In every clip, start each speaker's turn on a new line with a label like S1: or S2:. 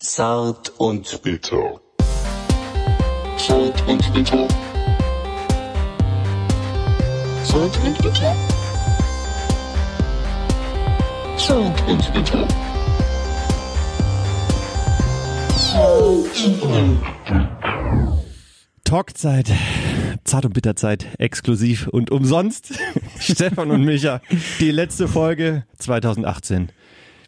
S1: Zart und
S2: bitter.
S3: Zart und bitter. Zart und bitter. Zart und bitter.
S4: Talkzeit, Zart- und Bitterzeit, exklusiv und umsonst. Stefan und Micha, die letzte Folge 2018.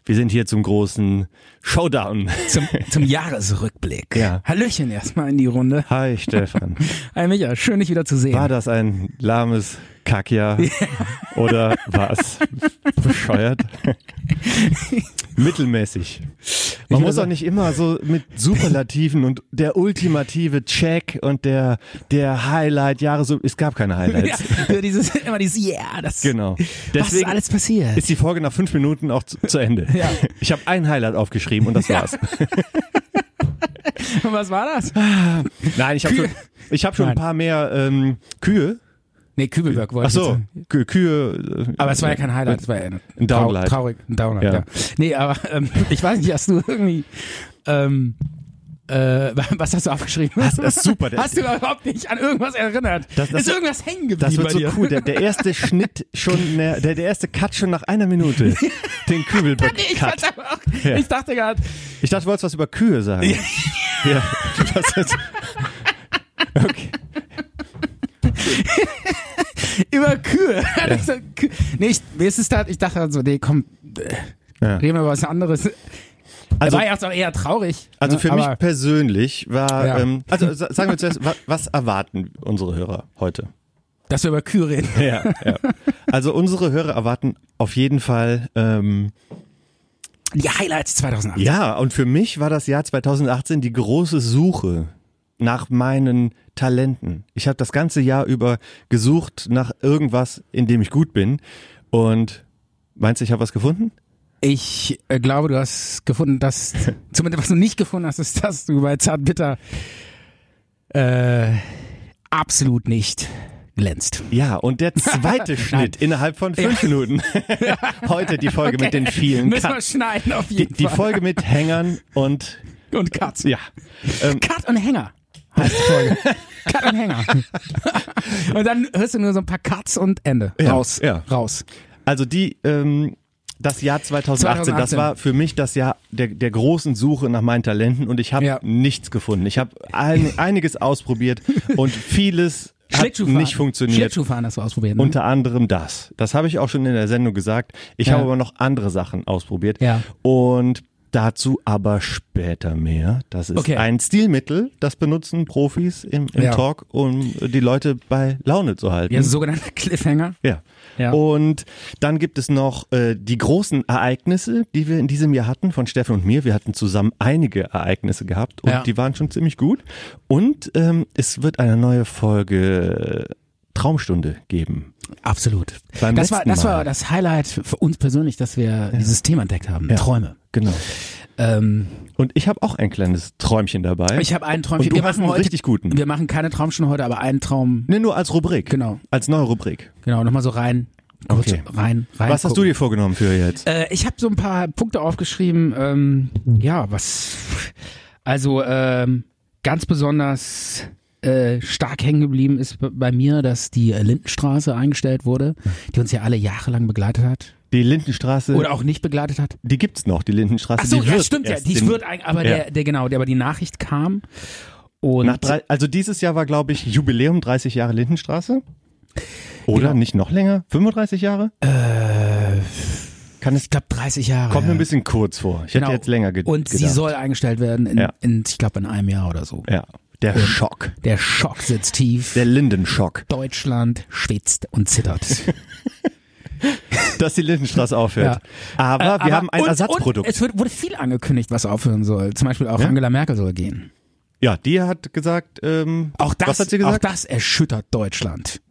S4: Wir sind hier zum großen Showdown.
S5: Zum, zum Jahresrückblick.
S4: Ja.
S5: Hallöchen erstmal in die Runde.
S4: Hi Stefan,
S5: Hi Micha, schön dich wieder zu sehen.
S4: war das ein lahmes Kackjahr oder war es bescheuert? Mittelmäßig. Man
S5: würde
S4: muss auch
S5: sagen-
S4: nicht immer so mit Superlativen und der ultimative Check und der, der Highlight Jahres. Es gab keine
S5: ja,
S4: Highlights.
S5: nur dieses, immer dieses Yeah, das
S4: Genau.
S5: was ist
S4: Deswegen
S5: alles passiert.
S4: ist die Folge nach fünf Minuten auch zu, zu Ende.
S5: Ja.
S4: Ich habe ein Highlight aufgeschrieben und das war's.
S5: Und was war das?
S4: Nein, ich habe schon, ich hab schon ein
S5: Nein.
S4: paar mehr ähm, Kühe.
S5: Nee, Kübelberg wollte
S4: Ach
S5: ich
S4: so,
S5: jetzt-
S4: Kü Kühe. äh,
S5: Aber es war ja kein Highlight, es war ja ein,
S4: Ein
S5: trau-
S4: Downlight.
S5: Traurig, ein Downlight,
S4: Ja.
S5: ja. Nee, aber ähm, ich weiß nicht, hast du irgendwie, ähm, äh, was hast du aufgeschrieben?
S4: Das ist super. Der,
S5: Hast du überhaupt nicht an irgendwas erinnert?
S4: Das- das-
S5: ist irgendwas hängen geblieben
S4: das
S5: bei
S4: wird so
S5: dir?
S4: cool. Der, der erste Schnitt schon, der, der erste Cut schon nach einer Minute. Den
S5: Nee, ich,
S4: Kübelböck-Cut.
S5: fand's aber auch,
S4: Ja.
S5: ich dachte gerade,
S4: Ich dachte, du wolltest was über Kühe sagen. ja, das ist, okay.
S5: über Kühe. Ich so, Kü- nee, ich, mir ist es da, ich dachte halt so, nee, komm, äh,
S4: Ja.
S5: reden wir über was anderes. Also,
S4: Also-
S5: war ja jetzt auch eher traurig.
S4: Also
S5: ne?
S4: für mich
S5: Aber
S4: persönlich war,
S5: Ja.
S4: ähm, also sa- sagen wir zuerst, wa- was erwarten unsere Hörer heute?
S5: Dass wir über Kühe reden.
S4: Ja, ja. Also unsere Hörer erwarten auf jeden Fall, ähm,
S5: Die Highlights 2008.
S4: ja, und für mich war das Jahr 2018 die große Suche nach meinen Talenten. Ich habe das ganze Jahr über gesucht nach irgendwas, in dem ich gut bin. Und meinst du, ich habe was gefunden?
S5: Ich äh, glaube, du hast gefunden, dass, zumindest was du nicht gefunden hast, ist, dass du bei Zartbitter äh, absolut nicht glänzt.
S4: Ja, und der zweite Schnitt innerhalb von fünf Minuten. Heute die Folge mit den vielen
S5: Müssen wir
S4: Cuts.
S5: schneiden auf
S4: Die,
S5: jeden
S4: die
S5: Fall.
S4: Folge mit Hängern und
S5: und Katz.
S4: ja. Ähm,
S5: Cut und Hänger heißt die Folge. Cut und Hänger. und dann hörst du nur so ein paar Cuts und Ende.
S4: Ja,
S5: raus.
S4: ja.
S5: Raus.
S4: also die ähm, das Jahr 2018, das
S5: 2018.
S4: war für mich das Jahr der, der großen Suche nach meinen Talenten und ich habe
S5: Ja.
S4: nichts gefunden. Ich habe ein, einiges ausprobiert und vieles hat
S5: Schlittschuhfahren.
S4: nicht funktioniert.
S5: Schlittschuhfahren hast du ausprobiert. Ne?
S4: Unter anderem das. Das habe ich auch schon in der Sendung gesagt. Ich
S5: Ja.
S4: habe aber noch andere Sachen ausprobiert.
S5: Ja.
S4: Und dazu aber später mehr. Das ist
S5: Okay.
S4: ein Stilmittel, das benutzen Profis im, im
S5: Ja.
S4: Talk, um die Leute bei Laune zu halten.
S5: ja, sogenannte Cliffhanger.
S4: Ja.
S5: Ja.
S4: Und dann gibt es noch äh, die großen Ereignisse, die wir in diesem Jahr hatten von Steffen und mir. Wir hatten zusammen einige Ereignisse gehabt und
S5: Ja.
S4: die waren schon ziemlich gut. Und ähm, es wird eine neue Folge äh, Traumstunde geben.
S5: Absolut.
S4: Beim
S5: das war,
S4: letzten
S5: das
S4: Mal.
S5: war das Highlight für uns persönlich, dass wir dieses Thema entdeckt haben. Träume.
S4: Genau.
S5: Ähm,
S4: Und ich habe auch ein kleines Träumchen dabei.
S5: ich habe einen Träumchen.
S4: Und du
S5: wir
S4: hast
S5: machen
S4: einen
S5: heute,
S4: richtig guten.
S5: Wir machen keine Traumstunde heute, aber einen Traum.
S4: Ne, nur als Rubrik.
S5: Genau.
S4: Als neue Rubrik.
S5: Genau, nochmal so rein. Kurz
S4: Okay.
S5: rein, rein.
S4: Was hast du dir vorgenommen für jetzt?
S5: Äh, ich habe so ein paar Punkte aufgeschrieben. Ähm, ja, was. Also ähm, ganz besonders äh, stark hängen geblieben ist b- bei mir, dass die äh, Lindenstraße eingestellt wurde, die uns ja alle jahrelang begleitet hat.
S4: Die Lindenstraße,
S5: Oder auch nicht begleitet hat.
S4: die gibt's noch, die Lindenstraße.
S5: Ach so,
S4: die
S5: ja,
S4: wird
S5: stimmt ja.
S4: erst
S5: Die
S4: im-
S5: wird eigentlich, aber
S4: Ja.
S5: der, der genau, der aber die Nachricht kam. Und
S4: Nach drei, also dieses Jahr war, glaube ich, Jubiläum 30 Jahre Lindenstraße. Oder nicht noch länger? 35 Jahre? Kann es,
S5: ich glaube 30 Jahre.
S4: kommt mir ein
S5: ja.
S4: bisschen kurz vor. Ich hätte jetzt länger ge
S5: Genau. Und
S4: gedacht.
S5: sie soll eingestellt werden in,
S4: Ja.
S5: in ich glaube, in einem Jahr oder so.
S4: Ja, der Schock.
S5: Der Schock sitzt tief.
S4: Der Lindenschock.
S5: Deutschland schwitzt und zittert.
S4: Dass die Lindenstraße aufhört. Aber wir
S5: Äh, Aber-
S4: haben ein
S5: und,
S4: Ersatzprodukt.
S5: Und es wird, wurde viel angekündigt, was aufhören soll. Zum Beispiel auch Angela Merkel soll gehen.
S4: ja, die hat gesagt, ähm,
S5: Auch das,
S4: was hat sie gesagt?
S5: Auch das erschüttert Deutschland.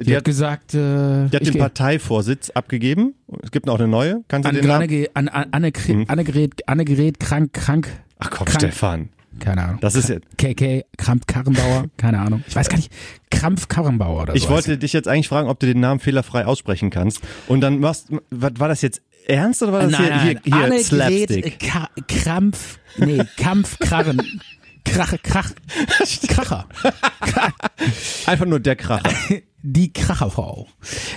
S5: Die,
S4: die
S5: hat,
S4: hat,
S5: gesagt, äh,
S4: die hat
S5: ich
S4: den
S5: gehe.
S4: Parteivorsitz abgegeben. Es gibt noch eine neue. Kannst du den Namen? Hm?
S5: Annegret, An, An, Annegret, Annegret, Annegret, krank, krank,
S4: Ach komm,
S5: Krank.
S4: Stefan.
S5: keine Ahnung.
S4: Das ist jetzt.
S5: KK, Krampf Karrenbauer, keine Ahnung. Ich weiß gar nicht, Krampf Karrenbauer oder so. also-
S4: Ich wollte dich jetzt eigentlich fragen, ob du den Namen fehlerfrei aussprechen kannst. Und dann machst, was war das jetzt? ernst oder war
S5: Äh,
S4: das hier, hier, hier
S5: Annegret,
S4: Slapstick?
S5: äh, Ka Krampf, nee, Kampfkrarren. Krach, Krach, Kracher.
S4: Einfach nur der Kracher.
S5: Die Kracherfrau.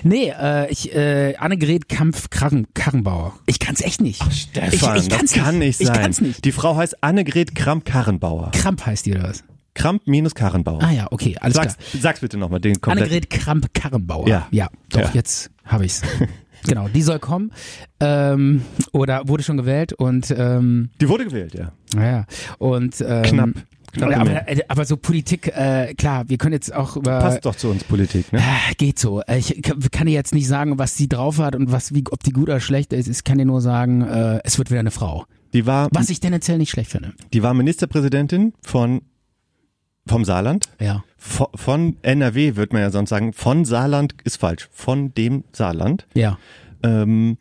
S5: Nee, äh, ich, äh, Annegret Kampf-Karrenbauer. Ich kann's echt nicht. Ach,
S4: Stefan,
S5: ich, ich kann's
S4: das kann nicht sein.
S5: Ich kann's nicht.
S4: Die Frau heißt Annegret Kramp-Karrenbauer.
S5: Kramp heißt die oder was?
S4: Kramp-Karrenbauer.
S5: Ah ja, okay, alles
S4: sag's,
S5: klar.
S4: sag's bitte nochmal, den kompletten.
S5: Annegret Kramp-Karrenbauer.
S4: Ja.
S5: Ja, doch,
S4: Ja.
S5: jetzt habe ich's. genau, die soll kommen. Ähm, oder wurde schon gewählt und, ähm,
S4: Die wurde gewählt, ja.
S5: naja, und, ähm,
S4: Knapp. Knapp
S5: ja,
S4: immerhin.
S5: aber, äh, aber so Politik, äh, klar, wir können jetzt auch über
S4: Passt doch zu uns Politik, ne?
S5: Ah, Geht so. Ich kann- kann dir jetzt nicht sagen, was sie drauf hat und was, wie, ob die gut oder schlecht ist. Ich kann dir nur sagen, äh, es wird wieder eine Frau.
S4: Die war,
S5: Was ich tendenziell nicht schlecht finde.
S4: die war Ministerpräsidentin von, vom Saarland.
S5: Ja.
S4: Von, von NRW wird man ja sonst sagen, von Saarland ist falsch. Von dem Saarland.
S5: Ja.
S4: Ähm,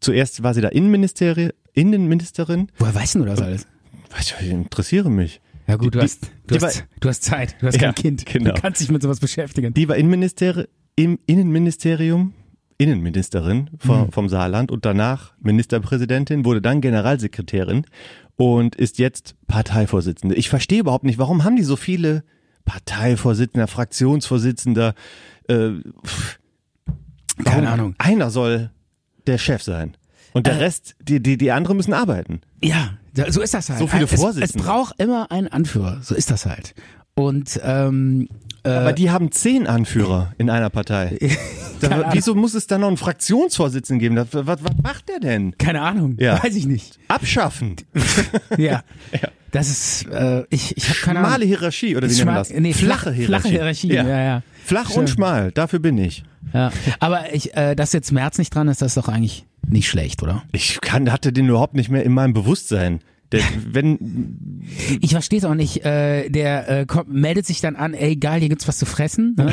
S4: zuerst war sie da Innenministerin, Innenministerin.
S5: Woher weißt denn du das alles?
S4: Was, ich interessiere mich.
S5: Ja gut, du,
S4: Die-
S5: hast, du,
S4: die
S5: hast, du hast Zeit, du hast
S4: Ja,
S5: kein Kind.
S4: genau.
S5: Du kannst dich mit sowas beschäftigen.
S4: Die war Innenminister, im Innenministerium, Innenministerin vom,
S5: Mhm.
S4: vom Saarland und danach Ministerpräsidentin, wurde dann Generalsekretärin und ist jetzt Parteivorsitzende. Ich verstehe überhaupt nicht, warum haben die so viele Parteivorsitzender, Fraktionsvorsitzender? Äh, pff.
S5: Keine
S4: Warum?
S5: Ahnung.
S4: Einer soll der Chef sein. Und der
S5: Äh.
S4: Rest, die, die, die anderen müssen arbeiten.
S5: Ja, da- so ist das halt.
S4: So viele
S5: es, es
S4: Vorsitzende.
S5: braucht immer einen Anführer. So ist das halt. Und ähm,
S4: Aber die haben zehn Anführer in einer Partei.
S5: Keine
S4: Da,
S5: Ahnung.
S4: wieso muss es dann noch einen Fraktionsvorsitzenden geben? Das- Was, was macht der denn?
S5: keine Ahnung,
S4: Ja.
S5: weiß ich nicht.
S4: Abschaffen.
S5: Ja. Das ist, äh, ich, ich habe keine
S4: Schmale
S5: Ahnung.
S4: Hierarchie oder wie
S5: Schma-
S4: nennen wir das?
S5: nee, flach-
S4: flache Hierarchie.
S5: flache Hierarchie, ja, ja.
S4: Flach
S5: Schön.
S4: und schmal, dafür bin ich.
S5: Ja. Aber ich, äh, dass jetzt Merz nicht dran ist, das ist doch eigentlich nicht schlecht, oder?
S4: Ich kann, hatte den überhaupt nicht mehr in meinem Bewusstsein. Der, wenn,
S5: Ich verstehe es auch nicht. Äh, der äh, kommt, meldet sich dann an, ey geil, hier gibt's was zu fressen. Ne?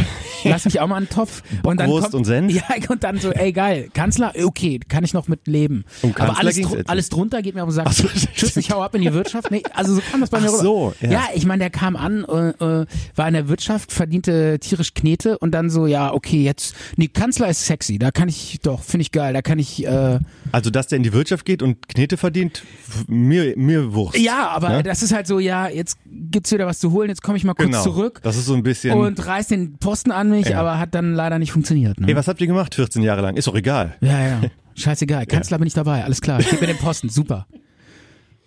S5: Lass mich auch mal einen Topf. Und dann
S4: Bockwurst
S5: kommt,
S4: und Senf?
S5: Ja, und dann so, ey geil, Kanzler, okay, kann ich noch mit leben.
S4: Um
S5: Aber
S4: Kanzler
S5: alles,
S4: ging's
S5: dru-
S4: jetzt
S5: alles drunter geht mir auf den Sack.
S4: Ach so,
S5: Tschüss, ich hau ab in die Wirtschaft. Nee, also so kam das bei mir
S4: Ach
S5: rüber.
S4: so, ja.
S5: ich meine, der kam an, äh, äh, war in der Wirtschaft, verdiente tierisch Knete und dann so, ja, okay, jetzt, nee, Kanzler ist sexy, da kann ich doch, finde ich geil, da kann ich, äh,
S4: also, dass der in die Wirtschaft geht und Knete verdient, f- mir, mir Wurst.
S5: Ja, aber
S4: Ne?
S5: das ist halt so, ja, jetzt gibt's wieder was zu holen, jetzt komme ich mal kurz
S4: genau.
S5: zurück
S4: Das ist so ein bisschen.
S5: und reiß den Posten an mich,
S4: Ja.
S5: aber hat dann leider nicht funktioniert. Ne?
S4: ey, was habt ihr gemacht 14 Jahre lang? Ist doch egal.
S5: ja, ja. Scheißegal, Kanzler bin ich dabei, alles klar, gib mir den Posten, super.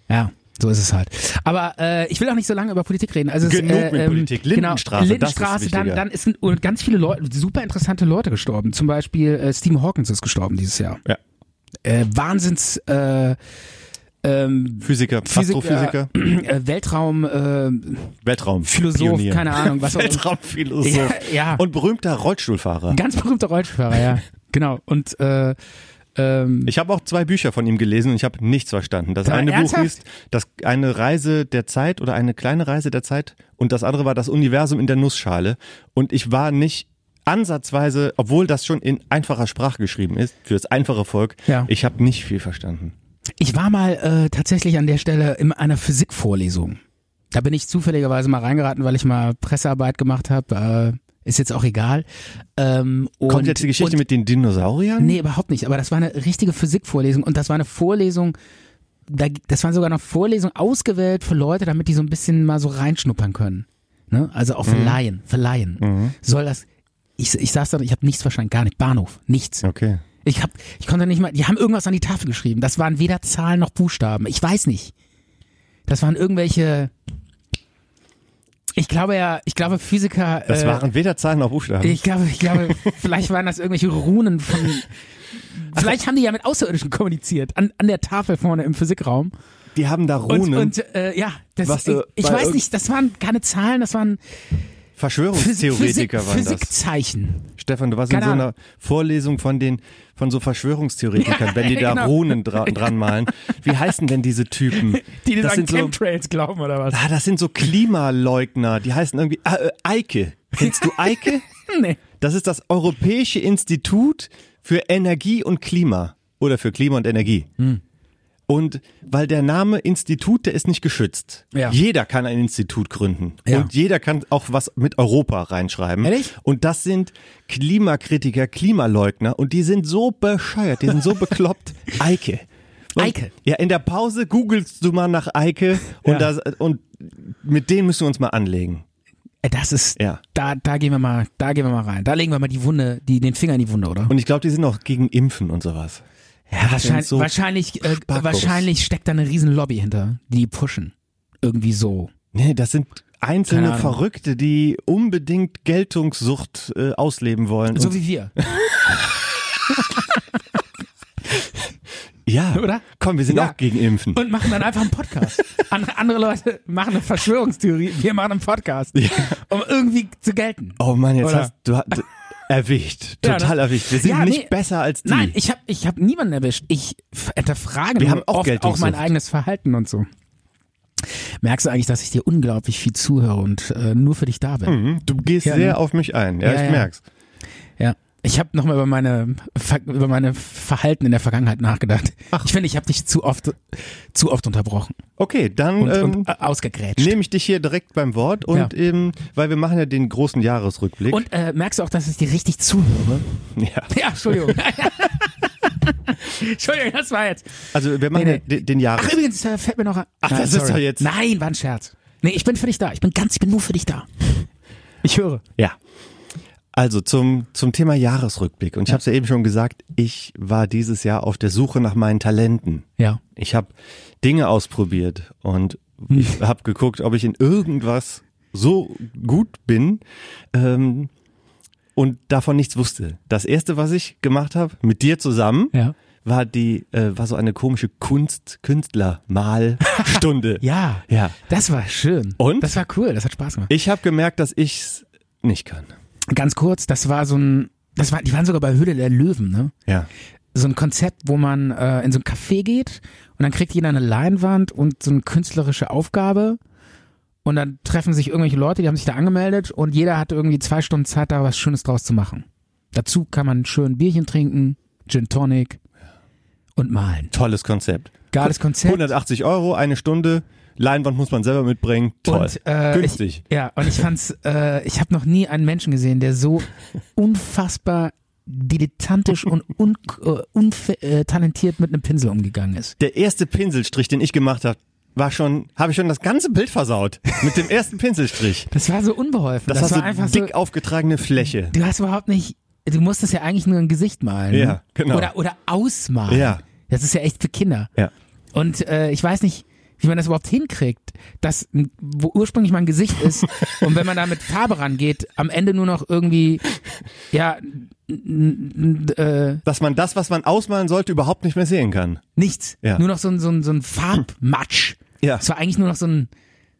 S5: Ja. So ist es halt. Aber äh, ich will auch nicht so lange über Politik reden. Also es,
S4: Genug
S5: äh,
S4: mit
S5: ähm,
S4: Politik.
S5: genau,
S4: Lindenstraße, das ist
S5: Lindenstraße dann,
S4: wichtiger.
S5: dann ist, und ganz viele Leute, super interessante Leute gestorben. Zum Beispiel äh, Stephen Hawkins ist gestorben dieses Jahr.
S4: Ja.
S5: Äh, Wahnsinns äh, ähm,
S4: Physiker, Astrophysiker,
S5: äh, Weltraum, äh,
S4: Weltraum.
S5: Philosoph,
S4: Pionier.
S5: keine Ahnung, was auch immer.
S4: Weltraumphilosoph.
S5: Ja, ja.
S4: Und berühmter Rollstuhlfahrer.
S5: Ganz berühmter Rollstuhlfahrer, ja. Genau. Und äh, ähm,
S4: Ich habe auch zwei Bücher von ihm gelesen und ich habe nichts verstanden. Das
S5: Da,
S4: eine
S5: ernsthaft?
S4: Buch hieß das eine Reise der Zeit oder eine kleine Reise der Zeit und das andere war das Universum in der Nussschale und ich war nicht ansatzweise, obwohl das schon in einfacher Sprache geschrieben ist für das einfache Volk,
S5: Ja.
S4: ich habe nicht viel verstanden.
S5: ich war mal äh, tatsächlich an der Stelle in einer Physikvorlesung. Da bin ich zufälligerweise mal reingeraten, weil ich mal Pressearbeit gemacht habe. Äh, ist jetzt auch egal. Ähm, und,
S4: Kommt jetzt die Geschichte
S5: und,
S4: mit den Dinosauriern?
S5: Nee, überhaupt nicht. Aber das war eine richtige Physikvorlesung und das war eine Vorlesung, da, das war sogar eine Vorlesung ausgewählt für Leute, damit die so ein bisschen mal so reinschnuppern können. Ne? Also auch für
S4: Mhm.
S5: Laien, für Laien. Soll das, ich, ich saß da, ich habe nichts verstanden, gar nicht. Bahnhof, nichts.
S4: Okay.
S5: Ich hab, ich konnte nicht mal, die haben irgendwas an die Tafel geschrieben. Das waren weder Zahlen noch Buchstaben. Ich weiß nicht. Das waren irgendwelche, ich glaube ja, ich glaube Physiker,
S4: Das
S5: äh,
S4: waren weder Zahlen noch Buchstaben.
S5: ich glaube, ich glaube, vielleicht waren das irgendwelche Runen von. Vielleicht haben die ja mit Außerirdischen kommuniziert, an, an der Tafel vorne im Physikraum.
S4: die haben da
S5: Und,
S4: Runen,
S5: und äh, ja, das,
S4: Was
S5: ich,
S4: du
S5: ich
S4: bei
S5: weiß
S4: irgend-
S5: nicht, das waren keine Zahlen, das waren Physik, Physik,
S4: Verschwörungstheoretiker waren das.
S5: Physikzeichen.
S4: Stefan, du warst
S5: Keine
S4: in so einer
S5: Ahnung.
S4: Vorlesung von den von so Verschwörungstheoretikern, wenn die da
S5: genau.
S4: Runen dra dran malen. Wie heißen denn diese Typen?
S5: Die das
S4: das
S5: an
S4: sind so,
S5: Chemtrails glauben oder was?
S4: ah, das sind so Klimaleugner. Die heißen irgendwie ah, äh, Eike. Kennst du Eike?
S5: Nee.
S4: Das ist das
S5: Hm.
S4: Europäische Institut für Energie und Klima oder für Klima und Energie. Und weil der Name Institut, der ist nicht geschützt.
S5: Ja.
S4: Jeder kann ein Institut gründen.
S5: Ja.
S4: Und jeder kann auch was mit Europa reinschreiben.
S5: Ehrlich?
S4: Und das sind Klimakritiker, Klimaleugner und die sind so bescheuert, die sind so bekloppt. Eike. Und,
S5: Eike.
S4: Ja, in der Pause googelst du mal nach Eike und,
S5: Ja.
S4: das, und mit denen müssen wir uns mal anlegen.
S5: Äh, Das ist,
S4: Ja.
S5: da, da gehen wir mal, da gehen wir mal rein. Da legen wir mal die Wunde, die, den Finger in die Wunde, oder?
S4: Und ich glaube, die sind auch gegen Impfen und sowas.
S5: Ja, wahrscheinlich,
S4: so
S5: wahrscheinlich, äh,
S4: Spackos.
S5: wahrscheinlich steckt da eine riesen Lobby hinter, die pushen. Irgendwie so.
S4: Nee, das sind
S5: Keine
S4: einzelne
S5: Ahnung.
S4: Verrückte, die unbedingt Geltungssucht äh, ausleben wollen.
S5: So
S4: und,
S5: wie wir.
S4: ja,
S5: oder?
S4: Komm, wir sind
S5: Ja.
S4: auch gegen Impfen.
S5: Und machen dann einfach einen Podcast. An- Andere Leute machen eine Verschwörungstheorie, wir machen einen Podcast. Um irgendwie zu gelten.
S4: oh Mann, jetzt
S5: Oder?
S4: hast du hat, erwischt.
S5: Ja,
S4: Total
S5: ne?
S4: erwischt. Wir sind
S5: Ja,
S4: nicht
S5: nee.
S4: besser als die.
S5: Nein, ich habe ich hab niemanden erwischt. Ich f- hinterfrage
S4: Wir
S5: nur
S4: haben
S5: oft
S4: auch
S5: auch mein
S4: Geltungssucht.
S5: eigenes Verhalten und so. Merkst du eigentlich, dass ich dir unglaublich viel zuhöre und äh, nur für dich da bin?
S4: Mhm, du gehst
S5: Ja,
S4: sehr
S5: ne?
S4: auf mich ein. Ja,
S5: Ja,
S4: ich
S5: ja.
S4: merk's.
S5: Ja. Ich habe nochmal über meine Ver- über meine Verhalten in der Vergangenheit nachgedacht. Ich finde, ich habe dich zu oft zu oft unterbrochen
S4: Okay, dann
S5: und,
S4: ähm,
S5: und äh, ausgegrätscht.
S4: nehme ich dich hier direkt beim Wort und ähm, weil wir machen ja den großen Jahresrückblick.
S5: Und äh, merkst du auch, dass ich dir richtig zuhöre?
S4: ja.
S5: Ja, Entschuldigung. Entschuldigung, das war jetzt.
S4: Also wir machen
S5: Nee,
S4: ja den, den Jahres.
S5: Ach, übrigens, äh, fällt mir noch ein.
S4: Ach,
S5: Nein,
S4: das ist
S5: sorry.
S4: doch jetzt-
S5: Nein, war ein Scherz. Nee, ich bin für dich da. Ich bin ganz, ich bin nur für dich da. Ich höre.
S4: Ja. Also zum, zum Thema Jahresrückblick. Und ich habe es ja eben schon gesagt, ich war dieses Jahr auf der Suche nach meinen Talenten.
S5: Ja.
S4: Ich habe Dinge ausprobiert und ich habe geguckt, ob ich in irgendwas so gut bin ähm, und davon nichts wusste. Das erste, was ich gemacht habe, mit dir zusammen,
S5: Ja.
S4: war die äh, war so eine komische Kunst Künstler Malstunde.
S5: Ja.
S4: ja.
S5: Das war schön.
S4: Und?
S5: Das war cool. Das hat Spaß gemacht.
S4: Ich habe gemerkt, dass ich's nicht kann.
S5: Ganz kurz, das war so ein, das war, die waren sogar bei Höhle der Löwen, ne?
S4: Ja.
S5: so ein Konzept, wo man äh, in so ein Café geht und dann kriegt jeder eine Leinwand und so eine künstlerische Aufgabe. Und dann treffen sich irgendwelche Leute, die haben sich da angemeldet und jeder hat irgendwie zwei Stunden Zeit, da was Schönes draus zu machen. Dazu kann man schön Bierchen trinken, Gin Tonic und malen.
S4: Tolles Konzept.
S5: Geiles Konzept.
S4: 180 Euro, eine Stunde. Leinwand muss man selber mitbringen. Toll.
S5: Und, äh,
S4: Günstig.
S5: Ich, ja, und ich fand's, äh, ich habe noch nie einen Menschen gesehen, der so unfassbar dilettantisch und un äh, unfe- äh, talentiert mit einem Pinsel umgegangen ist.
S4: Der erste Pinselstrich, den ich gemacht habe, war schon, habe ich schon das ganze Bild versaut. Mit dem ersten Pinselstrich.
S5: Das war so unbeholfen.
S4: Das,
S5: Das,
S4: hast
S5: war
S4: du
S5: einfach
S4: dick
S5: so.
S4: aufgetragene Fläche.
S5: Du hast überhaupt nicht. Du musstest ja eigentlich nur ein Gesicht malen. ne?
S4: Ja, genau.
S5: Oder, oder ausmalen.
S4: Ja.
S5: Das ist ja echt für Kinder.
S4: Ja.
S5: Und äh, ich weiß nicht, wie man das überhaupt hinkriegt, dass ein- wo ursprünglich mal ein Gesicht ist und wenn man da mit Farbe rangeht, am Ende nur noch irgendwie ja n- n- n- äh,
S4: Dass man das, was man ausmalen sollte, überhaupt nicht mehr sehen kann.
S5: nichts.
S4: Ja.
S5: Nur noch so ein, so ein, so ein Farbmatsch.
S4: Ja.
S5: Es war eigentlich nur noch so ein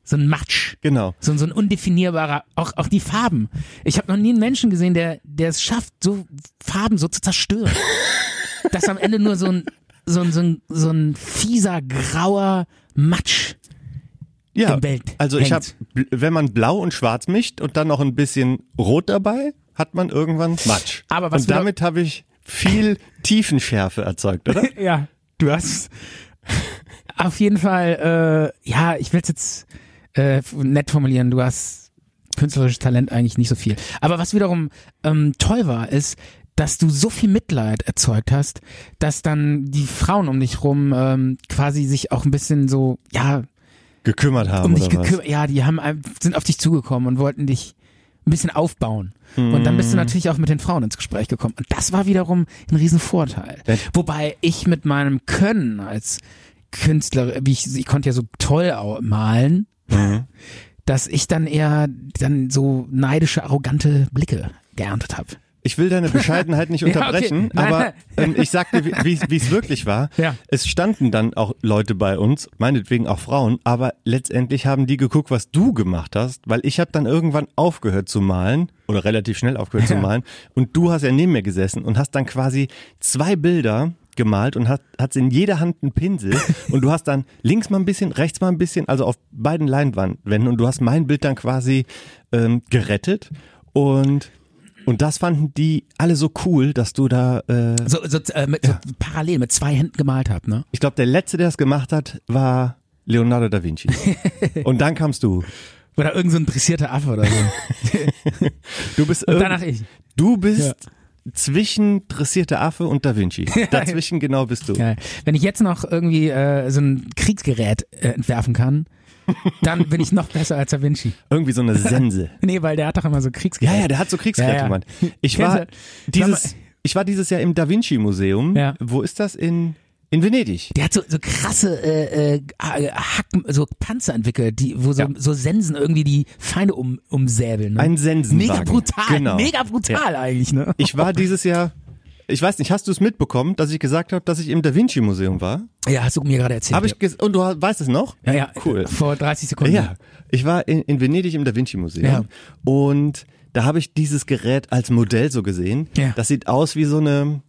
S5: so ein Matsch.
S4: Genau.
S5: So, so ein undefinierbarer, auch, auch die Farben. Ich habe noch nie einen Menschen gesehen, der, der es schafft, so Farben so zu zerstören. Dass am Ende nur so ein, so ein, so ein, so ein fieser, grauer Matsch.
S4: Ja.
S5: Im Bild
S4: Also ich habe,
S5: hängt.
S4: wenn man blau und schwarz mischt und dann noch ein bisschen rot dabei, hat man irgendwann Matsch.
S5: Aber was
S4: und
S5: wir-
S4: damit habe ich viel Tiefenschärfe erzeugt, oder?
S5: Ja, du hast auf jeden Fall, äh, ja, ich will's jetzt äh, nett formulieren, du hast künstlerisches Talent eigentlich nicht so viel. Aber was wiederum ähm, toll war, ist, dass du so viel Mitleid erzeugt hast, dass dann die Frauen um dich rum ähm, quasi sich auch ein bisschen so, ja,
S4: Gekümmert haben
S5: um dich
S4: oder was?
S5: gekümmert, ja, die haben ein- sind auf dich zugekommen und wollten dich ein bisschen aufbauen. Und dann
S4: Hm.
S5: bist du natürlich auch mit den Frauen ins Gespräch gekommen. Und das war wiederum ein Riesenvorteil.
S4: Ja.
S5: Wobei ich mit meinem Können als Künstler, wie ich, ich konnte ja so toll au- malen,
S4: Mhm.
S5: dass ich dann eher dann so neidische, arrogante Blicke geerntet habe.
S4: Ich will deine Bescheidenheit nicht
S5: Ja, okay.
S4: unterbrechen,
S5: Nein,
S4: aber ähm, ich sag dir, wie wie es wirklich war.
S5: Ja.
S4: Es standen dann auch Leute bei uns, meinetwegen auch Frauen, aber letztendlich haben die geguckt, was du gemacht hast, weil ich habe dann irgendwann aufgehört zu malen oder relativ schnell aufgehört
S5: Ja.
S4: zu malen und du hast ja neben mir gesessen und hast dann quasi zwei Bilder gemalt und hat hat's in jeder Hand einen Pinsel und du hast dann links mal ein bisschen, rechts mal ein bisschen, also auf beiden Leinwänden und du hast mein Bild dann quasi ähm, gerettet und Und das fanden die alle so cool, dass du da, äh,
S5: So, so, äh, mit, so parallel mit zwei Händen gemalt habt, ne?
S4: ich glaube, der Letzte, der es gemacht hat, war Leonardo da Vinci. Und dann kamst du.
S5: Oder irgend so ein dressierter Affe oder so.
S4: Du bist,
S5: Und
S4: irgend-
S5: danach ich.
S4: du bist zwischen dressierter Affe und Da Vinci. Dazwischen genau bist du.
S5: Geil. Wenn ich jetzt noch irgendwie äh, so ein Kriegsgerät äh, entwerfen kann, dann bin ich noch besser als Da Vinci.
S4: Irgendwie so eine Sense.
S5: Nee, weil der hat doch immer so Kriegsgerät.
S4: Ja, ja, der hat so Kriegsgerät
S5: Ja, ja.
S4: gemacht. Ich
S5: Kennst
S4: war
S5: du?
S4: dieses, ich war dieses Jahr im Da Vinci Museum.
S5: Ja.
S4: Wo ist das in in Venedig?
S5: Der hat so, so krasse äh, äh, Hacken, so Panzer entwickelt, die, wo so,
S4: Ja.
S5: so Sensen irgendwie die Feinde um, umsäbeln. Ne?
S4: Ein Sensenwagen.
S5: Mega brutal,
S4: Genau.
S5: mega brutal eigentlich, ne?
S4: Ich war dieses Jahr, ich weiß nicht, hast du es mitbekommen, dass ich gesagt habe, dass ich im Da Vinci Museum war?
S5: ja, hast du mir gerade erzählt.
S4: Habe ich ges und du weißt es noch?
S5: ja, ja, äh,
S4: Cool.
S5: Vor 30 Sekunden.
S4: Ja, ich war in, in Venedig im Da Vinci Museum
S5: Ja.
S4: und da habe ich dieses Gerät als Modell so gesehen.
S5: Ja.
S4: Das sieht aus wie so eine,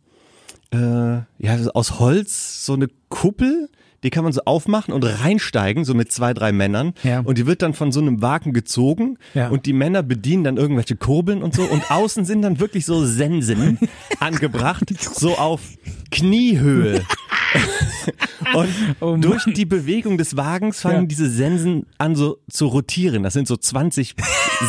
S4: äh, ja, so aus Holz, so eine Kuppel. Die kann man so aufmachen und reinsteigen, so mit zwei, drei Männern.
S5: Ja.
S4: Und die wird dann von so einem Wagen gezogen.
S5: Ja.
S4: Und die Männer bedienen dann irgendwelche Kurbeln und so. Und außen sind dann wirklich so Sensen angebracht, so auf Kniehöhe. Und
S5: Oh Mann.
S4: durch die Bewegung des Wagens fangen
S5: Ja.
S4: diese Sensen an so zu rotieren. Das sind so 20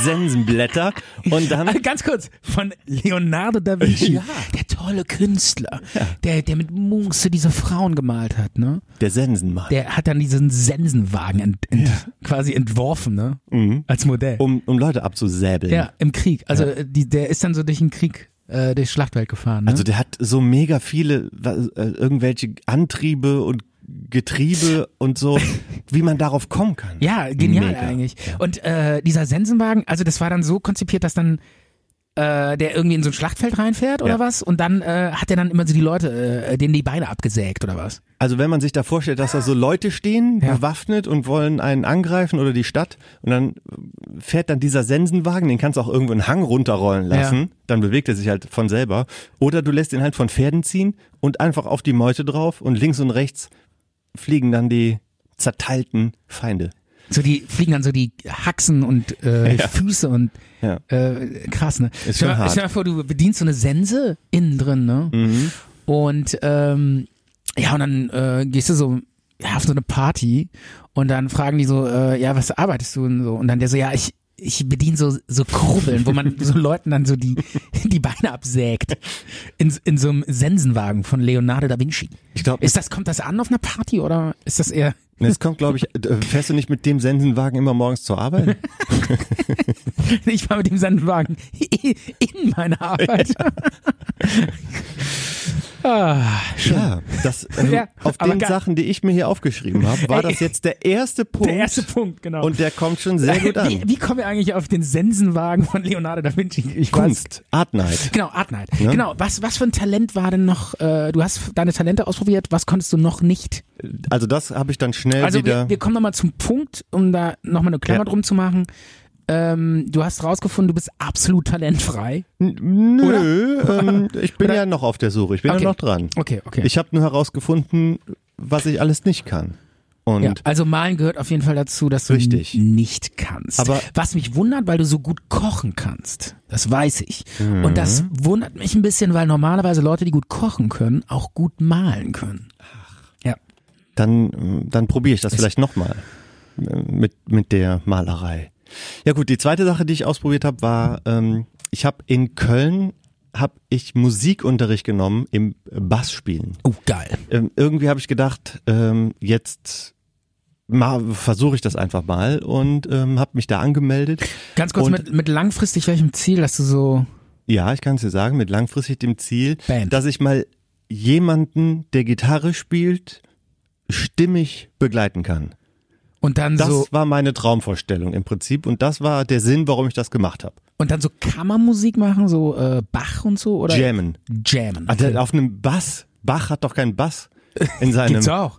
S4: Sensenblätter und dann
S5: Also ganz kurz, von Leonardo da Vinci,
S4: Ja.
S5: der tolle Künstler, der, der mit Muße diese Frauen gemalt hat, ne?
S4: der Sensenmann.
S5: Der hat dann diesen Sensenwagen ent, ent, quasi entworfen, ne? Als Modell.
S4: Um, um Leute abzusäbeln.
S5: Ja, im Krieg. Also äh, Die, der ist dann so durch den Krieg, äh, durch Schlachtwelt gefahren. Ne?
S4: Also der hat so mega viele wa- äh, irgendwelche Antriebe und Getriebe und so, wie man darauf kommen kann.
S5: ja, genial
S4: Mega.
S5: eigentlich. Und äh, dieser Sensenwagen, also das war dann so konzipiert, dass dann äh, der irgendwie in so ein Schlachtfeld reinfährt oder
S4: Ja.
S5: was und dann äh, hat er dann immer so die Leute, äh, denen die Beine abgesägt oder was.
S4: Also wenn man sich da vorstellt, dass da so Leute stehen,
S5: Ja.
S4: bewaffnet und wollen einen angreifen oder die Stadt und dann fährt dann dieser Sensenwagen, den kannst du auch irgendwo einen Hang runterrollen lassen,
S5: Ja.
S4: dann bewegt er sich halt von selber. Oder du lässt ihn halt von Pferden ziehen und einfach auf die Meute drauf und links und rechts fliegen dann die zerteilten Feinde.
S5: So die fliegen dann so die Haxen und äh,
S4: Ja.
S5: Füße und
S4: Ja.
S5: äh, krass, ne? stell,
S4: Ist schon
S5: mal,
S4: hart.
S5: stell mal vor, du bedienst so eine Sense innen drin, ne? Und ähm, ja, und dann äh, gehst du so ja, auf so eine Party und dann fragen die so, äh, ja, was arbeitest du und so? Und dann der so, ja, ich ich bediene so so Kurbeln, wo man so Leuten dann so die die Beine absägt in in so einem Sensenwagen von Leonardo da Vinci.
S4: Ich glaube,
S5: Ist das kommt das an auf einer Party oder ist das eher
S4: es kommt, glaube ich, äh, fährst du nicht mit dem Sensenwagen immer morgens zur Arbeit?
S5: Ich war mit dem Sandwagen in meiner Arbeit. ah, schön.
S4: Ja, das, ähm,
S5: Ja,
S4: auf
S5: aber
S4: den
S5: geil.
S4: Sachen, die ich mir hier aufgeschrieben habe, war
S5: Ey,
S4: das jetzt der erste Punkt.
S5: Der erste Punkt, genau.
S4: Und der kommt schon sehr gut an.
S5: Wie, wie kommen wir eigentlich auf den Sensenwagen von Leonardo da Vinci? Ich
S4: Kunst, Art Night.
S5: Weiß. Genau, Art Night.
S4: Ne?
S5: Genau, was, was für ein Talent war denn noch? Äh, du hast deine Talente ausprobiert, was konntest du noch nicht?
S4: Also das habe ich dann schnell
S5: Also
S4: wieder.
S5: wir, wir kommen nochmal zum Punkt, um da nochmal eine Klammer
S4: Ja.
S5: drum zu machen. Ähm, du hast rausgefunden, du bist absolut talentfrei.
S4: Nö, ähm, ich bin ja noch auf der Suche. Ich bin
S5: Okay.
S4: ja noch dran.
S5: Okay, okay.
S4: Ich habe nur herausgefunden, was ich alles nicht kann. Und
S5: Ja, also malen gehört auf jeden Fall dazu, dass du
S4: Richtig.
S5: n- nicht kannst.
S4: Aber-
S5: was mich wundert, weil du so gut kochen kannst. Das weiß ich. Und das
S4: Mhm.
S5: wundert mich ein bisschen, weil normalerweise Leute, die gut kochen können, auch gut malen können. Ja.
S4: dann, dann probiere ich das vielleicht nochmal mit, mit der Malerei. Ja gut, die zweite Sache, die ich ausprobiert habe, war, ähm, ich habe in Köln habe ich Musikunterricht genommen im Bassspielen.
S5: Oh, geil.
S4: ähm, irgendwie habe ich gedacht, ähm, jetzt mal versuche ich das einfach mal und ähm, habe mich da angemeldet.
S5: Ganz kurz,
S4: Und-
S5: mit, mit langfristig welchem Ziel, dass du so
S4: Ja, ich kann es dir sagen, mit langfristig dem Ziel,
S5: Band.
S4: dass ich mal jemanden, der Gitarre spielt, stimmig begleiten kann.
S5: und dann
S4: Das
S5: so
S4: war meine Traumvorstellung im Prinzip und das war der Sinn, warum ich das gemacht habe.
S5: und dann so Kammermusik machen, so äh, Bach und so oder
S4: Jammen.
S5: Jammen.
S4: Also Auf einem Bass. Bach hat doch keinen Bass in seinem.
S5: Gibt's auch.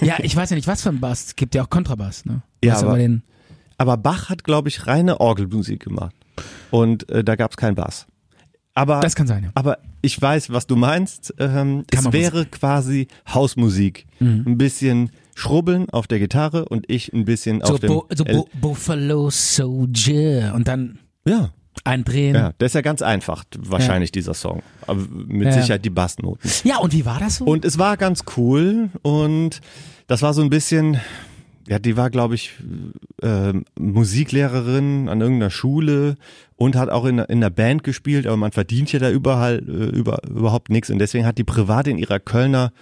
S5: ja, ich weiß ja nicht, was für ein Bass. Es gibt ja auch Kontrabass, ne?
S4: Ja,
S5: Hast du
S4: aber-
S5: immer den,
S4: Aber Bach hat, glaube ich, reine Orgelmusik gemacht und äh, da gab es keinen Bass. Aber
S5: das kann sein, ja.
S4: Aber ich weiß, was du meinst. Ähm, es
S5: Kammermusik.
S4: wäre quasi Hausmusik.
S5: Mhm.
S4: Ein bisschen schrubbeln auf der Gitarre und ich ein bisschen
S5: So,
S4: auf dem.
S5: Bo so
S4: El-
S5: Bo Buffalo Soldier und dann
S4: ja.
S5: Eindrehen.
S4: Ja, der ist ja ganz einfach, wahrscheinlich dieser Song. Aber mit
S5: Ja.
S4: Sicherheit die Bassnoten.
S5: Ja, und wie war das so?
S4: Und es war ganz cool und das war so ein bisschen, ja, die war, glaube ich, äh, Musiklehrerin an irgendeiner Schule und hat auch in, in einer Band gespielt, aber man verdient ja da überall, äh, über, überhaupt nichts und deswegen hat die privat in ihrer Kölner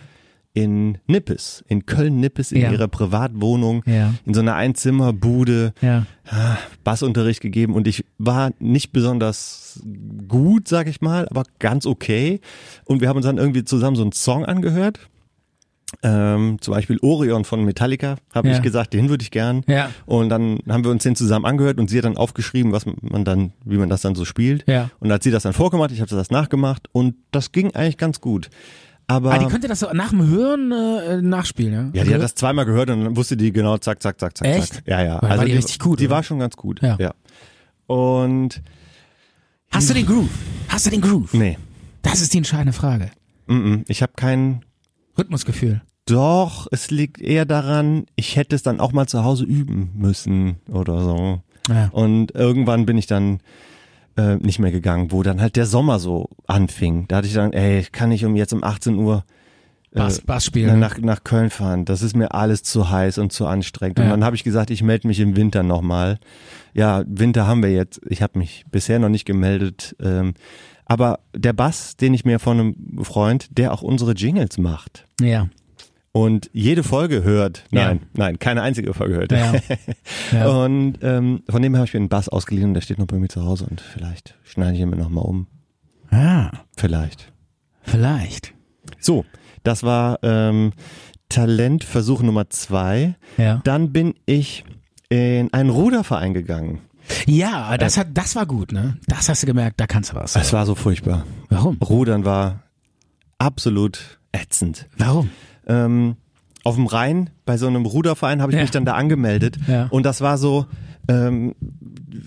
S4: in Nippes, in Köln-Nippes, in
S5: Ja.
S4: ihrer Privatwohnung,
S5: Ja.
S4: in so einer Einzimmerbude
S5: ja.
S4: ah, Bassunterricht gegeben und ich war nicht besonders gut, sag ich mal, aber ganz okay. Und wir haben uns dann irgendwie zusammen so einen Song angehört. Ähm, zum Beispiel Orion von Metallica, habe
S5: Ja.
S4: ich gesagt, den würde ich gern.
S5: Ja.
S4: Und dann haben wir uns den zusammen angehört und sie hat dann aufgeschrieben, was man dann, wie man das dann so spielt.
S5: Ja.
S4: Und hat sie das dann vorgemacht, ich habe das nachgemacht und das ging eigentlich ganz gut. Aber
S5: Ah, die könnte das so nach dem Hören äh, nachspielen, ja?
S4: ähm,
S5: Also,
S4: ja, die hat das zweimal gehört und dann wusste die genau, zack, zack, zack, zack,
S5: Echt?
S4: zack. Ja, ja.
S5: War die richtig gut,
S4: Die
S5: oder?
S4: war schon ganz gut.
S5: Ja.
S4: ja. Und
S5: Hast du den Groove? Hast du den Groove?
S4: nee,
S5: Das ist die entscheidende Frage.
S4: mm, mm, ich habe keinen.
S5: Rhythmusgefühl.
S4: Doch, es liegt eher daran, ich hätte es dann auch mal zu Hause üben müssen oder so.
S5: Ja.
S4: Und irgendwann bin ich dann äh, nicht mehr gegangen, wo dann halt der Sommer so anfing. Da hatte ich dann, ey, kann ich um jetzt um 18 Uhr
S5: Bass, Bass
S4: Na-
S5: spielen.
S4: nach, nach Köln fahren. Das ist mir alles zu heiß und zu anstrengend.
S5: Ja.
S4: Und dann habe ich gesagt, ich melde mich im Winter nochmal. Ja, Winter haben wir jetzt. Ich habe mich bisher noch nicht gemeldet. Ähm, aber der Bass, den ich mir von einem Freund, der auch unsere Jingles macht
S5: Ja.
S4: und jede Folge hört.
S5: Ja.
S4: Nein, nein, keine einzige Folge hört.
S5: Ja. Ja.
S4: Und ähm, von dem her habe ich mir einen Bass ausgeliehen und der steht noch bei mir zu Hause und vielleicht schneide ich ihn mir nochmal um.
S5: Ah,
S4: Vielleicht.
S5: vielleicht.
S4: So, das war ähm, Talentversuch Nummer zwei.
S5: Ja.
S4: Dann bin ich in einen Ruderverein gegangen.
S5: Ja, das hat, das war gut, ne? Das hast du gemerkt, da kannst du was.
S4: Es war so furchtbar.
S5: Warum?
S4: Rudern war absolut ätzend.
S5: Warum?
S4: Ähm, auf dem Rhein bei so einem Ruderverein habe ich
S5: Ja.
S4: mich dann da angemeldet
S5: Ja.
S4: und das war so. Ähm,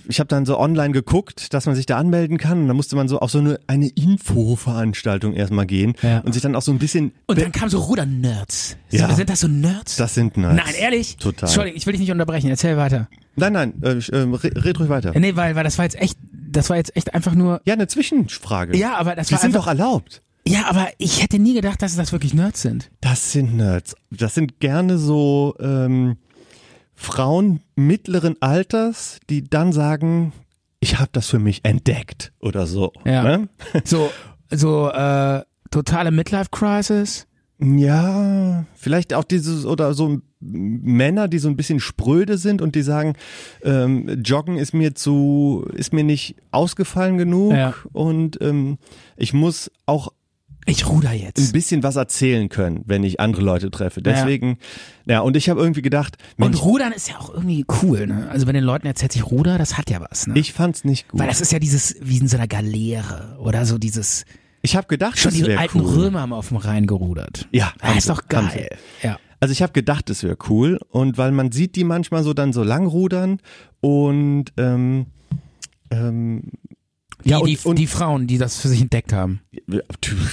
S4: ich habe dann so online geguckt, dass man sich da anmelden kann und da musste man so auf so eine, eine Infoveranstaltung erstmal gehen
S5: Ja.
S4: und sich dann auch so ein bisschen.
S5: Und dann kamen so Ruder-Nerds.
S4: Ja.
S5: Sind das so Nerds?
S4: Das sind nice.
S5: Nein, ehrlich?
S4: Total.
S5: Entschuldigung, ich will dich nicht unterbrechen. Erzähl weiter.
S4: Nein, nein, äh, ich, ähm, red, red ruhig weiter.
S5: Äh, Nee, weil, weil das war jetzt echt, das war jetzt echt einfach nur.
S4: Ja, eine Zwischenfrage.
S5: Ja, aber das
S4: Die
S5: war
S4: sind
S5: einfach.
S4: doch erlaubt.
S5: Ja, aber ich hätte nie gedacht, dass das wirklich Nerds sind.
S4: Das sind Nerds. Das sind gerne so ähm, Frauen mittleren Alters, die dann sagen, ich habe das für mich entdeckt oder so.
S5: Ja.
S4: Ne?
S5: So, so äh, totale Midlife-Crisis.
S4: ja, vielleicht auch dieses oder so Männer, die so ein bisschen spröde sind und die sagen, ähm, Joggen ist mir zu, ist mir nicht ausgefallen genug
S5: Ja.
S4: und ähm, ich muss auch
S5: Ich ruder
S4: ein
S5: jetzt.
S4: bisschen was erzählen können, wenn ich andere Leute treffe. Deswegen, ja, und ich habe irgendwie gedacht, Mensch,
S5: Und Rudern ist ja auch irgendwie cool, ne? Also wenn den Leuten erzählt sich Ruder, das hat ja was, ne?
S4: ich fand's nicht gut.
S5: Weil das ist ja dieses, wie in so einer Galeere oder so dieses,
S4: Ich habe gedacht,
S5: schon
S4: das
S5: die
S4: wär
S5: alten
S4: cool.
S5: Römer haben auf dem Rhein gerudert.
S4: Ja,
S5: Das
S4: haben
S5: ist
S4: sie,
S5: doch
S4: haben
S5: geil. Ja.
S4: Also ich habe gedacht, es wäre cool und weil man sieht die manchmal so dann so lang rudern und ähm, ähm,
S5: Die,
S4: Ja, und-
S5: die,
S4: und-
S5: die Frauen, die das für sich entdeckt haben.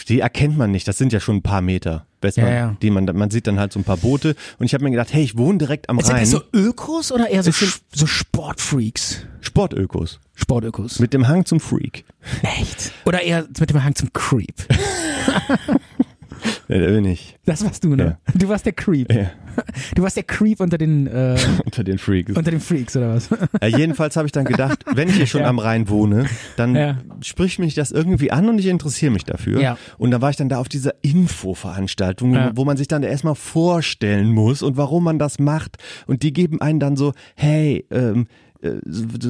S4: die erkennt man nicht. Das sind ja schon ein paar Meter, weiß
S5: Ja,
S4: man,
S5: ja.
S4: die man man sieht dann halt so ein paar Boote und ich habe mir gedacht, hey, ich wohne direkt am
S5: Sind
S4: Rhein.
S5: das so Ökos oder eher so,
S4: Es sind-
S5: Sch- so Sportfreaks?
S4: Sportökos
S5: Sportökos.
S4: mit dem Hang zum Freak.
S5: Echt? Oder eher mit dem Hang zum Creep.
S4: Ja, Äh, da bin ich
S5: Das warst du, ne? Du warst der Creep.
S4: Ja.
S5: Du warst der Creep unter den, äh,
S4: unter den Freaks.
S5: unter den Freaks, oder was?
S4: Ja, jedenfalls habe ich dann gedacht, wenn ich hier schon
S5: Ja.
S4: am Rhein wohne, dann
S5: Ja.
S4: spricht mich das irgendwie an und ich interessiere mich dafür.
S5: Ja.
S4: Und dann war ich dann da auf dieser Infoveranstaltung,
S5: Ja.
S4: wo man sich dann erstmal vorstellen muss und warum man das macht. Und die geben einen dann so, hey, ähm, äh,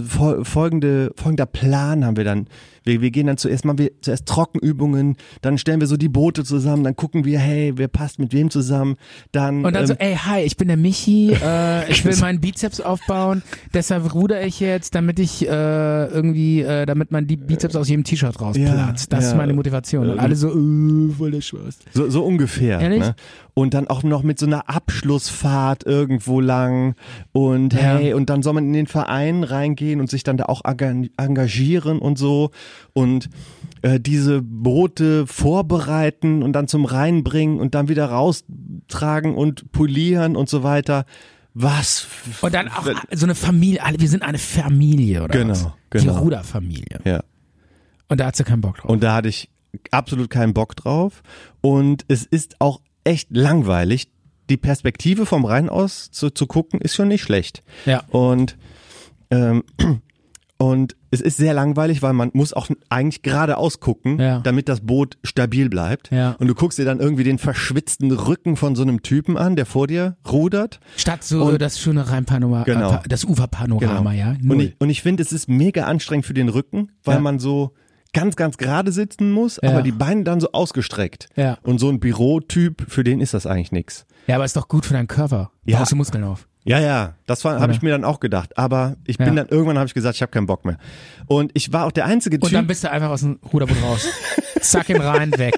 S4: fol- folgende, folgender Plan haben wir dann. Wir, wir gehen dann zuerst mal wir, zuerst Trockenübungen, dann stellen wir so die Boote zusammen, dann gucken wir, hey, wer passt mit wem zusammen, dann,
S5: Und also dann
S4: ähm,
S5: so, ey, hi, ich bin der Michi, äh, ich will meinen Bizeps aufbauen, deshalb ruder ich jetzt, damit ich äh, irgendwie, äh, damit mein die Bizeps aus jedem T-Shirt rausplatzt.
S4: Ja,
S5: das ist
S4: ja.
S5: meine Motivation. Und alle so, äh, voll der Spaß.
S4: So, so ungefähr.
S5: Ehrlich?
S4: Ne? Und dann auch noch mit so einer Abschlussfahrt irgendwo lang. Und
S5: Ja.
S4: hey, und dann soll man in den Verein reingehen und sich dann da auch enga- engagieren und so. Und äh, diese Boote vorbereiten und dann zum Rhein bringen und dann wieder raustragen und polieren und so weiter. was?
S5: Und dann auch so eine Familie, alle, wir sind eine Familie, oder?
S4: Genau,
S5: was?
S4: genau.
S5: Die Ruderfamilie.
S4: Ja.
S5: Und da hat sie keinen Bock drauf.
S4: Und da hatte ich absolut keinen Bock drauf. Und es ist auch echt langweilig. Die Perspektive vom Rhein aus zu, zu gucken, ist schon nicht schlecht.
S5: ja.
S4: Und, ähm, und es ist sehr langweilig, weil man muss auch eigentlich geradeaus gucken,
S5: Ja.
S4: damit das Boot stabil bleibt.
S5: Ja.
S4: Und du guckst dir dann irgendwie den verschwitzten Rücken von so einem Typen an, der vor dir rudert.
S5: Statt so
S4: Und-
S5: das schöne Rheinpanorama,
S4: Genau.
S5: äh, pa- das Uferpanorama, ja.
S4: Und
S5: Null.
S4: ich, und ich finde, es ist mega anstrengend für den Rücken, weil
S5: Ja.
S4: man so ganz, ganz gerade sitzen muss, aber die Beine dann so ausgestreckt.
S5: Ja.
S4: Und so ein Bürotyp, für den ist das eigentlich nix.
S5: ja, aber ist doch gut für deinen Körper.
S4: Ja.
S5: Baust du Muskeln auf.
S4: Ja, ja, das habe ich mir dann auch gedacht. Aber ich bin
S5: Ja.
S4: dann irgendwann habe ich gesagt, ich habe keinen Bock mehr. Und ich war auch der einzige
S5: Und
S4: Typ.
S5: dann bist du einfach aus dem Ruderboot raus. Zack, im Rhein, weg.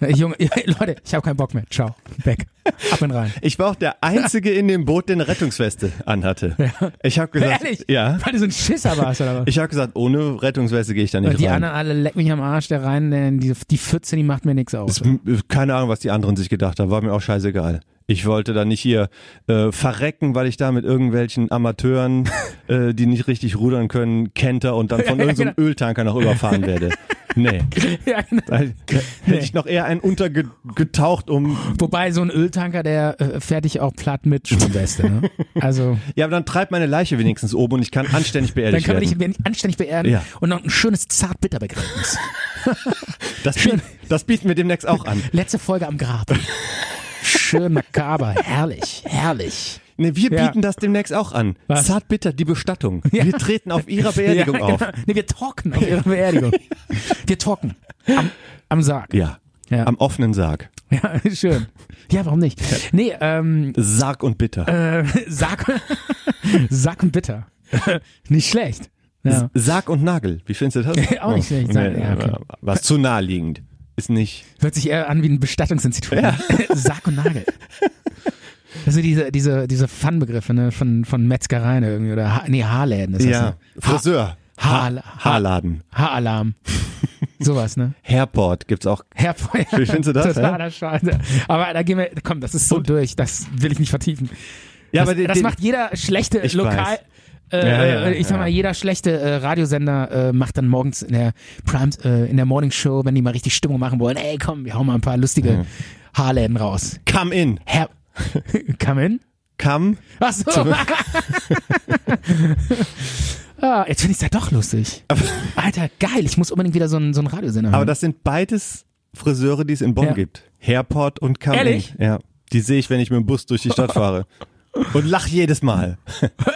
S5: Junge, Leute, ich habe keinen Bock mehr. Ciao, weg. Ab in den Rhein.
S4: Ich war auch der Einzige in dem Boot, der eine Rettungsweste anhatte. Ich habe gesagt,
S5: Ehrlich?
S4: ja.
S5: Weil du so ein Schisser warst, oder was?
S4: Ich habe gesagt, ohne Rettungsweste gehe ich da nicht
S5: Und die
S4: rein.
S5: anderen alle leck mich am Arsch, der Rhein, denn die, die Pfütze, die macht mir nichts aus.
S4: Keine Ahnung, was die anderen sich gedacht haben. War mir auch scheißegal. Ich wollte da nicht hier äh, verrecken, weil ich da mit irgendwelchen Amateuren, äh, die nicht richtig rudern können, kenter und dann von
S5: Ja, genau. ja,
S4: irgendeinem Öltanker noch überfahren werde. Nee.
S5: ja, genau.
S4: Da hätte ich noch eher einen untergetaucht, um
S5: Wobei so ein Öltanker, der äh, fertig auch platt mit Schwimmweste. Ne? Also
S4: Ja, aber dann treibt meine Leiche wenigstens oben und ich kann anständig
S5: dann
S4: beerdigt
S5: kann man dich
S4: werden.
S5: nicht anständig beerden
S4: Ja.
S5: und noch ein schönes Zartbitterbegräbnis.
S4: Das, biet, das bieten wir demnächst auch an.
S5: Letzte Folge am Grab. Schön makaber, herrlich, herrlich.
S4: Ne, wir
S5: Ja.
S4: bieten das demnächst auch an.
S5: Was?
S4: Zartbitter, die Bestattung. Wir treten auf ihrer Beerdigung
S5: ja,
S4: auf.
S5: Genau. Nee, wir talken auf ihrer Beerdigung. Wir talken am, am Sarg.
S4: Ja.
S5: Ja.
S4: Am offenen Sarg.
S5: Ja, schön. Ja, warum nicht? Nee, ähm,
S4: Sarg und Bitter.
S5: äh, Sarg, Sarg und Bitter. Nicht schlecht. Ja.
S4: Sarg und Nagel. Wie findest du das?
S5: Auch nicht schlecht, Sarg- ja, okay.
S4: Was zu naheliegend. Ist nicht.
S5: Hört sich eher an wie ein Bestattungsinstitut. ne? Sarg und Nagel. Also diese, diese, diese Fun-Begriffe ne? von, von Metzgereien irgendwie oder ha nee, Haarläden ist das.
S4: Ja.
S5: Ne?
S4: Friseur.
S5: Ha- Ha-
S4: Haarladen.
S5: Haaralarm. Sowas, ne?
S4: Hairport gibt's auch.
S5: Herr
S4: Wie findest du das, hä?
S5: Totaler Scheiße. Aber da gehen wir, komm, das ist so durch, das will ich nicht vertiefen.
S4: Ja,
S5: das,
S4: aber den-
S5: das
S4: den-
S5: macht jeder schlechte
S4: Ich weiß.
S5: Lokal. Äh,
S4: Ja, ja,
S5: äh, ich sag
S4: ja.
S5: mal, jeder schlechte äh, Radiosender äh, macht dann morgens in der Prime, äh, in der Morning Show, wenn die mal richtig Stimmung machen wollen, ey komm, wir hauen mal ein paar lustige Haarläden raus.
S4: Come in.
S5: Herr, come in?
S4: Come.
S5: Ach so. ah, jetzt finde ich es ja doch lustig. Alter, geil, ich muss unbedingt wieder so einen, so einen Radiosender
S4: Aber
S5: haben.
S4: das sind beides Friseure, die es in Bonn
S5: Ja.
S4: gibt. Hairport und Come
S5: Ehrlich?
S4: in. Ja. Die sehe ich, wenn ich mit dem Bus durch die Stadt fahre. Und lach jedes Mal.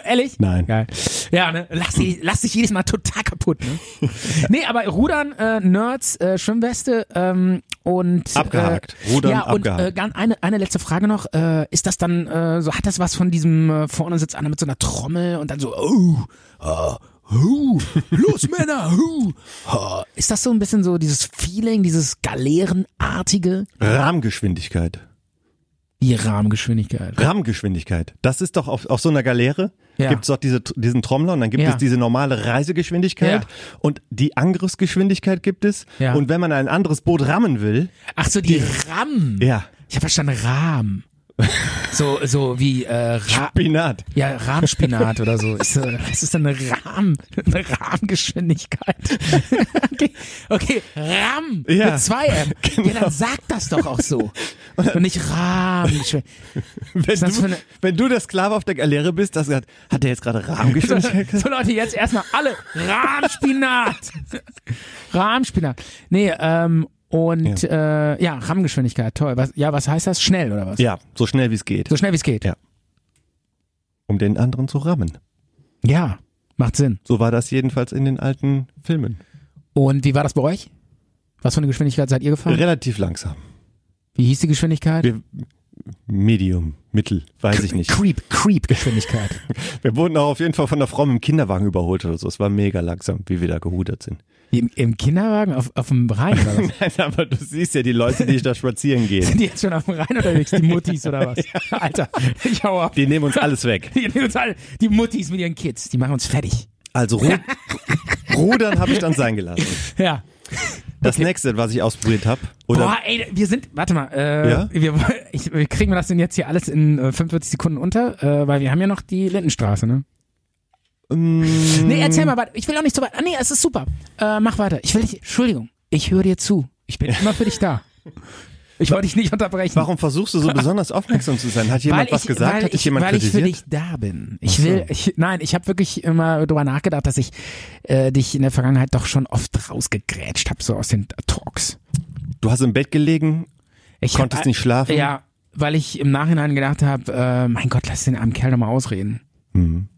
S5: Ehrlich?
S4: Nein.
S5: Geil. Ja, ne? Lass, dich, lass dich jedes Mal total kaputt, ne? nee, aber Rudern, äh, Nerds, äh, Schwimmweste ähm, und.
S4: Abgehakt.
S5: Äh,
S4: Rudern
S5: ja, und
S4: abgehakt.
S5: äh, ganz eine, eine letzte Frage noch. Äh, ist das dann äh, so, hat das was von diesem äh, vorne sitzt einer mit so einer Trommel und dann so, oh, oh, oh los Männer, oh, oh. Ist das so ein bisschen so dieses Feeling, dieses Galeerenartige?
S4: Rahmgeschwindigkeit.
S5: Die Rahmengeschwindigkeit.
S4: Rahmgeschwindigkeit. Das ist doch auf, auf so einer Galeere,
S5: Ja.
S4: gibt es doch diese, diesen Trommler und dann gibt
S5: Ja.
S4: es diese normale Reisegeschwindigkeit
S5: Ja.
S4: und die Angriffsgeschwindigkeit gibt es.
S5: Ja.
S4: Und wenn man ein anderes Boot rammen will,
S5: Ach so, die, Ram.
S4: ja,
S5: Ich habe verstanden, Rahm. So, so wie äh, Ra
S4: Spinat.
S5: ja, Rahmspinat oder so. Ist, äh, es ist eine Rahm, eine Rahmgeschwindigkeit. okay, okay, Rahm
S4: Ja, Genau.
S5: mit zwei M. Ja, dann sag das doch auch so. Und nicht Rahmgeschwindigkeit.
S4: Wenn
S5: das für
S4: du,
S5: eine-
S4: wenn du der Sklave auf der Galeere bist, das hat, hat der jetzt gerade Rahmgeschwindigkeit gesagt?
S5: So Leute, jetzt erstmal alle Rahmspinat. Rahmspinat. Nee, ähm, und ja, äh, ja Rahmgeschwindigkeit, toll. Was, ja, was heißt das? Schnell oder was?
S4: Ja, so schnell wie es geht,
S5: So schnell wie es geht.
S4: Ja. um den anderen zu rammen.
S5: ja, macht Sinn.
S4: So war das jedenfalls in den alten Filmen.
S5: Und wie war das bei euch? Was für eine Geschwindigkeit seid ihr gefahren?
S4: Relativ langsam.
S5: Wie hieß die Geschwindigkeit?
S4: Wir- Medium, Mittel, weiß ich nicht.
S5: Creep, Creep-Geschwindigkeit.
S4: Wir wurden auch auf jeden Fall von der Frau mit dem Kinderwagen überholt oder so. Es war mega langsam, wie wir da gehudert sind.
S5: Im, Im Kinderwagen? Auf, auf dem Rhein oder was?
S4: Nein, aber du siehst ja die Leute, die da spazieren gehen.
S5: Sind die jetzt schon auf dem Rhein unterwegs, die Muttis oder was? Alter, ich hau ab.
S4: Die nehmen uns alles weg.
S5: Die, nehmen uns alle- die Muttis mit ihren Kids, die machen uns fertig.
S4: Also Ru Rudern habe ich dann sein gelassen.
S5: Ja.
S4: Das nächste, was ich ausprobiert habe, oder
S5: Boah, ey, wir sind, warte mal, äh,
S4: Ja?
S5: wir, ich, wir kriegen wir das denn jetzt hier alles in äh, 45 Sekunden unter, äh, weil wir haben ja noch die Lindenstraße, ne?
S4: mm,
S5: Nee, erzähl mal, warte, ich will auch nicht so weit, ah, nee, es ist super, äh, mach weiter, ich will dich, Entschuldigung, ich höre dir zu, ich bin immer für dich da. Ich wollte dich nicht unterbrechen.
S4: warum versuchst du so besonders aufmerksam zu sein? Hat jemand
S5: weil
S4: was
S5: ich,
S4: gesagt?
S5: Weil
S4: Hat dich
S5: ich,
S4: jemand
S5: weil
S4: kritisiert?
S5: ich für dich da bin. Ich will, ich, nein, ich habe wirklich immer drüber nachgedacht, dass ich äh, dich in der Vergangenheit doch schon oft rausgegrätscht habe, so aus den Talks.
S4: du hast im Bett gelegen,
S5: Ich
S4: konntest
S5: hab,
S4: nicht schlafen.
S5: Ja, weil ich im Nachhinein gedacht habe, äh, mein Gott, lass den armen Kerl doch mal ausreden.
S4: Mhm.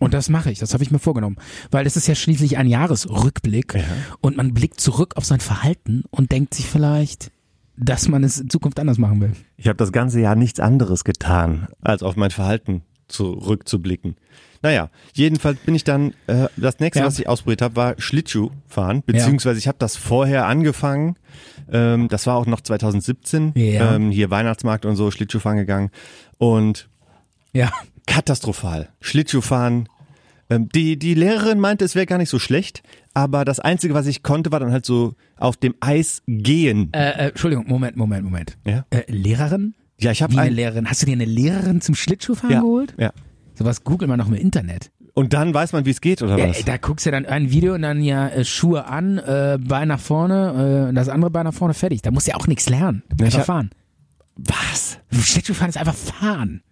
S5: Und das mache ich, das habe ich mir vorgenommen. Weil das ist ja schließlich ein Jahresrückblick und man blickt zurück auf sein Verhalten und denkt sich vielleicht, dass man es in Zukunft anders machen will.
S4: Ich habe das ganze Jahr nichts anderes getan, als auf mein Verhalten zurückzublicken. Naja, jedenfalls bin ich dann, äh, das nächste,
S5: Ja.
S4: was ich ausprobiert habe, war Schlittschuhfahren, beziehungsweise ich habe das vorher angefangen, ähm, das war auch noch 2017,
S5: Ja.
S4: ähm, hier Weihnachtsmarkt und so, Schlittschuhfahren gegangen und
S5: Ja.
S4: katastrophal, Schlittschuhfahren, ähm, die, die Lehrerin meinte, es wäre gar nicht so schlecht, aber das Einzige, was ich konnte, war dann halt so auf dem Eis gehen.
S5: Äh, äh, Entschuldigung, Moment, Moment, Moment.
S4: Ja.
S5: Äh, Lehrerin?
S4: ja, ich habe
S5: Wie eine
S4: ein...
S5: Lehrerin? Hast du dir eine Lehrerin zum Schlittschuhfahren
S4: Ja,
S5: geholt?
S4: ja.
S5: Sowas googelt man noch im Internet.
S4: Und dann weiß man, wie es geht, oder
S5: Ja, äh,
S4: was?
S5: ey, da guckst du dann ein Video und dann ja äh, Schuhe an, äh, Bein nach vorne, äh, das andere Bein nach vorne, fertig. Da musst du ja auch nichts lernen.
S4: ich
S5: Einfach
S4: hab-
S5: fahren.
S4: Was?
S5: Schlittschuhfahren ist einfach fahren.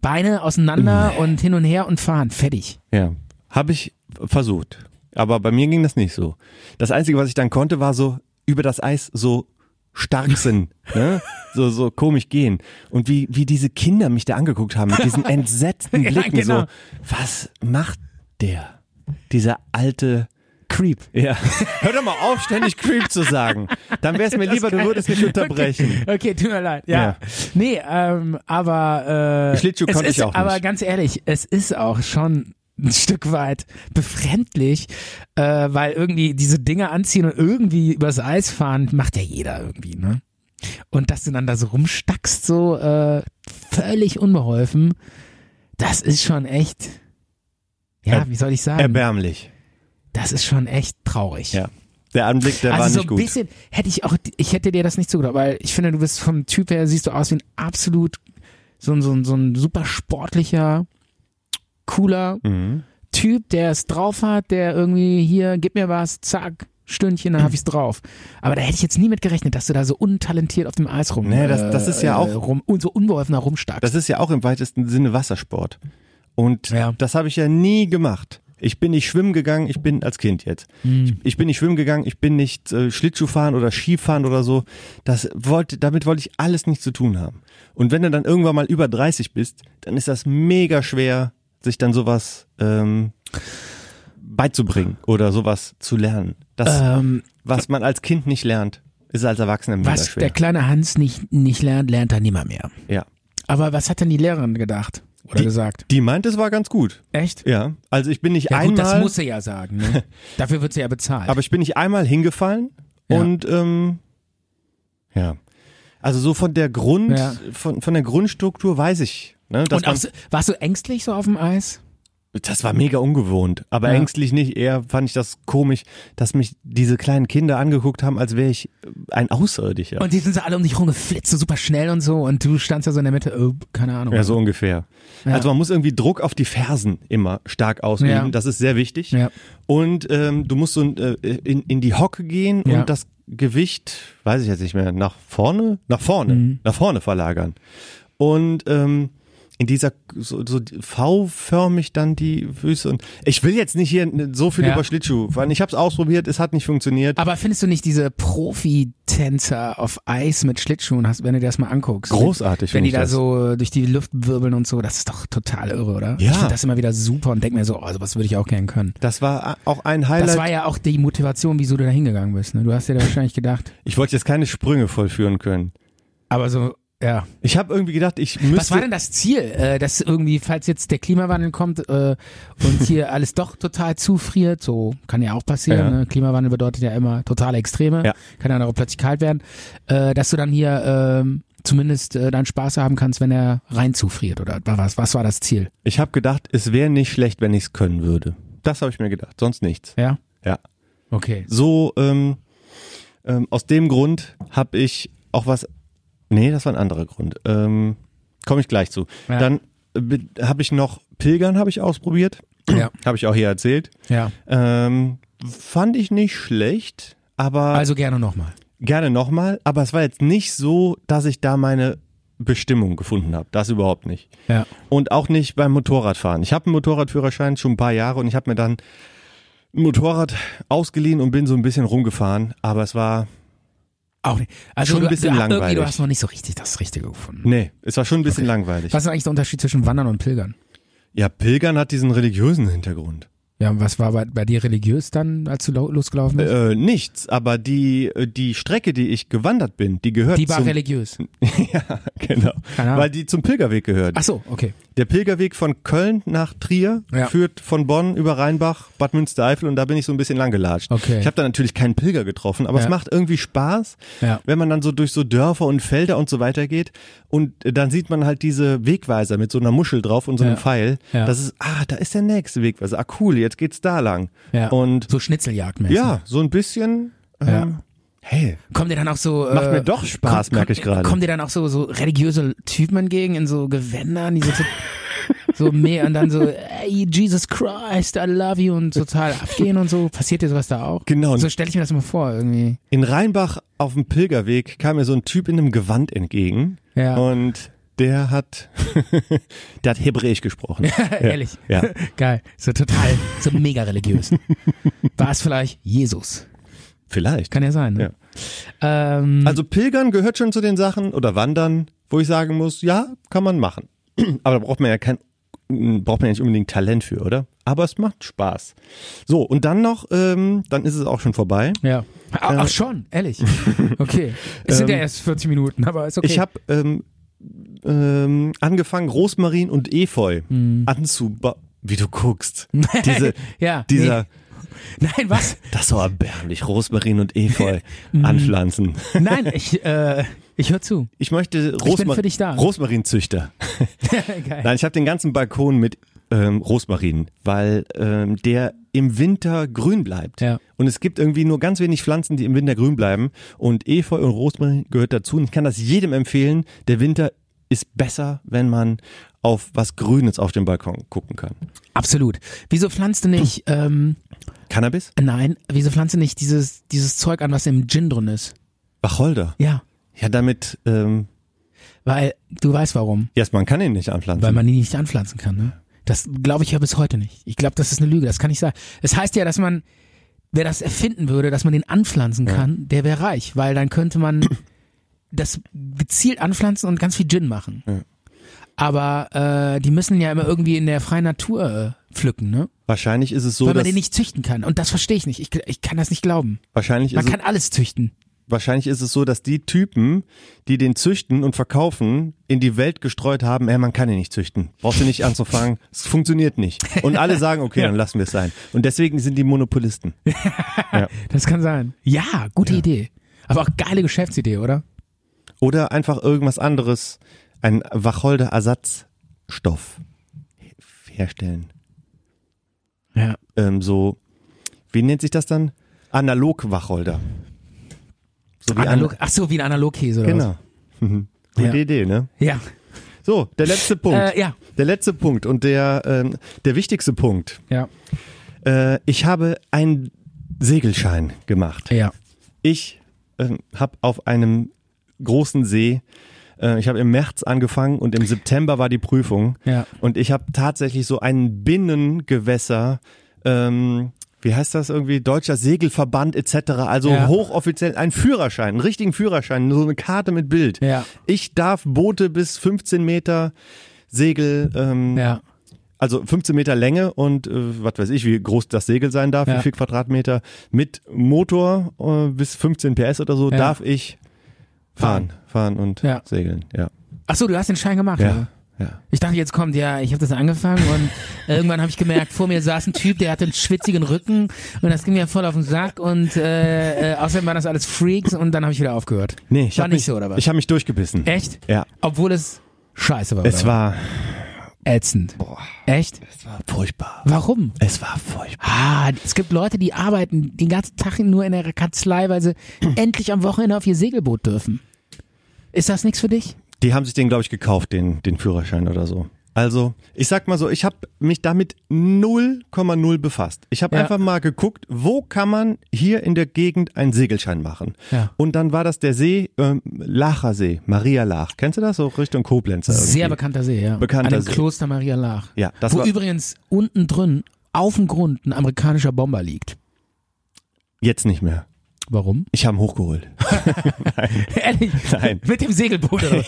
S5: Beine auseinander und hin und her und fahren, fertig.
S4: Ja, habe ich versucht. Aber bei mir ging das nicht so. Das Einzige, was ich dann konnte, war so über das Eis so starksen, ne? so, so komisch gehen. Und wie, wie diese Kinder mich da angeguckt haben, mit diesen entsetzten
S5: Ja,
S4: Blicken,
S5: genau.
S4: so, was macht der? Dieser alte,
S5: Creep.
S4: ja, hör doch mal auf, ständig Creep zu sagen. Dann wär's mir lieber, du würdest mich unterbrechen.
S5: Okay, tut mir leid. Ja.
S4: Ja.
S5: Nee, ähm, aber äh,
S4: Schlittschuh
S5: es
S4: konnte
S5: ist,
S4: ich auch
S5: Aber
S4: nicht.
S5: ganz ehrlich, es ist auch schon ein Stück weit befremdlich, äh, weil irgendwie diese Dinge anziehen und irgendwie übers Eis fahren, macht ja jeder irgendwie, ne? Und dass du dann da so rumstackst, so äh, völlig unbeholfen, das ist schon echt, ja,
S4: Er-
S5: wie soll ich sagen,
S4: Erbärmlich.
S5: das ist schon echt traurig.
S4: Ja. Der Anblick, der
S5: also
S4: war
S5: so
S4: nicht
S5: ein
S4: gut.
S5: bisschen hätte ich auch, ich hätte dir das nicht zugetraut, weil ich finde, du bist vom Typ her, siehst du aus wie ein absolut so ein, so ein, so ein super sportlicher, cooler
S4: Mhm.
S5: Typ, der es drauf hat, der irgendwie hier, gib mir was, zack, Stündchen, dann hab ich's drauf. Aber da hätte ich jetzt nie mit gerechnet, dass du da so untalentiert auf dem Eis rum,
S4: Nee, das- das ist ja
S5: äh,
S4: auch-
S5: rum, und so unbeholfener rumstarkst.
S4: Das ist ja auch im weitesten Sinne Wassersport. Und
S5: Ja.
S4: das habe ich ja nie gemacht. Ich bin nicht schwimmen gegangen, ich bin als Kind jetzt.
S5: Mhm.
S4: Ich, ich bin nicht schwimmen gegangen, ich bin nicht äh, Schlittschuhfahren oder Skifahren oder so. Das wollte, damit wollte ich alles nichts zu tun haben. Und wenn du dann irgendwann mal über 30 bist, dann ist das mega schwer, sich dann sowas ähm, beizubringen oder sowas zu lernen. Das,
S5: ähm,
S4: was man als Kind nicht lernt, ist als Erwachsener mega
S5: was der
S4: schwer.
S5: kleine Hans nicht, nicht lernt, lernt er nimmer mehr.
S4: Ja.
S5: Aber was hat denn die Lehrerin gedacht oder
S4: Die-
S5: gesagt?
S4: Die meint, es war ganz gut.
S5: Echt?
S4: Ja, also ich bin nicht
S5: Ja, gut,
S4: einmal.
S5: das muss sie ja sagen. Ne? Dafür wird sie ja bezahlt.
S4: Aber ich bin nicht einmal hingefallen
S5: Ja.
S4: und ähm, ja. Also so von der Grund,
S5: Ja.
S4: von, von der Grundstruktur weiß ich. Ne, dass
S5: und auch
S4: man,
S5: so, warst du ängstlich so auf dem Eis?
S4: das war mega ungewohnt, aber
S5: Ja.
S4: ängstlich nicht. Eher fand ich das komisch, dass mich diese kleinen Kinder angeguckt haben, als wäre ich äh, ein Außerirdischer.
S5: Und die sind so alle um dich rumgeflitzt, so super schnell und so. Und du standst da so in der Mitte, oh, keine Ahnung.
S4: ja, so ungefähr.
S5: Ja.
S4: Also man muss irgendwie Druck auf die Fersen immer stark ausüben.
S5: Ja.
S4: Das ist sehr wichtig.
S5: Ja.
S4: Und ähm, du musst so äh, in, in die Hocke gehen
S5: Ja.
S4: und das Gewicht, weiß ich jetzt nicht mehr, nach vorne, nach vorne,
S5: Mhm.
S4: nach vorne verlagern. Und ähm, in dieser so, so V-förmig dann die Füße und ich will jetzt nicht hier so viel
S5: Ja.
S4: über Schlittschuh, weil ich habe es ausprobiert, es hat nicht funktioniert.
S5: Aber findest du nicht diese Profi-Tänzer auf Eis mit Schlittschuhen, hast, wenn du dir das mal anguckst?
S4: Großartig
S5: Wenn
S4: find
S5: die
S4: ich
S5: da
S4: das.
S5: so durch die Luft wirbeln und so, das ist doch total irre, oder?
S4: Ja.
S5: Ich finde das immer wieder super und denke mir so, oh, sowas würde ich auch gern können.
S4: Das war auch ein
S5: Das
S4: Highlight.
S5: war ja auch die Motivation, wieso du da hingegangen bist. Ne? Du hast dir da wahrscheinlich gedacht.
S4: ich wollte jetzt keine Sprünge vollführen können.
S5: Aber so, ja.
S4: Ich habe irgendwie gedacht, ich müsste
S5: Was war denn das Ziel, äh, dass irgendwie, falls jetzt der Klimawandel kommt äh, und hier alles doch total zufriert, so kann ja auch passieren,
S4: Ja.
S5: ne? Klimawandel bedeutet ja immer totale Extreme,
S4: Ja.
S5: kann dann auch plötzlich kalt werden, äh, dass du dann hier ähm, zumindest äh, deinen Spaß haben kannst, wenn er rein zufriert oder was, was war das Ziel?
S4: Ich habe gedacht, es wäre nicht schlecht, wenn ich es können würde. Das habe ich mir gedacht, sonst nichts.
S5: Ja?
S4: Ja.
S5: Okay.
S4: So, ähm, ähm, aus dem Grund habe ich auch was. Nee, das war ein anderer Grund. Ähm, Komme ich gleich zu.
S5: Ja.
S4: Dann habe ich noch Pilgern habe ich ausprobiert.
S5: Ja.
S4: Habe ich auch hier erzählt.
S5: Ja.
S4: Ähm, fand ich nicht schlecht, aber
S5: Also gerne nochmal.
S4: gerne nochmal. Aber es war jetzt nicht so, dass ich da meine Bestimmung gefunden habe. Das überhaupt nicht.
S5: Ja.
S4: Und auch nicht beim Motorradfahren. Ich habe einen Motorradführerschein schon ein paar Jahre und ich habe mir dann ein Motorrad ausgeliehen und bin so ein bisschen rumgefahren. Aber es war,
S5: Auch nicht. Also
S4: Schon ein
S5: du,
S4: bisschen
S5: du, Irgendwie, du
S4: langweilig.
S5: hast noch nicht so richtig das Richtige gefunden.
S4: nee, es war schon ein bisschen langweilig.
S5: Was ist eigentlich der Unterschied zwischen Wandern und Pilgern?
S4: Ja, Pilgern hat diesen religiösen Hintergrund.
S5: Ja, und was war bei, bei dir religiös dann, als du lo- losgelaufen bist?
S4: Äh, nichts, aber die, äh, die Strecke, die ich gewandert bin, die gehört
S5: Die war
S4: zum...
S5: religiös.
S4: ja, genau.
S5: Keine Ahnung.
S4: Weil die zum Pilgerweg gehört.
S5: Ach so, okay.
S4: Der Pilgerweg von Köln nach Trier
S5: Ja.
S4: führt von Bonn über Rheinbach, Bad Münstereifel und da bin ich so ein bisschen langgelatscht.
S5: Okay.
S4: Ich habe da natürlich keinen Pilger getroffen, aber
S5: Ja.
S4: es macht irgendwie Spaß,
S5: Ja.
S4: wenn man dann so durch so Dörfer und Felder und so weiter geht und äh, dann sieht man halt diese Wegweiser mit so einer Muschel drauf und so einem
S5: Ja.
S4: Pfeil.
S5: Ja.
S4: Das ist, ah, da ist der nächste Wegweiser. Ah, cool, jetzt geht's da lang.
S5: Ja.
S4: Und
S5: so Schnitzeljagdmäßig.
S4: ja, so ein bisschen, ähm,
S5: Ja.
S4: hey,
S5: Kommen dir dann auch so. Äh,
S4: macht mir doch Spaß,
S5: komm-
S4: merke ich
S5: komm-
S4: gerade.
S5: Kommen dir dann auch so, so religiöse Typen entgegen in so Gewändern, die so, so, so mehr und dann so, ey, Jesus Christ, I love you und total abgehen und so. Passiert dir sowas da auch?
S4: Genau.
S5: So stelle ich mir das mal vor irgendwie.
S4: In Rheinbach auf dem Pilgerweg kam mir so ein Typ in einem Gewand entgegen.
S5: Ja.
S4: Und der hat, der hat Hebräisch gesprochen.
S5: Ehrlich.
S4: Ja.
S5: Geil. So total, so mega religiös. War es vielleicht Jesus?
S4: Vielleicht.
S5: Kann ja sein. Ne? Ja. Ähm,
S4: Also Pilgern gehört schon zu den Sachen oder Wandern, wo ich sagen muss, ja, kann man machen. Aber da braucht man ja kein, braucht man ja nicht unbedingt Talent für, oder? Aber es macht Spaß. So, und dann noch, ähm, dann ist es auch schon vorbei.
S5: ja. Ach, ach schon, ehrlich. Okay. Es sind ja erst 40 Minuten, aber ist okay.
S4: Ähm, Ich habe ähm, ähm, angefangen, Rosmarin und Efeu
S5: Hm.
S4: anzubauen. Wie du guckst. Diese,
S5: ja,
S4: dieser,
S5: nee. Nein, was?
S4: Das ist so erbärmlich. Rosmarin und Efeu
S5: Mhm.
S4: anpflanzen.
S5: Nein, ich, äh, ich höre zu.
S4: Ich möchte
S5: bin
S4: Rosma
S5: für dich da.
S4: Rosmarinzüchter.
S5: Geil.
S4: Nein, ich habe den ganzen Balkon mit ähm, Rosmarin, weil ähm, der im Winter grün bleibt.
S5: Ja.
S4: Und es gibt irgendwie nur ganz wenig Pflanzen, die im Winter grün bleiben. Und Efeu und Rosmarin gehört dazu. Und ich kann das jedem empfehlen. Der Winter ist besser, wenn man auf was Grünes auf dem Balkon gucken kann.
S5: Absolut. Wieso pflanzt du nicht, ähm,
S4: Cannabis?
S5: nein, wieso pflanzt du nicht dieses, dieses Zeug an, was im Gin drin ist?
S4: Wacholder.
S5: Ja.
S4: Ja, damit, ähm,
S5: Weil, du weißt warum.
S4: yes, man kann ihn nicht anpflanzen.
S5: Weil man die nicht anpflanzen kann, ne? Das glaube ich ja bis heute nicht. Ich glaube, das ist eine Lüge, das kann ich sagen. Es heißt ja, dass man, wer das erfinden würde, dass man den anpflanzen kann, der wäre reich, weil dann könnte man das gezielt anpflanzen und ganz viel Gin machen. Aber äh, die müssen ja immer irgendwie in der freien Natur äh, pflücken, ne?
S4: Wahrscheinlich ist es so,
S5: Weil man
S4: dass,
S5: den nicht züchten kann. Und das verstehe ich nicht. Ich, ich kann das nicht glauben.
S4: wahrscheinlich
S5: Man
S4: ist es
S5: kann alles züchten.
S4: wahrscheinlich ist es so, dass die Typen, die den züchten und verkaufen, in die Welt gestreut haben, ey, man kann ihn nicht züchten. Brauchst du nicht anzufangen, es funktioniert nicht. Und alle sagen, okay, dann lassen wir es sein. Und deswegen sind die Monopolisten.
S5: Das kann sein. Ja, gute Idee. Aber auch geile Geschäftsidee, oder?
S4: Oder einfach irgendwas anderes, ein Wacholder-Ersatzstoff herstellen.
S5: Ja.
S4: Ähm, so, wie nennt sich das dann? Analog-Wacholder. So wie
S5: Analog, ach so, wie ein Analogkäse oder
S4: An genau. Mhm. Gute
S5: Ja.
S4: Idee, ne?
S5: was? Ja.
S4: So, der letzte Punkt.
S5: Äh, ja.
S4: Der letzte Punkt und der, ähm, der wichtigste Punkt.
S5: Ja.
S4: Äh, ich habe einen Segelschein gemacht.
S5: Ja.
S4: Ich ähm, habe auf einem großen See, äh, ich habe im März angefangen und im September war die Prüfung.
S5: Ja.
S4: Und ich habe tatsächlich so ein Binnengewässer, ähm, wie heißt das irgendwie, Deutscher Segelverband etc., also
S5: Ja.
S4: hochoffiziell einen Führerschein, einen richtigen Führerschein, so eine Karte mit Bild.
S5: Ja.
S4: Ich darf Boote bis 15 Meter Segel, ähm,
S5: Ja.
S4: also 15 Meter Länge und äh, was weiß ich, wie groß das Segel sein darf,
S5: Ja.
S4: wie viel Quadratmeter, mit Motor äh, bis 15 PS oder so,
S5: Ja.
S4: darf ich fahren, fahren und
S5: Ja.
S4: segeln. Ja.
S5: Ach so, du hast den Schein gemacht.
S4: Ja.
S5: oder?
S4: ja.
S5: Ich dachte, jetzt kommt, ja, ich habe das angefangen und irgendwann habe ich gemerkt, vor mir saß ein Typ, der hatte einen schwitzigen Rücken und das ging mir voll auf den Sack und äh, äh, außerdem waren das alles Freaks und dann habe ich wieder aufgehört.
S4: Nee, ich
S5: war
S4: habe
S5: nicht
S4: mich,
S5: so, oder was?
S4: ich hab mich durchgebissen.
S5: Echt?
S4: Ja.
S5: Obwohl es scheiße war.
S4: Es
S5: oder?
S4: war
S5: ätzend.
S4: Boah,
S5: Echt?
S4: es war furchtbar.
S5: Warum?
S4: Es war furchtbar.
S5: Ah, es gibt Leute, die arbeiten den ganzen Tag nur in der Kanzlei, weil sie endlich am Wochenende auf ihr Segelboot dürfen. Ist das nichts für dich?
S4: Die haben sich den, glaube ich, gekauft, den, den Führerschein oder so. Also, ich sag mal so, ich habe mich damit 0,0 befasst. Ich habe
S5: Ja.
S4: einfach mal geguckt, wo kann man hier in der Gegend einen Segelschein machen.
S5: Ja.
S4: Und dann war das der See, ähm, Lacher See, Maria Lach. Kennst du das? So Richtung Koblenz.
S5: Sehr bekannter See, ja.
S4: Bekannter
S5: An dem
S4: See.
S5: Kloster Maria Laach.
S4: Ja, das
S5: wo
S4: war-
S5: übrigens unten drin, auf dem Grund, ein amerikanischer Bomber liegt.
S4: Jetzt nicht mehr.
S5: Warum?
S4: Ich habe ihn hochgeholt.
S5: Ehrlich?
S4: Nein.
S5: Mit dem Segelboot oder was?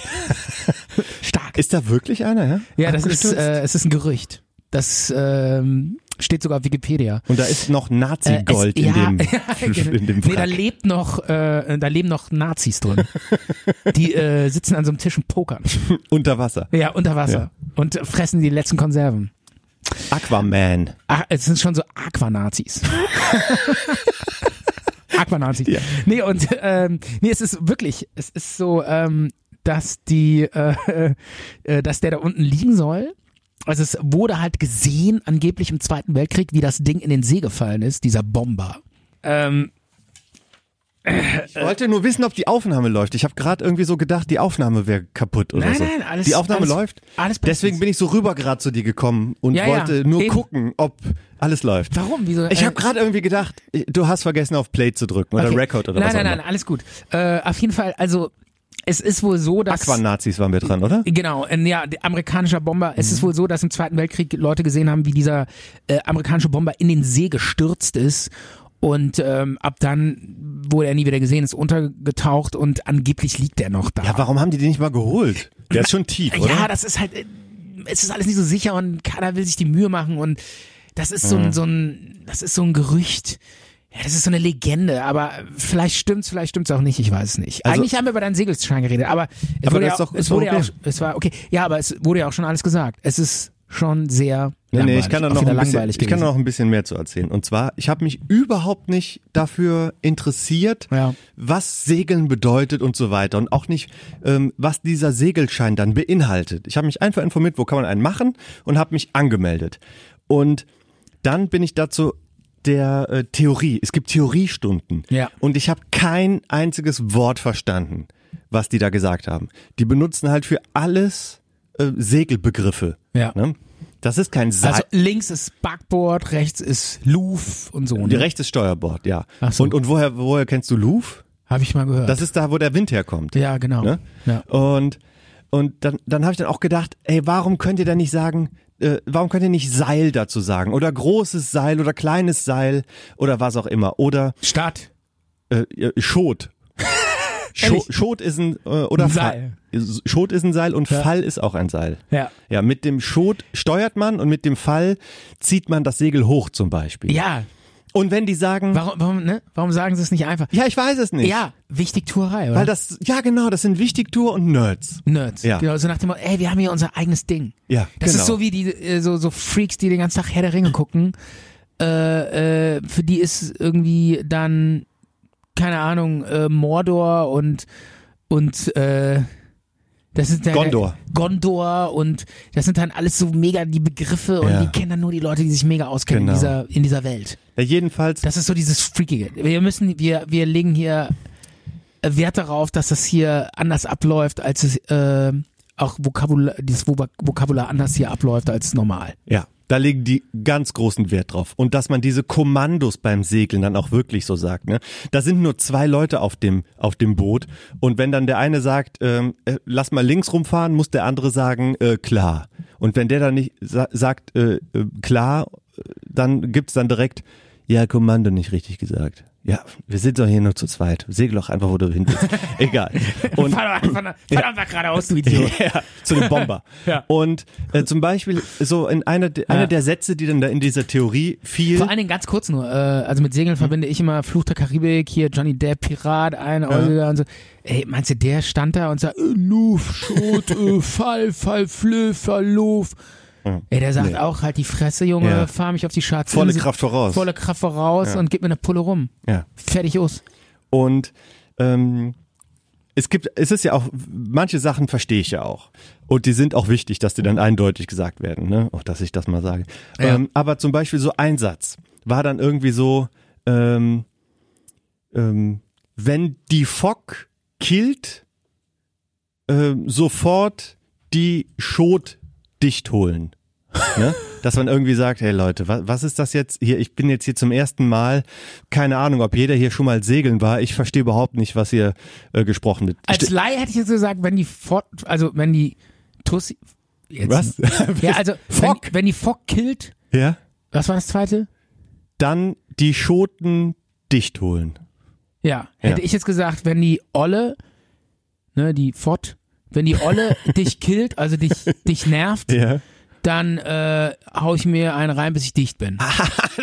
S5: Stark.
S4: Ist da wirklich einer, ja?
S5: ja, das ist,
S4: Abgestürzt?
S5: äh, es ist ein Gerücht. Das ähm, steht sogar auf Wikipedia.
S4: Und da ist noch
S5: Äh, es-
S4: Nazi-Gold
S5: ja,
S4: in, dem,
S5: genau.
S4: in dem
S5: Nee, da
S4: Wrack.
S5: lebt noch, äh, da leben noch Nazis drin. die äh, sitzen an so einem Tisch und pokern.
S4: Unter Wasser.
S5: Ja, unter Wasser. Und fressen die letzten Konserven.
S4: Aquaman.
S5: Ach, es sind schon so Aquanazis. Aquanazis.
S4: Ja.
S5: Nee, und ähm, nee, es ist wirklich, es ist so, ähm, dass die, äh, äh, dass der da unten liegen soll. Also es wurde halt gesehen, angeblich im Zweiten Weltkrieg, wie das Ding in den See gefallen ist, dieser Bomber. Ähm, Äh,
S4: Ich wollte nur wissen, ob die Aufnahme läuft. Ich habe gerade irgendwie so gedacht, die Aufnahme wäre kaputt oder
S5: Nein,
S4: so.
S5: nein, alles-
S4: die Aufnahme
S5: alles-
S4: läuft.
S5: alles bestens.
S4: Deswegen bin ich so rüber gerade zu dir gekommen und
S5: Ja, ja,
S4: wollte nur
S5: eben.
S4: gucken, ob alles läuft.
S5: warum? Wieso?
S4: Ich habe
S5: äh,
S4: gerade irgendwie gedacht, du hast vergessen auf Play zu drücken oder
S5: okay.
S4: Record oder
S5: nein,
S4: was
S5: Nein,
S4: auch
S5: nein,
S4: immer.
S5: nein, alles gut. Äh, auf jeden Fall, also es ist wohl so, dass...
S4: Aquanazis waren wir dran, oder? Mhm.
S5: Genau, äh, ja, der amerikanischer Bomber. Es ist wohl so, dass im Zweiten Weltkrieg Leute gesehen haben, wie dieser äh, amerikanische Bomber in den See gestürzt ist. Und ähm, ab dann wurde er nie wieder gesehen, ist untergetaucht und angeblich liegt er noch da.
S4: Ja, warum haben die den nicht mal geholt? Der ist schon tief, oder?
S5: Ja, das ist halt, äh, es ist alles nicht so sicher und keiner will sich die Mühe machen und das ist
S4: Mhm.
S5: so ein, so ein, das ist so ein Gerücht. Ja, das ist so eine Legende, aber vielleicht stimmt's, vielleicht stimmt's auch nicht, ich weiß es nicht.
S4: Also-
S5: Eigentlich haben wir über deinen Segelschein geredet, aber es
S4: Aber
S5: wurde,
S4: das
S5: ja,
S4: ist doch-
S5: es
S4: ist doch
S5: wurde ja
S4: okay.
S5: auch, es war okay. Ja, aber es wurde ja auch schon alles gesagt. Es ist schon sehr
S4: Nee, nee,
S5: langweilig,
S4: ich kann da
S5: auch
S4: noch
S5: wieder
S4: ein bisschen,
S5: langweilig
S4: ich kann da
S5: gewesen.
S4: noch ein bisschen mehr zu erzählen. Und zwar, ich habe mich überhaupt nicht dafür interessiert,
S5: Ja.
S4: was Segeln bedeutet und so weiter und auch nicht, ähm, was dieser Segelschein dann beinhaltet. Ich habe mich einfach informiert, wo kann man einen machen und habe mich angemeldet. Und dann bin ich dazu der äh, Theorie. Es gibt Theoriestunden.
S5: Ja.
S4: Und ich habe kein einziges Wort verstanden, was die da gesagt haben. Die benutzen halt für alles äh, Segelbegriffe.
S5: Ja.
S4: Ne? Das ist kein Seil.
S5: Also links ist Backboard, rechts ist Loof und so.
S4: Die
S5: Ne?
S4: rechtes Steuerbord, ja.
S5: Ach so.
S4: Und, und woher, woher kennst du Louvre?
S5: Habe ich mal gehört.
S4: Das ist da, wo der Wind herkommt.
S5: ja, genau.
S4: Ne?
S5: Ja.
S4: Und, und dann, dann habe ich dann auch gedacht, ey, warum könnt ihr da nicht sagen, äh, warum könnt ihr nicht Seil dazu sagen? Oder großes Seil oder kleines Seil oder was auch immer. Oder
S5: Stadt.
S4: äh, äh, Schot. Scho-
S5: Ehrlich?
S4: Schot ist ein äh, oder
S5: Ein
S4: Fall. Schot ist ein Seil und Fall ist auch ein Seil.
S5: Ja.
S4: Ja, mit dem Schot steuert man und mit dem Fall zieht man das Segel hoch zum Beispiel.
S5: Ja,
S4: Und wenn die sagen,
S5: Warum, warum, ne? warum sagen sie es nicht einfach?
S4: ja, ich weiß es nicht.
S5: Ja, wichtig Tuerei, oder?
S4: Weil das, ja genau, das sind Wichtigtour und Nerds.
S5: Nerds.
S4: Ja.
S5: Genau, so nach dem Motto, ey, wir haben hier unser eigenes Ding.
S4: Ja,
S5: Das
S4: genau.
S5: ist so wie die, äh, so, so Freaks, die den ganzen Tag Herr der Ringe gucken. Äh, äh, für die ist irgendwie dann, keine Ahnung, äh, Mordor und, und, äh, das sind dann,
S4: Gondor.
S5: Gondor und das sind dann alles so mega die Begriffe und
S4: Ja.
S5: die kennen dann nur die Leute, die sich mega auskennen
S4: Genau.
S5: in, dieser, in dieser Welt.
S4: Ja, jedenfalls,
S5: Das ist so dieses Freakige. Wir müssen, wir, wir legen hier äh, Wert darauf, dass das hier anders abläuft, als es äh, auch Vokabular, dieses Voka- Vokabular anders hier abläuft als normal.
S4: ja, da legen die ganz großen Wert drauf. Und dass man diese Kommandos beim Segeln dann auch wirklich so sagt. Ne? Da sind nur zwei Leute auf dem, auf dem Boot und wenn dann der eine sagt, ähm, äh, lass mal links rumfahren, muss der andere sagen, äh, klar. Und wenn der dann nicht sa sagt, äh, äh, klar, äh, dann gibt's dann direkt, ja, Kommando nicht richtig gesagt. Ja, wir sind doch hier nur zu zweit. Segel doch einfach, wo du hin bist. Egal. Und,
S5: fahr doch einfach, fahr doch einfach geradeaus, du Idiot.
S4: Ja, zu dem Bomber.
S5: Ja.
S4: Und äh, zum Beispiel so in einer, de- einer der Sätze, die dann da in dieser Theorie fiel.
S5: Vor allen Dingen ganz kurz nur, äh, also mit
S4: Mhm.
S5: Segeln verbinde ich immer Fluch der Karibik, hier Johnny Depp, Pirat, ein Euliger und so. Ey, meinst du, der stand da und sagt, äh, Luf, Schot, äh, Fall, Fall, Flö, Verluf. Ey, der sagt auch halt die Fresse, Junge,
S4: Ja.
S5: fahr mich auf die Schatzinsel.
S4: Volle Kraft voraus.
S5: volle Kraft voraus und gib mir eine Pulle rum.
S4: ja.
S5: Fertig aus.
S4: Und ähm, es gibt, es ist ja auch, manche Sachen verstehe ich ja auch. Und die sind auch wichtig, dass die dann eindeutig gesagt werden, ne? Auch dass ich das mal sage.
S5: Ja.
S4: Ähm, aber zum Beispiel so ein Satz war dann irgendwie so, ähm, ähm, wenn die Fock killt, ähm, sofort die Schot dicht holen. Ne? Dass man irgendwie sagt, hey Leute, was, was ist das jetzt hier? Ich bin jetzt hier zum ersten Mal, keine Ahnung, ob jeder hier schon mal segeln war. Ich verstehe überhaupt nicht, was hier äh, gesprochen wird.
S5: Als Laie hätte ich jetzt gesagt, wenn die Fort, also wenn die Tussi. Jetzt,
S4: was?
S5: Ja, also wenn,
S4: Fock?
S5: wenn die Fock killt,
S4: ja?
S5: was war das zweite?
S4: Dann die Schoten dicht holen.
S5: Ja, hätte
S4: Ja.
S5: ich jetzt gesagt, wenn die Olle, ne, die Fott, wenn die Olle dich killt, also dich, dich nervt,
S4: Ja.
S5: dann äh, hau ich mir einen rein, bis ich dicht bin.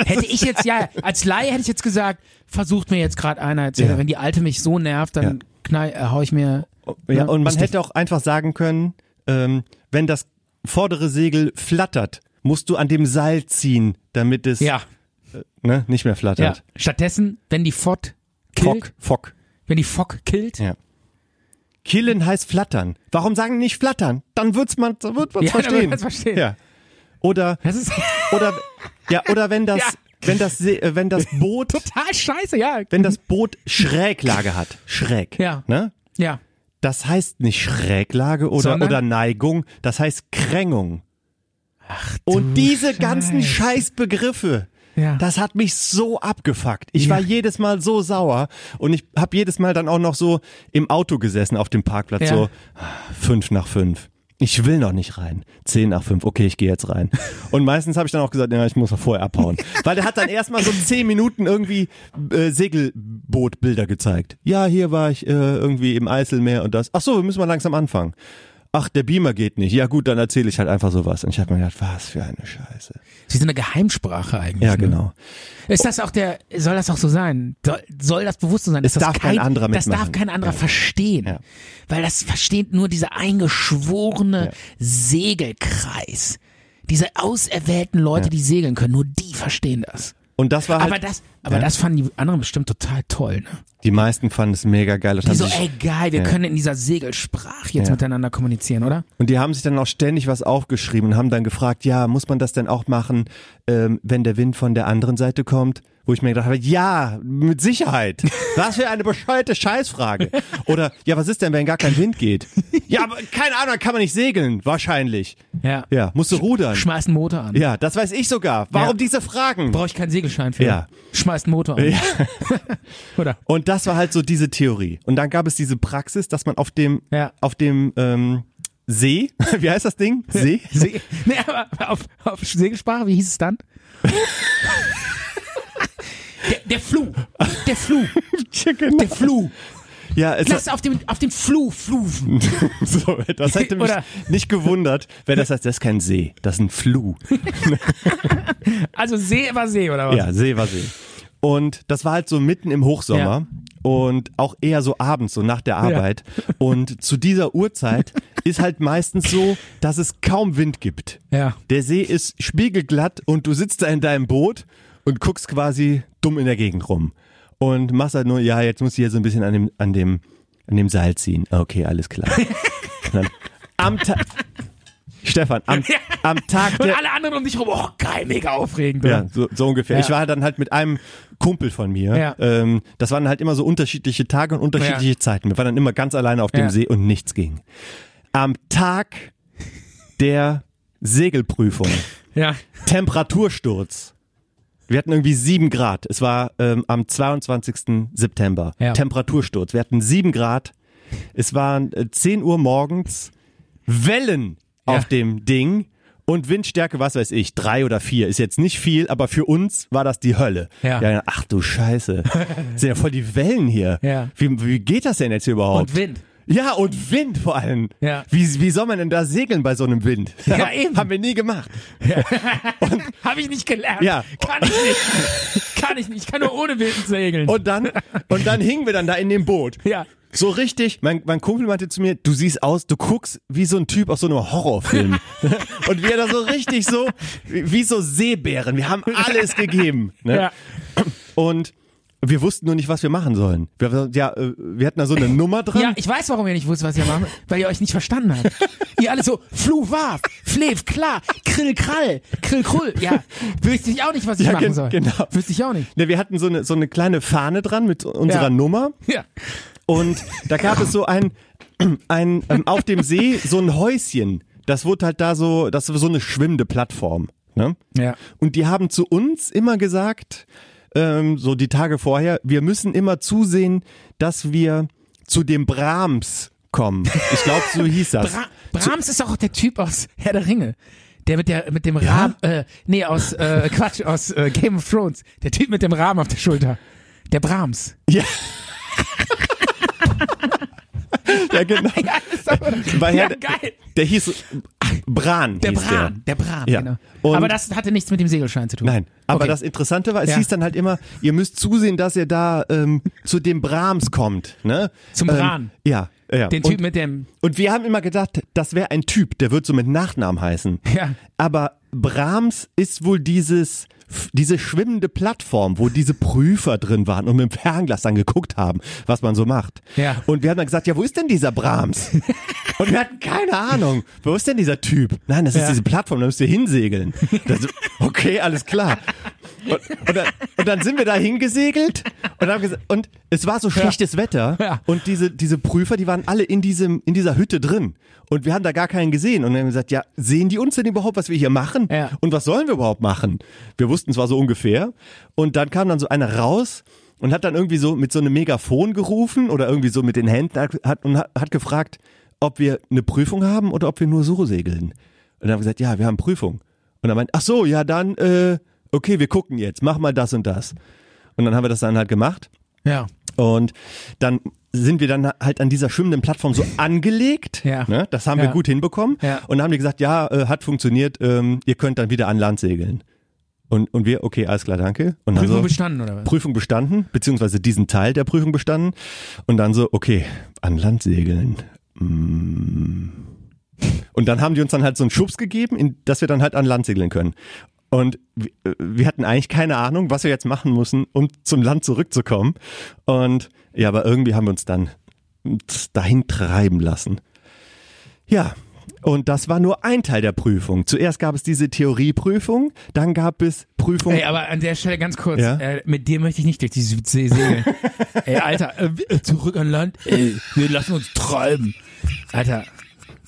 S5: hätte ich jetzt, ja, als Laie hätte ich jetzt gesagt, versucht mir jetzt gerade einer, jetzt,
S4: Ja.
S5: wenn die Alte mich so nervt, dann
S4: Ja.
S5: knall, äh, hau ich mir,
S4: Oh, Ja,
S5: Ja,
S4: und man
S5: richtig.
S4: hätte auch einfach sagen können, ähm, wenn das vordere Segel flattert, musst du an dem Seil ziehen, damit es
S5: ja,
S4: ne, nicht mehr
S5: ja.
S4: flattert.
S5: Stattdessen, wenn die Fott killt,
S4: Fock, Fock.
S5: wenn die Fock killt,
S4: Ja. Killen heißt flattern. Warum sagen nicht flattern? Dann wird's man, dann wird man's
S5: Ja, dann
S4: verstehen.
S5: wird man's verstehen.
S4: Ja. Oder
S5: das ist
S4: oder ja, oder wenn das
S5: Ja.
S4: wenn das Se- äh, wenn das Boot
S5: total scheiße, ja.
S4: wenn das Boot Schräglage hat, schräg,
S5: Ja.
S4: ne?
S5: Ja,
S4: Das heißt nicht Schräglage oder
S5: Sondern?
S4: oder Neigung, das heißt Krängung. Ach, Und diese ganzen Scheißbegriffe.
S5: ja.
S4: Das hat mich so abgefuckt. Ich
S5: Ja.
S4: war jedes Mal so sauer und ich habe jedes Mal dann auch noch so im Auto gesessen auf dem Parkplatz,
S5: Ja.
S4: so ah, fünf nach fünf. Ich will noch nicht rein. Zehn nach fünf, okay, ich gehe jetzt rein. Und meistens habe ich dann auch gesagt, ja, ich muss noch vorher abhauen. Weil der hat dann erstmal so zehn Minuten irgendwie äh, Segelbootbilder gezeigt. Ja, hier war ich äh, irgendwie im Eiselmeer und das. Ach so, wir müssen mal langsam anfangen. Ach, der Beamer geht nicht. Ja gut, dann erzähle ich halt einfach sowas. Und ich habe mir gedacht, was für eine Scheiße.
S5: Wie so eine Geheimsprache eigentlich.
S4: Ja,
S5: ne?
S4: genau.
S5: Ist das auch der, soll das auch so sein? Soll, soll das bewusst so sein?
S4: Es
S5: dass
S4: darf
S5: das
S4: kein anderer
S5: Das
S4: mitmachen.
S5: darf kein anderer
S4: Ja.
S5: verstehen.
S4: Ja.
S5: Weil das versteht nur dieser eingeschworene
S4: Ja.
S5: Segelkreis. Diese auserwählten Leute,
S4: Ja.
S5: die segeln können, nur die verstehen das.
S4: Und das war halt
S5: Aber das, aber
S4: Ja.
S5: das fanden die anderen bestimmt total toll. Ne?
S4: Die meisten fanden es mega geil. Und,
S5: Die
S4: haben
S5: so,
S4: sich,
S5: ey geil, wir
S4: Ja.
S5: können in dieser Segelsprache jetzt
S4: Ja.
S5: miteinander kommunizieren, oder?
S4: und die haben sich dann auch ständig was aufgeschrieben und haben dann gefragt, ja, muss man das denn auch machen, ähm, wenn der Wind von der anderen Seite kommt? Wo ich mir gedacht habe, ja, mit Sicherheit. Was für eine bescheuerte Scheißfrage. Oder, ja, was ist denn, wenn gar kein Wind geht? Ja, aber keine Ahnung, kann man nicht segeln, wahrscheinlich.
S5: Ja.
S4: Ja, musst du rudern.
S5: Schmeiß einen Motor an.
S4: Ja, das weiß ich sogar. Warum
S5: Ja.
S4: diese Fragen?
S5: Brauche ich keinen Segelschein für.
S4: Ja.
S5: Schmeiß einen Motor an.
S4: Ja.
S5: oder?
S4: Und das war halt so diese Theorie. Und dann gab es diese Praxis, dass man auf dem,
S5: Ja.
S4: auf dem ähm, See, wie heißt das Ding? See?
S5: See nee, aber auf, auf Segelsprache, wie hieß es dann? der, der Flu. Der Flu.
S4: Ja, genau.
S5: Der Flu.
S4: Ja, es
S5: Lass auf dem, auf dem Flu, Flu.
S4: so, das hätte mich
S5: Oder-
S4: nicht gewundert, wenn das heißt, das ist kein See, das ist ein Flu.
S5: Also See war See, oder was?
S4: Ja, See war See. Und das war halt so mitten im Hochsommer und auch eher so abends, so nach der Arbeit. Und zu dieser Uhrzeit ist halt meistens so, dass es kaum Wind gibt.
S5: Ja.
S4: Der See ist spiegelglatt und du sitzt da in deinem Boot und guckst quasi dumm in der Gegend rum. Und machst halt nur, ja, jetzt muss ich hier so ein bisschen an dem, an dem, an dem Seil ziehen. Okay, alles klar. Und dann, am Ta Stefan, am, am Tag
S5: Und
S4: der,
S5: alle anderen um dich rum, oh geil, mega aufregend.
S4: ja,
S5: oder?
S4: so, so ungefähr.
S5: Ja.
S4: Ich war dann halt mit einem Kumpel von mir.
S5: Ja.
S4: Ähm, das waren halt immer so unterschiedliche Tage und unterschiedliche Zeiten. Wir waren dann immer ganz alleine auf dem
S5: Ja.
S4: See und nichts ging. Am Tag der Segelprüfung,
S5: ja.
S4: Temperatursturz. Wir hatten irgendwie sieben Grad. Es war ähm, am 22. September.
S5: Ja.
S4: Temperatursturz. Wir hatten sieben Grad. Es waren äh, 10 Uhr morgens. Wellen
S5: Ja.
S4: auf dem Ding und Windstärke, was weiß ich, drei oder vier. Ist jetzt nicht viel, aber für uns war das die Hölle.
S5: Ja.
S4: ach du Scheiße. Sind ja voll die Wellen hier.
S5: Ja.
S4: Wie, wie geht das denn jetzt hier überhaupt?
S5: Und Wind.
S4: Ja, und Wind vor allem.
S5: Ja.
S4: Wie, wie soll man denn da segeln bei so einem Wind?
S5: Ja, eben.
S4: Haben wir nie gemacht.
S5: Hab ich nicht gelernt.
S4: Ja.
S5: Kann ich nicht. Kann ich nicht. Ich kann nur ohne Wind segeln.
S4: Und dann, und dann hingen wir dann da in dem Boot.
S5: ja.
S4: So richtig, mein, mein Kumpel meinte zu mir, du siehst aus, du guckst wie so ein Typ aus so einem Horrorfilm. und wir da so richtig so, wie so Seebären. Wir haben alles gegeben. Ne?
S5: ja.
S4: Und Wir wussten nur nicht, was wir machen sollen. Wir, haben gesagt, ja, äh, wir hatten da so eine Nummer dran.
S5: Ja, ich weiß, warum ihr nicht wusstet, was ihr machen wollt, weil ihr euch nicht verstanden habt. ihr alle so, Flu, Waf, Flev, klar, Krill, Krall, Krill, Krull. Ja, wüsste ich auch nicht, was ich
S4: Ja,
S5: machen
S4: gen-
S5: soll.
S4: genau.
S5: Wüsste ich auch nicht.
S4: Ne, wir hatten so eine, so eine kleine Fahne dran mit unserer
S5: Ja.
S4: Nummer
S5: Ja.
S4: und da gab es so ein, ein ähm, auf dem See so ein Häuschen. Das wurde halt da so, das war so eine schwimmende Plattform. Ne?
S6: Ja.
S4: Und die haben zu uns immer gesagt, ähm, so die Tage vorher, wir müssen immer zusehen, dass wir zu dem Brahms kommen. Ich glaube, so hieß das.
S5: Bra Brahms ist auch der Typ aus Herr der Ringe. Der mit der mit dem Rahmen, äh, nee, aus äh, Quatsch, aus äh, Game of Thrones. Der Typ mit dem Rahmen auf der Schulter. Der Brahms.
S4: ja. ja, genau.
S5: Ja, ist aber,
S4: Weil
S5: ja
S4: Herr-
S5: geil.
S4: Der hieß Bran.
S5: Der
S4: hieß
S5: Bran, der Bran,
S4: Ja.
S5: genau.
S4: Und-
S5: aber das hatte nichts mit dem Segelschein zu tun.
S4: Nein, aber
S5: Okay.
S4: das Interessante war, es
S5: Ja.
S4: hieß dann halt immer, ihr müsst zusehen, dass ihr da ähm, zu dem Brahms kommt. Ne?
S5: Zum
S4: ähm,
S5: Bran.
S4: Ja, ja.
S5: Den
S4: und,
S5: Typ mit dem,
S4: und wir haben immer gedacht, das wäre ein Typ, der wird so mit Nachnamen heißen.
S5: Ja.
S4: Aber Brahms ist wohl dieses diese schwimmende Plattform, wo diese Prüfer drin waren und mit dem Fernglas dann geguckt haben, was man so macht.
S5: Ja.
S4: Und wir haben dann gesagt, ja, wo ist denn dieser Brahms? Und wir hatten keine Ahnung. Wo ist denn dieser Typ? Nein, das ist
S5: Ja.
S4: diese Plattform, da müsst ihr hinsegeln. Das, okay, alles klar. Und, und, dann, und dann sind wir da hingesegelt und haben gesagt, und es war so schlechtes Wetter
S5: Ja.
S4: und diese, diese Prüfer, die waren alle in diesem, in dieser Hütte drin. Und wir haben da gar keinen gesehen. Und dann haben wir gesagt, ja, sehen die uns denn überhaupt, was wir hier machen?
S5: Ja.
S4: Und was sollen wir überhaupt machen? Wir wussten zwar so ungefähr. Und dann kam dann so einer raus und hat dann irgendwie so mit so einem Megafon gerufen oder irgendwie so mit den Händen hat, hat, und hat, hat gefragt, ob wir eine Prüfung haben oder ob wir nur so segeln. Und dann haben wir gesagt, ja, wir haben Prüfung. Und er meint, ach so, ja, dann, äh, okay, wir gucken jetzt, mach mal das und das. Und dann haben wir das dann halt gemacht.
S5: ja,
S4: Und dann sind wir dann halt an dieser schwimmenden Plattform so angelegt.
S5: Ja.
S4: Ne? Das haben wir
S5: Ja.
S4: gut hinbekommen.
S5: Ja.
S4: Und dann haben die gesagt, ja, äh, hat funktioniert, ähm, ihr könnt dann wieder an Land segeln. Und, und wir, okay, alles klar, danke. Und dann
S5: Prüfung
S4: so,
S5: bestanden oder was?
S4: Prüfung bestanden, beziehungsweise diesen Teil der Prüfung bestanden. Und dann so, okay, an Land segeln. Mm. Und dann haben die uns dann halt so einen Schubs gegeben, in, dass wir dann halt an Land segeln können. Und w- äh, wir hatten eigentlich keine Ahnung, was wir jetzt machen mussten, um zum Land zurückzukommen. Und ja, aber irgendwie haben wir uns dann dahin treiben lassen. Ja, und das war nur ein Teil der Prüfung. Zuerst gab es diese Theorieprüfung, dann gab es Prüfung.
S5: Ey, aber an der Stelle ganz kurz,
S4: Ja?
S5: äh, mit dir möchte ich nicht durch die Südsee segeln. Ey, Alter, äh, w- äh, zurück an Land, ey, wir lassen uns treiben. Alter,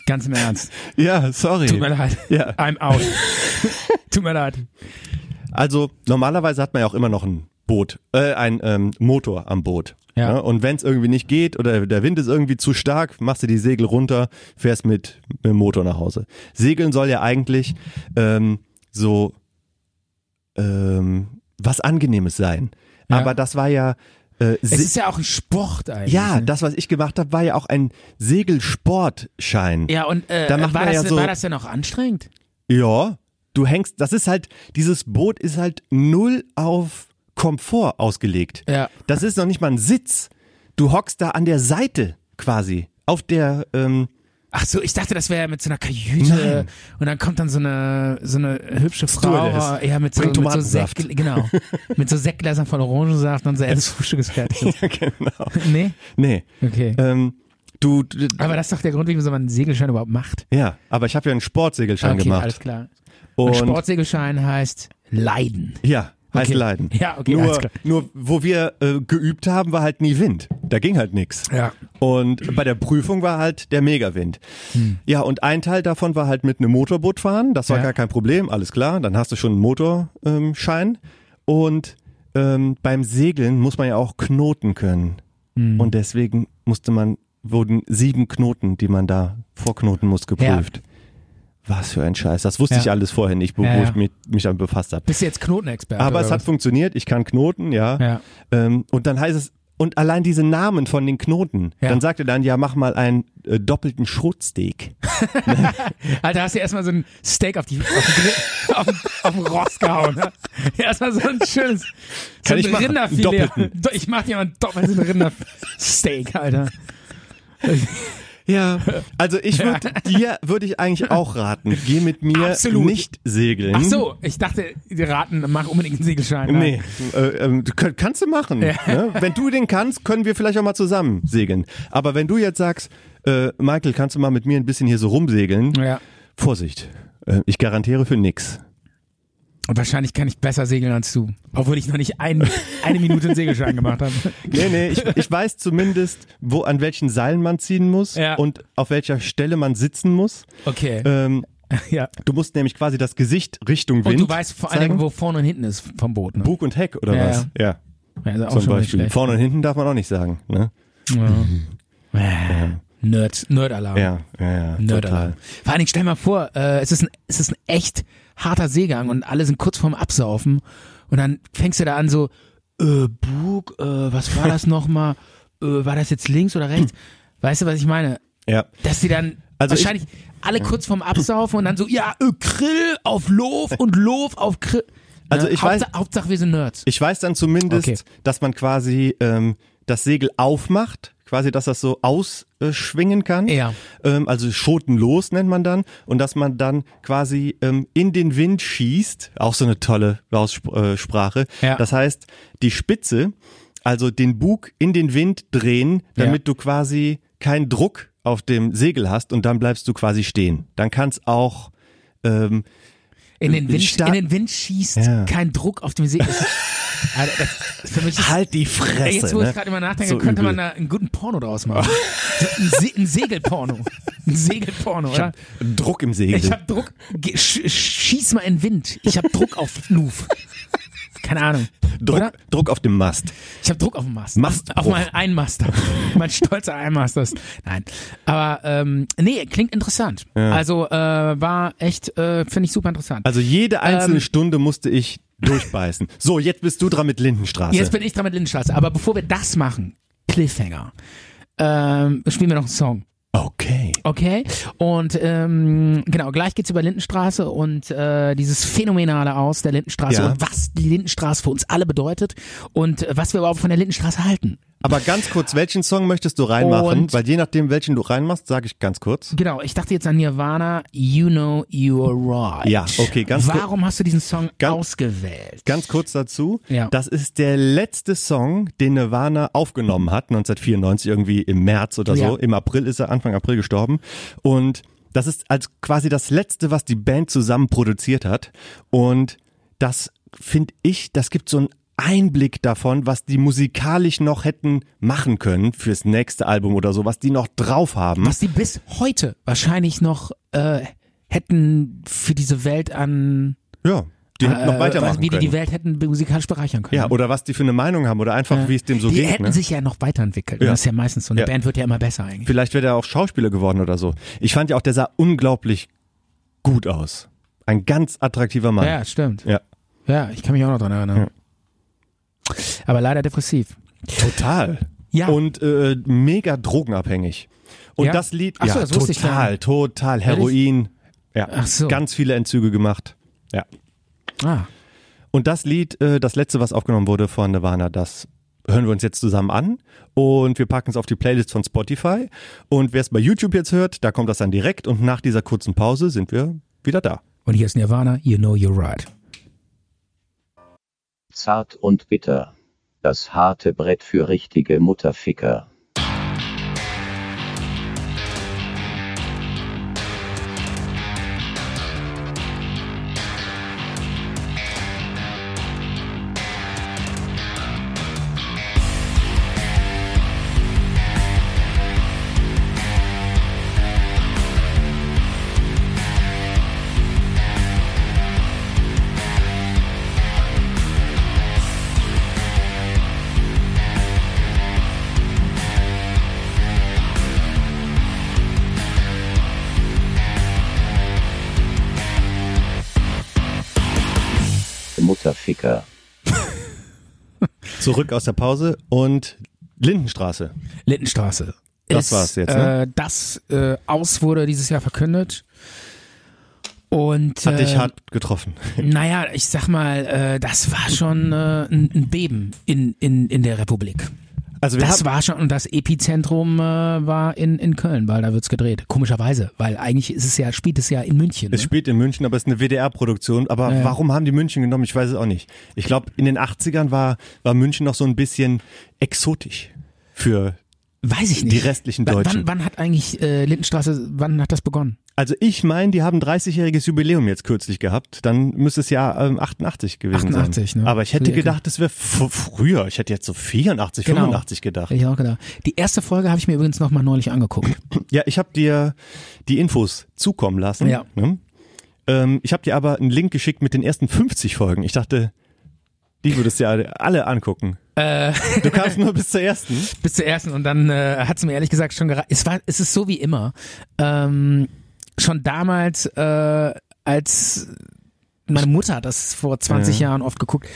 S5: ganz im Ernst,
S4: ja, sorry.
S5: tut mir leid,
S4: Ja.
S5: I'm out. tut mir leid.
S4: Also normalerweise hat man ja auch immer noch ein Boot, äh, ein ähm, Motor am Boot. ne?
S5: Ja.
S4: Und wenn es irgendwie nicht geht oder der Wind ist irgendwie zu stark, machst du die Segel runter, fährst mit, mit dem Motor nach Hause. Segeln soll ja eigentlich ähm, so ähm, was Angenehmes sein.
S5: Ja.
S4: Aber das war ja äh,
S5: Es
S4: Se-
S5: ist ja auch ein Sport eigentlich.
S4: ja,
S5: ne?
S4: das, was ich gemacht habe, war ja auch ein Segelsportschein.
S5: ja und äh,
S4: Da macht
S5: war,
S4: man
S5: das,
S4: ja so-
S5: war das denn auch anstrengend?
S4: Ja, du hängst, das ist halt, dieses Boot ist halt null auf Komfort ausgelegt.
S5: Ja.
S4: Das ist noch nicht mal ein Sitz. Du hockst da an der Seite quasi. Auf der, ähm,
S5: Ach so, ich dachte, das wäre mit so einer Kajüte
S4: Nein.
S5: und dann kommt dann so eine so eine hübsche Frau, äh,
S4: Stewardess.
S5: ja mit so,
S4: Bring
S5: mit so
S4: Tomatensaft.
S5: Sekt, genau, mit so Sektgläsern von Orangensaft und so, ey, das Frühstück ist fertig.
S4: ja, genau.
S5: nee,
S4: Nee.
S5: okay.
S4: Ähm, du, du,
S5: Aber das ist doch der Grund, wieso man einen Segelschein überhaupt macht.
S4: ja, aber ich habe ja einen Sportsegelschein
S5: okay,
S4: gemacht.
S5: alles klar.
S4: Und
S5: Und Sportsegelschein heißt Leiden.
S4: ja, heißt
S5: Okay.
S4: Leiden.
S5: Ja, okay,
S4: nur,
S5: alles klar.
S4: nur wo wir äh, geübt haben, war halt nie Wind. Da ging halt nix.
S5: Ja.
S4: Und bei der Prüfung war halt der Megawind. Ja, und ein Teil davon war halt mit einem Motorboot fahren. Das war
S5: Hm. Ja.
S4: gar kein Problem, alles klar. Dann hast du schon einen Motorschein. Und ähm, beim Segeln muss man ja auch Knoten können.
S5: Hm.
S4: Und deswegen musste man, wurden sieben Knoten, die man da vorknoten muss, geprüft. Was für ein Scheiß. Das wusste
S5: Ja.
S4: ich alles vorher nicht, wo,
S5: Ja,
S4: wo
S5: ja.
S4: ich mich, mich damit befasst habe.
S5: Bist du jetzt Knotenexperte?
S4: Aber
S5: oder
S4: es hat
S5: was?
S4: funktioniert, ich kann Knoten, ja.
S5: Äh. Ja.
S4: Ähm, und dann heißt es, und allein diese Namen von den Knoten,
S5: Ja.
S4: dann sagt er dann, ja, mach mal einen äh, doppelten Schrotsteak.
S5: Alter, hast du erstmal so ein Steak auf die auf den, Grill- auf, den- auf den Rost gehauen. Ne? Erstmal so ein schönes so
S4: Kann ich
S5: ein
S4: machen,
S5: Rinderfilet. also
S4: einen doppelten.
S5: Ich mach dir mal ein doppeltes Rindersteak, Alter.
S4: Ja, also ich würde dir würde ich eigentlich auch raten, geh mit mir
S5: Absolut.
S4: nicht segeln.
S5: Ach so, ich dachte, die raten, mach unbedingt einen Segelschein. ne? Nein.
S4: Nee, äh, ähm, du könnt- kannst du machen. Ne? Wenn du den kannst, können wir vielleicht auch mal zusammen segeln. Aber wenn du jetzt sagst, äh, Michael, kannst du mal mit mir ein bisschen hier so rumsegeln?
S5: Ja.
S4: Vorsicht, äh, ich garantiere für nix.
S5: Und wahrscheinlich kann ich besser segeln als du. Obwohl ich noch nicht ein, eine Minute einen Segelschein gemacht habe.
S4: Nee, nee, ich, ich weiß zumindest, wo an welchen Seilen man ziehen muss
S5: Ja.
S4: und auf welcher Stelle man sitzen muss.
S5: Okay.
S4: Ähm,
S5: ja.
S4: du musst nämlich quasi das Gesicht Richtung
S5: Und
S4: Wind.
S5: du weißt vor allen
S4: zeigen.
S5: Dingen, wo vorne und hinten ist vom Boot. Ne?
S4: Bug und Heck oder
S5: Ja,
S4: was? Ja,
S5: Ja, also auch
S4: zum
S5: schon nicht
S4: Beispiel.
S5: schlecht.
S4: Vorne und hinten darf man auch nicht sagen. Ne?
S5: Ja. Nerd, Nerd-Alarm.
S4: Ja, ja, ja, total.
S5: Nerd-Alarm. Vor allen Dingen, stell mal vor, äh, es, ist ein, es ist ein echt harter Seegang und alle sind kurz vorm Absaufen und dann fängst du da an so, äh, Bug, äh, was war das nochmal? Äh, war das jetzt links oder rechts? Weißt du, was ich meine?
S4: Ja.
S5: Dass die dann
S4: Also ich-
S5: wahrscheinlich alle kurz vorm Absaufen und dann so, ja, äh, Krill auf Lof und Lof auf Krill.
S4: Also ich weiß-
S5: Hauptsache, Hauptsache, wir sind Nerds.
S4: Ich weiß dann zumindest,
S5: Okay.
S4: dass man quasi ähm, das Segel aufmacht, quasi, dass das so ausschwingen kann.
S5: Ja.
S4: Ähm, also schotenlos nennt man dann. Und dass man dann quasi ähm, in den Wind schießt. Auch so eine tolle Aussprache.
S5: Ja.
S4: Das heißt, die Spitze, also den Bug in den Wind drehen, damit du quasi keinen Druck auf dem Segel hast und dann bleibst du quasi stehen. Dann kann's auch ähm,
S5: In den Wind,
S4: Sta-
S5: in den Wind schießt
S4: Ja.
S5: kein Druck auf dem See. Das ist, Alter, das, für mich ist,
S4: halt die Fresse.
S5: jetzt, wo
S4: ne?
S5: ich gerade immer nachdenke,
S4: So
S5: könnte man
S4: übel.
S5: da einen guten Porno draus machen. So ein, Se ein Segelporno. Ein Segelporno,
S4: Ich
S5: oder?
S4: hab Druck im Segel.
S5: Ich hab Druck. Ge- Sch schieß mal in den Wind. Ich hab Druck auf Luf. Keine Ahnung.
S4: Druck,
S5: Oder?
S4: Druck auf dem Mast.
S5: Ich habe Druck auf den Mast.
S4: Mastbruch.
S5: Auf meinen Einmaster. mein stolzer Einmaster. Nein. Aber ähm, nee, klingt interessant. Also äh, war echt, äh, finde ich super interessant.
S4: Also jede einzelne
S5: Ähm.
S4: Stunde musste ich durchbeißen. So, jetzt bist du dran mit Lindenstraße.
S5: Jetzt bin ich dran mit Lindenstraße. Aber bevor wir das machen, Cliffhanger, ähm, spielen wir noch einen Song.
S4: okay.
S5: Okay? Und ähm, genau, gleich geht's über Lindenstraße und äh, dieses Phänomenale aus der Lindenstraße
S4: Ja.
S5: und was die Lindenstraße für uns alle bedeutet und äh, was wir überhaupt von der Lindenstraße halten.
S4: Aber ganz kurz, welchen Song möchtest du reinmachen?
S5: Und-
S4: Weil je nachdem, welchen du reinmachst, sage ich ganz kurz.
S5: Genau, ich dachte jetzt an Nirvana, You Know You're Right.
S4: Ja, okay, ganz kurz-
S5: Warum hast du diesen Song
S4: Ganz-
S5: ausgewählt?
S4: Ganz kurz dazu.
S5: Ja.
S4: Das ist der letzte Song, den Nirvana aufgenommen hat, 1994 irgendwie im März oder
S5: Ja.
S4: so. Im April ist er, Anfang April gestorben. Und das ist als quasi das letzte, was die Band zusammen produziert hat. Und das finde ich, das gibt so einen Einblick davon, was die musikalisch noch hätten machen können fürs nächste Album oder so, was die noch drauf haben.
S5: was die bis heute wahrscheinlich noch äh, hätten für diese Welt an
S4: Ja, die hätten noch
S5: äh,
S4: weitermachen
S5: was- wie die
S4: können.
S5: die Welt hätten musikalisch bereichern können.
S4: ja, oder was die für eine Meinung haben oder einfach, wie es dem so
S5: die
S4: geht.
S5: hätten
S4: ne?
S5: sich ja noch weiterentwickelt. Das ist ja meistens so. Eine
S4: Ja.
S5: Band wird ja immer besser eigentlich.
S4: Vielleicht wäre er auch Schauspieler geworden oder so. Ich fand ja auch, der sah unglaublich gut aus. Ein ganz attraktiver Mann.
S5: Ja, stimmt.
S4: Ja.
S5: Ja, ich kann mich auch noch dran erinnern. Aber leider depressiv.
S4: Total.
S5: Ja.
S4: Und äh, mega drogenabhängig. Und
S5: Ja?
S4: das Lied,
S5: Ach so,
S4: ja,
S5: das wusste ich gar
S4: total, total. Heroin. Ja,
S5: Ach so.
S4: ganz viele Entzüge gemacht. Ja.
S5: Ah,
S4: Und das Lied, äh, das letzte, was aufgenommen wurde von Nirvana, das hören wir uns jetzt zusammen an und wir packen es auf die Playlist von Spotify. Und wer es bei YouTube jetzt hört, da kommt das dann direkt und nach dieser kurzen Pause sind wir wieder da.
S5: und hier ist Nirvana, You Know You're Right.
S7: Zart und bitter. Das harte Brett für richtige Mutterficker. Mutterficker.
S4: Zurück aus der Pause und Lindenstraße.
S5: Lindenstraße.
S4: Das
S5: ist,
S4: war's jetzt, ne?
S5: Äh, das äh, aus wurde dieses Jahr verkündet. Und
S4: Hat dich
S5: äh,
S4: hart getroffen.
S5: Naja, ich sag mal, äh, das war schon äh, ein, ein Beben in, in, in der Republik.
S4: Also wir
S5: Das
S4: haben,
S5: war schon, und das Epizentrum äh, war in, in Köln, weil da wird's gedreht. Komischerweise, weil eigentlich ist es ja, spielt es ja in München. Ne?
S4: es spielt in München, aber es ist eine WDR-Produktion. Aber
S5: Ja.
S4: warum haben die München genommen? Ich weiß es auch nicht. Ich glaube, in den 80ern war, war München noch so ein bisschen exotisch für
S5: Weiß ich nicht.
S4: die restlichen
S5: Wann-
S4: Deutschen.
S5: Wann, wann hat eigentlich äh, Lindenstraße, wann hat das begonnen?
S4: Also ich meine, die haben 30-jähriges Jubiläum jetzt kürzlich gehabt. Dann müsste es ja ähm, 88 gewesen
S5: 88,
S4: sein.
S5: ne?
S4: Aber ich
S5: So
S4: hätte
S5: die Ecke.
S4: gedacht, das wäre fr- früher. Ich hätte jetzt so 84,
S5: Genau.
S4: 85 gedacht.
S5: Hätte ich auch gedacht. Die erste Folge habe ich mir übrigens nochmal neulich angeguckt.
S4: Ja, ich habe dir die Infos zukommen lassen.
S5: Ja.
S4: Ne? Ähm, ich habe dir aber einen Link geschickt mit den ersten 50 Folgen. Ich dachte, die würdest du ja alle angucken.
S5: Äh.
S4: Du kamst nur bis zur ersten.
S5: Bis zur ersten und dann äh, hat es mir ehrlich gesagt schon gereicht. Es, war, es ist so wie immer. Ähm, schon damals, äh, als meine Mutter hat das vor 20 Jahren oft geguckt,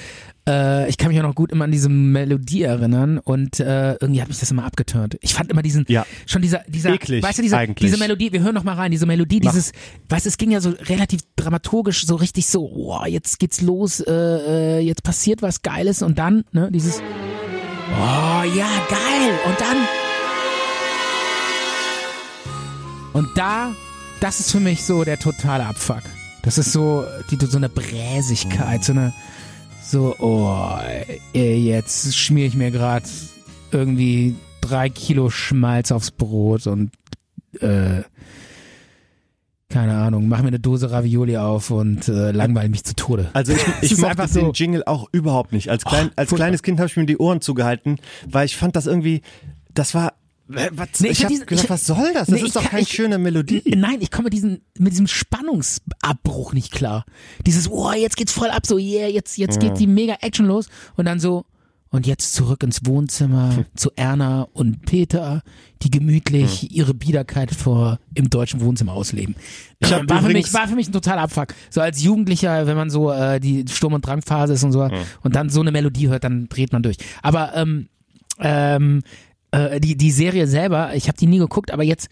S5: äh, ich kann mich auch noch gut immer an diese Melodie erinnern und äh, irgendwie hat mich das immer abgeturnt. Ich fand immer diesen,
S4: Ja.
S5: schon dieser, dieser,
S4: Eklig
S5: weißt du, diese,
S4: eigentlich.
S5: diese Melodie, wir hören noch mal rein, diese Melodie,
S4: Mach.
S5: dieses, weißt du, es ging ja so relativ dramaturgisch, so richtig so, boah, jetzt geht's los, äh, äh, jetzt passiert was Geiles und dann, ne, dieses, oh ja, geil, und dann, und da, das ist für mich so der totale Abfuck. Das ist so, die, so eine Bräsigkeit, so eine, so, oh, ey, jetzt schmier ich mir gerade irgendwie drei Kilo Schmalz aufs Brot und, äh, keine Ahnung, mach mir eine Dose Ravioli auf und äh, langweil mich zu Tode.
S4: Also ich,
S5: Es
S4: ich
S5: ist
S4: mochte
S5: einfach so. Oh,
S4: den Jingle auch überhaupt nicht. Als, klein, als
S5: furchtbar.
S4: kleines Kind habe ich mir die Ohren zugehalten, weil ich fand das irgendwie, das war, äh, was,
S5: Nee, ich
S4: ich,
S5: hab
S4: habe
S5: diesen-
S4: gesagt,
S5: ich-
S4: was soll das? Das
S5: Nee, ich
S4: ist doch
S5: kann-
S4: keine
S5: ich-
S4: schöne Melodie.
S5: Nein, ich komme mit, diesen, mit diesem Spannungsabbruch nicht klar. Dieses, oh, jetzt geht's voll ab, so, yeah, jetzt, jetzt
S4: Mhm.
S5: geht die mega Action los. Und dann so, und jetzt zurück ins
S4: Hm.
S5: Wohnzimmer zu Erna und Peter, die gemütlich
S4: Hm.
S5: ihre Biederkeit vor im deutschen Wohnzimmer ausleben. Äh,
S4: Ich hab
S5: war, für
S4: übrigens-
S5: mich, war für mich ein totaler Abfuck. So als Jugendlicher, wenn man so äh, die Sturm- und Drangphase ist und so
S4: Hm.
S5: und dann so eine Melodie hört, dann dreht man durch. Aber ähm, ähm, äh, die, die Serie selber, ich habe die nie geguckt, aber jetzt,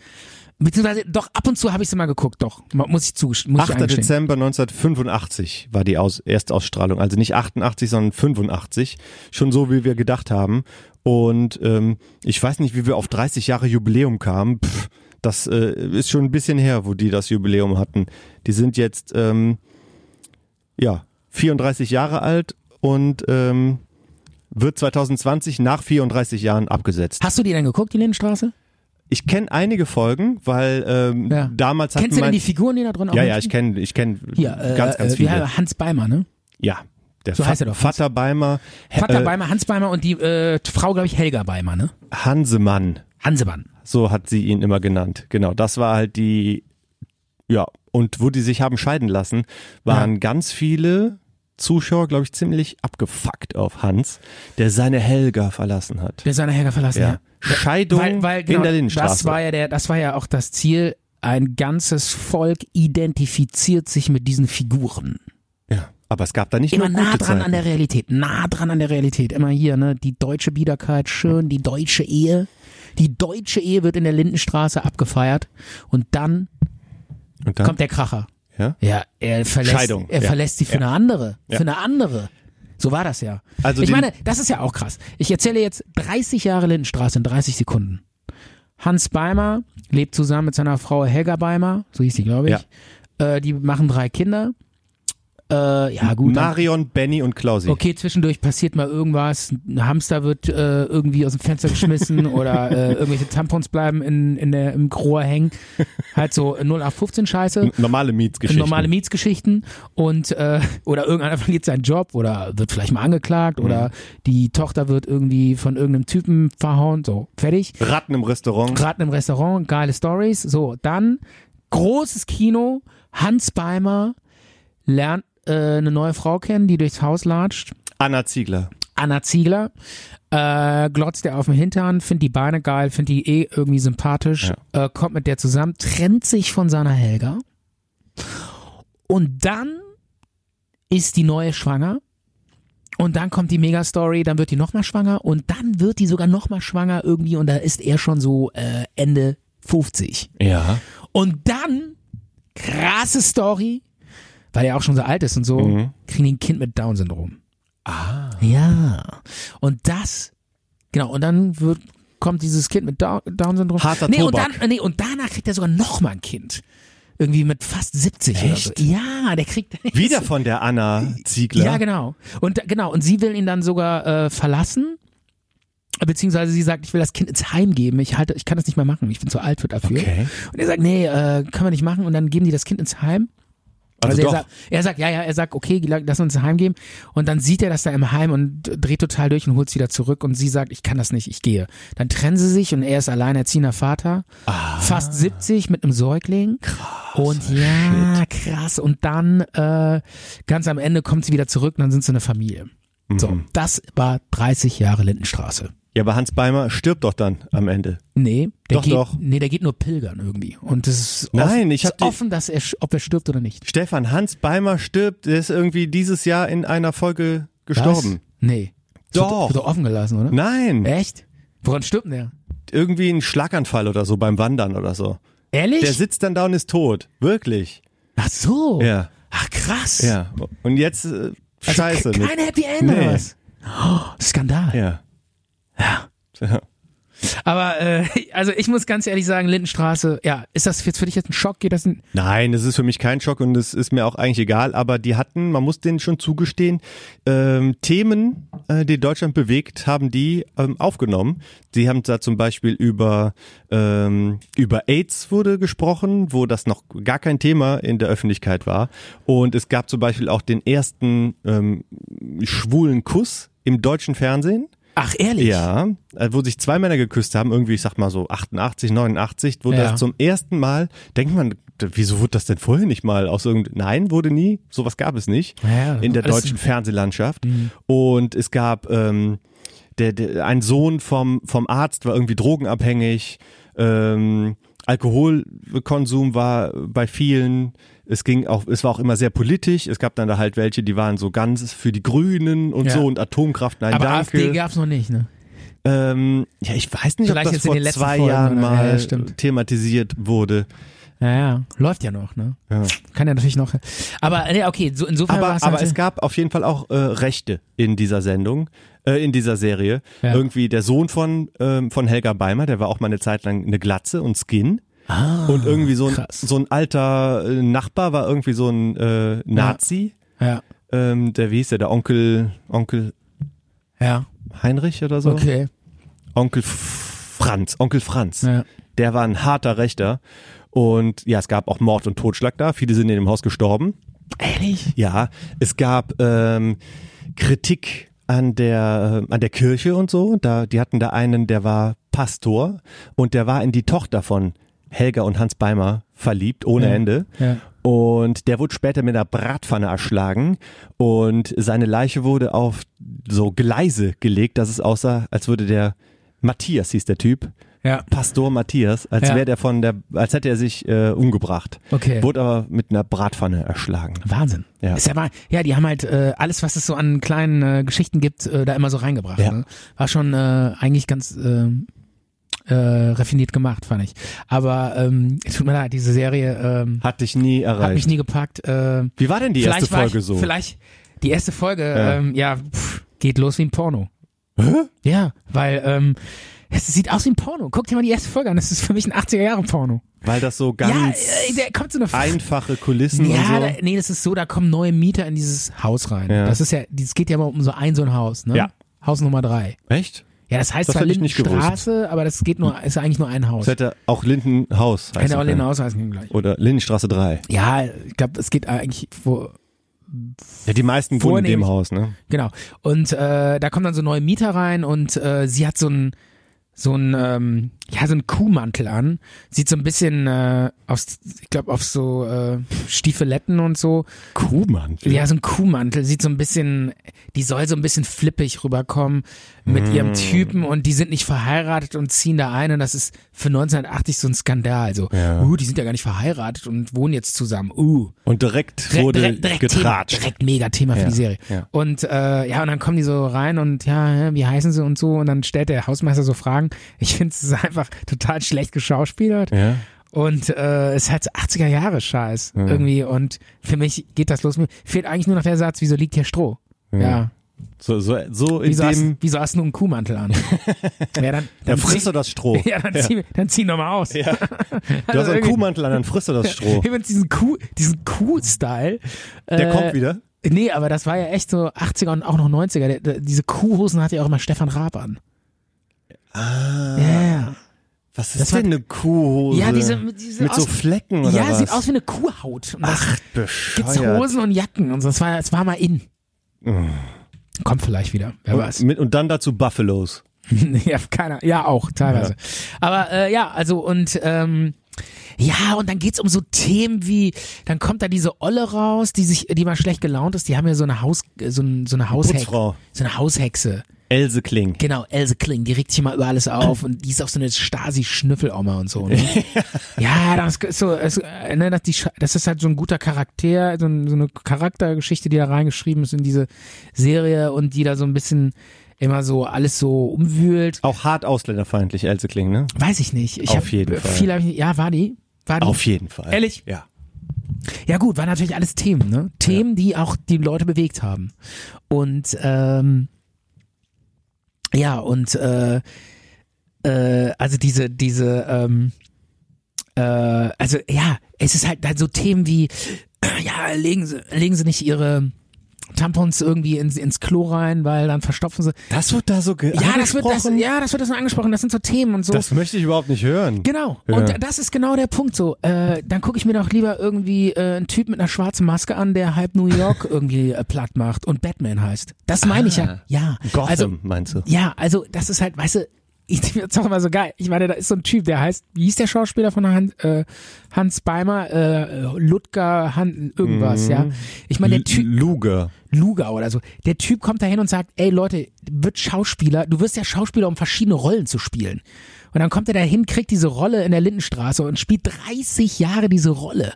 S5: beziehungsweise doch ab und zu habe ich sie mal geguckt, doch. Ma- Muss ich zugestehen. Muss
S4: 8.
S5: ich eingestehen.
S4: Dezember 1985 war die Aus Erstausstrahlung, also nicht 88, sondern 85, schon so wie wir gedacht haben. Und ähm, ich weiß nicht, wie wir auf 30 Jahre Jubiläum kamen. Pff, das äh, ist schon ein bisschen her, wo die das Jubiläum hatten. Die sind jetzt ähm, ja 34 Jahre alt und ähm, wird 2020 nach 34 Jahren abgesetzt.
S5: Hast du die denn geguckt, die Lindenstraße?
S4: Ich kenne einige Folgen, weil ähm,
S5: Ja.
S4: damals hatten
S5: Kennst du denn
S4: mein-
S5: die Figuren, die da drin
S4: ja, ja, ich
S5: auftreten?
S4: kenne ich kenn
S5: Hier, äh,
S4: ganz, ganz
S5: äh,
S4: viele.
S5: Wie heißt er? Hans Beimer, ne?
S4: Ja. Der
S5: So
S4: Fa-
S5: heißt er doch.
S4: Vater Beimer, He-
S5: Vater
S4: äh,
S5: Beimer, Hans Beimer und die äh, Frau, glaube ich, Helga Beimer, ne?
S4: Hansemann,
S5: Hansemann.
S4: so hat sie ihn immer genannt. Genau, das war halt die, ja, und wo die sich haben scheiden lassen, waren ganz viele Zuschauer, glaube ich, ziemlich abgefuckt auf Hans, der seine Helga verlassen hat.
S5: Der seine Helga verlassen, ja.
S4: ja. Scheidung
S5: weil, weil, genau,
S4: in der Lindenstraße.
S5: Das war, ja der, das war ja auch das Ziel. Ein ganzes Volk identifiziert sich mit diesen Figuren.
S4: ja. Aber es gab da nicht
S5: Immer
S4: nur
S5: nah
S4: gute
S5: dran
S4: Zeiten.
S5: an der Realität. Nah dran an der Realität. Immer hier, ne? Die deutsche Biederkeit, schön, die deutsche Ehe. Die deutsche Ehe wird in der Lindenstraße abgefeiert. Und dann
S4: und dann,
S5: kommt der Kracher.
S4: ja?
S5: Ja, er verlässt,
S4: Scheidung,
S5: er
S4: ja.
S5: verlässt sie für eine andere.
S4: Ja.
S5: Für eine andere. So war das ja.
S4: Also
S5: ich
S4: den-
S5: meine, das ist ja auch krass. Ich erzähle jetzt 30 Jahre Lindenstraße in 30 Sekunden. Hans Beimer lebt zusammen mit seiner Frau Helga Beimer, so hieß sie, glaube ich. Äh, die machen drei Kinder. Äh, ja, gut. dann-
S4: Marion, Benny und Klausi.
S5: Okay, zwischendurch passiert mal irgendwas. Ein Hamster wird äh, irgendwie aus dem Fenster geschmissen oder äh, irgendwelche Tampons bleiben in, in der, im Rohr hängen. Halt so 0815 Scheiße.
S4: Normale Mietsgeschichte.
S5: Normale Mietsgeschichten und äh, oder irgendeiner verliert seinen Job oder wird vielleicht mal angeklagt oder die Tochter wird irgendwie von irgendeinem Typen verhauen, so fertig.
S4: Ratten im Restaurant.
S5: Ratten im Restaurant, geile Stories. So, dann großes Kino. Hans Beimer lernt äh, eine neue Frau kennen, die durchs Haus latscht.
S4: Anna Ziegler.
S5: Anna Ziegler. Äh, glotzt er auf dem Hintern, findet die Beine geil, findet die eh irgendwie sympathisch, äh, kommt mit der zusammen, trennt sich von seiner Helga. Und dann ist die neue schwanger. Und dann kommt die Mega-Story, dann wird die nochmal schwanger und dann wird die sogar nochmal schwanger irgendwie und da ist er schon so äh, Ende 50.
S4: Ja.
S5: Und dann, krasse Story, weil er auch schon so alt ist und so,
S4: Mhm.
S5: kriegen die ein Kind mit Down-Syndrom. Ah. Ja. Und das Genau, und dann wird, kommt dieses Kind mit Down- Down-Syndrom.
S4: Harter
S5: nee,
S4: Tobak.
S5: Und dann, nee, und danach kriegt er sogar nochmal ein Kind. Irgendwie mit fast 70
S4: Echt?
S5: oder so. Ja, der kriegt.
S4: Wieder von der Anna Ziegler.
S5: Ja, genau. Und da- genau, und sie will ihn dann sogar äh, verlassen. Beziehungsweise sie sagt, ich will das Kind ins Heim geben. Ich halte, ich kann das nicht mehr machen. Ich bin zu alt für dafür.
S4: Okay.
S5: Und er sagt, nee, äh, können wir nicht machen. Und dann geben die das Kind ins Heim.
S4: Also
S5: er,
S4: doch.
S5: sagt, er sagt, ja, ja, er sagt, okay, lass uns ins Heim geben. Und dann sieht er das da im Heim und dreht total durch und holt sie wieder zurück. Und sie sagt, ich kann das nicht, ich gehe. Dann trennen sie sich und er ist alleinerziehender Vater, fast
S4: Ah.
S5: 70 mit einem Säugling. Krass. Und ja, krass. Und dann äh, ganz am Ende kommt sie wieder zurück und dann sind sie eine Familie. So,
S4: Mhm.
S5: das war 30 Jahre Lindenstraße.
S4: Ja, aber Hans Beimer stirbt doch dann am Ende.
S5: Nee, der
S4: Doch,
S5: geht,
S4: doch.
S5: nee, der geht nur pilgern irgendwie. Und es ist,
S4: Nein,
S5: offen,
S4: ich hab
S5: ist
S4: die-
S5: offen, dass er, sch- ob er stirbt oder nicht.
S4: Stefan, Hans Beimer stirbt, der ist irgendwie dieses Jahr in einer Folge gestorben.
S5: Was? Nee. Es
S4: Doch.
S5: Wird, wird doch offen gelassen, oder?
S4: Nein,
S5: Echt? Woran stirbt denn der?
S4: irgendwie ein Schlaganfall oder so beim Wandern oder so.
S5: Ehrlich?
S4: Der sitzt dann da und ist tot. Wirklich.
S5: Ach so.
S4: Ja.
S5: Ach krass.
S4: Ja. Und jetzt äh,
S5: Oh. Also
S4: scheiße.
S5: ke-
S4: mit-
S5: Kein Happy End oder
S4: Nee.
S5: was? Oh, Skandal.
S4: ja. Ja.
S5: Aber äh, also ich muss ganz ehrlich sagen, Lindenstraße, ja, ist das jetzt für dich jetzt ein Schock? Geht das ein,
S4: Nein, das ist für mich kein Schock und es ist mir auch eigentlich egal, aber die hatten, man muss denen schon zugestehen, ähm, Themen, äh, die Deutschland bewegt, haben die ähm, aufgenommen. Die haben da zum Beispiel über, ähm, über AIDS wurde gesprochen, wo das noch gar kein Thema in der Öffentlichkeit war. Und es gab zum Beispiel auch den ersten ähm, schwulen Kuss im deutschen Fernsehen.
S5: Ach ehrlich?
S4: Ja, äh, wo sich zwei Männer geküsst haben, irgendwie, ich sag mal so 88, 89, wo
S5: Ja.
S4: das zum ersten Mal, denkt man, d- wieso wurde das denn vorher nicht mal aus irgendeinem, nein, wurde nie, sowas gab es nicht
S5: Ja,
S4: in der
S5: alles- Mhm.
S4: deutschen Fernsehlandschaft. Und es gab, ähm, der, der, ein Sohn vom, vom Arzt war irgendwie drogenabhängig, ähm, Alkoholkonsum war bei vielen, es ging auch, es war auch immer sehr politisch, es gab dann da halt welche, die waren so ganz für die Grünen und
S5: Ja.
S4: so und Atomkraft, nein,
S5: Aber
S4: danke.
S5: AfD gab's noch nicht, ne?
S4: Ähm, ja, ich weiß nicht,
S5: Vielleicht
S4: ob das
S5: jetzt in
S4: vor
S5: den letzten
S4: zwei
S5: Folgen,
S4: Jahren
S5: oder?
S4: mal
S5: Ja, stimmt.
S4: thematisiert wurde.
S5: Ja, ja. Läuft ja noch, ne?
S4: Ja.
S5: Kann ja natürlich noch. Aber nee, okay, so, insofern
S4: Aber,
S5: war's halt-
S4: aber
S5: natürlich-
S4: es gab auf jeden Fall auch äh, Rechte in dieser Sendung, äh, in dieser Serie.
S5: Ja.
S4: Irgendwie der Sohn von, ähm, von Helga Beimer, der war auch mal eine Zeit lang eine Glatze und Skin. und irgendwie so ein,
S5: Ah, krass.
S4: so ein alter äh, Nachbar war irgendwie so ein äh, Nazi.
S5: Ja,
S4: Ähm, der, wie hieß der, der Onkel, Onkel
S5: ja.
S4: Heinrich oder so?
S5: Okay.
S4: Onkel F- Franz, Onkel Franz.
S5: Ja.
S4: Der war ein harter Rechter. Und ja, es gab auch Mord und Totschlag da. Viele sind in dem Haus gestorben.
S5: Ehrlich?
S4: Ja, es gab ähm, Kritik an der, äh, an der Kirche und so. Da, die hatten da einen, der war Pastor und der war in die Tochter von Helga und Hans Beimer verliebt, ohne Ende.
S5: Ja.
S4: Und der wurde später mit einer Bratpfanne erschlagen und seine Leiche wurde auf so Gleise gelegt, dass es aussah, als würde der Matthias hieß der Typ,
S5: Ja.
S4: Pastor Matthias, als
S5: Ja.
S4: wäre der von der, als hätte er sich äh, umgebracht.
S5: Okay.
S4: Wurde aber mit einer Bratpfanne erschlagen.
S5: Wahnsinn.
S4: Ja.
S5: Ist ja, wahr. ja, die haben halt äh, alles, was es so an kleinen äh, Geschichten gibt, äh, da immer so reingebracht.
S4: Ja.
S5: Ne? War schon äh, eigentlich ganz äh, äh, raffiniert gemacht, fand ich. Aber ähm, es tut mir leid, diese Serie ähm,
S4: Hat dich nie
S5: hat mich
S4: erreicht.
S5: nie gepackt. Äh,
S4: Wie war denn die
S5: vielleicht
S4: erste
S5: war
S4: Folge
S5: ich,
S4: so?
S5: Vielleicht die erste Folge,
S4: Ja.
S5: ja, ähm, ja pff, geht los wie ein Porno. Hä? Ja, weil ähm, es sieht aus wie ein Porno. Guck dir mal die erste Folge an. Das ist für mich ein 80er-Jahre-Porno.
S4: Weil das so
S5: Ja,
S4: ganz
S5: äh, da kommt so eine
S4: einfache Kulissen
S5: Ja, da,
S4: und so.
S5: nee, das ist so, da kommen neue Mieter in dieses Haus rein.
S4: Ja.
S5: Das ist ja, es geht ja immer um so ein so ein Haus, ne?
S4: Ja.
S5: Haus Nummer drei.
S4: Echt?
S5: Ja, das heißt
S4: Das
S5: zwar
S4: hätte ich nicht
S5: Lindenstraße, aber das geht nur, ist eigentlich nur ein Haus.
S4: Das hätte auch Lindenhaus heißen
S5: Hätte auch
S4: können.
S5: Lindenhaus heißen können gleich.
S4: Oder Lindenstraße 3.
S5: Ja, ich glaube, es geht eigentlich wo,
S4: Ja, die meisten wohnen in dem
S5: Vornehmlich-
S4: Haus, ne?
S5: genau. Und äh, da kommen dann so neue Mieter rein und äh, sie hat so ein so ein ähm, ja so ein Kuhmantel an, sieht so ein bisschen äh, aus, ich glaube, auf so äh, Stiefeletten und so.
S4: Kuhmantel.
S5: Ja, so ein Kuhmantel. Sieht so ein bisschen, die soll so ein bisschen flippig rüberkommen mit ihrem Typen und die sind nicht verheiratet und ziehen da ein und das ist für 1980 so ein Skandal. So,
S4: Ja.
S5: uh, die sind ja gar nicht verheiratet und wohnen jetzt zusammen. Uh.
S4: Und direkt
S5: Direkt-
S4: wurde
S5: direkt, direkt
S4: getratscht.
S5: Thema, direkt mega Thema für
S4: Ja,
S5: die Serie.
S4: ja.
S5: Und äh, ja, und dann kommen die so rein und ja, wie heißen sie und so und dann stellt der Hausmeister so Fragen. Ich finde es ist einfach total schlecht geschauspielert.
S4: Ja.
S5: Und äh, es ist halt so 80er Jahre Scheiß irgendwie. Und für mich geht das los. Mir fehlt eigentlich nur noch der Satz, wieso liegt hier Stroh? Ja.
S4: So, so, so in
S5: Wieso hast,
S4: dem,
S5: wieso hast du nur einen Kuhmantel an? ja, dann,
S4: dann
S5: dann
S4: frisst
S5: zieh-
S4: du das Stroh.
S5: Ja, dann zieh, dann zieh nochmal aus.
S4: Ja. Du hast
S5: Also
S4: einen
S5: irgendwie-
S4: Kuhmantel an, dann frisst du das Stroh.
S5: Ich finde diesen Kuh, diesen Kuh-Style.
S4: Der
S5: äh,
S4: kommt wieder.
S5: Nee, aber das war ja echt so 80er und auch noch 90er. Der, der, diese Kuhhosen hatte ja auch immer Stefan Raab an.
S4: Ah,
S5: Ja, ja.
S4: was
S5: das
S4: ist
S5: war-
S4: denn eine Kuhhose?
S5: Ja, diese- diese
S4: mit so
S5: aus-
S4: Flecken oder
S5: ja
S4: was?
S5: sieht aus wie eine Kuhhaut. Und das
S4: Ach,
S5: gibt's
S4: bescheuert.
S5: Hosen und Jacken und so. Das war, das war mal in. Kommt vielleicht wieder, wer
S4: Und,
S5: weiß.
S4: mit, und dann dazu Buffalos.
S5: ja, keiner. Ja, auch, teilweise. Aber äh, ja, also und ähm, ja, und dann geht's um so Themen wie, dann kommt da diese Olle raus, die sich, die mal schlecht gelaunt ist, die haben ja so eine Haus, äh, so, ein, so eine Haushexe.
S4: Putzfrau.
S5: So eine Haushexe.
S4: Else Kling.
S5: Genau, Else Kling, die regt sich immer über alles auf und die ist auch so eine Stasi-Schnüffeloma und so. Ne? ja, das ist so, es, äh, ne, das, die, Sch- das ist halt so ein guter Charakter, so, ein, so eine Charaktergeschichte, die da reingeschrieben ist in diese Serie und die da so ein bisschen immer so alles so umwühlt.
S4: Auch hart ausländerfeindlich, Else Kling, ne?
S5: Weiß ich nicht. Ich
S4: Auf
S5: hab,
S4: jeden Fall.
S5: Viel hab ich, nicht- ja, war die. War die.
S4: Auf jeden Fall.
S5: Ehrlich?
S4: Äh, Ja.
S5: Ja gut, waren natürlich alles Themen, ne? Themen, die auch die Leute bewegt haben. Und ähm, ja, und äh, äh, also diese, diese, ähm, äh, also ja, es ist halt dann so Themen wie, äh, ja, legen Sie, legen Sie nicht Ihre Tampons irgendwie ins, ins Klo rein, weil dann verstopfen sie.
S4: Das wird da so ge
S5: Ja, das wird das,
S4: angesprochen?
S5: ja, das wird das nur angesprochen. Das sind so Themen und so.
S4: Das möchte ich überhaupt nicht hören.
S5: Genau.
S4: Ja.
S5: Und das ist genau der Punkt so. Äh, dann gucke ich mir doch lieber irgendwie äh, einen Typ mit einer schwarzen Maske an, der halb New York irgendwie äh, platt macht und Batman heißt. Das meine ich ja. Ja.
S4: Ah. Gotham,
S5: Also,
S4: meinst du?
S5: ja, also das ist halt, weißt du, ich finde es auch immer so geil. Ich meine, da ist so ein Typ, der heißt, wie hieß der Schauspieler von Han, äh, Hans Beimer? Äh, Ludger, Han, irgendwas, ja. Ich meine, der
S4: Mhm. L-
S5: Typ,
S4: Luger.
S5: Luger oder so. Der Typ kommt da hin und sagt, ey Leute, wird Schauspieler, du wirst ja Schauspieler, um verschiedene Rollen zu spielen. Und dann kommt er da hin, kriegt diese Rolle in der Lindenstraße und spielt 30 Jahre diese Rolle.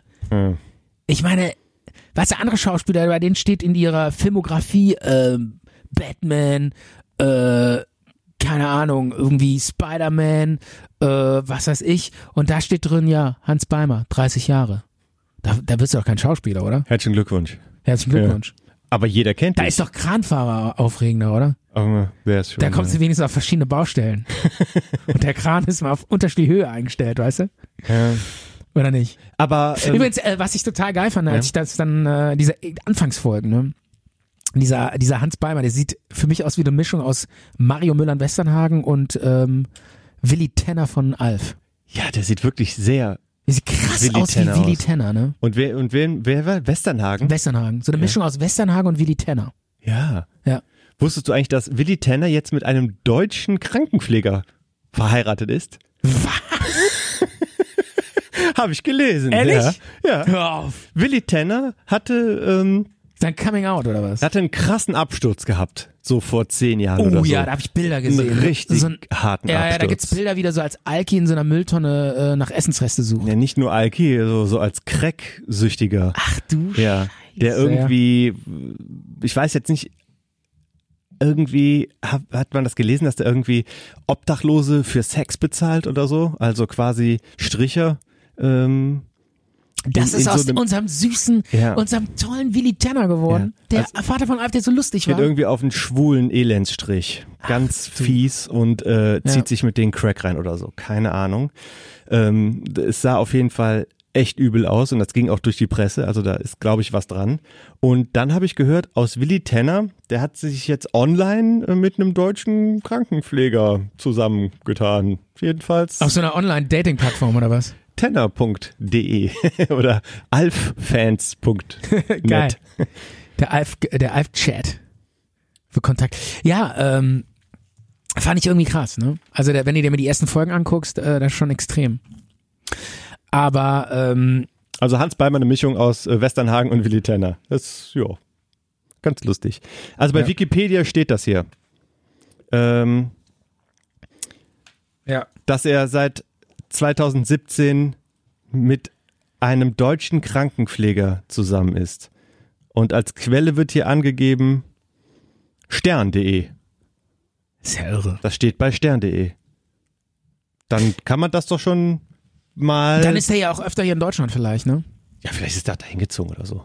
S5: Ich meine, weißt du, andere Schauspieler, bei denen steht in ihrer Filmografie ähm, Batman, äh, keine Ahnung, irgendwie Spider-Man, äh, was weiß ich. Und da steht drin, ja, Hans Beimer, 30 Jahre. Da, da wirst du doch kein Schauspieler, oder?
S4: Herzlichen Glückwunsch.
S5: Herzlichen
S4: Ja.
S5: Glückwunsch.
S4: Aber jeder kennt
S5: Da
S4: dich.
S5: ist doch Kranfahrer aufregender, oder?
S4: Aber der ist schon,
S5: Da kommst
S4: ja.
S5: du wenigstens auf verschiedene Baustellen. Und der Kran ist mal auf unterschiedliche Höhe eingestellt, weißt du?
S4: Ja.
S5: Oder nicht?
S4: Aber ähm,
S5: Übrigens, äh, was ich total geil fand, als ich das dann, äh, diese Anfangsfolgen, ne? Dieser, dieser Hans Beimer, der sieht für mich aus wie eine Mischung aus Mario Müller in Westernhagen und ähm, Willi Tenner von Alf.
S4: ja, der sieht wirklich sehr.
S5: Der sieht krass
S4: Willi
S5: aus wie
S4: Tenner
S5: Willi
S4: aus. Hm?
S5: Tenner, ne?
S4: Und wer und wen, wer war Westernhagen?
S5: Westernhagen. So eine Mischung aus Westernhagen und Willi Tenner.
S4: ja.
S5: Ja.
S4: Wusstest du eigentlich, dass Willi Tanner jetzt mit einem deutschen Krankenpfleger verheiratet ist? Was? Habe ich gelesen.
S5: Ehrlich?
S4: Ja. ja.
S5: Hör auf!
S4: Willi Tanner hatte ähm,
S5: Sein Coming Out, oder was?
S4: Er hatte einen krassen Absturz gehabt, so vor zehn Jahren
S5: Oh
S4: oder so.
S5: ja, da habe ich Bilder gesehen. ne?
S4: Einen richtig
S5: so ein,
S4: harten
S5: ja,
S4: Absturz.
S5: ja, da gibt's Bilder wieder so als Alki in so einer Mülltonne äh, nach Essensreste sucht.
S4: Ja, nicht nur Alki, so, so als Crack-Süchtiger.
S5: Ach du
S4: Ja, der
S5: Scheiße,
S4: irgendwie, ich weiß jetzt nicht, irgendwie hab, hat man das gelesen, dass der irgendwie Obdachlose für Sex bezahlt oder so, also quasi Stricher. Ähm,
S5: Das ist
S4: in- in so
S5: aus
S4: einem-
S5: unserem süßen,
S4: Ja.
S5: unserem tollen Willi Tanner geworden.
S4: Ja,
S5: Der
S4: also-
S5: Vater von Alf, der so lustig
S4: geht
S5: war.
S4: irgendwie auf einen schwulen Elendsstrich. Ganz fies und äh, zieht sich mit den Crack rein oder so. Keine Ahnung. Ähm, d- es sah auf jeden Fall echt übel aus und das ging auch durch die Presse. Also da ist, glaube ich, was dran. Und dann habe ich gehört aus Willi Tenner, der hat sich jetzt online äh, mit einem deutschen Krankenpfleger zusammengetan. Jedenfalls
S5: Auf so einer Online-Dating-Plattform oder was?
S4: tenner.de oder alffans.net.
S5: Geil. Der Alf, der Alf-Chat für Kontakt. Ja, ähm, fand ich irgendwie krass, ne? Also der, wenn du dir mal die ersten Folgen anguckst, äh, das ist schon extrem. Aber ähm,
S4: Also Hans Beimer eine Mischung aus äh, Westernhagen und Willi Tanner. Das ist, ja, ganz lustig. Also bei Wikipedia steht das hier. Ähm,
S5: ja.
S4: dass er seit 2017 mit einem deutschen Krankenpfleger zusammen ist. Und als Quelle wird hier angegeben stern.de.
S5: ist ja irre.
S4: Das steht bei stern.de. Dann kann man das doch schon mal.
S5: Dann ist er ja auch öfter hier in Deutschland vielleicht, ne?
S4: ja, vielleicht ist er da hingezogen oder so.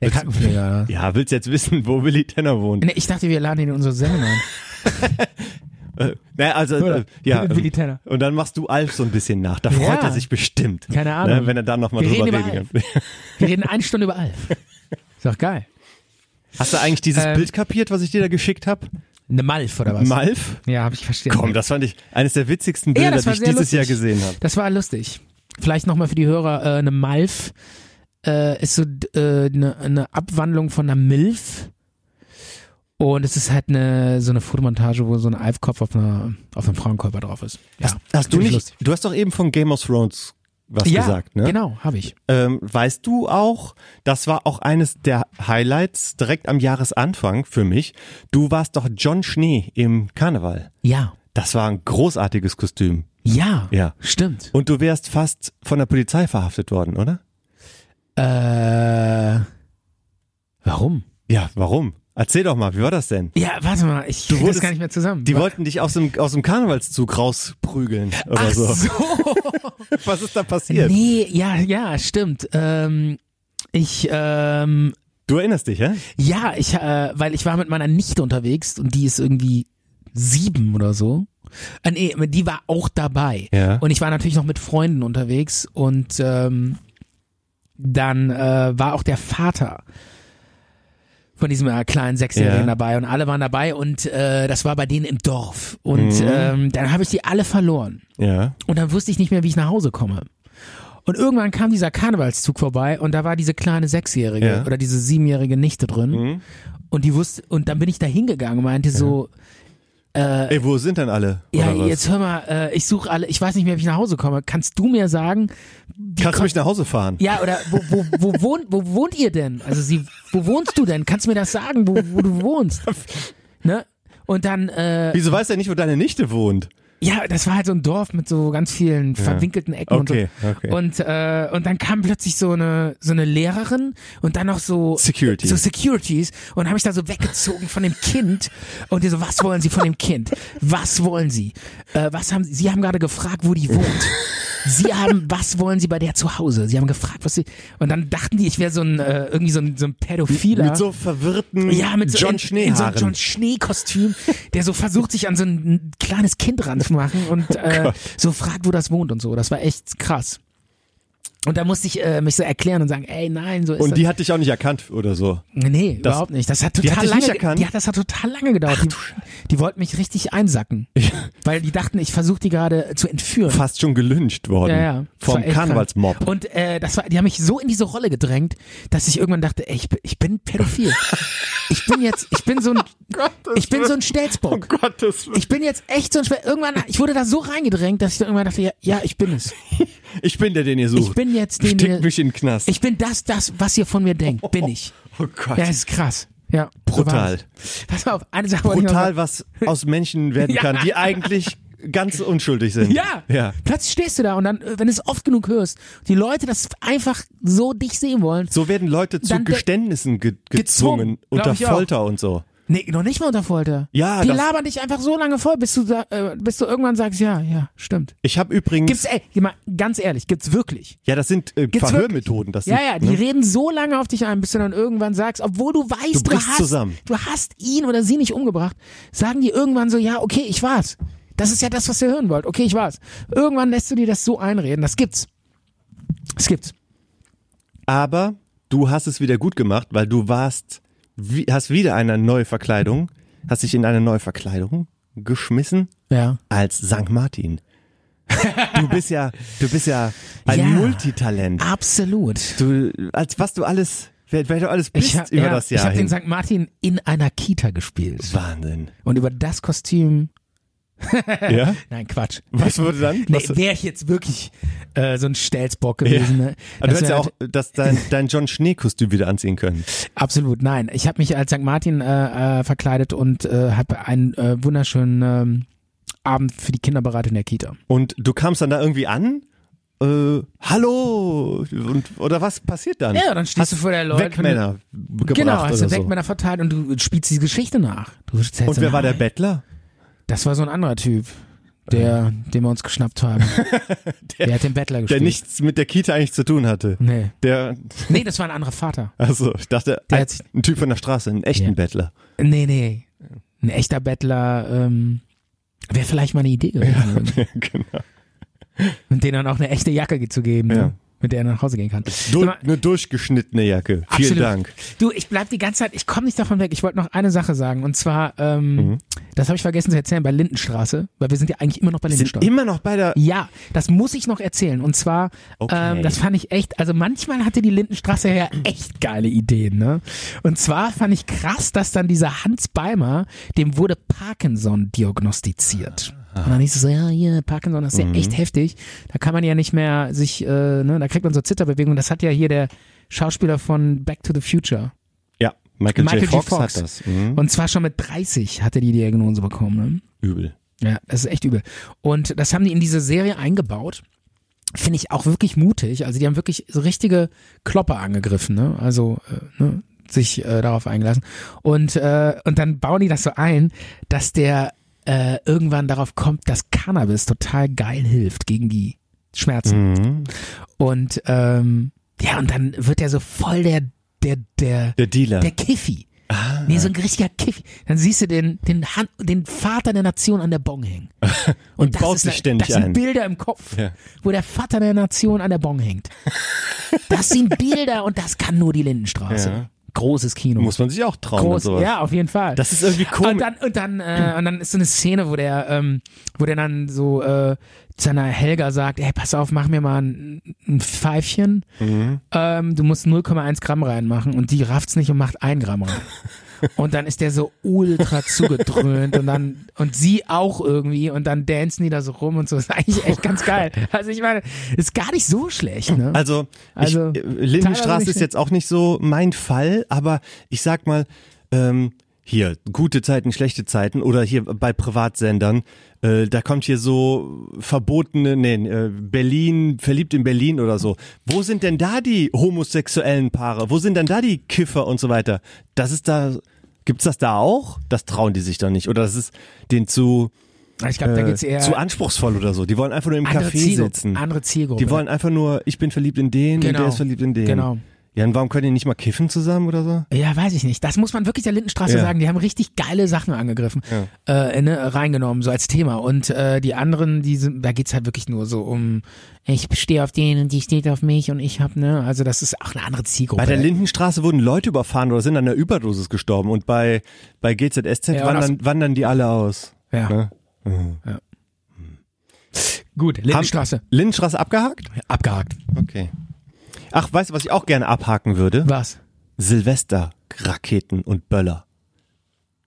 S5: Der Krankenpfleger. ja.
S4: Ja, willst jetzt wissen, wo Willi Tanner wohnt?
S5: Nee, ich dachte, wir laden ihn in unsere Sendung ein.
S4: Äh, na, also, äh,
S5: Oder?
S4: ja.
S5: Willi
S4: ähm,
S5: Tanner.
S4: Und dann machst du Alf so ein bisschen nach. Da freut
S5: Ja.
S4: er sich bestimmt.
S5: Keine Ahnung.
S4: Ne, wenn er da nochmal
S5: Wir
S4: drüber
S5: reden
S4: reden
S5: über
S4: kann.
S5: Wir reden eine Stunde über Alf. Ist doch geil.
S4: Hast du eigentlich dieses
S5: Ähm.
S4: Bild kapiert, was ich dir da geschickt habe?
S5: Eine Malf oder was?
S4: Malf?
S5: ja, habe ich verstanden.
S4: Komm, das fand ich eines der witzigsten Bilder,
S5: das
S4: die
S5: war
S4: ich
S5: sehr
S4: dieses
S5: lustig.
S4: Jahr gesehen habe.
S5: Das war lustig. Vielleicht nochmal für die Hörer, äh, eine Malf äh, ist so d- äh, eine, eine Abwandlung von einer Milf. Und es ist halt eine, so eine Fotomontage, wo so ein Alfkopf auf, einer, auf einem Frauenkörper drauf ist. Ja,
S4: Hast du
S5: Finde ich
S4: nicht,
S5: lustig.
S4: du hast doch eben von Game of Thrones was
S5: ja,
S4: gesagt, ne?
S5: genau, habe ich.
S4: Ähm, weißt du auch, das war auch eines der Highlights direkt am Jahresanfang für mich. Du warst doch John Schnee im Karneval.
S5: Ja,
S4: Das war ein großartiges Kostüm.
S5: ja,
S4: Ja.
S5: stimmt.
S4: Und du wärst fast von der Polizei verhaftet worden, oder?
S5: Äh, warum?
S4: Ja, warum? Erzähl doch mal, wie war das denn?
S5: Ja, warte mal, ich krieg das
S4: wurdest-
S5: gar nicht mehr zusammen.
S4: Die wollten dich aus dem, aus dem Karnevalszug rausprügeln oder
S5: Ach
S4: so.
S5: so.
S4: Was ist da passiert?
S5: Nee, ja, ja, stimmt. Ähm, ich, ähm,
S4: Du erinnerst dich, hä?
S5: ja, ich, äh, weil ich war mit meiner Nichte unterwegs und die ist irgendwie sieben oder so. Ah, nee, die war auch dabei.
S4: Ja.
S5: Und ich war natürlich noch mit Freunden unterwegs und ähm, dann äh, war auch der Vater von diesem äh, kleinen Sechsjährigen
S4: Ja.
S5: dabei und alle waren dabei und äh, das war bei denen im Dorf. Und
S4: Mhm.
S5: ähm, dann habe ich die alle verloren.
S4: Ja.
S5: Und dann wusste ich nicht mehr, wie ich nach Hause komme. Und irgendwann kam dieser Karnevalszug vorbei und da war diese kleine Sechsjährige
S4: Ja. Mhm.
S5: oder diese siebenjährige Nichte drin. Und die wusste, und dann bin ich da hingegangen und meinte so,
S4: Ey, wo sind denn alle?
S5: ja,
S4: oder was?
S5: jetzt hör mal, äh, ich suche alle, ich weiß nicht mehr, wie ich nach Hause komme. Kannst du mir sagen,
S4: Kannst du mich nach Hause fahren?
S5: ja, oder wo, wo, wo, wohnt, wo wohnt ihr denn? Also sie, wo wohnst du denn? Kannst du mir das sagen, wo, wo du wohnst? Ne? Und dann, äh,
S4: Wieso weiß er nicht, wo deine Nichte wohnt?
S5: Ja, das war halt so ein Dorf mit so ganz vielen verwinkelten Ecken
S4: Okay,
S5: und so.
S4: okay.
S5: Und, äh, und dann kam plötzlich so eine, so eine Lehrerin und dann noch so
S4: Security.
S5: so Securities und haben mich da so weggezogen von dem Kind und die so, was wollen Sie von dem Kind? Was wollen Sie? Äh, was haben Sie? Sie haben gerade gefragt, wo die wohnt. Sie haben, was wollen Sie bei der zu Hause? Sie haben gefragt, was sie. Und dann dachten die, ich wäre so ein äh, irgendwie so ein, so ein Pädophiler.
S4: Mit so verwirrten
S5: Ja, mit so
S4: John
S5: in, in so
S4: Schneehaaren.
S5: einem John Schnee-Kostüm, der so versucht, sich an so ein kleines Kind ranzumachen
S4: Oh
S5: und äh, so fragt, wo das wohnt und so. Das war echt krass. Und da musste ich äh, mich so erklären und sagen, ey, nein, so ist
S4: und
S5: das.
S4: die hat dich auch nicht erkannt oder so.
S5: nee,
S4: das-
S5: überhaupt nicht. Das hat
S4: die
S5: total
S4: hat dich
S5: lange,
S4: nicht erkannt?
S5: Ja, das hat total lange gedauert. die, die wollten mich richtig einsacken, weil die dachten, ich versuche die gerade zu entführen.
S4: Fast schon gelünscht worden.
S5: Ja, ja. Das war
S4: Vom
S5: echt krank.
S4: Karnevalsmob.
S5: Und äh, das war, die haben mich so in diese Rolle gedrängt, dass ich irgendwann dachte, ey, ich, bin- ich bin pädophil. ich bin jetzt, ich bin so ein, ich bin so ein
S4: Oh
S5: Stelzbock.
S4: Gottes Willen.
S5: Ich bin jetzt echt so ein Schwer. Irgendwann, ich wurde da so reingedrängt, dass ich dann irgendwann dachte, ja, ja ich bin es.
S4: Ich bin der, den ihr sucht.
S5: Ich bin jetzt den
S4: Steckt
S5: ihr-
S4: mich in den Knast.
S5: Ich bin das, das, was ihr von mir denkt, bin ich.
S4: oh Gott.
S5: Ja, das ist krass. Ja.
S4: Brutal.
S5: So war's. Pass auf, eine Sache wollte ich noch
S4: Brutal,
S5: sagen.
S4: was aus Menschen werden
S5: Ja.
S4: kann, die eigentlich ganz unschuldig sind.
S5: Ja.
S4: Ja.
S5: Plötzlich stehst du da und dann, äh, wenn du es oft genug hörst, die Leute das einfach so dich sehen wollen.
S4: So werden Leute zu
S5: Dann de-
S4: Geständnissen ge gezwungen,
S5: Gezwungen, glaub
S4: unter
S5: ich auch.
S4: Folter und so.
S5: Nee, noch nicht mal unter Folter.
S4: Ja,
S5: Die
S4: das-
S5: labern dich einfach so lange voll, bis du, da, äh, bis du irgendwann sagst, ja, ja, stimmt.
S4: Ich habe übrigens,
S5: Gibt's, ey, geh mal ganz ehrlich, gibt's wirklich.
S4: ja, das sind äh,
S5: Gibt's
S4: Verhörmethoden. Das
S5: Ja,
S4: sind, ne?
S5: ja, die reden so lange auf dich ein, bis du dann irgendwann sagst, obwohl du weißt,
S4: Du
S5: du,
S4: brichst
S5: hast,
S4: zusammen.
S5: du hast ihn oder sie nicht umgebracht, sagen die irgendwann so, ja, okay, ich war's. Das ist ja das, was ihr hören wollt. Okay, ich war's. Irgendwann lässt du dir das so einreden. Das gibt's. Das gibt's.
S4: Aber du hast es wieder gut gemacht, weil du warst, wie, hast wieder eine neue Verkleidung, hast dich in eine neue Verkleidung geschmissen
S5: Ja.
S4: als St. Martin. Du bist ja, du bist ja ein
S5: Ja.
S4: Multitalent.
S5: Absolut.
S4: Du, als was du alles, wer, wer du alles bist
S5: Ich habe
S4: über
S5: ja,
S4: das
S5: ich
S4: Jahr
S5: hab den
S4: hin.
S5: St. Martin in einer Kita gespielt.
S4: Wahnsinn.
S5: Und über das Kostüm
S4: Ja?
S5: Nein, Quatsch.
S4: Was wurde dann?
S5: Nee,
S4: Was,
S5: wäre ich jetzt wirklich äh, so ein Stelzbock gewesen. Ne?
S4: Aber du
S5: Das
S4: hättest ja
S5: wär
S4: auch das, dein, dein John Schnee-Kostüm wieder anziehen können.
S5: Absolut, nein. Ich habe mich als St. Martin äh, äh, verkleidet und äh, habe einen äh, wunderschönen ähm, Abend für die Kinder bereitet in der Kita.
S4: Und du kamst dann da irgendwie an. Äh, hallo! Und, oder was passiert dann?
S5: Ja, dann stehst
S4: hast
S5: du vor der Leute-
S4: Wegmänner gebracht
S5: Genau, hast du
S4: oder so.
S5: Wegmänner verteilt und du spielst diese Geschichte nach. Du erzählst
S4: Und wer
S5: dann,
S4: war der
S5: "Hi."
S4: Bettler?
S5: Das war so ein anderer Typ. der, den wir uns geschnappt haben. der, hat den Bettler
S4: der
S5: gespielt.
S4: nichts mit der Kita eigentlich zu tun hatte.
S5: Nee.
S4: Der,
S5: Nee, das war ein anderer Vater.
S4: also ich dachte,
S5: Der
S4: ein,
S5: hat sich-
S4: ein Typ von der Straße, einen echten
S5: Ja.
S4: Bettler.
S5: Nee, nee. Ein echter Bettler, ähm, wäre vielleicht mal eine Idee gewesen.
S4: genau.
S5: Und denen dann auch eine echte Jacke zu geben,
S4: Ja.
S5: ne? mit der er nach Hause gehen kann. Sag
S4: Du,
S5: mal,
S4: eine durchgeschnittene Jacke. Vielen
S5: Absolut.
S4: Dank.
S5: Du, ich bleib die ganze Zeit, ich komme nicht davon weg. Ich wollte noch eine Sache sagen. Und zwar, ähm,
S4: Mhm.
S5: das habe ich vergessen zu erzählen bei Lindenstraße, weil wir sind ja eigentlich immer noch bei
S4: Wir sind
S5: Lindenstraße.
S4: immer noch bei der.
S5: ja, das muss ich noch erzählen. Und zwar,
S4: Okay.
S5: ähm, das fand ich echt, also manchmal hatte die Lindenstraße ja echt geile Ideen, ne? Und zwar fand ich krass, dass dann dieser Hans Beimer, dem wurde Parkinson diagnostiziert. Und dann hieß es so, ja, hier, Parkinson, das ist
S4: Mhm.
S5: ja echt heftig. Da kann man ja nicht mehr sich, äh, ne, da kriegt man so Zitterbewegungen. Das hat ja hier der Schauspieler von Back to the Future.
S4: Ja, Michael,
S5: Michael
S4: J.
S5: J.
S4: Fox,
S5: Fox.
S4: hat das. Mhm.
S5: Und zwar schon mit 30 hat er die Diagnose bekommen.
S4: Übel.
S5: Ne? Ja, das ist echt übel. Und das haben die in diese Serie eingebaut. Finde ich auch wirklich mutig. Also die haben wirklich so richtige Klopper angegriffen. Ne? Also äh, ne? sich äh, darauf eingelassen. Und, äh, und dann bauen die das so ein, dass der äh, irgendwann darauf kommt, dass Cannabis total geil hilft gegen die Schmerzen.
S4: Mhm.
S5: Und ähm, ja, und dann wird er so voll der, der, der,
S4: Der Dealer.
S5: der Kiffi. Nee, so ein richtiger Kiffi. Dann siehst du den, den, Han den Vater der Nation an der Bong hängen. Und, das
S4: baut
S5: ist,
S4: sich
S5: ne-
S4: ständig
S5: Das sind
S4: ein.
S5: Bilder im Kopf,
S4: Ja.
S5: wo der Vater der Nation an der Bong hängt. Das sind Bilder und das kann nur die Lindenstraße.
S4: Ja.
S5: Großes Kino.
S4: Muss man sich auch trauen. und
S5: Groß,
S4: sowas.
S5: ja, auf jeden Fall.
S4: Das ist irgendwie komisch.
S5: Und dann, und dann, äh, und dann ist so eine Szene, wo der, ähm, wo der dann so äh, seiner Helga sagt, hey, pass auf, mach mir mal ein, ein Pfeifchen.
S4: Mhm.
S5: Ähm, du musst 0,1 Gramm reinmachen und die rafft's nicht und macht 1 Gramm rein. Und dann ist der so ultra zugedröhnt und dann und sie auch irgendwie und dann dancen die da so rum und so. Ist eigentlich echt ganz geil. Also ich meine, ist gar nicht so schlecht, ne?
S4: Also,
S5: Also,
S4: ich, äh,
S5: teilweise
S4: Lindenstraße
S5: nicht
S4: ist jetzt auch nicht so mein Fall, aber ich sag mal, ähm, hier, gute Zeiten, schlechte Zeiten oder hier bei Privatsendern, äh, da kommt hier so verbotene, nee, äh, Berlin, verliebt in Berlin oder so. Wo sind denn da die homosexuellen Paare? Wo sind denn da die Kiffer und so weiter? Das ist da, gibt's das da auch? Das trauen die sich doch nicht oder das ist denen zu,
S5: ich glaube, da
S4: äh,
S5: geht's eher
S4: zu anspruchsvoll oder so. Die wollen einfach nur im
S5: andere
S4: Café
S5: Zielgruppe,
S4: sitzen.
S5: Andere Zielgruppe.
S4: Die wollen einfach nur, ich bin verliebt in den und
S5: Genau.
S4: der ist verliebt in den.
S5: Genau.
S4: Ja, und warum können die nicht mal kiffen zusammen oder so?
S5: Ja, weiß ich nicht. Das muss man wirklich der Lindenstraße
S4: Ja.
S5: sagen. Die haben richtig geile Sachen angegriffen, äh, ne, reingenommen, so als Thema. Und äh, die anderen, die sind, da geht's halt wirklich nur so um, ich stehe auf den und die steht auf mich und ich hab, ne, also das ist auch eine andere Zielgruppe.
S4: Bei der Lindenstraße wurden Leute überfahren oder sind an einer Überdosis gestorben und bei, bei GZSZ
S5: und
S4: wandern, wandern die alle aus.
S5: ja.
S4: Ne?
S5: ja. Gut, Lindenstraße,
S4: Haben- Lindenstraße abgehakt?
S5: abgehakt.
S4: Okay. Ach, weißt du, was ich auch gerne abhaken würde?
S5: Was?
S4: Silvester, Raketen und Böller.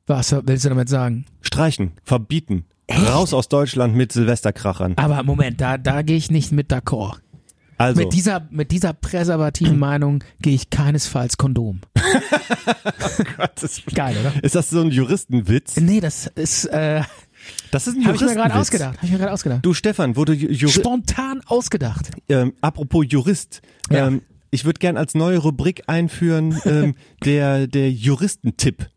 S5: Was willst du damit sagen?
S4: Streichen, verbieten. Raus aus Deutschland mit Silvesterkrachern.
S5: Aber Moment, da, da gehe ich nicht mit d'accord.
S4: Also,
S5: Ah, Mit dieser, mit dieser präservativen Meinung gehe ich keinesfalls Kondom.
S4: Gottes-
S5: Geil, oder?
S4: ist das so ein Juristenwitz?
S5: Nee, das ist, äh,
S4: Das ist ein
S5: habe ich
S4: Juristenwitz.
S5: mir gerade ausgedacht. Habe ich mir gerade ausgedacht.
S4: Du, Stefan, wo du Ju- Juri
S5: Spontan ausgedacht.
S4: ähm, apropos Jurist,
S5: Ja.
S4: ähm, ich würde gern als neue Rubrik einführen, ähm, der, der Juristentipp.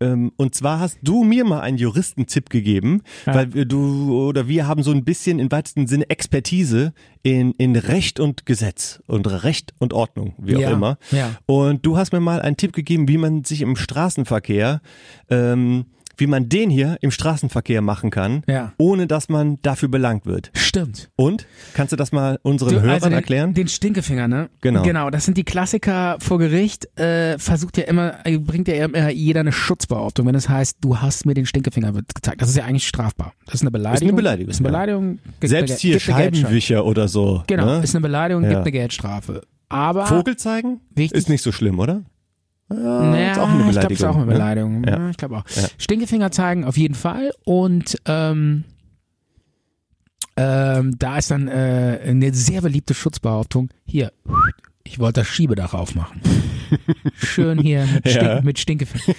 S4: Ähm, und zwar hast du mir mal einen Juristentipp gegeben, weil wir, du oder wir haben so ein bisschen im weitesten Sinne Expertise in, in Recht und Gesetz und Recht und Ordnung, wie
S5: Ja,
S4: auch immer.
S5: ja.
S4: Und du hast mir mal einen Tipp gegeben, wie man sich im Straßenverkehr, ähm, wie man den hier im Straßenverkehr machen kann,
S5: Ja.
S4: ohne dass man dafür belangt wird.
S5: Stimmt.
S4: Und? Kannst du das mal unseren
S5: Du,
S4: Hörern
S5: also den,
S4: erklären?
S5: Den Stinkefinger, ne?
S4: Genau.
S5: Genau, das sind die Klassiker vor Gericht. Äh, versucht ja immer, äh, bringt ja immer jeder eine Schutzbehauptung, wenn es heißt, du hast mir den Stinkefinger gezeigt. Das ist ja eigentlich strafbar. Das ist eine Beleidigung.
S4: Beleidigung,
S5: Ist eine
S4: ja.
S5: Beleidigung. Gibt eine
S4: Selbst
S5: Ge-
S4: hier
S5: gibt eine Geldstrafe.
S4: Scheibenwischer oder so.
S5: Genau,
S4: Ne?
S5: ist eine Beleidigung,
S4: Ja.
S5: gibt eine Geldstrafe. Aber
S4: Vogel zeigen?
S5: Wichtig.
S4: Ist nicht so schlimm, oder? Ah,
S5: naja,
S4: ist auch eine
S5: Ich glaube, ist auch eine Beleidigung.
S4: Beleidigung, ne?
S5: Ja.
S4: Ja.
S5: ich glaube auch.
S4: Ja.
S5: Stinkefinger zeigen auf jeden Fall und ähm, ähm, da ist dann äh, eine sehr beliebte Schutzbehauptung. Hier, ich wollte das Schiebedach aufmachen. Schön hier mit, Stink,
S4: Ja.
S5: mit Stinkefinger.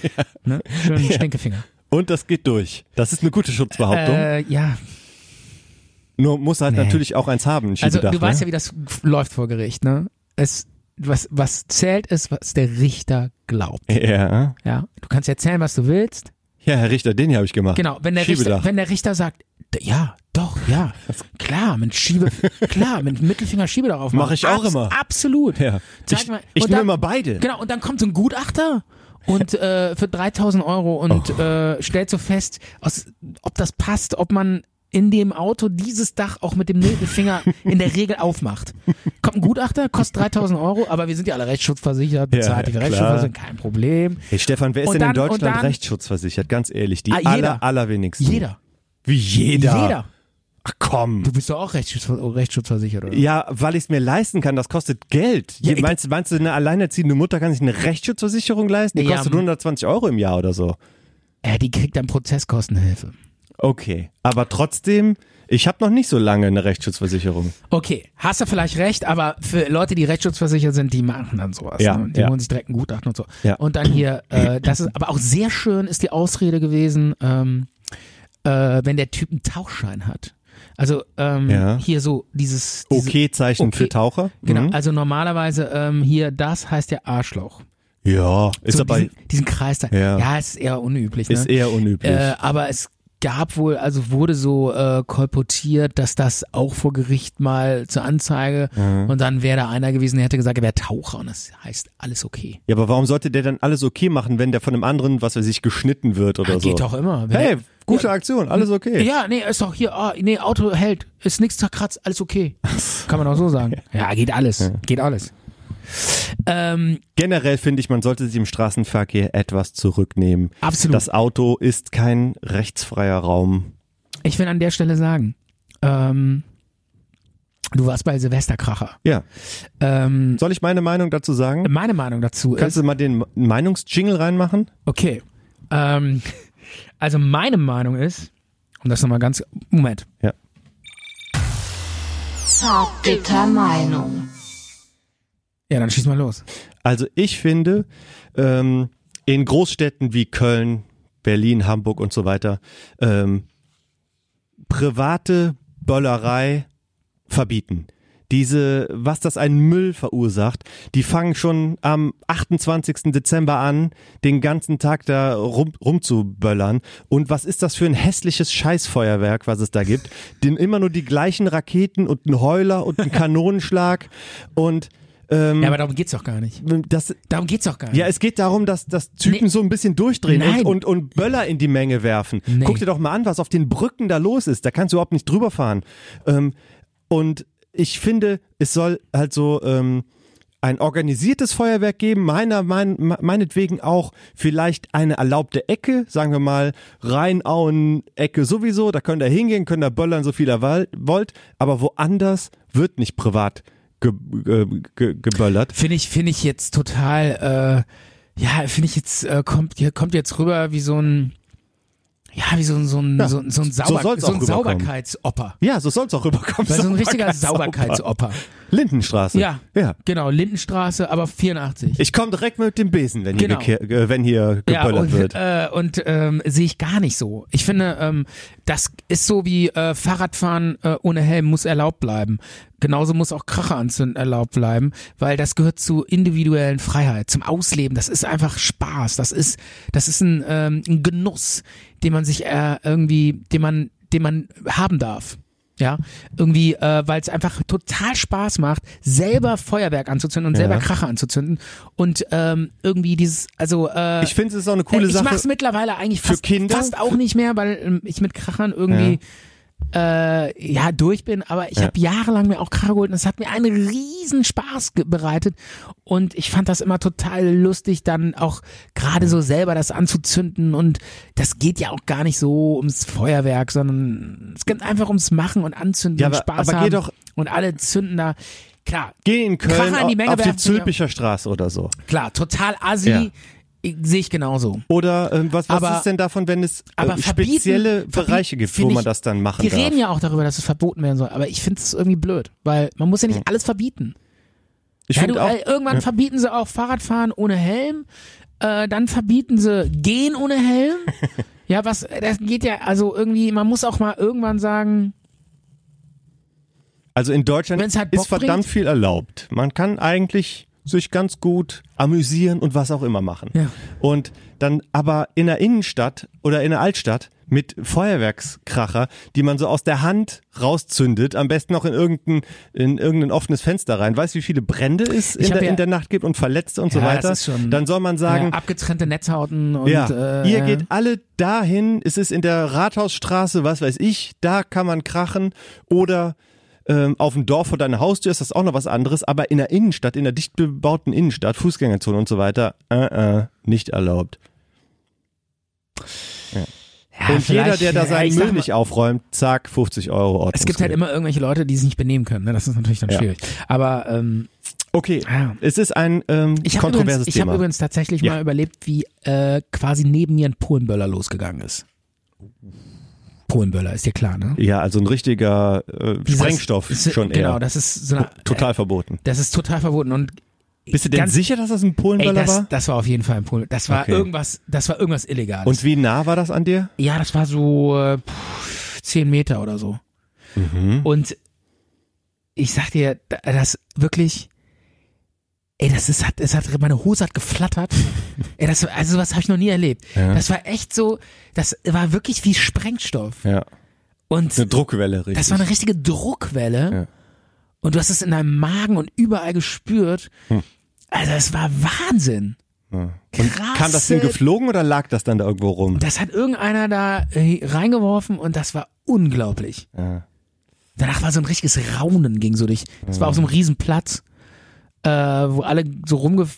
S5: Ne? Schön mit Stinkefinger.
S4: Und das geht durch. Das ist eine gute Schutzbehauptung.
S5: Äh, ja,
S4: Nur muss halt
S5: nee.
S4: natürlich auch eins haben, ein
S5: also du
S4: Schiebedach,
S5: weißt ja,
S4: ne?
S5: wie das f- läuft vor Gericht. Ne? Es, was, was zählt ist, was der Richter glaubt.
S4: ja.
S5: Ja? Du kannst erzählen, was du willst.
S4: ja, Herr Richter, den hier habe ich gemacht.
S5: Genau, wenn der,
S4: Schiebedach.
S5: Richter, wenn der Richter sagt, d- ja, Doch, ja. Klar, mit Schiebe, klar, mit Mittelfinger Schiebe darauf
S4: Mach ich auch immer.
S5: Absolut.
S4: Ja.
S5: Zeig
S4: Ich-
S5: mal.
S4: ich
S5: Und
S4: nehme
S5: dann-
S4: immer beide.
S5: Genau, und dann kommt so ein Gutachter und äh, für 3000 Euro und
S4: Oh.
S5: äh, stellt so fest, aus, ob das passt, ob man in dem Auto dieses Dach auch mit dem Mittelfinger in der Regel aufmacht. Kommt ein Gutachter, kostet 3000 Euro, aber wir sind ja alle rechtsschutzversichert, bezahlt
S4: ja,
S5: die
S4: klar.
S5: Rechtsschutzversicherung, kein Problem.
S4: Hey Stefan, wer ist
S5: Und
S4: denn in
S5: dann- und
S4: Deutschland
S5: dann-
S4: rechtsschutzversichert? Ganz ehrlich, die
S5: Ah, jeder.
S4: aller, allerwenigsten.
S5: Jeder.
S4: Wie jeder?
S5: Jeder.
S4: Ach komm.
S5: Du bist doch auch Rechtsschutz, rechtsschutzversichert, oder?
S4: Ja, weil ich es mir leisten kann, das kostet Geld.
S5: Ja, ich-
S4: meinst, meinst du, eine alleinerziehende Mutter kann sich eine Rechtsschutzversicherung leisten? Die
S5: Ja,
S4: kostet
S5: m-
S4: 120 Euro im Jahr oder so.
S5: Ja, die kriegt dann Prozesskostenhilfe.
S4: Okay, aber trotzdem, ich habe noch nicht so lange eine Rechtsschutzversicherung.
S5: Okay, hast du vielleicht recht, aber für Leute, die rechtsschutzversichert sind, die machen dann sowas.
S4: Ja,
S5: ne? Die
S4: ja.
S5: holen sich direkt ein Gutachten und so.
S4: Ja.
S5: Und dann hier, äh, das ist, aber auch sehr schön ist die Ausrede gewesen, ähm, äh, wenn der Typ einen Tauchschein hat. Also ähm,
S4: Ja.
S5: hier so dieses, dieses
S4: Okay-Zeichen
S5: Okay.
S4: für Taucher?
S5: Genau,
S4: Mhm.
S5: also normalerweise ähm, hier, das heißt ja Arschloch.
S4: Ja, ist
S5: so
S4: aber
S5: diesen, diesen Kreis da.
S4: Ja.
S5: ja, es ist eher unüblich.
S4: ist
S5: ne?
S4: eher unüblich.
S5: Äh, aber es gab wohl, also wurde so äh, kolportiert, dass das auch vor Gericht mal zur Anzeige
S4: Mhm.
S5: und dann wäre da einer gewesen, der hätte gesagt, er wäre Taucher und das heißt alles okay.
S4: ja, aber warum sollte der dann alles okay machen, wenn der von einem anderen, was weiß ich, geschnitten wird oder so?
S5: Geht doch immer. Wenn
S4: Hey, gute Aktion, alles okay.
S5: der, ja, nee, ist doch hier, ah, nee, Auto hält, ist nichts zerkratzt, alles okay. Kann man auch so sagen. Ja, geht alles, geht alles. Ähm,
S4: Generell finde ich, man sollte sich im Straßenverkehr etwas zurücknehmen.
S5: absolut.
S4: Das Auto ist kein rechtsfreier Raum.
S5: ich will an der Stelle sagen, ähm, du warst bei Silvesterkracher.
S4: Ja.
S5: Ähm,
S4: Soll ich meine Meinung dazu sagen?
S5: meine Meinung dazu ist,
S4: Kannst du mal den Meinungsjingle reinmachen?
S5: Okay. Ähm, also meine Meinung ist, um das nochmal ganz. Moment.
S4: Ja.
S8: Zart bitter Meinung.
S5: Ja, dann schieß mal los.
S4: Also ich finde, ähm, in Großstädten wie Köln, Berlin, Hamburg und so weiter, ähm, private Böllerei verbieten. Diese, was das ein Müll verursacht, die fangen schon am 28. Dezember an, den ganzen Tag da rum, rumzuböllern. Und was ist das für ein hässliches Scheißfeuerwerk, was es da gibt? Den immer nur die gleichen Raketen und ein Heuler und ein Kanonenschlag und ähm,
S5: Ja, aber darum geht's doch gar nicht.
S4: das,
S5: Darum geht's doch gar nicht.
S4: ja, es geht darum, dass, dass Typen
S5: Nee.
S4: so ein bisschen durchdrehen
S5: Nein.
S4: und, und, und Böller in die Menge werfen.
S5: Nee.
S4: Guck dir doch mal an, was auf den Brücken da los ist. Da kannst du überhaupt nicht drüber fahren. Ähm, und ich finde, es soll halt so ähm, ein organisiertes Feuerwerk geben, meiner, mein, me- meinetwegen auch vielleicht eine erlaubte Ecke, sagen wir mal, Rheinauen Ecke sowieso, da könnt ihr hingehen, könnt ihr böllern, so viel ihr wal- wollt, aber woanders wird nicht privat ge ge ge geböllert.
S5: Finde ich, finde ich jetzt total, äh, ja, finde ich jetzt, äh, kommt, hier kommt jetzt rüber wie so ein, ja, wie so ein, so ein,
S4: Ja,
S5: so, ein- so ein, Sauber,
S4: soll's
S5: so
S4: auch
S5: ein
S4: rüberkommen.
S5: Sauberkeitsoper.
S4: Ja, so soll es auch rüberkommen.
S5: Weil so ein richtiger
S4: Sauberkeitsoper.
S5: Sauberkeitsoper.
S4: Lindenstraße.
S5: Ja.
S4: ja.
S5: Genau, Lindenstraße, aber 84.
S4: Ich komme direkt mit dem Besen, wenn,
S5: Genau.
S4: hier, gekehr- äh, wenn hier geböllert
S5: und,
S4: wird.
S5: Äh, und ähm, sehe ich gar nicht so. Ich finde, ähm, das ist so wie äh, Fahrradfahren äh, ohne Helm muss erlaubt bleiben. Genauso muss auch Kracher anzünden erlaubt bleiben, weil das gehört zur individuellen Freiheit, zum Ausleben. Das ist einfach Spaß. Das ist, das ist ein, ähm, ein Genuss, den man sich äh, irgendwie, den man, den man haben darf. Ja, irgendwie, äh, weil es einfach total Spaß macht, selber Feuerwerk anzuzünden und
S4: Ja.
S5: selber Kracher anzuzünden und ähm, irgendwie dieses, also äh,
S4: ich finde, es ist auch eine coole
S5: ich
S4: Sache.
S5: mach's mittlerweile eigentlich
S4: Für
S5: fast,
S4: Kinder?
S5: fast auch nicht mehr, weil ähm, ich mit Krachern irgendwie äh, ja durch bin. Aber ich
S4: Ja.
S5: habe jahrelang mir auch Kracher geholt und es hat mir einen riesen Spaß ge- bereitet. Und ich fand das immer total lustig, dann auch gerade so selber das anzuzünden. Und das geht ja auch gar nicht so ums Feuerwerk, sondern es geht einfach ums Machen und Anzünden
S4: Ja,
S5: und
S4: aber-
S5: Spaß
S4: aber geh
S5: haben.
S4: doch-
S5: und alle zünden da. Klar,
S4: Geh in Köln
S5: Kracher in die Menge
S4: auf die
S5: werfen, ja.
S4: Zülpicher Straße oder so.
S5: klar, total assi.
S4: Ja.
S5: Ich- Sehe ich genauso.
S4: Oder ähm, was, was
S5: Aber-
S4: ist denn davon, wenn es
S5: aber
S4: äh,
S5: verbieten-
S4: spezielle
S5: verbieten
S4: Bereiche gibt,
S5: find
S4: wo
S5: ich-
S4: man das dann machen
S5: Die
S4: darf?
S5: reden ja auch darüber, dass es verboten werden soll, aber ich finde es irgendwie blöd, weil man muss ja nicht alles verbieten.
S4: ich
S5: Ja,
S4: find
S5: du,
S4: auch,
S5: äh, irgendwann verbieten sie auch Fahrradfahren ohne Helm, äh, dann verbieten sie Gehen ohne Helm. ja, was, das geht ja, also irgendwie, man muss auch mal irgendwann sagen,
S4: also in Deutschland
S5: wenn's halt Bock
S4: ist verdammt
S5: bringt.
S4: viel erlaubt. Man kann eigentlich sich ganz gut amüsieren und was auch immer machen.
S5: Ja.
S4: Und dann aber in der Innenstadt oder in der Altstadt mit Feuerwerkskracher, die man so aus der Hand rauszündet, am besten noch in irgendein, in irgendein offenes Fenster rein. Weißt du, wie viele Brände es
S5: Ich
S4: in
S5: hab
S4: der,
S5: ja-
S4: in der Nacht gibt und Verletzte und so
S5: Ja, das
S4: weiter?
S5: ist schon-
S4: Dann soll man sagen,
S5: ja, äh, abgetrennte Netzhauten und
S4: ja,
S5: äh,
S4: ihr geht alle dahin, es ist in der Rathausstraße, was weiß ich, da kann man krachen oder ähm, auf dem Dorf vor deiner Haustür ist das auch noch was anderes, aber in der Innenstadt, in der dicht bebauten Innenstadt, Fußgängerzone und so weiter, äh, äh, nicht erlaubt.
S5: ja,
S4: und jeder,
S5: vielleicht-
S4: der da
S5: ja, ich
S4: seinen
S5: sag
S4: Müll
S5: mal,
S4: nicht aufräumt, zack, 50 Euro Ordnungsgeld.
S5: Es gibt halt immer irgendwelche Leute, die sich nicht benehmen können. Ne? Das ist natürlich dann
S4: Ja.
S5: schwierig. Aber ähm,
S4: Okay,
S5: ja.
S4: es ist ein ähm,
S5: ich habe
S4: kontroverses
S5: übrigens, ich hab
S4: Thema.
S5: übrigens tatsächlich
S4: Ja.
S5: mal überlebt, wie äh, quasi neben mir ein Polenböller losgegangen ist. Polenböller ist dir klar, ne?
S4: ja, also ein richtiger äh,
S5: Dieses-
S4: Sprengstoff
S5: ist,
S4: schon
S5: Genau,
S4: eher.
S5: das ist so eine, äh,
S4: Total verboten.
S5: das ist total verboten und
S4: Bist du denn
S5: ganz-
S4: sicher, dass das ein
S5: Ey,
S4: Polenböller
S5: das,
S4: war?
S5: das war auf jeden Fall ein Polen. Das war
S4: Okay.
S5: irgendwas, das war irgendwas Illegales.
S4: Und wie nah war das an dir?
S5: ja, das war so äh, pff, 10 Meter oder so.
S4: Mhm.
S5: Und ich sag dir, da- das wirklich, ey, das ist, hat, es hat, meine Hose hat geflattert. ey, das, also was habe ich noch nie erlebt.
S4: Ja.
S5: Das war echt so, das war wirklich wie Sprengstoff.
S4: Ja,
S5: Und
S4: eine Druckwelle, richtig.
S5: das war eine richtige Druckwelle.
S4: Ja.
S5: Und du hast es in deinem Magen und überall gespürt. Also es war Wahnsinn.
S4: Hm. und kam das Ding
S5: krasse-
S4: geflogen oder lag das dann da irgendwo rum?
S5: Das hat irgendeiner da äh, reingeworfen und das war unglaublich.
S4: Ja.
S5: Danach war so ein richtiges Raunen ging so durch. Das war auf so einem riesen Platz, äh, wo alle so rumge...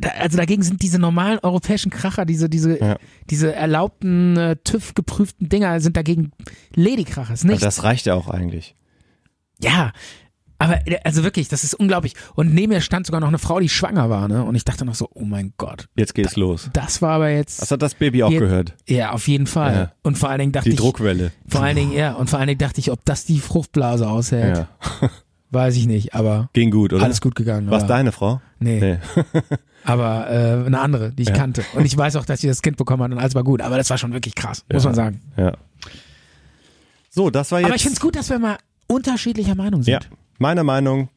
S5: Da, also dagegen sind diese normalen europäischen Kracher, diese, diese,
S4: Ja.
S5: diese erlaubten äh, TÜV geprüften Dinger sind dagegen Ladykracher, ist
S4: Aber
S5: nicht.
S4: das reicht ja auch eigentlich.
S5: Ja, aber äh, also wirklich, das ist unglaublich. Und neben mir stand sogar noch eine Frau, die schwanger war, ne? Und ich dachte noch so, oh mein Gott,
S4: Jetzt geht's los.
S5: das war aber jetzt.
S4: Das hat das Baby auch
S5: Hier-
S4: gehört.
S5: ja, auf jeden Fall.
S4: Also Ja.
S5: Und vor allen Dingen dachte
S4: Die
S5: ich,
S4: Druckwelle.
S5: Vor allen Dingen, ja. Und vor allen Dingen dachte ich, ob das die Fruchtblase aushält,
S4: Ja.
S5: weiß ich nicht. Aber
S4: Ging gut, oder?
S5: alles gut gegangen.
S4: War's
S5: aber,
S4: deine Frau?
S5: Nee,
S4: Nee.
S5: aber äh, eine andere, die ich
S4: Ja.
S5: kannte. Und ich weiß auch, dass sie das Kind bekommen hat und alles war gut. Aber das war schon wirklich krass, muss
S4: Ja.
S5: man sagen.
S4: Ja. So, das war jetzt.
S5: Aber ich finde es gut, dass wir mal unterschiedlicher Meinung sind.
S4: Ja, meiner Meinung.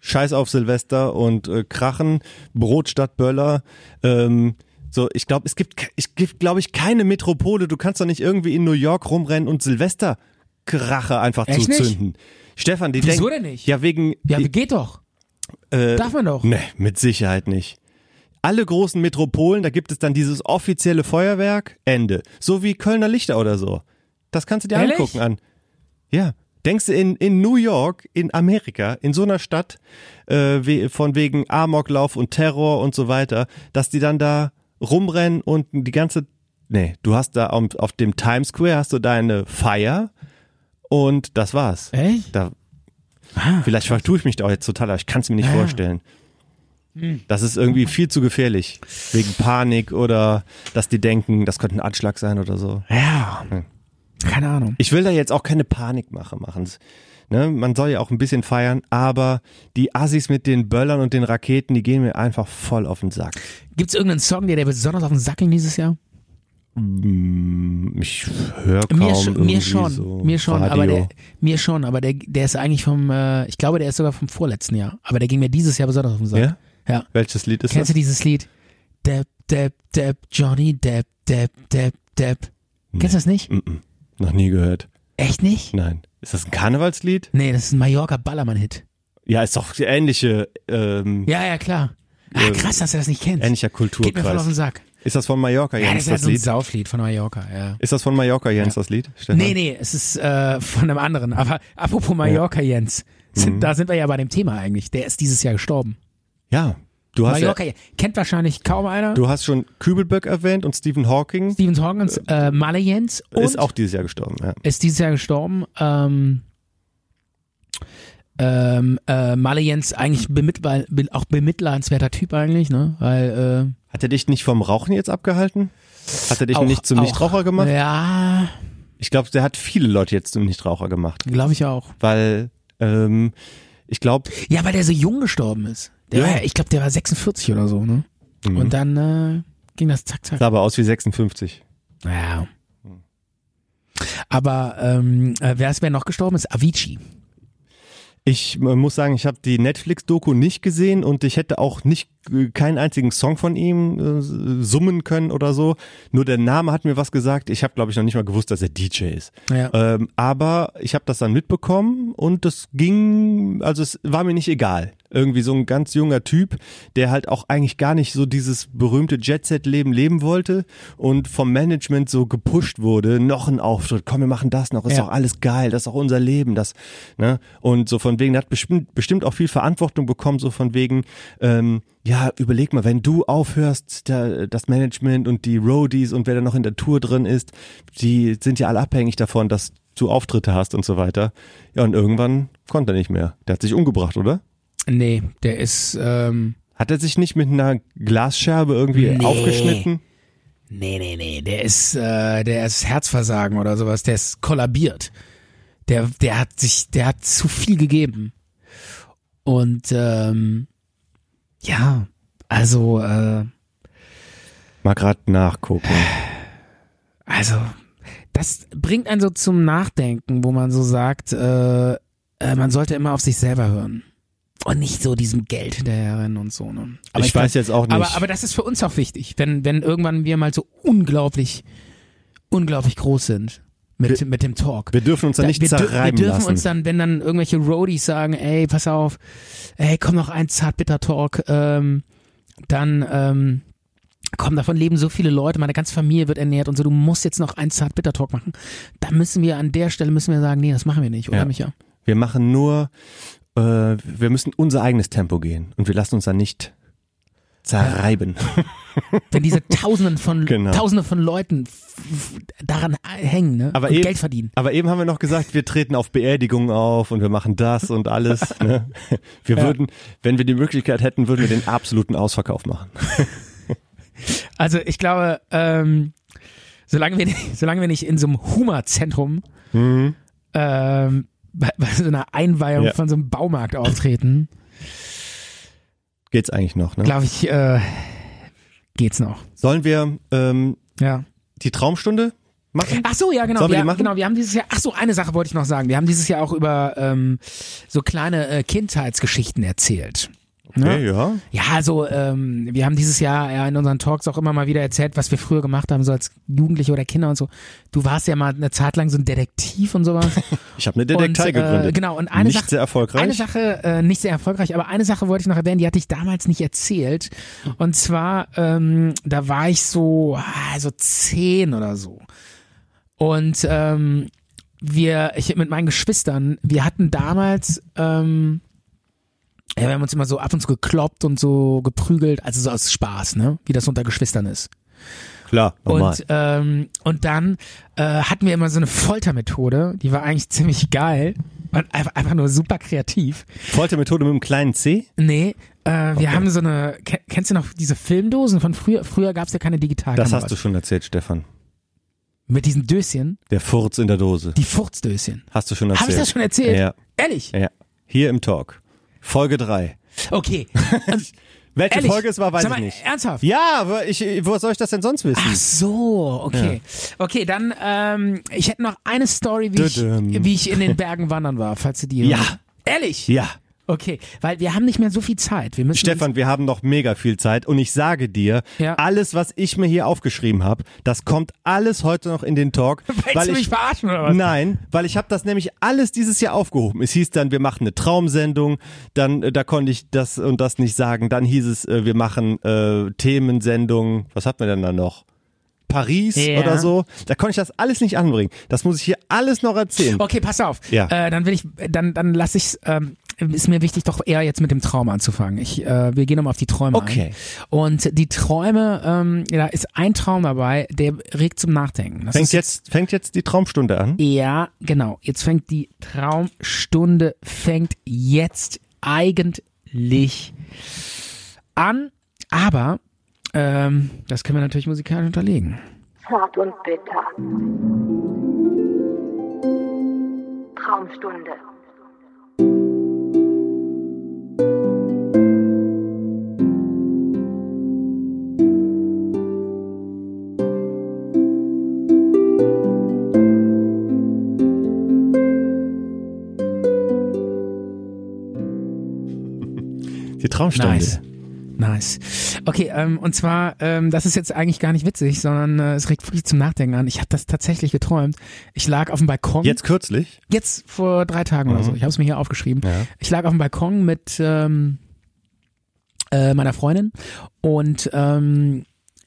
S4: Scheiß auf Silvester und äh, Krachen, Brot statt Böller. Ähm, so, ich glaube, es gibt, ke- ich gibt, glaube ich, keine Metropole. Du kannst doch nicht irgendwie in New York rumrennen und Silvesterkrache einfach
S5: Echt nicht?
S4: zuzünden. Stefan, die
S5: Wieso
S4: denken-
S5: denn nicht?
S4: Ja, wegen.
S5: Ja, geht doch.
S4: äh,
S5: Darf man doch.
S4: Nee, mit Sicherheit nicht. Alle großen Metropolen, da gibt es dann dieses offizielle Feuerwerk, Ende. So wie Kölner Lichter oder so. Das kannst du dir
S5: Ehrlich?
S4: angucken an. Ja. Denkst du in, in New York, in Amerika, in so einer Stadt, äh, we, von wegen Amoklauf und Terror und so weiter, dass die dann da rumrennen und die ganze. Nee, du hast da am- auf dem Times Square hast du deine Feier und das war's.
S5: Echt?
S4: Da, Ah, vielleicht vertue ich mich da auch jetzt total, aber ich kann es mir nicht vorstellen.
S5: Hm.
S4: Das ist irgendwie viel zu gefährlich. Wegen Panik oder dass die denken, das könnte ein Anschlag sein oder so.
S5: Ja.
S4: Hm.
S5: Keine Ahnung.
S4: Ich will da jetzt auch keine Panikmache machen. Ne, man soll ja auch ein bisschen feiern, aber die Assis mit den Böllern und den Raketen, die gehen mir einfach voll auf den Sack.
S5: Gibt es irgendeinen Song, der dir besonders auf den Sack ging dieses Jahr?
S4: Mm, Ich höre kaum
S5: mir, sch mir
S4: irgendwie
S5: schon,
S4: so
S5: mir schon,
S4: Radio.
S5: aber der, mir schon, aber der, der ist eigentlich vom, äh, ich glaube, der ist sogar vom vorletzten Jahr, aber der ging mir dieses Jahr besonders auf den Sack.
S4: Ja?
S5: ja.
S4: Welches Lied ist
S5: Kennst du
S4: das?
S5: dieses Lied? Depp, Depp, Depp, Johnny Depp, Depp, Depp, Depp. Kennst du das nicht?
S4: Mm-mm. Noch nie gehört.
S5: Echt nicht?
S4: Nein. Ist das ein Karnevalslied?
S5: Nee, das ist ein Mallorca Ballermann-Hit.
S4: Ja, ist doch ähnliche, ähm,
S5: Ja, ja, klar. Ah,
S4: Ähm,
S5: krass, dass du das nicht kennst.
S4: ähnlicher
S5: Geht mir voll auf den
S4: Kulturkreis.
S5: Sack.
S4: Ist das von Mallorca,
S5: Ja, das
S4: Jens,
S5: ist halt
S4: das,
S5: so ein
S4: Lied?
S5: Sauflied von Mallorca, ja.
S4: Ist das von Mallorca, Jens, das Lied? Stefan?
S5: Nee, nee, es ist äh, von einem anderen. Aber apropos Mallorca, Jens,
S4: Mhm.
S5: sind, da sind wir ja bei dem Thema eigentlich. Der ist dieses Jahr gestorben.
S4: Ja. Du hast, ja,
S5: Mallorca, kennt wahrscheinlich kaum einer.
S4: du hast schon Kübelböck erwähnt und Stephen Hawking
S5: Stephen Hawkins, äh, Malle Jens und
S4: ist auch dieses Jahr gestorben. Ja.
S5: ist dieses Jahr gestorben. Ähm, ähm, äh, Malle Jens eigentlich bemitleid, be- auch bemitleidenswerter Typ eigentlich, ne? Weil
S4: Hat er dich nicht vom Rauchen jetzt abgehalten? Hat er
S5: äh,
S4: dich
S5: auch,
S4: nicht zum
S5: auch,
S4: Nichtraucher gemacht?
S5: Ja,
S4: Ich glaube, der hat viele Leute jetzt zum Nichtraucher gemacht,
S5: glaube ich auch.
S4: weil ähm, ich glaube,
S5: Ja, weil der so jung gestorben ist. Der
S4: Ja. Mhm.
S5: war, ich glaube, der war 46 oder so, ne? Und dann äh, ging das zack, zack.
S4: sah aber aus wie 56.
S5: Ja.
S4: Mhm.
S5: Aber ähm, äh, wer ist wer noch gestorben ist? Avicii.
S4: Ich äh, muss sagen, ich habe die Netflix-Doku nicht gesehen und ich hätte auch nicht äh, keinen einzigen Song von ihm äh, summen können oder so. Nur der Name hat mir was gesagt. Ich habe, glaube ich, noch nicht mal gewusst, dass er DJ ist.
S5: Ja.
S4: Ähm, aber ich habe das dann mitbekommen und das ging, also es war mir nicht egal. Irgendwie so ein ganz junger Typ, der halt auch eigentlich gar nicht so dieses berühmte Jet-Set-Leben leben wollte und vom Management so gepusht wurde, noch ein Auftritt, komm, wir machen das noch, ist
S5: Ja.
S4: doch alles geil, das ist auch unser Leben, das, ne? Und so von wegen, der hat bestimmt, bestimmt auch viel Verantwortung bekommen, so von wegen, ähm, ja, überleg mal, wenn du aufhörst, da, das Management und die Roadies und wer da noch in der Tour drin ist, die sind ja alle abhängig davon, dass du Auftritte hast und so weiter. Ja, und irgendwann konnte er nicht mehr. Der hat sich umgebracht, oder?
S5: Nee, der ist, ähm,
S4: Hat er sich nicht mit einer Glasscherbe irgendwie
S5: Nee.
S4: aufgeschnitten?
S5: Nee, nee, nee, der ist, äh, der ist Herzversagen oder sowas, der ist kollabiert. Der, der hat sich, der hat zu viel gegeben. Und ähm, ja, also, äh,
S4: Mal gerade nachgucken.
S5: also, das bringt einen so zum Nachdenken, wo man so sagt, äh, äh, man sollte immer auf sich selber hören. Und nicht so diesem Geld hinterherrennen und so. Ne? Aber
S4: ich,
S5: glaub,
S4: weiß jetzt auch nicht.
S5: Aber, aber das ist für uns auch wichtig, wenn, wenn irgendwann wir mal so unglaublich, unglaublich groß sind mit, mit dem Talk.
S4: wir dürfen uns da nicht
S5: wir, dür- wir
S4: zerreiben
S5: dürfen
S4: lassen.
S5: uns dann, wenn dann irgendwelche Roadies sagen, ey, pass auf, ey, komm noch ein zartbitter Talk, ähm, dann ähm, komm, davon leben so viele Leute, meine ganze Familie wird ernährt und so, du musst jetzt noch ein zartbitter Talk machen. Da müssen wir an der Stelle müssen wir sagen, nee, das machen wir nicht, oder
S4: Ja.
S5: Micha?
S4: wir machen nur, äh, wir müssen unser eigenes Tempo gehen und wir lassen uns da nicht zerreiben.
S5: Wenn diese Tausenden von
S4: Genau.
S5: Tausende von Leuten f- f- daran hängen, ne?
S4: Aber
S5: und
S4: eben-
S5: Geld verdienen.
S4: Aber eben haben wir noch gesagt, wir treten auf Beerdigungen auf und wir machen das und alles. Ne? Wir würden, wenn wir die Möglichkeit hätten, würden wir den absoluten Ausverkauf machen.
S5: Also ich glaube, ähm, solange, wir, solange wir nicht in so einem Humazentrum ähm, bei, bei so einer Einweihung
S4: Mhm. Ja.
S5: von so einem Baumarkt auftreten,
S4: Geht's eigentlich noch? Ne?
S5: glaube ich, äh, geht's noch.
S4: Sollen wir ähm,
S5: Ja.
S4: die Traumstunde machen?
S5: Ach so, ja, genau.
S4: Sollen wir die machen?
S5: genau, wir haben dieses Jahr, ach so, eine Sache wollte ich noch sagen. Wir haben dieses Jahr auch über ähm, so kleine äh, Kindheitsgeschichten erzählt. Ne?
S4: ja.
S5: Ja, also ähm, wir haben dieses Jahr ja in unseren Talks auch immer mal wieder erzählt, was wir früher gemacht haben, so als Jugendliche oder Kinder und so. Du warst ja mal eine Zeit lang so ein Detektiv und sowas.
S4: Ich habe eine Detektei
S5: Und, äh,
S4: gegründet.
S5: genau, und eine
S4: nicht
S5: Sache-
S4: sehr erfolgreich.
S5: Eine Sache, äh, nicht sehr erfolgreich, aber eine Sache wollte ich noch erwähnen, die hatte ich damals nicht erzählt. Und zwar, ähm, da war ich so, ah, so zehn oder so. Und ähm, wir, ich mit meinen Geschwistern, wir hatten damals, ähm, ja, wir haben uns immer so ab und zu gekloppt und so geprügelt, also so aus Spaß, ne? Wie das unter Geschwistern ist.
S4: Klar, normal.
S5: Und, ähm, und dann äh, hatten wir immer so eine Foltermethode, die war eigentlich ziemlich geil und einfach, einfach nur super kreativ.
S4: Foltermethode mit einem kleinen C.
S5: Nee, äh, wir haben so eine, ke- kennst du noch diese Filmdosen von früher? Früher gab's ja keine
S4: Das
S5: Digitalkameras.
S4: hast du schon erzählt, Stefan.
S5: Mit diesen Döschen,
S4: Der Furz in der Dose.
S5: die Furzdöschen.
S4: Hast du schon
S5: Habe
S4: erzählt.
S5: ich das schon erzählt?
S4: Ja.
S5: Ehrlich?
S4: ja. Hier im Talk. Folge drei.
S5: Okay.
S4: Welche
S5: Ehrlich?
S4: Folge es war, weiß
S5: Sag
S4: ich
S5: mal,
S4: nicht.
S5: Ernsthaft?
S4: Ja, aber ich, wo soll ich das denn sonst wissen?
S5: Ach so, okay. Okay, dann, ähm, ich hätte noch eine Story, wie ich,
S4: Dödüm.
S5: wie ich in den Bergen wandern war, falls du die
S4: Ja.
S5: hören. Ehrlich?
S4: Ja.
S5: Okay, weil wir haben nicht mehr so viel Zeit. Wir müssen
S4: Stefan, wir haben noch mega viel Zeit und ich sage dir,
S5: Ja.
S4: alles, was ich mir hier aufgeschrieben habe, das kommt alles heute noch in den Talk.
S5: Willst
S4: weil
S5: du mich
S4: ich,
S5: verarschen oder was?
S4: Nein, weil ich habe das nämlich alles dieses Jahr aufgehoben. Es hieß dann, wir machen eine Traumsendung, dann äh, da konnte ich das und das nicht sagen. Dann hieß es, äh, wir machen äh, Themensendungen. Was hat man denn da noch? Paris
S5: Ja.
S4: oder so. Da konnte ich das alles nicht anbringen. Das muss ich hier alles noch erzählen.
S5: Okay, pass auf.
S4: Ja.
S5: Äh, dann will ich, dann, dann lasse ich ähm, ist mir wichtig, doch eher jetzt mit dem Traum anzufangen. Ich, äh, wir gehen nochmal auf die Träume
S4: Okay.
S5: ein. Und die Träume, ähm, da ist ein Traum dabei, der regt zum Nachdenken. Das
S4: Fängt
S5: ist,
S4: jetzt, fängt jetzt die Traumstunde an.
S5: Ja, genau. Jetzt fängt die Traumstunde, fängt jetzt eigentlich an. Aber ähm, das können wir natürlich musikalisch unterlegen.
S3: Zart und bitter. Traumstunde.
S4: Die Traumstunde.
S5: Nice. Nice. Okay, ähm, und zwar, ähm, das ist jetzt eigentlich gar nicht witzig, sondern äh, es regt viel zum Nachdenken an. Ich habe das tatsächlich geträumt. Ich lag auf dem Balkon.
S4: Jetzt kürzlich?
S5: Jetzt vor drei Tagen oder so.
S4: Mhm.
S5: Ich habe es mir hier aufgeschrieben. Ich lag auf dem Balkon mit ähm, äh, meiner Freundin und ähm,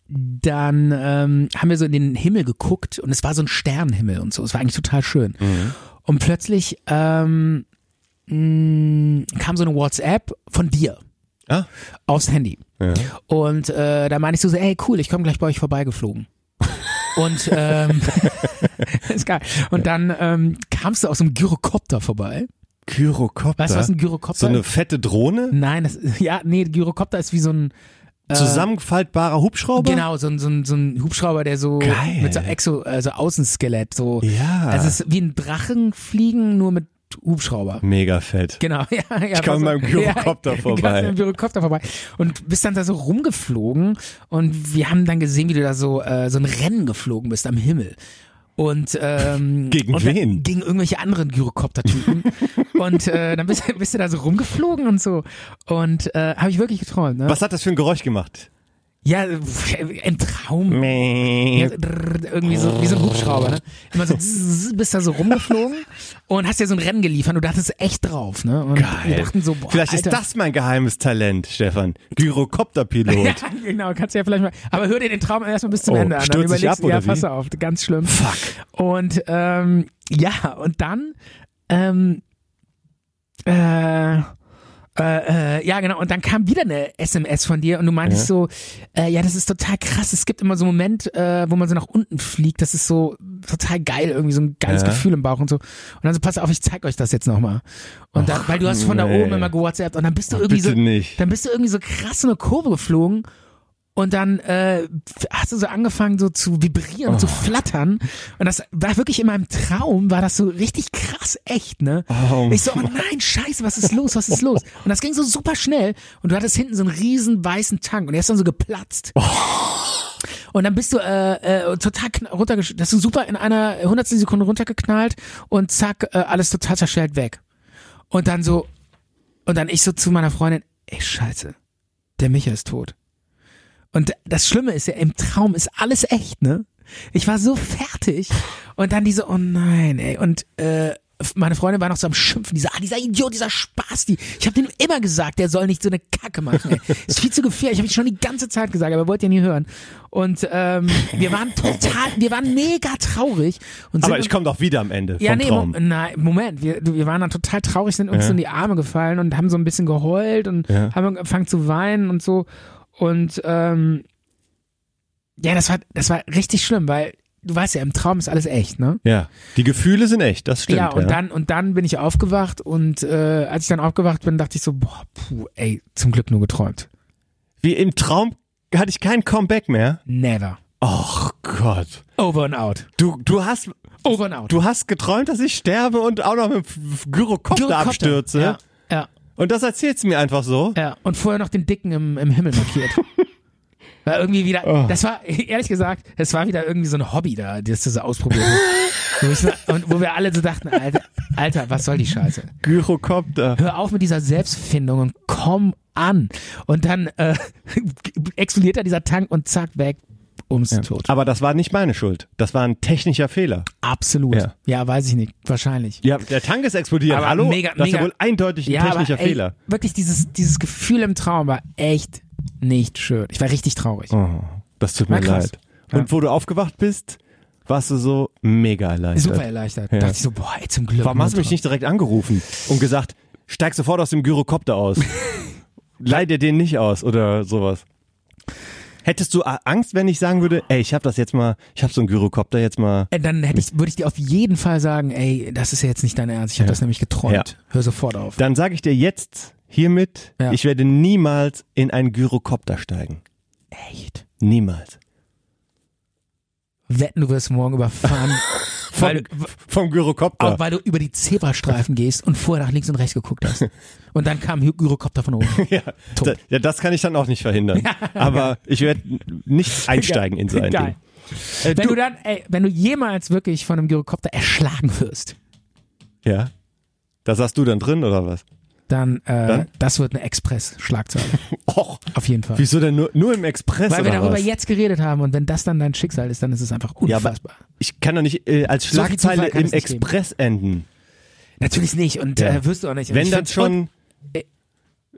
S5: dann ähm, haben wir so in den Himmel geguckt und es war so ein Sternenhimmel und so. Es war eigentlich total schön.
S4: Mhm.
S5: Und plötzlich ähm, mh, kam so eine WhatsApp von dir
S4: Ah,
S5: aufs Handy.
S4: ja.
S5: Und äh, da meine ich so, so, ey cool, ich komme gleich bei euch vorbeigeflogen. Und ähm, ist geil. Und dann ähm, kamst du aus einem Gyrokopter vorbei.
S4: Gyrokopter.
S5: Weißt du, was ein Gyrokopter
S4: so eine
S5: ist?
S4: fette Drohne?
S5: Nein, das ja, nee, Gyrokopter ist wie so ein
S4: Zusammenfaltbarer Hubschrauber?
S5: Äh, genau, so ein, so ein, so ein Hubschrauber, der so
S4: Geil.
S5: mit so Exo also Außenskelett so.
S4: Ja.
S5: Also es ist wie ein Drachenfliegen nur mit Hubschrauber.
S4: Mega fett.
S5: Genau, ja, ja.
S4: Ich
S5: pass
S4: kam mit meinem
S5: auf.
S4: Gyrokopter
S5: Ja, ich-
S4: vorbei.
S5: Ich kam mit meinem Gyrokopter vorbei. Und bist dann da so rumgeflogen und wir haben dann gesehen, wie du da so, äh, so ein Rennen geflogen bist am Himmel. Und ähm,
S4: Gegen
S5: und dann-
S4: wen?
S5: Gegen irgendwelche anderen Gyrokopter-Typen. und äh, dann bist, bist du da so rumgeflogen und so. Und äh, habe ich wirklich geträumt, ne?
S4: Was hat das für ein Geräusch gemacht?
S5: Ja, pff, im Traum. Ja,
S4: Ja.
S5: drrr, irgendwie so wie so ein Hubschrauber, ne? Immer so zzz, bist da so rumgeflogen und hast dir so ein Rennen geliefert und du hattest echt drauf, ne? Und wir dachten so, boah,
S4: Vielleicht
S5: Alter.
S4: ist das mein geheimes Talent, Stefan. Gyrokopterpilot.
S5: Ja, genau, kannst du ja vielleicht mal. Aber hör dir den Traum erstmal bis zum
S4: Oh,
S5: Ende an. Dann
S4: stürzt sich
S5: überlegst
S4: ab,
S5: du, ja,
S4: oder wie?
S5: pass auf, ganz schlimm. Fuck. Und ähm, ja, und dann, ähm, äh, äh, äh, ja, genau. Und dann kam wieder eine SMS von dir und du meintest so, äh, ja, das ist total krass. Es gibt immer so einen Moment, äh, wo man so nach unten fliegt. Das ist so total geil, irgendwie so ein geiles
S4: Ja.
S5: Gefühl im Bauch und so. Und dann so, pass auf, ich zeig euch das jetzt nochmal. Und dann, weil du hast von da
S4: nee.
S5: oben immer gewhatsappt und dann bist du irgendwie so,
S4: Bitte nicht.
S5: dann bist du irgendwie so krass in eine Kurve geflogen und dann äh, hast du so angefangen so zu vibrieren, zu flattern und das war wirklich in meinem Traum, war das so richtig krass echt, ne?
S4: Oh,
S5: ich so, oh nein, scheiße, was ist los, was ist los? Und das ging so super schnell und du hattest hinten so einen riesen weißen Tank und der ist dann so geplatzt. Und dann bist du äh, äh, total kn- runtergesch... Das ist super in einer hundertstel Sekunde runtergeknallt und zack, äh, alles total zerschellt weg. Und dann so, und dann ich so zu meiner Freundin, ey scheiße, der Micha ist tot. Und das Schlimme ist ja, im Traum ist alles echt, ne? Ich war so fertig. Und dann diese, oh nein, ey. Und äh, meine Freundin war noch so am Schimpfen, dieser, ah, dieser Idiot, dieser Spasti. Ich habe dem immer gesagt, der soll nicht so eine Kacke machen. Ey. Ist viel zu gefährlich. Ich habe ich schon die ganze Zeit gesagt, aber wollt ihr nie hören. Und ähm, wir waren total, wir waren mega traurig. Und sind
S4: Aber ich komme doch wieder am Ende vom
S5: Mo
S4: Traum.
S5: nein, Moment, wir, du- wir waren dann total traurig, sind uns
S4: Ja.
S5: so in die Arme gefallen und haben so ein bisschen geheult und
S4: Ja.
S5: haben angefangen zu weinen und so. Und ähm, ja, das war, das war richtig schlimm, weil du weißt ja, im Traum ist alles echt, ne?
S4: Ja, die Gefühle sind echt, das stimmt.
S5: ja, und dann und dann bin ich aufgewacht und äh, als ich dann aufgewacht bin, dachte ich so, boah, puh, ey, zum Glück nur geträumt.
S4: Wie im Traum hatte ich kein Comeback mehr.
S5: Never.
S4: Och Gott.
S5: Over and out.
S4: Du, du hast,
S5: Over and out.
S4: du hast geträumt, dass ich sterbe und auch noch mit dem Gyrokopter
S5: Gyrokopter.
S4: abstürze.
S5: Ja, ja,
S4: Und das erzählst du mir einfach so.
S5: Ja, und vorher noch den Dicken im, im Himmel markiert. War irgendwie wieder,
S4: Oh.
S5: das war, ehrlich gesagt, das war wieder irgendwie so ein Hobby da, das du so ausprobiert hast. Wo ich so- Und wo wir alle so dachten, Alter, Alter, was soll die Scheiße?
S4: Gyrokopter.
S5: Hör auf mit dieser Selbstfindung und komm an. Und dann äh, explodiert da dieser Tank und zack, weg, ums Tod.
S4: Aber das war nicht meine Schuld. Das war ein technischer Fehler.
S5: Absolut.
S4: Ja.
S5: Ja. weiß ich nicht, wahrscheinlich.
S4: Ja, der Tank ist explodiert.
S5: Aber
S4: Hallo?
S5: mega-
S4: das ist ja
S5: mega-
S4: wohl eindeutig ein
S5: aber
S4: technischer
S5: ey,
S4: Fehler.
S5: wirklich dieses, dieses Gefühl im Traum war echt nicht schön. Ich war richtig traurig.
S4: Oh, das tut mir
S5: Na, krass.
S4: leid. Und wo du aufgewacht bist, warst du so mega erleichtert.
S5: Super erleichtert.
S4: Also, Ja.
S5: Dachte ich so, boah, ey, zum Glück. ne,
S4: Warum hast du mich
S5: Mutter.
S4: nicht direkt angerufen und gesagt, steig sofort aus dem Gyrokopter aus? Leih dir den nicht aus oder sowas. Hättest du a- Angst, wenn ich sagen würde, ey, ich hab das jetzt mal, ich hab so einen Gyrokopter jetzt mal.
S5: Äh, Dann hätte ich, würde ich dir auf jeden Fall sagen, ey, das ist ja jetzt nicht dein Ernst. Ich habe das nämlich geträumt.
S4: Ja.
S5: Hör sofort auf.
S4: Dann sage ich dir jetzt hiermit,
S5: Ja.
S4: ich werde niemals in einen Gyrokopter steigen.
S5: Echt.
S4: Niemals.
S5: Wetten, du wirst morgen überfahren, weil, du-
S4: vom Gyrokopter.
S5: auch weil du über die Zebrastreifen gehst und vorher nach links und rechts geguckt hast. Und dann kam Hy- Gyrokopter von oben.
S4: Ja,
S5: Tot.
S4: da, ja, das kann ich dann auch nicht verhindern. Aber ich werde nicht einsteigen in so ein
S5: Geil.
S4: Ding. Äh,
S5: Wenn du dann, ey, wenn du jemals wirklich von einem Gyrokopter erschlagen wirst,
S4: ja. Da saßt du dann drin oder was?
S5: dann, äh,
S4: Dann?
S5: das wird eine Express-Schlagzeile.
S4: Och,
S5: Auf jeden Fall.
S4: wieso denn nur, nur im Express
S5: Weil wir
S4: oder
S5: darüber
S4: was?
S5: jetzt geredet haben und wenn das dann dein Schicksal ist, dann ist es einfach
S4: Ja, aber-
S5: unfassbar.
S4: Ich kann doch nicht äh, als
S5: So viel Zufall
S4: Schlagzeile
S5: kann
S4: im
S5: es nicht geben.
S4: Express enden.
S5: Natürlich nicht und
S4: Ja.
S5: äh, wirst du auch nicht. Und
S4: Wenn
S5: ich
S4: dann
S5: find's-
S4: schon.
S5: äh,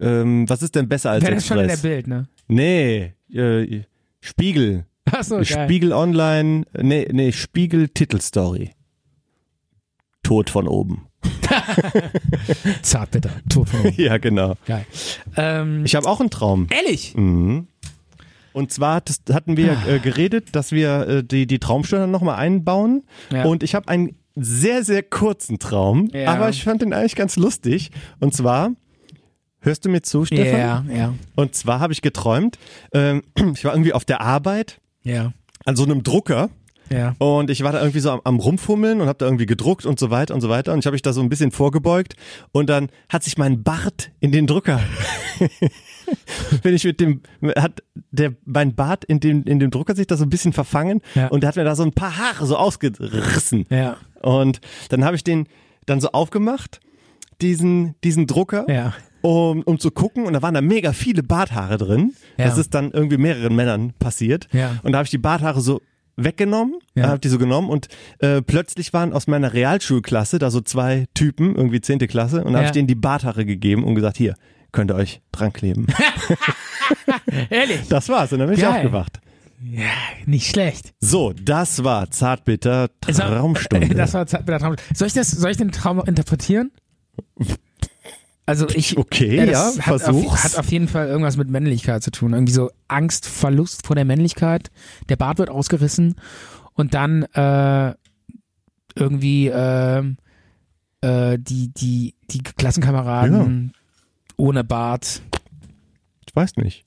S4: ähm, was ist denn besser als
S5: Wäre das
S4: Express?
S5: schon in der Bild, ne?
S4: nee, äh, Spiegel.
S5: Achso, Oh, geil.
S4: Spiegel Online. Nee, nee, Spiegel Titelstory. Tod von oben.
S5: Zartbitter. Tod von oben.
S4: Ja, genau.
S5: Geil. Ähm,
S4: Ich habe auch einen Traum.
S5: ehrlich?
S4: Mhm. Und zwar hat es- hatten wir äh, geredet, dass wir äh, die, die Traumstunde nochmal einbauen.
S5: Ja.
S4: Und ich habe einen sehr, sehr kurzen Traum,
S5: Ja.
S4: aber ich fand den eigentlich ganz lustig. Und zwar, hörst du mir zu,
S5: Ja,
S4: Stefan?
S5: ja, ja,
S4: Und zwar habe ich geträumt, ähm, ich war irgendwie auf der Arbeit
S5: ja,
S4: an so einem Drucker
S5: ja.
S4: und ich war da irgendwie so am, am rumfummeln und habe da irgendwie gedruckt und so weiter und so weiter und ich habe mich da so ein bisschen vorgebeugt und dann hat sich mein Bart in den Drucker bin ich mit dem hat der mein Bart in dem in dem Drucker sich da so ein bisschen verfangen
S5: Ja.
S4: und der hat mir da so ein paar Haare so ausgerissen
S5: Ja.
S4: und dann habe ich den dann so aufgemacht diesen diesen Drucker
S5: Ja.
S4: um, um zu gucken und da waren da mega viele Barthaare drin.
S5: Ja.
S4: Das ist dann irgendwie mehreren Männern passiert.
S5: Ja.
S4: Und da habe ich die Barthaare so weggenommen,
S5: Ja.
S4: habe die so genommen und äh, plötzlich waren aus meiner Realschulklasse da so zwei Typen, irgendwie zehnte Klasse, und da habe
S5: Ja.
S4: ich denen die Barthaare gegeben und gesagt, hier, könnt ihr euch dran kleben.
S5: Ehrlich?
S4: Das war's, und dann bin ich
S5: Geil.
S4: aufgewacht.
S5: Ja, nicht schlecht.
S4: So, das war Zartbitter Traumstunde.
S5: Das war Zartbitter Traum. Soll ich, das, soll ich den Traum noch interpretieren? Also ich.
S4: okay,
S5: Ja,
S4: ja,
S5: das hat, auf,
S4: versuch's.
S5: hat auf jeden Fall irgendwas mit Männlichkeit zu tun. Irgendwie so Angst, Verlust vor der Männlichkeit. Der Bart wird ausgerissen und dann äh, irgendwie ähm, äh, die, die, die Klassenkameraden ohne Bart.
S4: ich weiß nicht.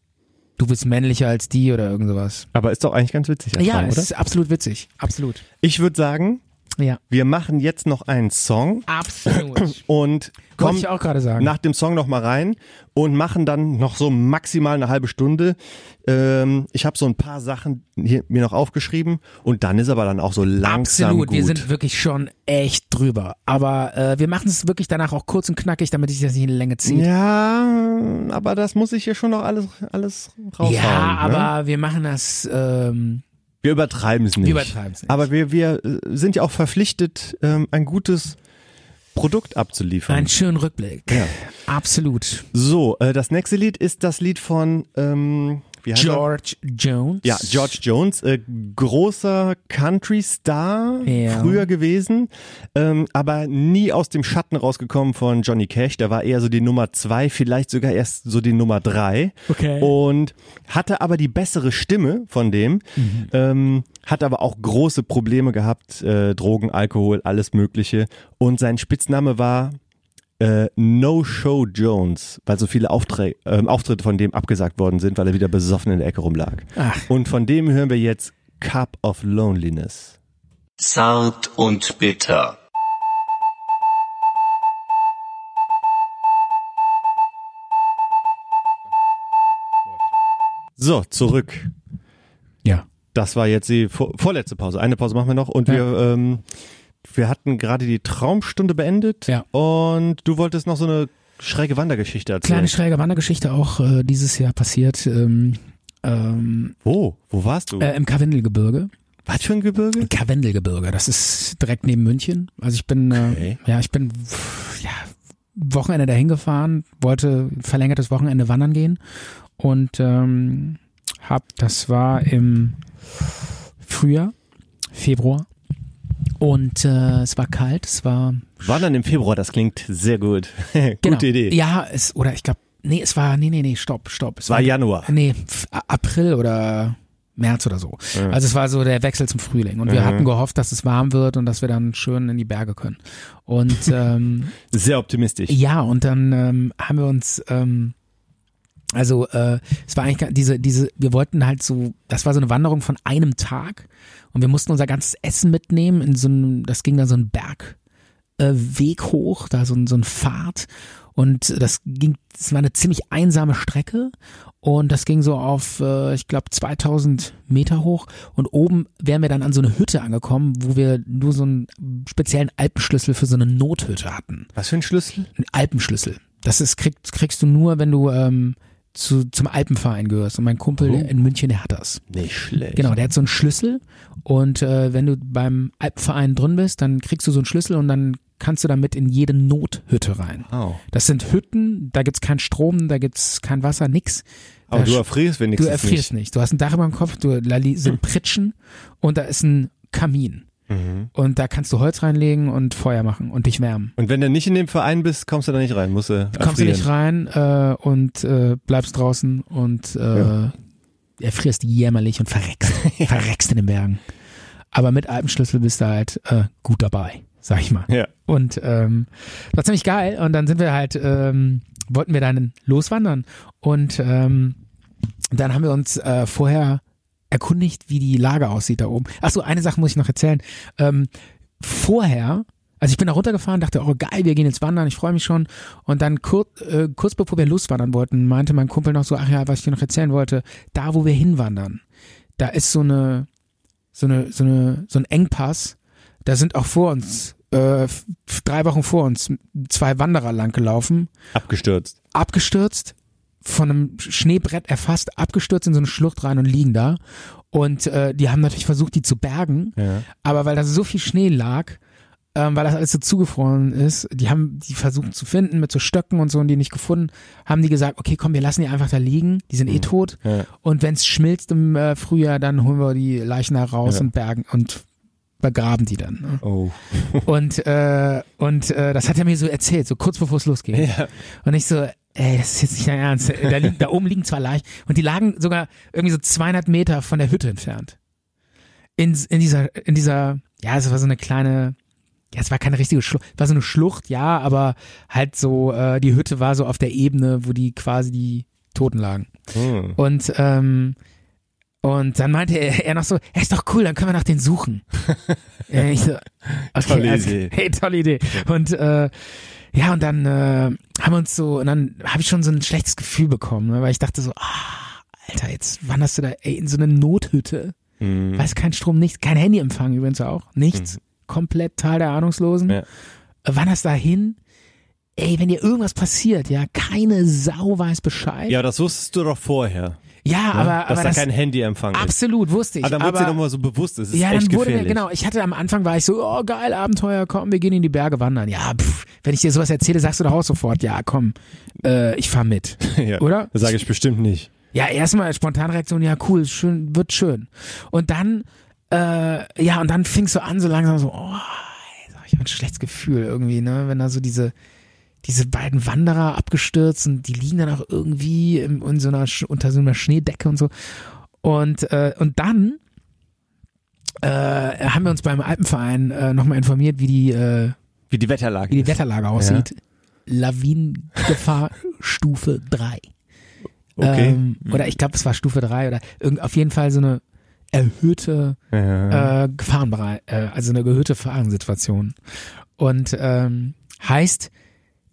S5: Du bist männlicher als die oder irgend sowas.
S4: Aber ist doch eigentlich ganz witzig, der
S5: Ja,
S4: Traum,
S5: es
S4: oder?
S5: ist absolut witzig. Absolut.
S4: Ich würde sagen,
S5: Ja.
S4: wir machen jetzt noch einen Song
S5: Absolut. Wollte
S4: und kommen
S5: ich auch gerade sagen.
S4: nach dem Song noch mal rein und machen dann noch so maximal eine halbe Stunde. Ähm, ich habe so ein paar Sachen hier, mir noch aufgeschrieben und dann ist aber dann auch so langsam
S5: Absolut,
S4: gut.
S5: wir sind wirklich schon echt drüber. Aber äh, wir machen es wirklich danach auch kurz und knackig, damit ich das nicht in die Länge ziehe.
S4: ja, aber das muss ich hier schon noch alles alles raushauen.
S5: Ja,
S4: ne?
S5: aber wir machen das. Ähm,
S4: wir übertreiben es nicht.
S5: Wir übertreiben's nicht.
S4: Aber wir wir äh, sind ja auch verpflichtet, ähm, ein gutes Produkt abzuliefern.
S5: einen schönen Rückblick.
S4: Ja.
S5: Absolut.
S4: so, äh, das nächste Lied ist das Lied von ähm, wie heißt er?
S5: George Jones.
S4: Ja, George Jones, äh, großer Country-Star
S5: Ja.
S4: früher gewesen, ähm, aber nie aus dem Schatten rausgekommen von Johnny Cash. Der war eher so die Nummer zwei, vielleicht sogar erst so die Nummer drei.
S5: Okay.
S4: Und hatte aber die bessere Stimme von dem,
S5: Mhm.
S4: ähm, hat aber auch große Probleme gehabt, äh, Drogen, Alkohol, alles Mögliche. Und sein Spitzname war äh, No-Show Jones, weil so viele Aufträ ähm, Auftritte von dem abgesagt worden sind, weil er wieder besoffen in der Ecke rumlag.
S5: Ach.
S4: Und von dem hören wir jetzt Cup of Loneliness.
S3: Zart und bitter.
S4: So, zurück.
S5: Ja.
S4: Das war jetzt die vor vorletzte Pause. Eine Pause machen wir noch und
S5: Ja.
S4: wir, ähm, wir hatten gerade die Traumstunde beendet
S5: Ja.
S4: und du wolltest noch so eine schräge Wandergeschichte erzählen.
S5: Kleine schräge Wandergeschichte auch äh, dieses Jahr passiert. Ähm, ähm,
S4: Wo? Oh, Wo warst du?
S5: äh, Im Karwendelgebirge.
S4: Was für ein Gebirge?
S5: Karwendelgebirge, das ist direkt neben München. Also ich bin,
S4: Okay.
S5: äh, ja, ich bin pff, ja, Wochenende dahin gefahren, wollte verlängertes Wochenende wandern gehen und ähm, hab, das war im Frühjahr, Februar und äh, es war kalt, es war genau.
S4: Wandern im Februar, das klingt sehr gut. Gute Idee.
S5: Ja, es oder ich glaube, nee, es war, nee, nee, nee, stopp, stopp, es
S4: War Januar.
S5: Nee, F- A- April oder März oder so. Also es war so der Wechsel zum Frühling. Und wir hatten gehofft, dass es warm wird und dass wir dann schön in die Berge können. Und ähm,
S4: Sehr optimistisch.
S5: ja, und dann ähm, haben wir uns, ähm, also äh, es war eigentlich gar- diese, diese, wir wollten halt so, das war so eine Wanderung von einem Tag und wir mussten unser ganzes Essen mitnehmen in so einem, das ging dann so einen Berg. äh, Weg hoch, da so ein, so ein Pfad und das ging, es war eine ziemlich einsame Strecke und das ging so auf, äh, ich glaube 2000 Meter hoch und oben wären wir dann an so eine Hütte angekommen, wo wir nur so einen speziellen Alpenschlüssel für so eine Nothütte hatten
S4: Was für ein Schlüssel?
S5: einen Alpenschlüssel. Das ist, kriegst, kriegst du nur, wenn du ähm, zu, zum Alpenverein gehörst. Und mein Kumpel
S4: Oh.
S5: in München, der hat das.
S4: Nicht schlecht.
S5: Genau, der hat so einen Schlüssel und äh, wenn du beim Alpenverein drin bist, dann kriegst du so einen Schlüssel und dann kannst du damit in jede Nothütte rein.
S4: Au.
S5: Das sind Hütten, da gibt's keinen Strom, da gibt's kein Wasser, nix.
S4: Aber
S5: Da
S4: du
S5: sch-
S4: erfrierst
S5: Du
S4: wenigstens
S5: erfrierst nicht. Du hast ein Dach über dem Kopf, du da li- sind Pritschen und da ist ein Kamin.
S4: Mhm.
S5: Und da kannst du Holz reinlegen und Feuer machen und dich wärmen.
S4: nicht. Und wenn du nicht in dem Verein bist, kommst du da nicht rein, musst du
S5: Du kommst du nicht rein äh, und äh, bleibst draußen und äh, erfrierst jämmerlich und verreckst. verreckst in den Bergen. Aber mit Alpenschlüssel bist du halt äh, gut dabei, sag ich mal.
S4: Ja.
S5: Und ähm, war ziemlich geil. Und dann sind wir halt, ähm, wollten wir dann loswandern. Und ähm, dann haben wir uns äh, vorher erkundigt, wie die Lage aussieht da oben. Achso, eine Sache muss ich noch erzählen. Ähm, vorher, also ich bin da runtergefahren, dachte, oh geil, wir gehen jetzt wandern, ich freue mich schon. Und dann kur äh, kurz bevor wir loswandern wollten, meinte mein Kumpel noch so, ach ja, was ich dir noch erzählen wollte, da wo wir hinwandern, da ist so eine, so eine, so eine, so ein Engpass, da sind auch vor uns, äh, f- drei Wochen vor uns, zwei Wanderer lang gelaufen
S4: Abgestürzt.
S5: abgestürzt, von einem Schneebrett erfasst, abgestürzt in so eine Schlucht rein und liegen da. Und äh, die haben natürlich versucht, die zu bergen,
S4: Ja.
S5: aber weil da so viel Schnee lag, ähm, weil das alles so zugefroren ist, die haben die versucht zu finden mit so Stöcken und so und die nicht gefunden, haben die gesagt, okay, komm, wir lassen die einfach da liegen, die sind eh tot.
S4: Mhm. Ja.
S5: Und wenn es schmilzt im äh, Frühjahr, dann holen wir die Leichen da raus und bergen und begraben die dann. Ne?
S4: Oh.
S5: Und, äh, und äh, das hat er mir so erzählt, so kurz bevor es losging. Und ich so, ey, das ist jetzt nicht dein Ernst. Da, liegen, da oben liegen zwar Leichen. Und die lagen sogar irgendwie so 200 Meter von der Hütte entfernt. In, in dieser, in dieser, ja, es war so eine kleine, ja, es war keine richtige Schlucht, war so eine Schlucht, ja, aber halt so, äh, die Hütte war so auf der Ebene, wo die quasi die Toten lagen.
S4: Hm.
S5: Und, ähm, und dann meinte er, er noch so, hey, ist doch cool, dann können wir nach denen suchen. Äh, ich so, okay,
S4: Tolle Idee.
S5: Hey, tolle Idee. Und äh, ja, und dann äh, haben wir uns so, und dann habe ich schon so ein schlechtes Gefühl bekommen, ne, weil ich dachte so, ah, Alter, jetzt wanderst du da ey, in so eine Nothütte.
S4: Hm.
S5: Weiß kein Strom, nichts, kein Handyempfang übrigens auch, nichts. Komplett Tal der Ahnungslosen.
S4: Mhm. Ja.
S5: Äh, Wanderst da hin. Ey, wenn dir irgendwas passiert, ja, keine Sau weiß Bescheid.
S4: Ja, aber das wusstest du doch vorher.
S5: Ja,
S4: ne?
S5: aber,
S4: dass
S5: aber
S4: da
S5: das,
S4: kein Handyempfang ist.
S5: absolut wusste ich.
S4: Aber Ah, dann wurde dir nochmal so bewusst, es ist
S5: ja,
S4: echt
S5: dann wurde mir,
S4: gefährlich.
S5: genau, ich hatte am Anfang war ich so, oh geil, Abenteuer, komm, wir gehen in die Berge wandern. Ja, pff, wenn ich dir sowas erzähle, sagst du doch auch sofort, ja, komm, äh, ich fahr mit.
S4: ja.
S5: Oder?
S4: Das sage ich bestimmt nicht.
S5: Ja, erstmal Spontanreaktion, ja, cool, schön, wird schön. Und dann, äh, ja, und dann fingst du an, so langsam so, oh, ey, so, ich habe ein schlechtes Gefühl irgendwie, ne, wenn da so diese, diese beiden Wanderer abgestürzt und die liegen dann auch irgendwie im, in so einer, Sch- unter so einer Schneedecke und so. Und, äh, und dann äh, haben wir uns beim Alpenverein äh, nochmal informiert, wie die, äh,
S4: Wie die Wetterlage
S5: wie die
S4: ist.
S5: Wetterlage aussieht. Lawinengefahr Stufe 3.
S4: Okay. Mhm.
S5: Ähm, oder ich glaube, es war Stufe 3 oder irgend, auf jeden Fall so eine erhöhte
S4: ja.
S5: äh, Gefahrenberei, äh, also eine erhöhte Gefahrensituation. Und ähm, heißt,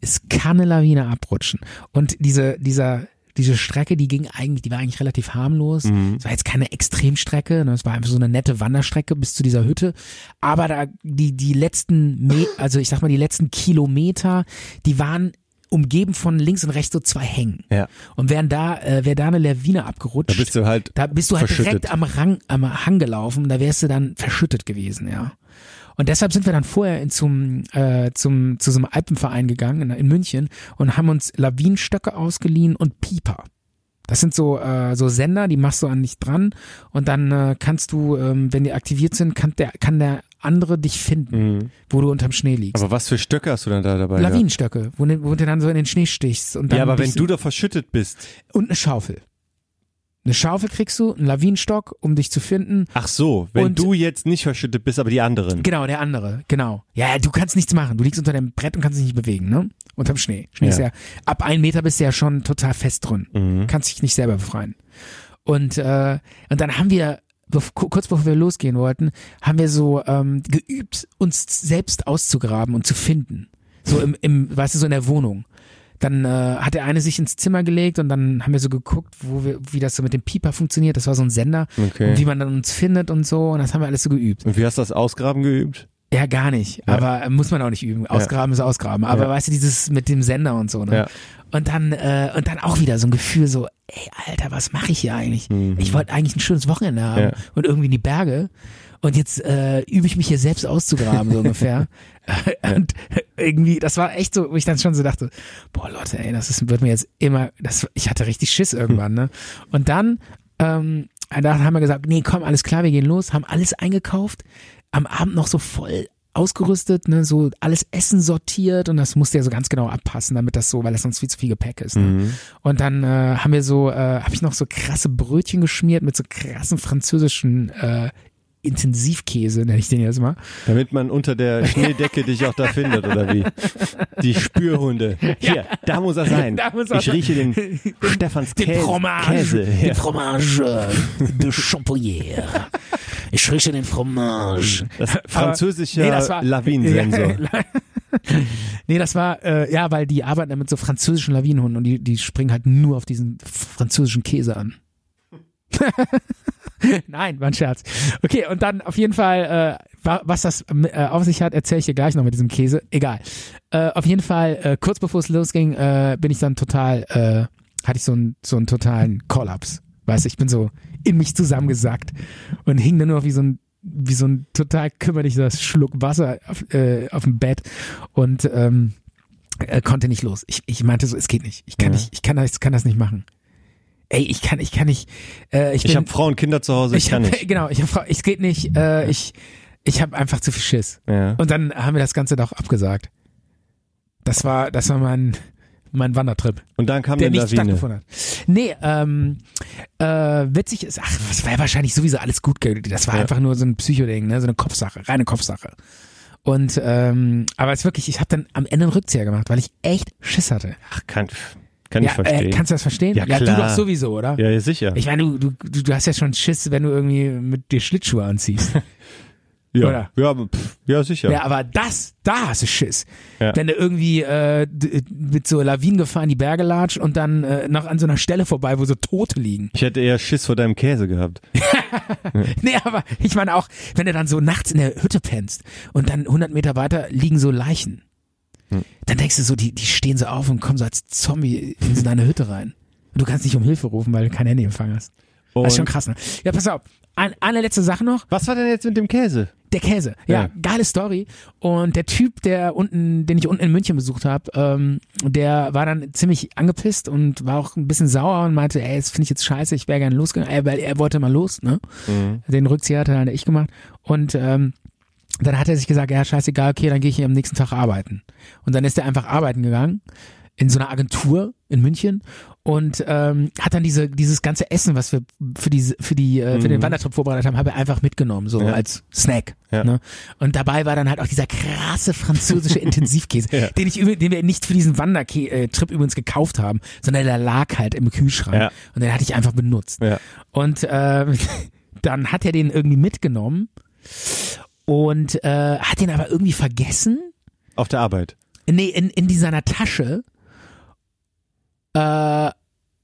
S5: es kann eine Lawine abrutschen. Und diese, dieser, diese Strecke, die ging eigentlich, die war eigentlich relativ harmlos.
S4: Mhm.
S5: Es war jetzt keine Extremstrecke, ne? es war einfach so eine nette Wanderstrecke bis zu dieser Hütte. Aber da die, die letzten, Me also ich sag mal, die letzten Kilometer, die waren umgeben von links und rechts so zwei Hängen.
S4: ja.
S5: Und wären da, äh, wäre da eine Lawine abgerutscht.
S4: äh, Da bist du halt
S5: Da bist du halt
S4: verschüttet.
S5: direkt am, Rang, am Hang gelaufen, da wärst du dann verschüttet gewesen, ja. Und deshalb sind wir dann vorher in zum, äh, zum, zu so einem Alpenverein gegangen in, in München und haben uns Lawinenstöcke ausgeliehen und Pieper. Das sind so, äh, so Sender, die machst du an dich dran und dann äh, kannst du, ähm, wenn die aktiviert sind, kann der, kann der andere dich finden,
S4: Mhm.
S5: wo du unterm Schnee liegst.
S4: Aber was für Stöcke hast du denn da dabei? gehabt?
S5: Lawinenstöcke, wo, ne- wo du dann so in den Schnee stichst. Und dann
S4: Ja, aber wenn
S5: dich so-
S4: du da verschüttet bist.
S5: und eine Schaufel. Eine Schaufel kriegst du, einen Lawinenstock, um dich zu finden.
S4: Ach so, wenn
S5: Und-
S4: du jetzt nicht verschüttet bist, aber die anderen.
S5: Genau, der andere, genau. Ja, ja, du kannst nichts machen. Du liegst unter dem Brett und kannst dich nicht bewegen, ne? Unterm Schnee. Schnee ist
S4: Ja. Mhm.
S5: ja, ab einem Meter bist du ja schon total fest drin. Kannst dich nicht selber befreien. Und, äh, und dann haben wir, bev- ku- kurz bevor wir losgehen wollten, haben wir so ähm, geübt, uns selbst auszugraben und zu finden. So im, im weißt du, so in der Wohnung. Dann äh, hat der eine sich ins Zimmer gelegt und dann haben wir so geguckt, wo wir, wie das so mit dem Pieper funktioniert. Das war so ein Sender,
S4: Okay.
S5: und wie man dann uns findet und so. Und das haben wir alles so geübt.
S4: Und wie hast du das Ausgraben geübt?
S5: Ja, gar nicht. Aber muss man auch nicht üben. Ausgraben ist ausgraben. Aber
S4: Ja.
S5: weißt du, dieses mit dem Sender und so, ne?
S4: Ja.
S5: Und dann, äh, und dann auch wieder so ein Gefühl so, ey, Alter, was mache ich hier eigentlich? Ich wollte eigentlich ein schönes Wochenende haben
S4: Mhm. Ja.
S5: und irgendwie in die Berge. Und jetzt äh, übe ich mich hier selbst auszugraben, so ungefähr. und irgendwie, das war echt so, wo ich dann schon so dachte, boah Leute, ey, das ist, wird mir jetzt immer, das, ich hatte richtig Schiss irgendwann, ne? Und dann, ähm, dann haben wir gesagt, nee, komm, alles klar, wir gehen los, haben alles eingekauft, am Abend noch so voll ausgerüstet, ne, so alles Essen sortiert und das musste ja so ganz genau abpassen, damit das so, weil das sonst viel zu viel Gepäck ist. Ne? Und dann äh, haben wir so, äh, habe ich noch so krasse Brötchen geschmiert mit so krassen französischen äh, Intensivkäse, nenne ich den jetzt mal.
S4: Damit man unter der Schneedecke dich auch da findet, oder wie? Die Spürhunde. Hier, da muss er sein.
S5: Da muss er
S4: ich
S5: sein.
S4: rieche den Stefans
S5: Den
S4: Käse.
S5: Fromage,
S4: Käse. Ja.
S5: den Fromage euh, de Champollière. Ich rieche den Fromage.
S4: Das französische
S5: Nee, das war-
S4: Lawinensensor.
S5: Nee, das war, äh, ja, weil die arbeiten ja mit so französischen Lawinenhunden und die, die springen halt nur auf diesen französischen Käse an. Nein, war ein Scherz. Okay, und dann auf jeden Fall, äh, wa- was das äh, auf sich hat, erzähle ich dir gleich noch mit diesem Käse. Egal. Äh, auf jeden Fall, äh, kurz bevor es losging, äh, bin ich dann total, äh, hatte ich so einen, so einen totalen Kollaps. Weißt du, ich bin so in mich zusammengesackt und hing dann nur noch wie so ein, wie so ein total kümmerlicher Schluck Wasser auf, äh, auf dem Bett und ähm, äh, konnte nicht los. Ich, ich meinte so, es geht nicht. Ich kann
S4: Ja.
S5: nicht, ich kann das, kann das nicht machen. Ey, ich kann, ich kann nicht. Äh, ich
S4: Ich
S5: bin-
S4: habe Frauen und Kinder zu Hause, ich, kann
S5: hab-
S4: nicht.
S5: Genau, ich habe, es geht nicht. Äh, ich, ich habe einfach zu viel Schiss.
S4: Ja.
S5: Und dann haben wir das Ganze doch abgesagt. Das war, das war mein, mein Wandertrip,
S4: Und dann kam
S5: der
S4: die
S5: nicht
S4: Lawine.
S5: stattgefunden hat. Nee, ähm, äh, witzig ist, ach, das war ja wahrscheinlich sowieso alles gut. ge- Das war
S4: Ja.
S5: einfach nur so ein Psychoding, ne, so eine Kopfsache, reine Kopfsache. Und ähm, aber es ist wirklich, ich habe dann am Ende einen Rückzieher gemacht, weil ich echt Schiss hatte.
S4: Ach, kann, kann
S5: ja,
S4: ich verstehen.
S5: Äh, kannst du das verstehen?
S4: Ja,
S5: du
S4: klar.
S5: doch sowieso, oder?
S4: ja, ja, sicher.
S5: Ich meine, du, du, du du hast ja schon Schiss, wenn du irgendwie mit dir Schlittschuhe anziehst.
S4: ja.
S5: oder?
S4: Ja, aber, pff, ja, sicher.
S5: Ja, aber das, da hast du Schiss.
S4: Ja.
S5: Wenn du irgendwie äh, d- mit so Lawinengefahr in die Berge latscht und dann äh, noch an so einer Stelle vorbei, wo so Tote liegen.
S4: Ich hätte eher Schiss vor deinem Käse gehabt.
S5: Nee, aber ich meine auch, wenn du dann so nachts in der Hütte pennst und dann 100 Meter weiter liegen so Leichen. Dann denkst du so, die, die stehen so auf und kommen so als Zombie in so deine Hütte rein. Und du kannst nicht um Hilfe rufen, weil du keinen Handyempfang hast.
S4: Und
S5: Das ist schon krass, ne? Ja, pass auf. Ein, eine letzte Sache noch.
S4: was war denn jetzt mit dem Käse?
S5: Der Käse, ja,
S4: Ja.
S5: geile Story. Und der Typ, der unten, den ich unten in München besucht habe, ähm, der war dann ziemlich angepisst und war auch ein bisschen sauer und meinte, ey, das finde ich jetzt scheiße, ich wäre gerne losgegangen, Ey, äh, weil er wollte mal los, ne? Den Rückzieher hatte dann ich gemacht. Und ähm, dann hat er sich gesagt, ja, scheißegal, okay, dann gehe ich am nächsten Tag arbeiten. Und dann ist er einfach arbeiten gegangen in so einer Agentur in München und ähm, hat dann diese dieses ganze Essen, was wir für diese für die äh, für den Wandertrip vorbereitet haben, habe er einfach mitgenommen so
S4: Mhm. Ja.
S5: als Snack.
S4: Ja.
S5: Ne? Und dabei war dann halt auch dieser krasse französische Intensivkäse,
S4: Ja.
S5: den ich übr- den wir nicht für diesen Wandertrip übrigens gekauft haben, sondern der lag halt im Kühlschrank
S4: Ja.
S5: und den hatte ich einfach benutzt.
S4: Ja.
S5: Und ähm, dann hat er den irgendwie mitgenommen und äh, hat den aber irgendwie vergessen
S4: Auf der Arbeit.
S5: Nee, in, in die- seiner Tasche. Äh,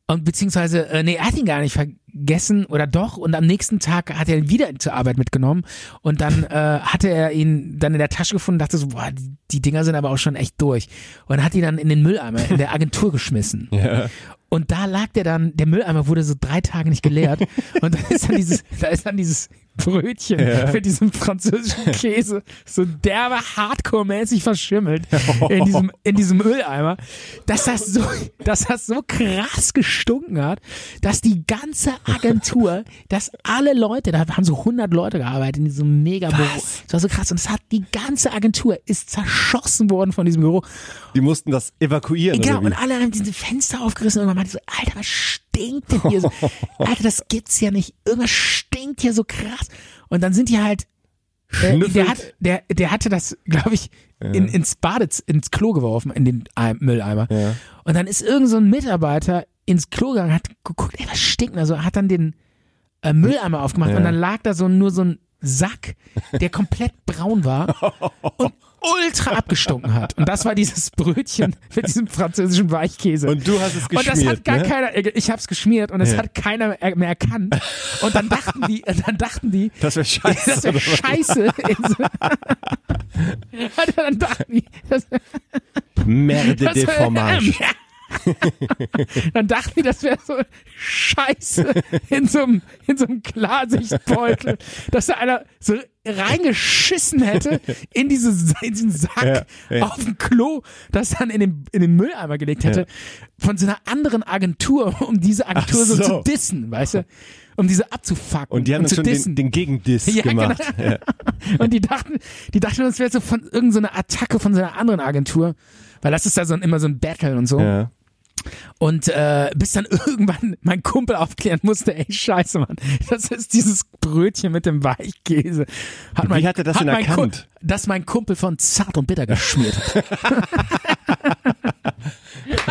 S5: und beziehungsweise, äh, nee, er hat ihn gar nicht vergessen oder doch. Und am nächsten Tag hat er ihn wieder zur Arbeit mitgenommen. Und dann äh, hatte er ihn dann in der Tasche gefunden und dachte so, boah, die, die Dinger sind aber auch schon echt durch. Und hat ihn dann in den Mülleimer in der Agentur geschmissen.
S4: Ja.
S5: Und da lag der dann, der Mülleimer wurde so drei Tage nicht geleert. und da ist dann dieses, da ist dann dieses Brötchen mit diesem französischen Käse so derbe Hardcore-mäßig verschimmelt in diesem, in diesem Mülleimer, dass das so, dass das so krass gestunken hat, dass die ganze Agentur, dass alle Leute, da haben so 100 Leute gearbeitet in diesem Mega-Büro. Das war so krass. Und es hat, die ganze Agentur ist zerschossen worden von diesem Büro.
S4: Die mussten das evakuieren.
S5: Genau,
S4: oder
S5: und
S4: wie?
S5: alle haben diese Fenster aufgerissen und man meinte so, Alter, was stinkt denn hier so? Alter, das gibt's ja nicht. Irgendwas stinkt hier so krass. Und dann sind die halt, äh,
S4: Schnüffelt.
S5: der, hat, der, der hatte das, glaube ich, in, ins Badez, ins Klo geworfen, in den Eim- Mülleimer.
S4: Ja.
S5: Und dann ist irgend so ein Mitarbeiter ins Klo gegangen, hat geguckt, ey, was stinkt denn? Also hat dann den äh, Mülleimer aufgemacht
S4: Ja.
S5: und dann lag da so nur so ein Sack, der komplett braun war und ultra abgestunken hat. Und das war dieses Brötchen mit diesem französischen Weichkäse.
S4: Und du hast es
S5: Und
S4: geschmiert.
S5: das hat gar
S4: ne?
S5: keiner, ich hab's geschmiert und es
S4: Ja.
S5: hat keiner mehr erkannt. Und dann dachten die, dann dachten die,
S4: Das wäre scheiße.
S5: das wäre
S4: oder was?
S5: scheiße. In so, Hat er Also, dann dachten, das,
S4: Merde
S5: Das-
S4: de Fromage.
S5: Dann dachten die, das wäre so Scheiße in so einem, in so einem Klarsichtbeutel, dass da einer so reingeschissen hätte in, diese, in diesen Sack
S4: Ja, ja.
S5: auf dem Klo, das dann in den, in den Mülleimer gelegt hätte, von so einer anderen Agentur, um diese Agentur so.
S4: so.
S5: zu dissen, weißt du? Um diese abzufacken
S4: Und die haben
S5: und
S4: uns
S5: zu
S4: schon
S5: dissen.
S4: den, den Gegendiss
S5: Ja,
S4: gemacht.
S5: genau. Und die dachten, die dachten, das wäre so von irgendeiner so einer Attacke von so einer anderen Agentur. Weil das ist da so ein, immer so ein Battle und so.
S4: Ja.
S5: Und äh, bis dann irgendwann mein Kumpel aufklären musste, ey, scheiße, Mann, das ist dieses Brötchen mit dem Weichkäse. Hat
S4: Wie hat er das denn
S5: mein Ku-
S4: erkannt?
S5: Dass mein Kumpel von Zart und Bitter geschmiert hat.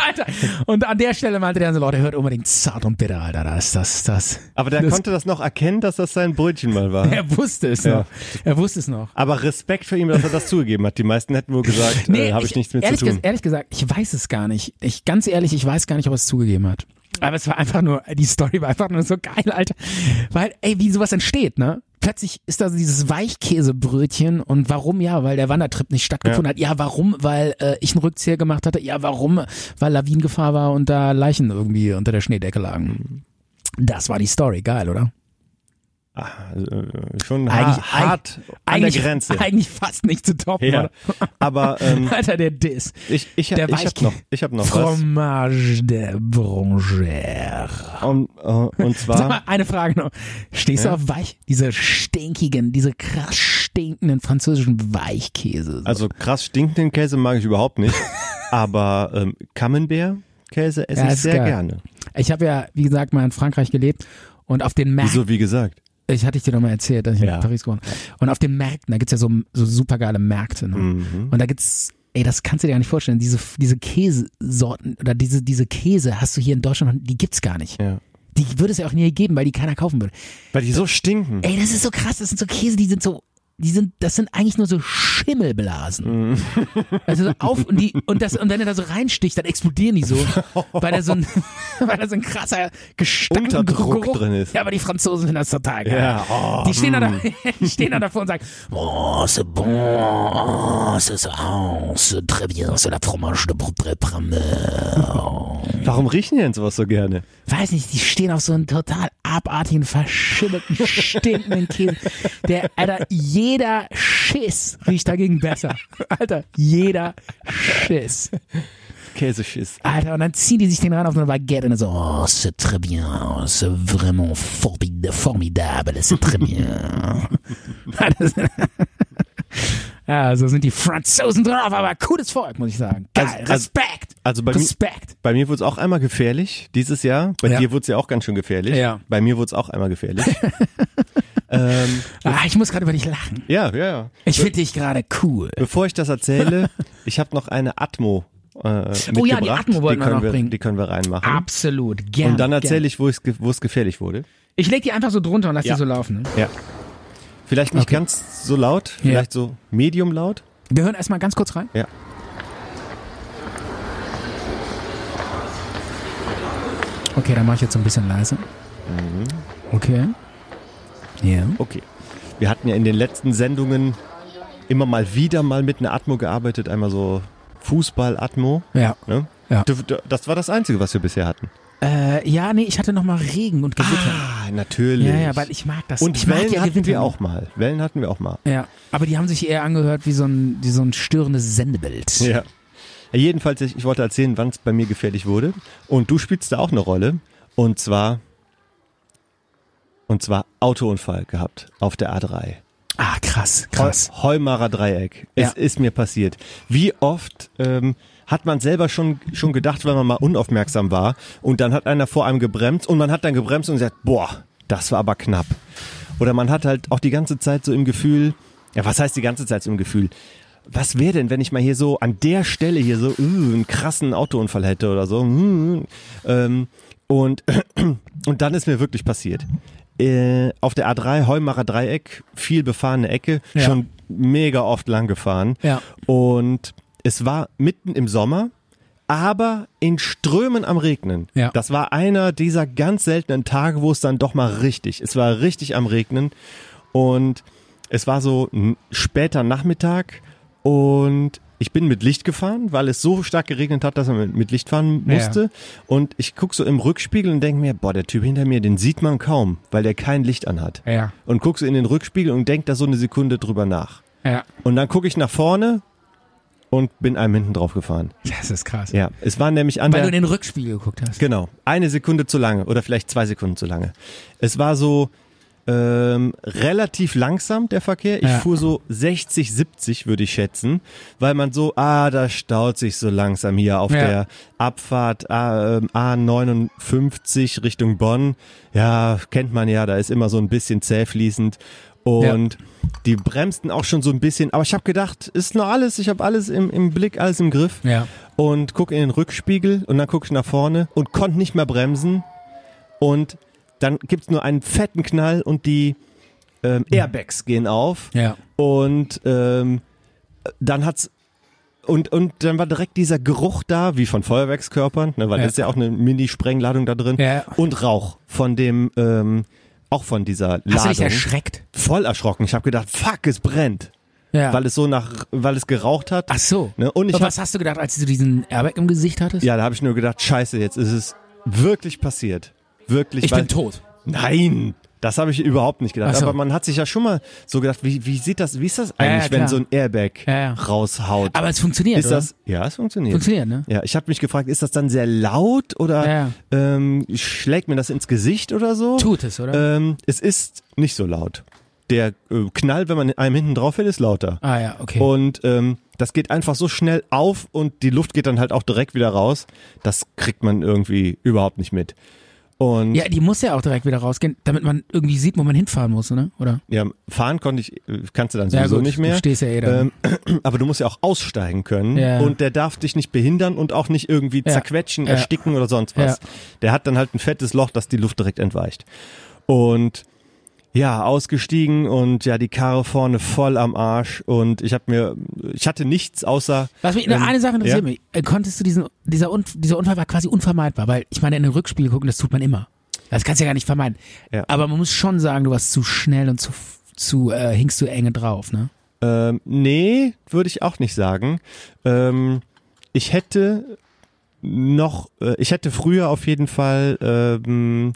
S5: Alter, und an der Stelle meinte der so, Leute, hört unbedingt Zart und Bitter, Alter, das, das, das.
S4: Aber der
S5: das,
S4: konnte das noch erkennen, dass das sein Brötchen mal war.
S5: Er wusste es
S4: Ja.
S5: noch. Er wusste es noch.
S4: Aber Respekt für ihn, dass er das zugegeben hat. Die meisten hätten wohl gesagt, äh, habe ich, nichts mit zu
S5: ehrlich,
S4: tun.
S5: ges- Ehrlich gesagt, ich weiß es gar nicht. Ich, ganz ehrlich, ich weiß gar nicht, ob er es zugegeben hat. Aber es war einfach nur, die Story war einfach nur so geil, Alter. Weil, ey, wie sowas entsteht, ne? Plötzlich ist da so dieses Weichkäsebrötchen und warum ja, weil der Wandertrip nicht stattgefunden
S4: Ja.
S5: hat. Ja, warum, weil äh, ich einen Rückzieher gemacht hatte. Ja, warum, weil Lawinengefahr war und da Leichen irgendwie unter der Schneedecke lagen. Das war die Story, geil, oder?
S4: Also, äh, schon
S5: Eigentlich-
S4: ha hart an der
S5: eigentlich,
S4: Grenze.
S5: Eigentlich fast nicht zu toppen,
S4: Ja. Aber ähm,
S5: oder? Alter, der Diss.
S4: ich, ich, ich
S5: Der
S4: habe
S5: Weichkäse.
S4: noch, ich hab noch was.
S5: Fromage de Brongère.
S4: Und, äh, und
S5: Sag mal,
S4: zwar,
S5: eine Frage noch. Stehst du auf Weich, diese stinkigen, diese krass stinkenden französischen Weichkäse? So.
S4: also krass stinkenden Käse mag ich überhaupt nicht. Aber ähm, Camembert-Käse esse
S5: Ja,
S4: ich
S5: ist
S4: sehr
S5: geil.
S4: gerne.
S5: ich habe ja, wie gesagt, mal in Frankreich gelebt und auf den Märkten,
S4: Wieso, wie gesagt?
S5: ich hatte ich dir doch mal erzählt, dass ich
S4: Ja.
S5: in Paris gewohnt habe. Und auf den Märkten, da gibt's ja so, so super geile Märkte. Ne?
S4: Mhm.
S5: Und da gibt's, ey, das kannst du dir gar nicht vorstellen, diese, diese Käsesorten oder diese, diese Käse hast du hier in Deutschland, die gibt's gar nicht.
S4: Ja.
S5: Die würde es ja auch nie geben, weil die keiner kaufen würde.
S4: Weil die so stinken.
S5: Ey, das ist so krass, das sind so Käse, die sind so, die sind, das sind eigentlich nur so Schimmelblasen. Also so auf und die, und das, und wenn er da so reinsticht, dann explodieren die so, weil da so ein, weil da so ein krasser Gestank
S4: Unterdruck
S5: Geruch-
S4: drin ist.
S5: Ja, aber die Franzosen finden das total geil.
S4: Ja, oh,
S5: die stehen da, da die stehen da davor und sagen, Mm. oh, c'est bon, oh, c'est, oh, c'est très bien, c'est la fromage de Bretagne.
S4: Warum riechen die denn sowas so gerne?
S5: weiß nicht, die stehen auf so einen total abartigen, verschimmelten, stinkenden Käse. Der, Alter, jeder Schiss riecht dagegen besser. Alter, jeder Schiss.
S4: Käseschiss.
S5: Alter, und dann ziehen die sich den rein auf so eine Baguette und dann so, oh, c'est très bien, oh, c'est vraiment formid- formidable, c'est très bien. Das- ja, so sind die Franzosen drauf, aber cooles Volk, muss ich sagen. Geil,
S4: Also- also-
S5: Respekt,
S4: Also bei, mi-
S5: Respekt.
S4: bei mir wurde es auch einmal gefährlich dieses Jahr. Bei
S5: Ja.
S4: dir wurde es ja auch ganz schön gefährlich.
S5: Ja.
S4: Bei mir wurde es auch einmal gefährlich. ähm,
S5: Ah, ich muss gerade über dich lachen.
S4: ja, ja, ja.
S5: Ich finde dich gerade cool.
S4: Bevor ich das erzähle, ich habe noch eine Atmo äh, mitgebracht.
S5: Oh ja, die Atmo wollten wir
S4: können
S5: noch bringen.
S4: Die können wir
S5: Hm?
S4: reinmachen.
S5: Absolut, gerne.
S4: Und dann erzähle
S5: gerne.
S4: ich, wo es ge- wo es gefährlich wurde.
S5: Ich leg die einfach so drunter und lass
S4: Ja.
S5: die so laufen. ne?
S4: Ja. Vielleicht nicht ganz so laut, vielleicht so medium laut.
S5: Wir hören erstmal ganz kurz rein.
S4: Ja.
S5: Okay, dann mache ich jetzt so ein bisschen leise.
S4: Mhm.
S5: Okay. Ja.
S4: Okay. Wir hatten ja in den letzten Sendungen immer mal wieder mal mit einer Atmo gearbeitet, einmal so Fußball-Atmo.
S5: Ja.
S4: Ne?
S5: Ja.
S4: Du- du- Das war das Einzige, was wir bisher hatten.
S5: Äh, ja, nee, ich hatte nochmal Regen und Gewitter.
S4: Ah, natürlich.
S5: ja, ja, weil ich mag das.
S4: Und
S5: ich mag
S4: Wellen
S5: ja
S4: hatten
S5: Gewitter.
S4: wir auch mal. Wellen hatten wir auch mal.
S5: Ja, aber die haben sich eher angehört wie so ein, wie so ein störendes Sendebild.
S4: Ja. Jedenfalls, ich, ich wollte erzählen, wann es bei mir gefährlich wurde. Und du spielst da auch eine Rolle. Und zwar, und zwar Autounfall gehabt auf der A3.
S5: Ah, krass, krass.
S4: Heu- Heumarer Dreieck. Es
S5: Ja.
S4: ist mir passiert. Wie oft ähm, hat man selber schon, schon gedacht, wenn man mal unaufmerksam war und dann hat einer vor einem gebremst und man hat dann gebremst und gesagt, boah, das war aber knapp. Oder man hat halt auch die ganze Zeit so im Gefühl, ja, was heißt die ganze Zeit so im Gefühl? Was wäre denn, wenn ich mal hier so an der Stelle hier so uh, einen krassen Autounfall hätte oder so? Mm, ähm, und, und dann ist mir wirklich passiert. Äh, auf der A3, Heumacher Dreieck, viel befahrene Ecke,
S5: Ja.
S4: schon mega oft lang gefahren.
S5: Ja.
S4: Und es war mitten im Sommer, aber in Strömen am Regnen.
S5: Ja.
S4: Das war einer dieser ganz seltenen Tage, wo es dann doch mal richtig, es war richtig am Regnen. Und es war so n- später Nachmittag Und ich bin mit Licht gefahren, weil es so stark geregnet hat, dass man mit- mit Licht fahren
S6: Ja.
S4: musste. Und ich guck so im Rückspiegel und denk mir, boah, der Typ hinter mir, den sieht man kaum, weil der kein Licht anhat.
S5: Oh.
S6: Ja.
S4: Und guck so in den Rückspiegel und denk da so eine Sekunde drüber nach.
S6: Ja.
S4: Und dann gucke ich nach vorne und bin einem hinten drauf gefahren.
S6: Das ist krass.
S4: Ja, es war nämlich an
S5: Weil du
S4: der...
S5: in den Rückspiegel geguckt hast.
S4: Genau, eine Sekunde zu lange oder vielleicht zwei Sekunden zu lange. Es war so ähm, relativ langsam der Verkehr. Ich
S6: Ja.
S4: fuhr so 60, 70 würde ich schätzen, weil man so, ah, da staut sich so langsam hier auf
S6: Ja.
S4: der Abfahrt A, ähm, A59 Richtung Bonn. Ja, kennt man ja, da ist immer so ein bisschen zähfließend. Und die bremsten auch schon so ein bisschen. Aber ich habe gedacht, ist noch alles, ich habe alles im, im Blick, alles im Griff
S6: Ja.
S4: und guck in den Rückspiegel und dann guck ich nach vorne und konnte nicht mehr bremsen. Und dann gibt's nur einen fetten Knall und die ähm, Airbags gehen auf.
S6: Ja.
S4: Und ähm, dann hat's und, und dann war direkt dieser Geruch da, wie von Feuerwerkskörpern, ne, weil
S6: Ja.
S4: das ist ja auch eine Mini-Sprengladung da drin.
S6: Ja.
S4: Und Rauch von dem, ähm, auch von dieser Ladung.
S5: Hast du dich erschreckt?
S4: Voll erschrocken. Ich habe gedacht, fuck, es brennt.
S5: Ja.
S4: Weil es so nach, weil es geraucht hat.
S5: Ach so.
S4: Ne, und ich
S5: Aber
S4: hab-
S5: was hast du gedacht, als du diesen Airbag im Gesicht hattest?
S4: Ja, da habe ich nur gedacht, scheiße, jetzt ist es wirklich passiert. Wirklich.
S5: ich
S4: weil-
S5: bin tot.
S4: Nein, das habe ich überhaupt nicht gedacht.
S5: Ach so.
S4: Aber man hat sich ja schon mal so gedacht, wie, wie sieht das, wie ist das
S5: ja,
S4: eigentlich, wenn
S5: klar.
S4: so ein Airbag
S5: Ja, ja.
S4: raushaut?
S5: Aber es funktioniert,
S4: ist
S5: oder?
S4: das, ja, es funktioniert.
S5: Funktioniert, ne?
S4: Ja, ich habe mich gefragt, ist das dann sehr laut oder
S5: Ja,
S4: Ähm, schlägt mir das ins Gesicht oder so?
S5: Tut es, oder?
S4: Ähm, es ist nicht so laut. Der äh, Knall, wenn man einem hinten drauf fällt, ist lauter.
S5: ah ja, okay.
S4: Und ähm, das geht einfach so schnell auf und die Luft geht dann halt auch direkt wieder raus. Das kriegt man irgendwie überhaupt nicht mit. Und ja,
S5: ja, die muss ja auch direkt wieder rausgehen, damit man irgendwie sieht, wo man hinfahren muss, ne? oder?
S4: fahren konnte ich, äh, kannst du dann
S5: Ja,
S4: sowieso
S5: gut,
S4: nicht mehr.
S5: du stehst ja eh da.
S4: Ähm, aber du musst ja auch aussteigen können
S5: Ja.
S4: und der darf dich nicht behindern und auch nicht irgendwie
S5: Ja.
S4: zerquetschen,
S5: Ja.
S4: ersticken oder sonst was. Der hat dann halt ein fettes Loch, dass die Luft direkt entweicht. Und ja, ausgestiegen und ja, die Karre vorne voll am Arsch und ich habe mir, ich hatte nichts außer
S5: Was mich, nur
S4: Ähm,
S5: eine Sache interessiert
S4: ja.
S5: mich. Äh, Konntest du diesen, dieser, Un, dieser Unfall war quasi unvermeidbar, weil ich meine, in den Rückspiegel gucken, das tut man immer. Das kannst du ja gar nicht vermeiden.
S4: Ja.
S5: Aber man muss schon sagen, du warst zu schnell und zu, zu äh, hingst du enge drauf, ne?
S4: Ähm, nee, würde ich auch nicht sagen. Ähm, ich hätte noch, äh, ich hätte früher auf jeden Fall ähm,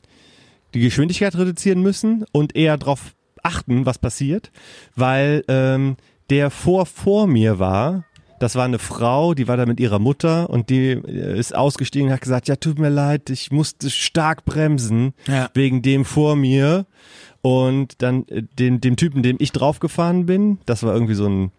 S4: die Geschwindigkeit reduzieren müssen und eher darauf achten, was passiert, weil ähm, der vor vor mir war. Das war eine Frau, die war da mit ihrer Mutter und die äh, ist ausgestiegen und hat gesagt, ja, tut mir leid, ich musste stark bremsen
S5: Ja.
S4: wegen dem vor mir. Und dann äh, dem, dem Typen, dem ich draufgefahren bin, das war irgendwie so ein,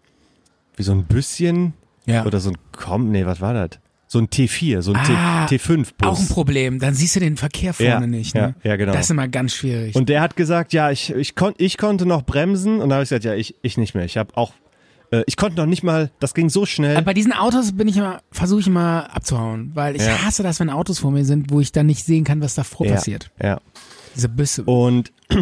S4: wie so ein Büsschen
S5: Ja.
S4: oder so ein Kom, nee, was war das? So ein T4, so ein
S5: Ah,
S4: T, T5-Bus.
S5: Auch ein Problem. Dann siehst du den Verkehr vorne
S4: Ja,
S5: nicht, ne?
S4: ja, ja, genau.
S5: Das ist immer ganz schwierig.
S4: Und der hat gesagt, ja, ich, ich, kon ich konnte noch bremsen. Und da habe ich gesagt, ja, ich, ich nicht mehr. Ich habe auch, äh, ich konnte noch nicht mal, das ging so schnell.
S5: Aber Äh, bei diesen Autos bin ich immer, versuche ich immer abzuhauen, weil ich
S4: Ja.
S5: hasse das, wenn Autos vor mir sind, wo ich dann nicht sehen kann, was davor
S4: ja,
S5: passiert.
S4: Ja.
S5: Diese Büsse.
S4: Und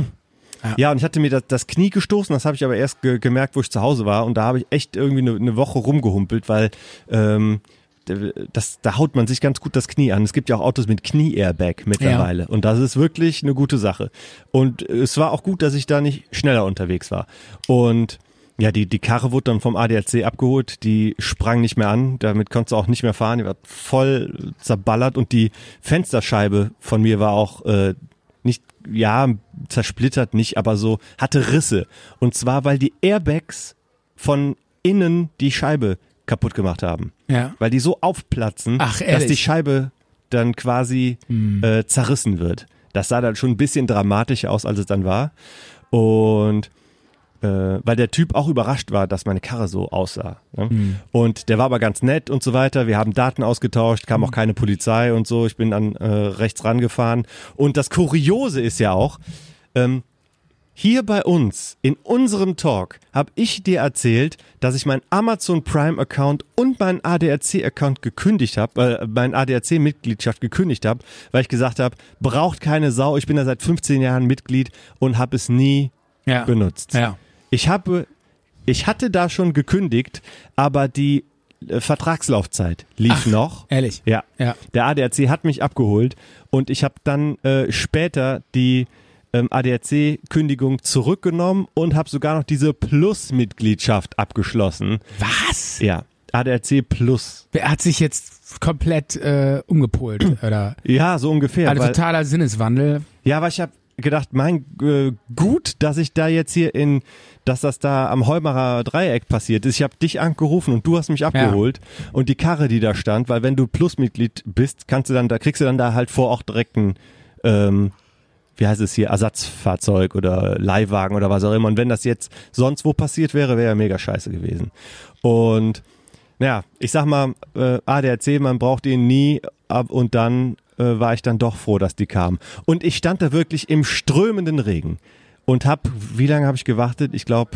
S5: Ja.
S4: ja. und ich hatte mir das, das Knie gestoßen, das habe ich aber erst ge gemerkt, wo ich zu Hause war. Und da habe ich echt irgendwie eine eine Woche rumgehumpelt, weil ähm, d- das, da haut man sich ganz gut das Knie an. Es gibt ja auch Autos mit Knie-Airbag mittlerweile. Und das ist wirklich eine gute Sache. Und es war auch gut, dass ich da nicht schneller unterwegs war. Und ja, die, die Karre wurde dann vom ADAC abgeholt, die sprang nicht mehr an, damit konntest du auch nicht mehr fahren, die war voll zerballert und die Fensterscheibe von mir war auch äh, nicht, ja, zersplittert nicht, aber so, hatte Risse. Und zwar, weil die Airbags von innen die Scheibe kaputt gemacht haben.
S5: Ja.
S4: Weil die so aufplatzen,
S5: Ach,
S4: dass
S5: ehrlich? Hm.
S4: die Scheibe dann quasi äh, zerrissen wird. Das sah dann schon ein bisschen dramatisch aus, als es dann war. Und äh, weil der Typ auch überrascht war, dass meine Karre so aussah. Ne?
S5: Hm.
S4: Und der war aber ganz nett und so weiter. Wir haben Daten ausgetauscht,
S5: Hm.
S4: kam auch keine Polizei und so. Ich bin dann äh, rechts rangefahren. Und das Kuriose ist ja auch, ähm, hier bei uns, in unserem Talk, habe ich dir erzählt, dass ich meinen Amazon Prime-Account und meinen ADAC-Account gekündigt habe, äh, meine ADAC-Mitgliedschaft gekündigt habe, weil ich gesagt habe, braucht keine Sau, ich bin da seit 15 Jahren Mitglied und habe es nie
S5: ja.
S4: benutzt.
S5: Ja.
S4: Ich habe, ich hatte da schon gekündigt, aber die äh, Vertragslaufzeit lief noch.
S5: Ehrlich.
S4: Ja.
S5: Ja.
S4: Der ADAC hat mich abgeholt und ich habe dann äh, später die ähm, ADAC-Kündigung zurückgenommen und habe sogar noch diese Plus-Mitgliedschaft abgeschlossen.
S5: Was?
S4: Ja, ADAC Plus.
S5: Er hat sich jetzt komplett äh, umgepolt oder
S4: Ja, so ungefähr.
S5: also
S4: weil,
S5: totaler Sinneswandel.
S4: ja, aber ich habe gedacht, mein äh, gut, dass ich da jetzt hier in, dass das da am Heumacher Dreieck passiert ist. Ich habe dich angerufen und du hast mich abgeholt und die Karre, die da stand, weil wenn du Plusmitglied bist, kannst du dann da kriegst du dann da halt vor Ort direkt ein ähm, wie heißt es hier, Ersatzfahrzeug oder Leihwagen oder was auch immer. Und wenn das jetzt sonst wo passiert wäre, wäre ja mega scheiße gewesen. Und naja, ich sag mal, äh, ADAC, man braucht ihn nie ab und dann äh, war ich dann doch froh, dass die kamen. Und ich stand da wirklich im strömenden Regen und hab, wie lange habe ich gewartet? Ich glaube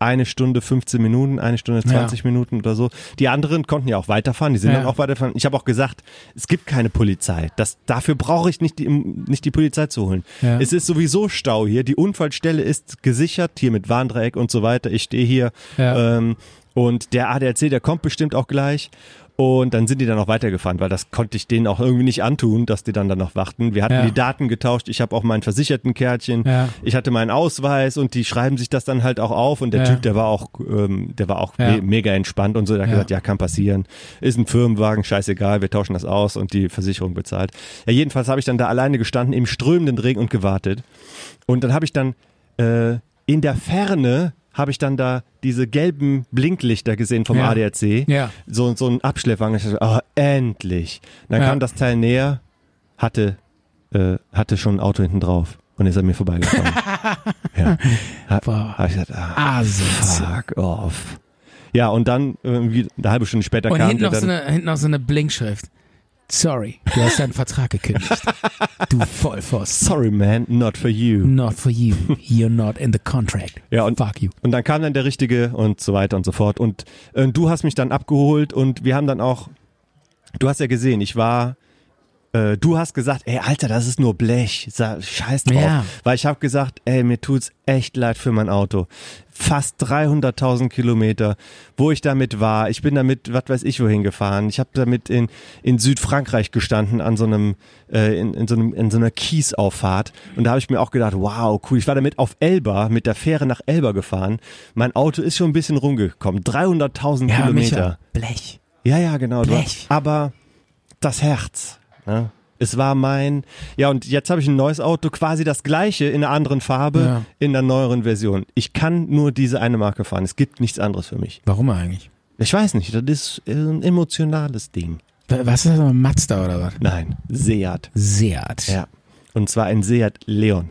S4: eine Stunde 15 Minuten, eine Stunde 20 Minuten oder so. Die anderen konnten ja auch weiterfahren, die sind
S5: Ja.
S4: dann auch weiterfahren. Ich habe auch gesagt, es gibt keine Polizei. Das, dafür brauche ich nicht die, nicht die Polizei zu holen.
S5: Ja.
S4: Es ist sowieso Stau hier. Die Unfallstelle ist gesichert, hier mit Warndreieck und so weiter. Ich stehe hier
S5: Ja.
S4: ähm, und der ADAC, der kommt bestimmt auch gleich. Und dann sind die dann auch weitergefahren, weil das konnte ich denen auch irgendwie nicht antun, dass die dann dann noch warten. Wir hatten
S5: Ja.
S4: die Daten getauscht, ich habe auch mein Versichertenkärtchen,
S5: Ja.
S4: ich hatte meinen Ausweis und die schreiben sich das dann halt auch auf. Und der
S5: Ja.
S4: Typ, der war auch, ähm, der war auch
S5: Ja.
S4: me mega entspannt und so. Der hat
S5: Ja.
S4: gesagt, ja, kann passieren, ist ein Firmenwagen, scheißegal, wir tauschen das aus und die Versicherung bezahlt. Ja, jedenfalls habe ich dann da alleine gestanden im strömenden Regen und gewartet. Und dann habe ich dann äh, in der Ferne habe ich dann da diese gelben Blinklichter gesehen vom
S5: Ja.
S4: ADAC.
S5: Ja.
S4: So, so ein Abschleppwagen. Ich dachte, oh, endlich. Dann
S5: Ja.
S4: kam das Teil näher, hatte, äh, hatte schon ein Auto hinten drauf und ist an mir vorbeigefahren. ja.
S5: Boah.
S4: Ha, hab ich gesagt, ah,
S5: Asozial.
S4: fuck off. Ja, und dann äh, irgendwie eine halbe Stunde später
S5: Und
S4: kam
S5: hinten
S4: der
S5: noch, so
S4: dann,
S5: eine, hinten noch so eine Blinkschrift. Sorry, du hast deinen Vertrag gekündigt. Du Vollpfosten.
S4: sorry man, not for you.
S5: Not for you. You're not in the contract.
S4: Ja, und-
S5: Fuck you.
S4: Und dann kam dann der Richtige und so weiter und so fort. Und äh, du hast mich dann abgeholt und wir haben dann auch, du hast ja gesehen, ich war, äh, du hast gesagt, ey Alter, das ist nur Blech, Sa scheiß drauf.
S5: Ja.
S4: Weil ich habe gesagt, ey, mir tut's echt leid für mein Auto. Fast 300.000 Kilometer, wo ich damit war. Ich bin damit, was weiß ich, wohin gefahren. Ich habe damit in, in Südfrankreich gestanden an so einem, äh, in, in so einem, in so einer Kiesauffahrt. Und da habe ich mir auch gedacht, wow, cool. Ich war damit auf Elba, mit der Fähre nach Elba gefahren. Mein Auto ist schon ein bisschen rumgekommen. 300.000
S5: Ja,
S4: Kilometer.
S5: Micha. Blech.
S4: Ja, ja, genau. Du
S5: Blech.
S4: hast, aber das Herz. Ne? Es war mein. Ja, und jetzt habe ich ein neues Auto, quasi das gleiche in einer anderen Farbe,
S5: Ja.
S4: in einer neueren Version. Ich kann nur diese eine Marke fahren. Es gibt nichts anderes für mich.
S5: Warum eigentlich?
S4: Ich weiß nicht, das ist äh, ein emotionales Ding.
S5: Wa- Was ist das? Ein Mazda oder was?
S4: Nein, Seat.
S5: Seat.
S4: Ja. Und zwar ein Seat Leon.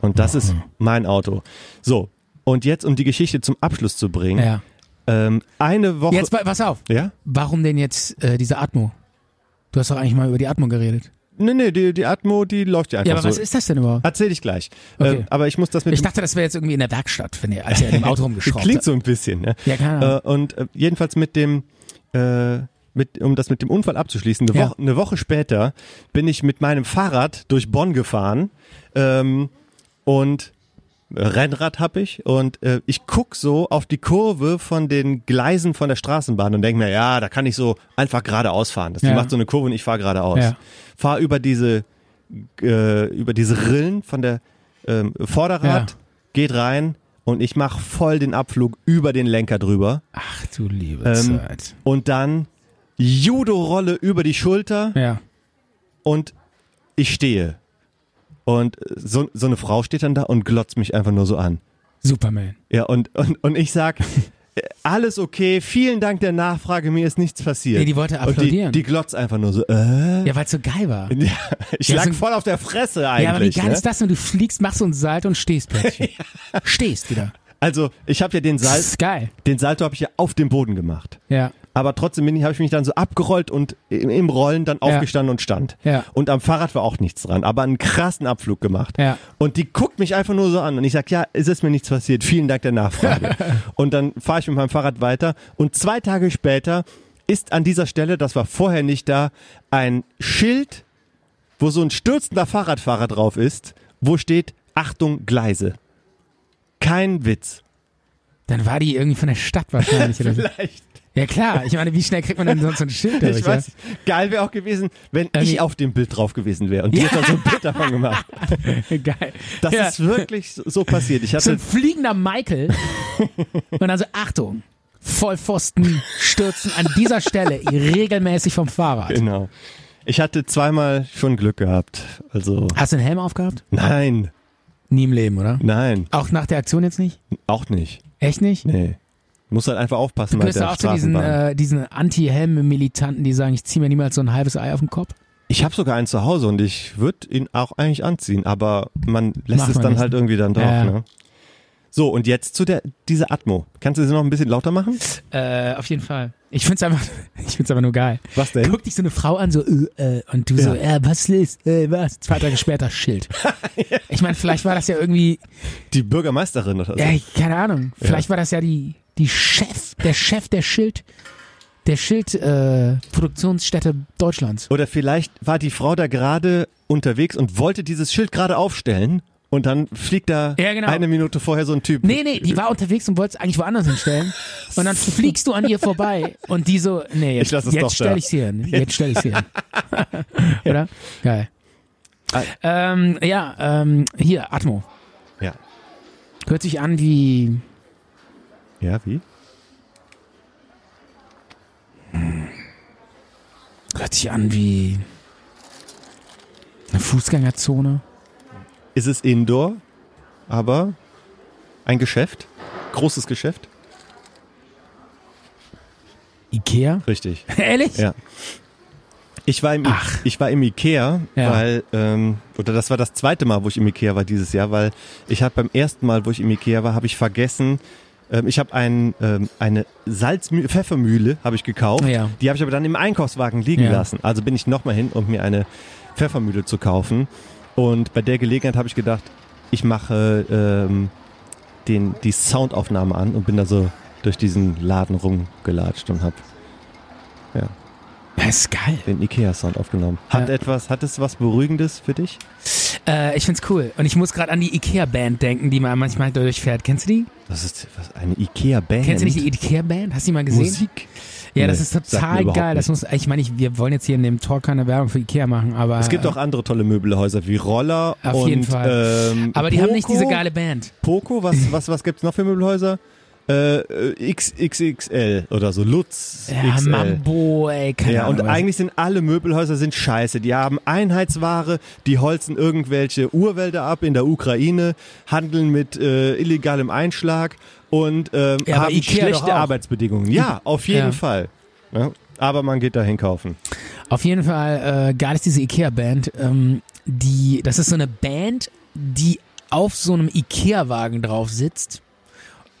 S4: Und das
S5: Mhm.
S4: ist mein Auto. So, und jetzt, um die Geschichte zum Abschluss zu bringen,
S5: ja.
S4: ähm, eine Woche.
S5: Jetzt, wa- pass auf.
S4: ja?
S5: Warum denn jetzt äh, diese Atmo? Du hast doch eigentlich mal über die Atmo geredet.
S4: Nee, nee, die, die Atmo, die läuft ja einfach
S5: Ja, aber
S4: so.
S5: was ist das denn überhaupt?
S4: Erzähl ich gleich.
S5: Okay.
S4: Ähm, aber ich muss das mit
S5: Ich
S4: dem-
S5: dachte, das wäre jetzt irgendwie in der Werkstatt, wenn ihr, als ihr in dem Auto rumgeschraubt
S4: Klingt
S5: habt.
S4: so ein bisschen. Ne?
S5: Ja, keine Ahnung.
S4: äh, Und äh, jedenfalls mit dem, äh, mit, um das mit dem Unfall abzuschließen, eine,
S5: Ja.
S4: Woche, eine Woche später bin ich mit meinem Fahrrad durch Bonn gefahren ähm, und Rennrad habe ich und äh, ich guck so auf die Kurve von den Gleisen von der Straßenbahn und denke mir, ja, da kann ich so einfach geradeaus fahren. Das, Die
S5: Ja.
S4: macht so eine Kurve und ich fahre geradeaus.
S5: Ja.
S4: Fahr über diese äh, über diese Rillen von der ähm, Vorderrad,
S5: Ja.
S4: geht rein und ich mache voll den Abflug über den Lenker drüber
S5: Ach du liebe
S4: äh, Ähm,
S5: Zeit.
S4: und dann Judo-Rolle über die Schulter
S5: Ja.
S4: und ich stehe. Und äh, so, so eine Frau steht dann da und glotzt mich einfach nur so an.
S5: Superman.
S4: Ja, und, und, und ich sag, äh, alles okay, vielen Dank der Nachfrage, mir ist nichts passiert.
S5: Nee, die wollte
S4: Und
S5: applaudieren.
S4: die, die glotzt einfach nur so, äh?
S5: Ja, weil es so geil war.
S4: Ja, ich
S5: Ja,
S4: lag
S5: so ein-
S4: voll auf der Fresse eigentlich.
S5: Ja, aber wie geil
S4: ne?
S5: ist das denn? Du fliegst, machst so einen Salto und stehst plötzlich. Stehst wieder.
S4: Also, ich habe ja den, Sal
S5: Das ist geil.
S4: den Salto habe ich ja auf dem Boden gemacht.
S5: Ja.
S4: Aber trotzdem habe ich mich dann so abgerollt und im, im Rollen dann aufgestanden und stand.
S5: Ja.
S4: Und am Fahrrad war auch nichts dran, aber einen krassen Abflug gemacht.
S5: Ja.
S4: Und die guckt mich einfach nur so an und ich sag, ja, es ist mir nichts passiert, vielen Dank der Nachfrage. und dann fahre ich mit meinem Fahrrad weiter und zwei Tage später ist an dieser Stelle, das war vorher nicht da, ein Schild, wo so ein stürzender Fahrradfahrer drauf ist, wo steht, Achtung, Gleise. Kein Witz.
S5: Dann war die irgendwie von der Stadt wahrscheinlich. Oder so.
S4: Vielleicht.
S5: Ja klar, ich meine, wie schnell kriegt man denn sonst so ein Schild durch?
S4: Ich weiß, geil wäre auch gewesen, wenn
S5: Äh,
S4: ich auf dem Bild drauf gewesen wäre und die hätte da so ein Bild davon gemacht.
S5: Ja? Geil.
S4: Das
S5: ja.
S4: ist wirklich so- so passiert. Ich
S5: so
S4: hatte,
S5: ein fliegender Michael. Und also Achtung, Vollpfosten stürzen an dieser Stelle regelmäßig vom Fahrrad.
S4: genau. Ich hatte zweimal schon Glück gehabt. Also,
S5: Hast du den Helm aufgehabt?
S4: nein,
S5: Nie im Leben, oder?
S4: nein,
S5: Auch nach der Aktion jetzt nicht?
S4: auch nicht.
S5: Echt nicht?
S4: Nee. Muss halt einfach aufpassen bei
S5: Gehörst du
S4: der
S5: auch zu diesen,
S4: Straßenbahn.
S5: äh, diesen Anti-Helm-Militanten, die sagen, ich ziehe mir niemals so ein halbes Ei auf den Kopf?
S4: Ich habe sogar einen zu Hause und ich würde ihn auch eigentlich anziehen, aber man lässt
S5: Macht
S4: es
S5: man
S4: dann
S5: nicht.
S4: halt irgendwie dann drauf.
S5: Ja.
S4: Ne? So, und jetzt zu der diese Atmo. Kannst du sie noch ein bisschen lauter machen?
S5: Äh, auf jeden Fall. Ich find's einfach, ich find's einfach nur geil.
S4: Was denn?
S5: Guckt dich so eine Frau an, so, äh, äh, und du so, äh, was ist, äh, was? Zwei Tage später, Schild. Ich meine, vielleicht war das ja irgendwie,
S4: Die Bürgermeisterin oder so.
S5: ja, ich- keine Ahnung, vielleicht war das ja die, die Chef, der Chef der Schild, der Schild, äh, Produktionsstätte Deutschlands.
S4: Oder vielleicht war die Frau da gerade unterwegs und wollte dieses Schild gerade aufstellen und dann fliegt da
S5: Ja, genau.
S4: eine Minute vorher so ein Typ.
S5: Nee, nee, die war unterwegs und wollte es eigentlich woanders hinstellen. Und dann fliegst du an ihr vorbei und die so, nee,
S4: Ich
S5: jetzt,
S4: lass es doch
S5: jetzt
S4: da.
S5: stelle ich sie hin. Jetzt stelle ich sie hin. Oder? Geil.
S4: Ah.
S5: Ähm, ja, ähm, hier, Atmo.
S4: Ja.
S5: Hört sich an wie.
S4: Ja, wie?
S5: Hört sich an wie. Eine Fußgängerzone.
S4: Ist es indoor, aber ein Geschäft? Großes Geschäft?
S5: Ikea?
S4: Richtig.
S5: Ehrlich?
S4: Ja. Ich war im, I-
S5: Ach.
S4: ich war im Ikea,
S5: Ja.
S4: weil, ähm, oder das war das zweite Mal, wo ich im Ikea war dieses Jahr, weil ich habe beim ersten Mal, wo ich im Ikea war, habe ich vergessen, ähm, ich habe ein, ähm, eine Salzmühle, Pfeffermühle habe ich gekauft,
S5: Ja.
S4: die habe ich aber dann im Einkaufswagen liegen
S5: Ja.
S4: lassen. Also bin ich nochmal hin, um mir eine Pfeffermühle zu kaufen. Und bei der Gelegenheit habe ich gedacht, ich mache ähm, den, die Soundaufnahme an und bin da so durch diesen Laden rumgelatscht und habe
S5: Das ist geil.
S4: den Ikea-Sound aufgenommen. Hat
S5: Ja.
S4: etwas, hat es was Beruhigendes für dich?
S5: Äh, ich find's cool. Und ich muss gerade an die Ikea-Band denken, die man manchmal durchfährt. Kennst du die?
S4: Das ist was, eine Ikea-Band.
S5: Kennst du nicht die Ikea-Band? Hast du die mal gesehen?
S4: Äh, Musik?
S5: Ja,
S4: Nee,
S5: das ist
S4: sagt mir
S5: total
S4: überhaupt
S5: geil. Das
S4: nichts.
S5: muss, ich meine, ich, wir wollen jetzt hier in dem Talk keine Werbung für Ikea machen, aber.
S4: Es gibt auch andere tolle Möbelhäuser wie Roller
S5: Auf
S4: und
S5: jeden Fall.
S4: Ähm,
S5: Aber die
S4: Poco,
S5: haben nicht diese geile Band.
S4: Poco, was, was, was gibt's noch für Möbelhäuser? Äh, äh, XXXL oder so, Lutz
S5: Ja,
S4: XL.
S5: Mambo, ey, keine
S4: Ja,
S5: Ahnung.
S4: und
S5: was.
S4: eigentlich sind alle Möbelhäuser sind scheiße. Die haben Einheitsware, die holzen irgendwelche Urwälder ab in der Ukraine, handeln mit äh, illegalem Einschlag und ähm,
S5: Ja, aber
S4: haben
S5: Ikea doch
S4: schlechte
S5: auch.
S4: Arbeitsbedingungen. Ja, auf jeden
S5: Ja.
S4: Fall. Ja, aber man geht dahin kaufen.
S5: Auf jeden Fall, äh, geil ist diese Ikea-Band. Ähm, die, das ist so eine Band, die auf so einem Ikea-Wagen drauf sitzt.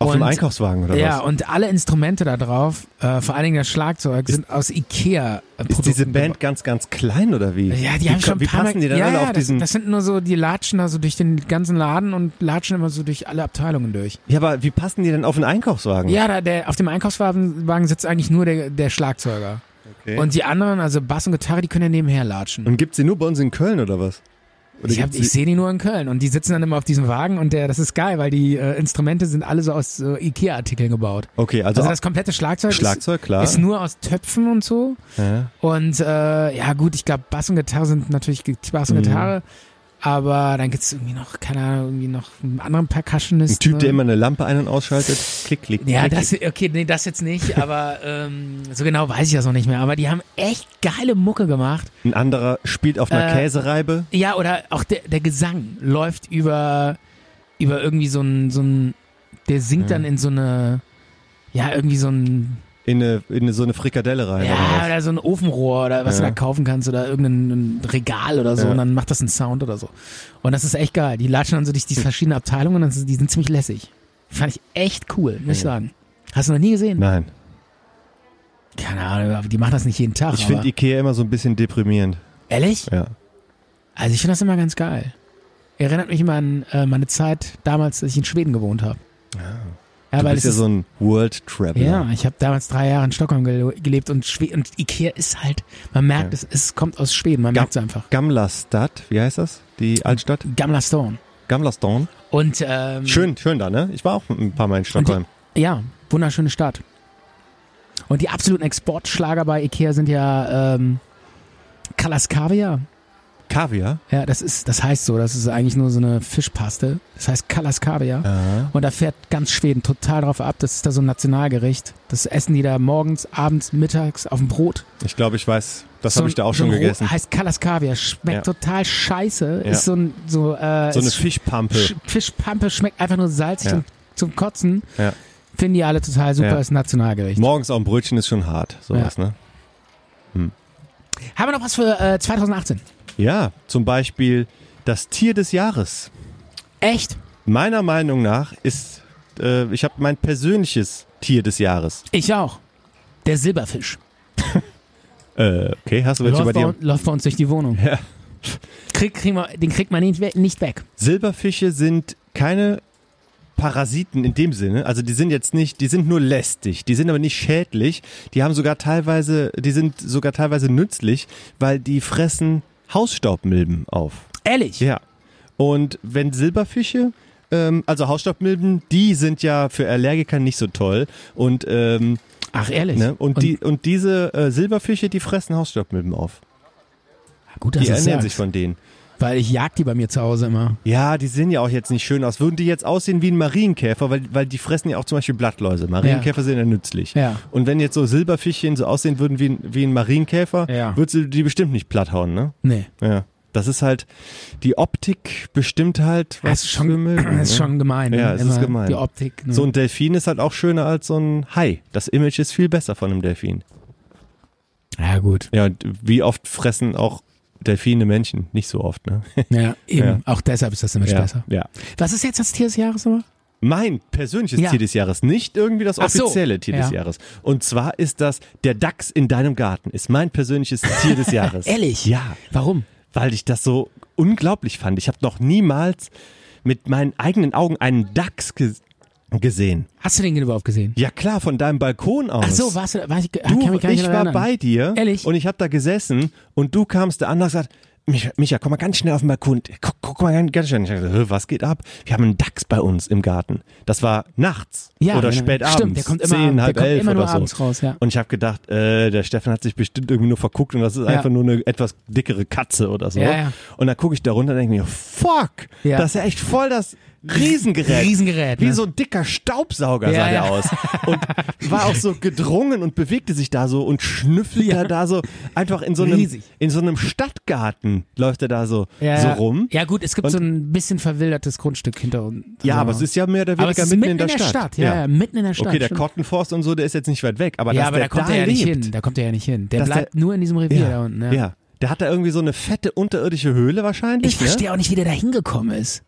S4: Auf dem
S5: Und-
S4: Einkaufswagen oder
S5: ja,
S4: was?
S5: und alle Instrumente da drauf, äh, vor allen Dingen das Schlagzeug, sind aus Ikea-Produkten.
S4: Ist diese Band ganz, ganz klein oder wie?
S5: Ja, die
S4: wie,
S5: haben
S4: ko-
S5: schon ein
S4: Wie
S5: paar
S4: passen
S5: Mal,
S4: die dann
S5: ja,
S4: alle
S5: ja,
S4: auf
S5: das,
S4: diesen...
S5: das sind nur so, die latschen da so durch den ganzen Laden und latschen immer so durch alle Abteilungen durch.
S4: ja, aber wie passen die denn auf den Einkaufswagen?
S5: Ja, da, der, auf dem Einkaufswagen Wagen sitzt eigentlich nur der, der Schlagzeuger.
S4: Okay.
S5: Und die anderen, also Bass und Gitarre, die können ja nebenher latschen.
S4: und gibt's die nur bei uns in Köln oder was? Oder
S5: Ich, hab-
S4: gibt's die-
S5: ich sehe die nur in Köln und die sitzen dann immer auf diesem Wagen und der, das ist geil, weil die äh, Instrumente sind alle so aus äh, Ikea-Artikeln gebaut.
S4: okay, also,
S5: Also das komplette Schlagzeug,
S4: Schlagzeug, klar.
S5: ist, ist nur aus Töpfen und so.
S4: ja.
S5: Und äh, ja gut, ich glaube Bass und Gitarre sind natürlich Gi- Bass
S4: Mhm.
S5: und Gitarre, aber dann gibt's irgendwie noch, keine Ahnung, irgendwie noch einen anderen Percussionist.
S4: Ein Typ,
S5: ne?
S4: der immer eine Lampe ein- und ausschaltet. Klick, klick,
S5: Ja,
S4: klick.
S5: das, okay, nee, das jetzt nicht, aber ähm, so genau weiß ich das noch nicht mehr. Aber die haben echt geile Mucke gemacht.
S4: Ein anderer spielt auf einer
S5: Äh,
S4: Käsereibe.
S5: Ja, oder auch der, der Gesang läuft über, über irgendwie so ein, so ein, der singt dann in so eine, ja, irgendwie so ein,
S4: In, eine, in eine, so eine Frikadelle rein.
S5: ja,
S4: oder was.
S5: oder so ein Ofenrohr oder was
S4: Ja.
S5: du da kaufen kannst oder irgendein Regal oder so
S4: Ja.
S5: und dann macht das einen Sound oder so. Und das ist echt geil. Die latschen dann so durch die
S4: Hm.
S5: verschiedenen Abteilungen und dann sind, die sind ziemlich lässig. Fand ich echt cool, muss ich sagen. Hast du noch nie gesehen?
S4: Nein.
S5: Keine Ahnung, aber die machen das nicht jeden Tag.
S4: Ich finde
S5: aber-
S4: Ikea immer so ein bisschen deprimierend.
S5: Ehrlich?
S4: Ja.
S5: Also ich finde das immer ganz geil. Erinnert mich immer an äh, meine Zeit damals, als ich in Schweden gewohnt habe. Ja,
S4: Ah. Du
S5: weil
S4: bist ja
S5: es
S4: so ein World Traveler.
S5: ist, ja, ich habe damals drei Jahre in Stockholm gele gelebt und, Schwe und Ikea ist halt, man merkt, es, es kommt aus Schweden, man
S4: Gam-
S5: merkt es einfach.
S4: Gamla Stadt, wie heißt das? Die Altstadt?
S5: Gamla Stone.
S4: Gamla Stone.
S5: Und ähm,
S4: Schön, schön da, ne? Ich war auch ein paar Mal in Stockholm.
S5: und Ja, wunderschöne Stadt. Und die absoluten Exportschlager bei Ikea sind ja ähm, Kalaskavia.
S4: Kaviar?
S5: Ja, das ist, das heißt so, das ist eigentlich nur so eine Fischpaste. Das heißt Kalaskavia. Und da fährt ganz Schweden total drauf ab. Das ist da so ein Nationalgericht. Das essen die da morgens, abends, mittags auf dem Brot.
S4: Ich glaube, ich weiß. Das
S5: So ein-
S4: habe ich da auch
S5: so
S4: schon
S5: ein Rot-
S4: gegessen.
S5: Heißt Kalaskavia. Schmeckt
S4: Ja.
S5: total scheiße.
S4: Ja.
S5: Ist so ein, so, äh,
S4: So eine
S5: ist
S4: Fischpampe.
S5: Sch- Fischpampe schmeckt einfach nur salzig
S4: Ja.
S5: und zum Kotzen.
S4: Ja.
S5: Finden die alle total super,
S4: Ja.
S5: ist Nationalgericht.
S4: Morgens auf dem Brötchen ist schon hart, sowas, ne?
S5: Haben wir noch was für äh, 2018?
S4: Ja, zum Beispiel das Tier des Jahres.
S5: Echt?
S4: Meiner Meinung nach ist, äh, ich habe mein persönliches Tier des Jahres.
S5: Ich auch. Der Silberfisch.
S4: Äh, okay, hast du welche bei
S5: Läuft bei,
S4: dir?
S5: un- läuft bei uns durch die Wohnung.
S4: Ja.
S5: Krieg, kriegen wir, den kriegt man nicht, we nicht weg.
S4: Silberfische sind keine Parasiten in dem Sinne. Also die sind jetzt nicht, die sind nur lästig, die sind aber nicht schädlich. Die haben sogar teilweise, die sind sogar teilweise nützlich, weil die fressen Hausstaubmilben auf.
S5: Ehrlich?
S4: Ja. Und wenn Silberfische, ähm, also Hausstaubmilben, die sind ja für Allergiker nicht so toll. Und, ähm,
S5: Ach, ehrlich?
S4: ne? und, die, und diese äh, Silberfische, die fressen Hausstaubmilben auf.
S5: Gut, dass
S4: Die
S5: du es
S4: ernähren
S5: sagst,
S4: sich von denen.
S5: Weil ich jag die bei mir zu Hause immer.
S4: Ja, die sehen ja auch jetzt nicht schön aus. Würden die jetzt aussehen wie ein Marienkäfer, weil, weil die fressen ja auch zum Beispiel Blattläuse. Marienkäfer sind ja nützlich.
S5: Ja.
S4: Und wenn jetzt so Silberfischchen so aussehen würden wie ein, wie ein Marienkäfer,
S5: Ja.
S4: würdest du die bestimmt nicht platthauen, ne?
S5: Nee.
S4: Ja. Das ist halt, die Optik bestimmt halt, was
S5: Das ist schon,
S4: für Milben,
S5: das ist
S4: ne?
S5: schon gemein. ne?
S4: Ja, es ist
S5: immer
S4: gemein.
S5: Die Optik. Ne?
S4: So ein Delfin ist halt auch schöner als so ein Hai. Das Image ist viel besser von einem Delfin.
S5: ja, gut.
S4: Ja, und wie oft fressen auch Delfine Menschen? Nicht so oft, ne?
S5: Ja, eben.
S4: Ja.
S5: Auch deshalb ist das nämlich
S4: ja,
S5: besser.
S4: ja.
S5: Was ist jetzt das Tier des Jahres nochmal?
S4: Mein persönliches
S5: Ja.
S4: Tier des Jahres, nicht irgendwie das
S5: Ach so.
S4: offizielle Tier des
S5: Ja.
S4: Jahres. Und zwar ist das der Dachs in deinem Garten, ist mein persönliches Tier des Jahres.
S5: Ehrlich?
S4: Ja,
S5: Warum?
S4: weil ich das so unglaublich fand. Ich habe noch niemals mit meinen eigenen Augen einen Dachs ge gesehen.
S5: Hast du den überhaupt gesehen?
S4: Ja klar, von deinem Balkon aus.
S5: Ach so, warst du, war ich, du,
S4: Du,
S5: kann mich gar nicht
S4: ich war
S5: daran erinnern.
S4: bei dir
S5: Ehrlich?
S4: und ich habe da gesessen und du kamst da an und hast gesagt, Micha, Micha, komm mal ganz schnell auf den Balkon. Guck, guck mal ganz, ganz schnell. Ich hab gesagt, "Hä, was geht ab? Wir haben einen Dachs bei uns im Garten. Das war nachts
S5: Ja,
S4: oder
S5: wenn-
S4: spät abends.
S5: stimmt, der kommt immer ab-
S4: zehn,
S5: der
S4: halb
S5: kommt
S4: elf
S5: immer
S4: oder
S5: nur
S4: so.
S5: abends raus, ja.
S4: Und ich habe gedacht, äh, der Stefan hat sich bestimmt irgendwie nur verguckt und das ist einfach nur eine etwas dickere Katze oder so.
S5: Ja, ja.
S4: Und dann gucke ich da runter und denke mir, fuck,
S5: Ja.
S4: das ist ja echt voll das Riesengerät.
S5: Riesengerät,
S4: Wie
S5: ne?
S4: so ein dicker Staubsauger
S5: Ja,
S4: sah der
S5: ja.
S4: aus. Und war auch so gedrungen und bewegte sich da so und schnüffelte da so einfach in so einem,
S5: Riesig.
S4: in so einem Stadtgarten läuft er da so,
S5: ja,
S4: so rum.
S5: Ja, gut, es gibt
S4: Und-
S5: so ein bisschen verwildertes Grundstück hinter uns.
S4: Ja, aber es ist ja mehr oder
S5: Aber es
S4: weniger
S5: ist
S4: mitten, in der Stadt.
S5: Ja, ja, mitten in der Stadt.
S4: okay, der
S5: stimmt.
S4: Kottenforst und so, der ist jetzt nicht weit weg, aber
S5: Ja,
S4: dass
S5: aber
S4: der
S5: da kommt
S4: da
S5: er ja nicht
S4: lebt,
S5: hin. Da kommt er ja nicht hin. Der
S4: Dass
S5: bleibt
S4: der-
S5: nur in diesem Revier
S4: ja,
S5: da unten. ne? Ja.
S4: ja. Der hat da irgendwie so eine fette unterirdische Höhle wahrscheinlich.
S5: Ich
S4: ne?
S5: verstehe auch nicht, wie der da hingekommen ist.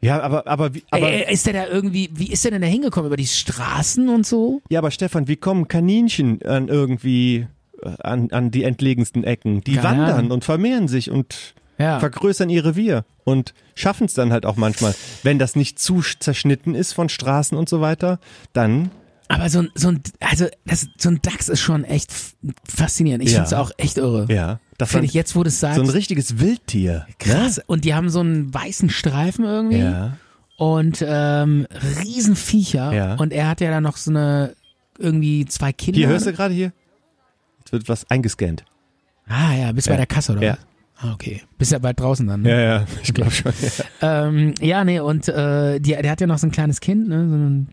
S4: Ja, aber, aber, wie- aber,
S5: Ey, ist der da irgendwie, wie ist der denn da hingekommen? Über die Straßen und so?
S4: ja, aber Stefan, wie kommen Kaninchen an irgendwie äh, an, an die entlegensten Ecken? Die
S5: Keine
S4: wandern
S5: Ahnung.
S4: und vermehren sich und
S5: Ja.
S4: vergrößern ihr Revier und schaffen es dann halt auch manchmal. Wenn das nicht zu sch- zerschnitten ist von Straßen und so weiter, dann
S5: Aber so ein, so ein, also das, so ein Dachs ist schon echt f- faszinierend. Ich
S4: Ja.
S5: find's auch echt irre.
S4: ja, das
S5: Finde
S4: dann
S5: ich jetzt, wo du es sagst.
S4: so ein richtiges Wildtier.
S5: krass. Und die haben so einen weißen Streifen irgendwie.
S4: Ne? Ja,
S5: und ähm, Riesenviecher.
S4: Ja.
S5: Und er hat ja dann noch so eine irgendwie zwei Kinder.
S4: hier hörst du gerade hier. Jetzt wird was eingescannt.
S5: ah ja, bist bei der Kasse oder
S4: Ja.
S5: was? Ah, okay. Bist ja bald draußen dann. Ne?
S4: ja, ich glaube schon.
S5: Ja, ähm, ja nee, und äh, die, der hat ja noch so ein kleines Kind, ne? So ein,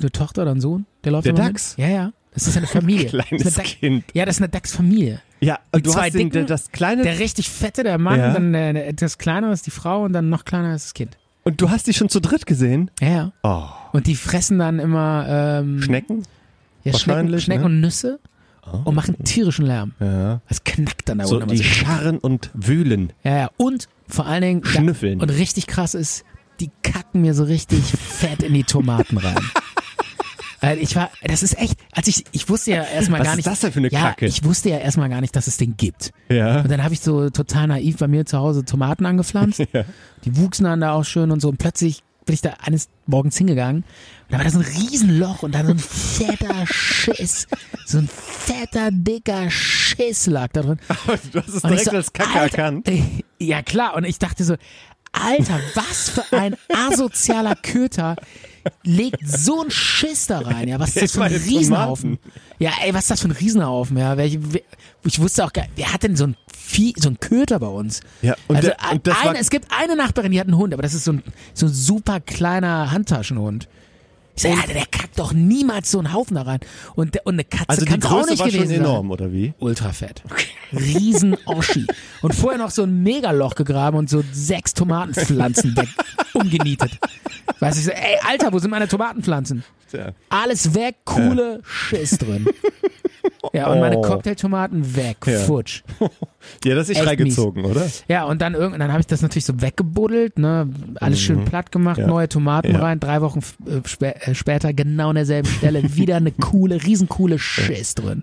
S5: eine Tochter oder einen Sohn. Der läuft
S4: Der
S5: immer
S4: Dachs?
S5: Mit. Ja, ja. Das ist eine Familie. das
S4: Kleines
S5: ist eine Dach-
S4: Kind.
S5: Ja, das ist eine Dachsfamilie.
S4: Ja, und
S5: Die
S4: du
S5: zwei
S4: hast den,
S5: Dicken,
S4: das kleine
S5: Der richtig fette, der Mann,
S4: Ja.
S5: dann der, der etwas kleiner ist die Frau und dann noch kleiner ist das Kind.
S4: und du hast die schon zu dritt gesehen.
S5: Ja, ja.
S4: Oh,
S5: Und die fressen dann immer ähm,
S4: Schnecken?
S5: ja, Schnecken,
S4: wahrscheinlich,
S5: Schnecken
S4: ne? Ah.
S5: und Nüsse und machen tierischen Lärm.
S4: Ja.
S5: Das knackt dann da
S4: So
S5: unten.
S4: die
S5: immer so.
S4: scharren und wühlen.
S5: Ja, ja. Und vor allen Dingen.
S4: Schnüffeln.
S5: Und richtig krass ist, die kacken mir so richtig fett in die Tomaten rein. Weil ich war, das ist echt, als ich, ich wusste ja erstmal
S4: Was
S5: gar
S4: ist
S5: nicht.
S4: das denn für eine
S5: ja,
S4: Kacke?
S5: Ich wusste ja erstmal gar nicht, dass es den gibt.
S4: Ja.
S5: Und dann habe ich so total naiv bei mir zu Hause Tomaten angepflanzt. Die wuchsen dann da auch schön und so. Und plötzlich bin ich da eines Morgens hingegangen und da war da so ein Riesenloch und dann so ein fetter Schiss. So ein fetter, dicker Schiss lag da drin.
S4: Du hast es
S5: Und ich so,
S4: direkt als Kacke
S5: Alter,
S4: erkannt.
S5: Ja, klar. Und ich dachte so, Alter, was für ein asozialer Köter legt so einen Schiss da rein, ja. Was ist das für ein
S4: meine
S5: Riesenhaufen? Ja, ey, was ist das für ein Riesenhaufen, ja. Welche- wer- ich wusste auch gar wer hat denn so ein Vieh, so ein Köter bei uns?
S4: Ja, und
S5: also,
S4: der- und das
S5: ein-
S4: war-
S5: es gibt eine Nachbarin, die hat einen Hund, aber das ist so ein, so ein super kleiner Handtaschenhund. Ich sag, Alter, der kackt doch niemals so einen Haufen da rein. Und, der- und eine Katze
S4: Also die
S5: kann's auch
S4: Größe
S5: nicht
S4: war schon
S5: gewesen sein
S4: enorm, oder wie?
S5: ultra fett. Riesen Oschi. Und vorher noch so ein Megaloch gegraben und so sechs Tomatenpflanzen weg, umgenietet. Weiß ich so, ey, Alter, wo sind meine Tomatenpflanzen?
S4: Tja.
S5: Alles weg, coole Schiss drin. Ja, und meine
S4: Oh.
S5: Cocktailtomaten weg,
S4: Ja.
S5: futsch.
S4: Ja, das ist
S5: Echt
S4: freigezogen, oder?
S5: Ja, und dann irgendwann, dann habe ich das natürlich so weggebuddelt, ne, alles schön platt gemacht,
S4: Mhm. Ja.
S5: neue Tomaten
S4: Ja.
S5: rein, drei Wochen f- äh, spä äh, später genau an derselben Stelle wieder eine coole, riesencoole Schiss drin.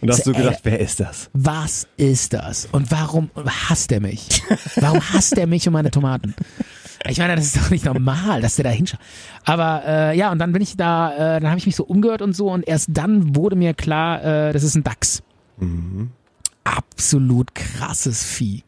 S4: Und da hast du
S5: Ey,
S4: gedacht, wer ist das?
S5: Was ist das? Und warum hasst er mich? Warum hasst er mich und meine Tomaten? Ich meine, das ist doch nicht normal, dass der da hinschaut. Aber äh, ja, und dann bin ich da, äh, dann habe ich mich so umgehört und so und erst dann wurde mir klar, äh, das ist ein Dachs.
S4: Mhm.
S5: Absolut krasses Vieh.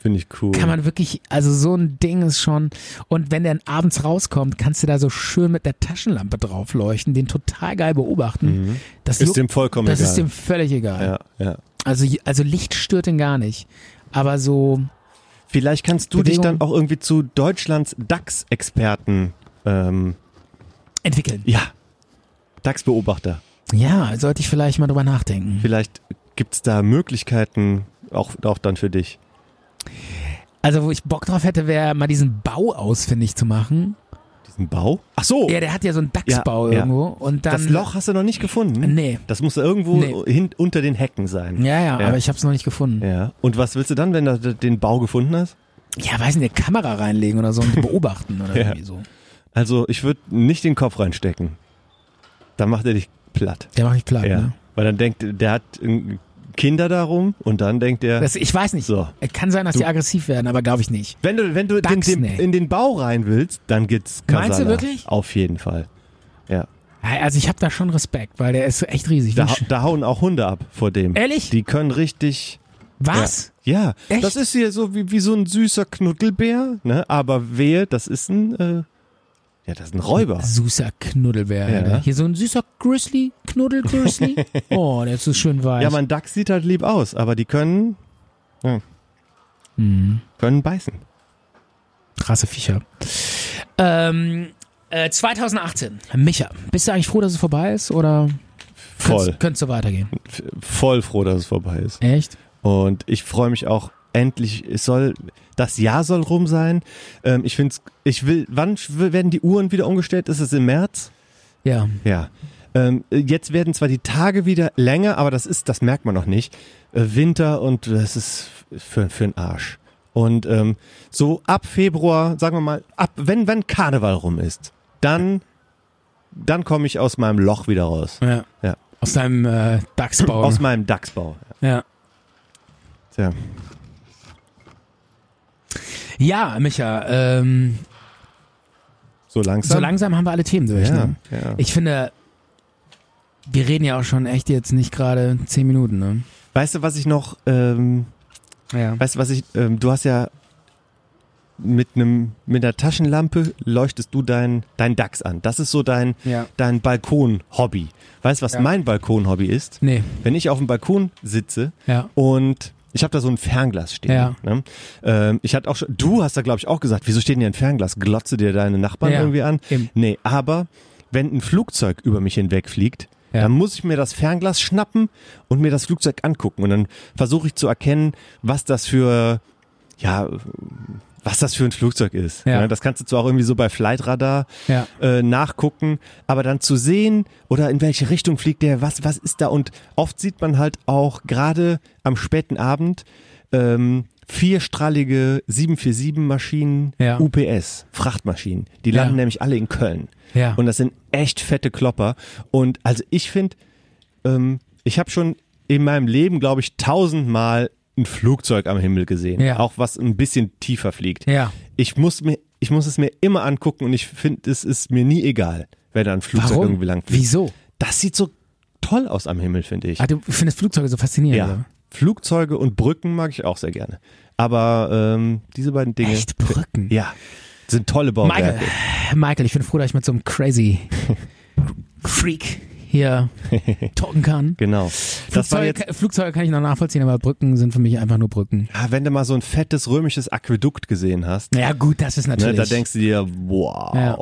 S4: Finde ich cool.
S5: Kann man wirklich, also so ein Ding ist schon. Und wenn der dann abends rauskommt, kannst du da so schön mit der Taschenlampe drauf leuchten, den total geil beobachten. Das
S4: Mhm. ist
S5: juckt-
S4: dem vollkommen
S5: das
S4: egal.
S5: ist dem völlig egal.
S4: ja, ja.
S5: Also, je- also Licht stört ihn gar nicht. Aber so,
S4: Vielleicht kannst du dich
S5: Bewegung.
S4: dann auch irgendwie zu Deutschlands DAX-Experten, ähm,
S5: entwickeln.
S4: ja, DAX-Beobachter.
S5: Ja, sollte ich vielleicht mal drüber nachdenken.
S4: Vielleicht gibt's da Möglichkeiten, auch, auch dann für dich.
S5: Also, wo ich Bock drauf hätte, wäre mal diesen Bau ausfindig zu machen.
S4: Diesen Bau? Ach so,
S5: Ja, der hat ja so einen Dachsbau
S4: Ja, ja.
S5: irgendwo. Und dann,
S4: das Loch hast du noch nicht gefunden?
S5: Nee.
S4: Das muss da irgendwo
S5: Nee.
S4: hin, unter den Hecken sein.
S5: Ja, ja,
S4: Ja.
S5: aber ich habe es noch nicht gefunden. Ja.
S4: Ja. Und was willst du dann, wenn du d- den Bau gefunden hast?
S5: weiß nicht, eine Kamera reinlegen oder so und beobachten oder
S4: Ja.
S5: irgendwie so.
S4: Also, ich würde nicht den Kopf reinstecken. Dann macht er dich platt.
S5: Der macht mich platt,
S4: Ja.
S5: ne?
S4: Weil dann denkt, der hat äh, Kinder darum und dann denkt er,
S5: Das, ich weiß nicht.
S4: So.
S5: Kann sein, dass die aggressiv werden, aber glaube ich nicht.
S4: wenn du, wenn du den,
S5: Dachs,
S4: den,
S5: nee.
S4: in den Bau rein willst, dann gibt's Kasala.
S5: Meinst du wirklich?
S4: Auf jeden Fall. Ja.
S5: Also ich habe da schon Respekt, weil der ist echt riesig.
S4: Da,
S5: Wie-
S4: hau- da hauen auch Hunde ab vor dem.
S5: Ehrlich?
S4: Die können richtig.
S5: Was?
S4: Ja. ja.
S5: Echt?
S4: Das ist hier so wie, wie so ein süßer Knuddelbär, ne? Aber wehe, das ist ein, äh, ja, das ist ein Räuber.
S5: Süßer Knuddelbär.
S4: Ah. Ja.
S5: Alter. Hier so ein süßer Grizzly, Knuddel-Grizzly. oh, der ist so schön weiß.
S4: Ja, mein Dachs sieht halt lieb aus, aber die können, ja, können beißen.
S5: Krasse Viecher. Ähm, äh, 2018. Micha, bist du eigentlich froh, dass es vorbei ist oder
S4: Voll.
S5: könntest- könntest du weitergehen?
S4: Voll froh, dass es vorbei ist.
S5: Echt?
S4: Und ich freue mich auch endlich, es soll, das Jahr soll rum sein. Ähm, ich finde ich will, wann sch- werden die Uhren wieder umgestellt? Ist es im März?
S5: Ja.
S4: Ja. Ähm, jetzt werden zwar die Tage wieder länger, aber das ist, das merkt man noch nicht. Äh, Winter und das ist für, für den Arsch. Und ähm, so ab Februar, sagen wir mal, ab, wenn, wenn Karneval rum ist, dann, dann komme ich aus meinem Loch wieder raus.
S5: ja.
S4: Ja.
S5: Aus deinem äh, Dachsbau.
S4: Aus meinem Dachsbau.
S5: ja.
S4: Tja.
S5: ja, Micha, ähm,
S4: So langsam.
S5: so langsam haben wir alle Themen durch.
S4: Ja,
S5: ne?
S4: ja.
S5: Ich finde, wir reden ja auch schon echt jetzt nicht gerade zehn Minuten. Ne?
S4: Weißt du, was ich noch, ähm,
S5: Ja.
S4: weißt du, was ich, ähm, du hast ja mit einem, mit einer Taschenlampe leuchtest du dein, dein Dachs an. Das ist so dein,
S5: Ja.
S4: dein Balkon-Hobby. Weißt du, was
S5: Ja. Hm.
S4: mein Balkon-Hobby ist?
S5: Nee.
S4: Wenn ich auf dem Balkon sitze
S5: Ja.
S4: und ich habe da so ein Fernglas stehen.
S5: Ja.
S4: Ne? Ähm, ich hatte auch schon, du hast da glaube ich auch gesagt, wieso steht denn hier ein Fernglas? Glotze dir deine Nachbarn
S5: Ja,
S4: irgendwie an?
S5: eben.
S4: Nee, aber wenn ein Flugzeug über mich hinwegfliegt,
S5: Ja.
S4: dann muss ich mir das Fernglas schnappen und mir das Flugzeug angucken und dann versuche ich zu erkennen, was das für ja, was das für ein Flugzeug ist.
S5: Ja.
S4: Ja. Das kannst du zwar auch irgendwie so bei Flightradar
S5: Ja.
S4: äh, nachgucken, aber dann zu sehen oder in welche Richtung fliegt der, was, was ist da und oft sieht man halt auch gerade am späten Abend ähm, vierstrahlige 747-Maschinen,
S5: Ja.
S4: UPS, Frachtmaschinen. Die
S5: Ja.
S4: landen nämlich alle in Köln.
S5: Ja.
S4: Und das sind echt fette Klopper. Und also ich finde, ähm, ich habe schon in meinem Leben, glaube ich, tausendmal ein Flugzeug am Himmel gesehen.
S5: Ja.
S4: Auch was ein bisschen tiefer fliegt.
S5: Ja.
S4: Ich muss mir, ich muss es mir immer angucken und ich finde, es ist mir nie egal, wenn da ein Flugzeug
S5: Warum?
S4: irgendwie lang fliegt.
S5: Wieso?
S4: Das sieht so toll aus am Himmel, finde ich.
S5: Ah, du findest Flugzeuge so faszinierend.
S4: ja.
S5: oder?
S4: Flugzeuge und Brücken mag ich auch sehr gerne. Aber ähm, diese beiden Dinge.
S5: Echt Brücken.
S4: Ja. Sind tolle Bauwerke.
S5: Michael, Michael, ich bin froh, dass ich mit so einem crazy Freak hier talken kann.
S4: Genau. Das war
S5: Flugzeuge,
S4: jetzt,
S5: Flugzeuge kann ich noch nachvollziehen, aber Brücken sind für mich einfach nur Brücken.
S4: ah, wenn du mal so ein fettes römisches Aquädukt gesehen hast,
S5: Naja, gut, das ist
S4: ne,
S5: natürlich.
S4: da denkst du dir, wow.
S5: Ja.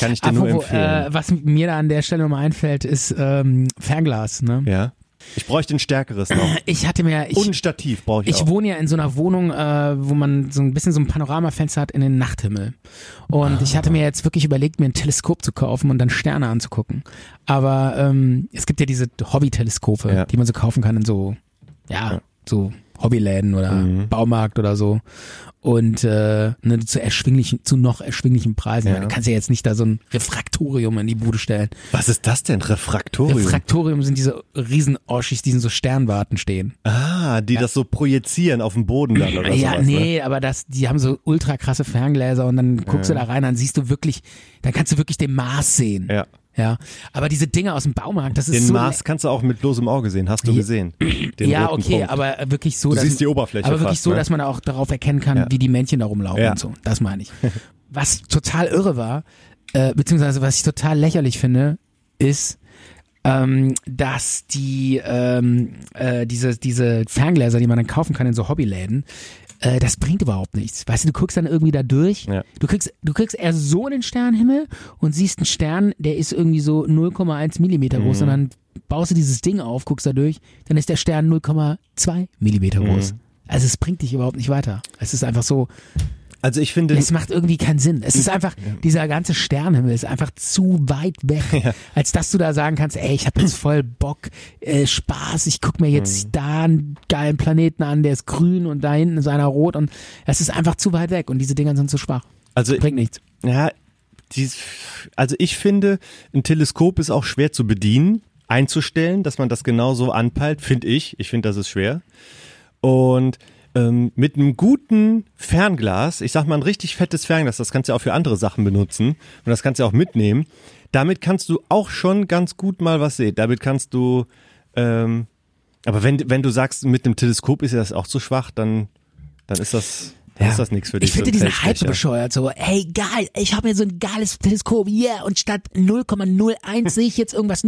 S4: Kann ich dir nur
S5: Apropos,
S4: empfehlen.
S5: Äh, was mir da an der Stelle nochmal einfällt, ist ähm, Fernglas. Ne?
S4: ja. Ich bräuchte ein stärkeres noch.
S5: Ich hatte mir,
S4: Und ein
S5: ich,
S4: Stativ brauche ich,
S5: ich
S4: auch.
S5: wohne ja in so einer Wohnung, äh, wo man so ein bisschen so ein Panoramafenster hat in den Nachthimmel. Und ich hatte mir jetzt wirklich überlegt, mir ein Teleskop zu kaufen und dann Sterne anzugucken. Aber ähm, es gibt ja diese Hobby-Teleskope,
S4: Ja.
S5: die man so kaufen kann in so, ja, so Hobbyläden oder Baumarkt oder so. Und äh, ne, zu erschwinglichen, zu noch erschwinglichen Preisen.
S4: Ja.
S5: Du kannst ja jetzt nicht da so ein Refraktorium in die Bude stellen.
S4: Was ist das denn? Refraktorium?
S5: Refraktorium sind diese riesen Orschis, die in so Sternwarten stehen.
S4: ah, die das so projizieren auf dem Boden dann oder
S5: ja,
S4: sowas. Ne?
S5: nee, aber das, die haben so ultra krasse Ferngläser und dann guckst du da rein, dann siehst du wirklich, dann kannst du wirklich den Mars sehen.
S4: Ja.
S5: Ja, aber diese Dinge aus dem Baumarkt, das ist
S4: Den
S5: so
S4: Mars kannst du auch mit bloßem Auge sehen, hast du
S5: Ja.
S4: gesehen. Den
S5: ja,
S4: roten
S5: okay,
S4: Punkt.
S5: aber wirklich so,
S4: Du
S5: dass
S4: siehst die Oberfläche
S5: aber wirklich
S4: fast,
S5: so,
S4: ne?
S5: dass man auch darauf erkennen kann,
S4: Ja.
S5: wie die Männchen da rumlaufen
S4: Ja.
S5: und so. Das meine ich. Was total irre war, äh, beziehungsweise was ich total lächerlich finde, ist, ähm, dass die ähm, äh, diese diese Ferngläser, die man dann kaufen kann in so Hobbyläden, äh, das bringt überhaupt nichts. Weißt du, du guckst dann irgendwie da durch,
S4: Ja.
S5: du kriegst du kriegst eher so einen Sternenhimmel und siehst einen Stern, der ist irgendwie so 0,1 Millimeter groß und dann baust du dieses Ding auf, guckst da durch, dann ist der Stern 0,2 Millimeter groß. Also es bringt dich überhaupt nicht weiter. Es ist einfach so,
S4: Also ich finde,
S5: es macht irgendwie keinen Sinn. Es ist einfach, dieser ganze Sternenhimmel ist einfach zu weit weg, als dass du da sagen kannst, ey, ich habe jetzt voll Bock, äh, Spaß, ich guck mir jetzt da einen geilen Planeten an, der ist grün und da hinten ist einer rot und es ist einfach zu weit weg und diese Dinger sind zu schwach.
S4: also
S5: Bringt nichts.
S4: Ja, dies, also ich finde, ein Teleskop ist auch schwer zu bedienen, einzustellen, dass man das genauso anpeilt, finde ich. Ich finde, das ist schwer. Und ähm, mit einem guten Fernglas, ich sag mal ein richtig fettes Fernglas, das kannst du ja auch für andere Sachen benutzen und das kannst du ja auch mitnehmen. Damit kannst du auch schon ganz gut mal was sehen. Damit kannst du, ähm, aber wenn, wenn du sagst, mit einem Teleskop ist ja das auch zu schwach, dann, dann ist das, dann ist das nichts für dich.
S5: Ich finde
S4: so ein
S5: diesen Hype so
S4: Feldstecher.
S5: bescheuert. So, ey, geil, ich habe hier so ein geiles Teleskop, yeah, und statt 0,01 sehe ich jetzt irgendwas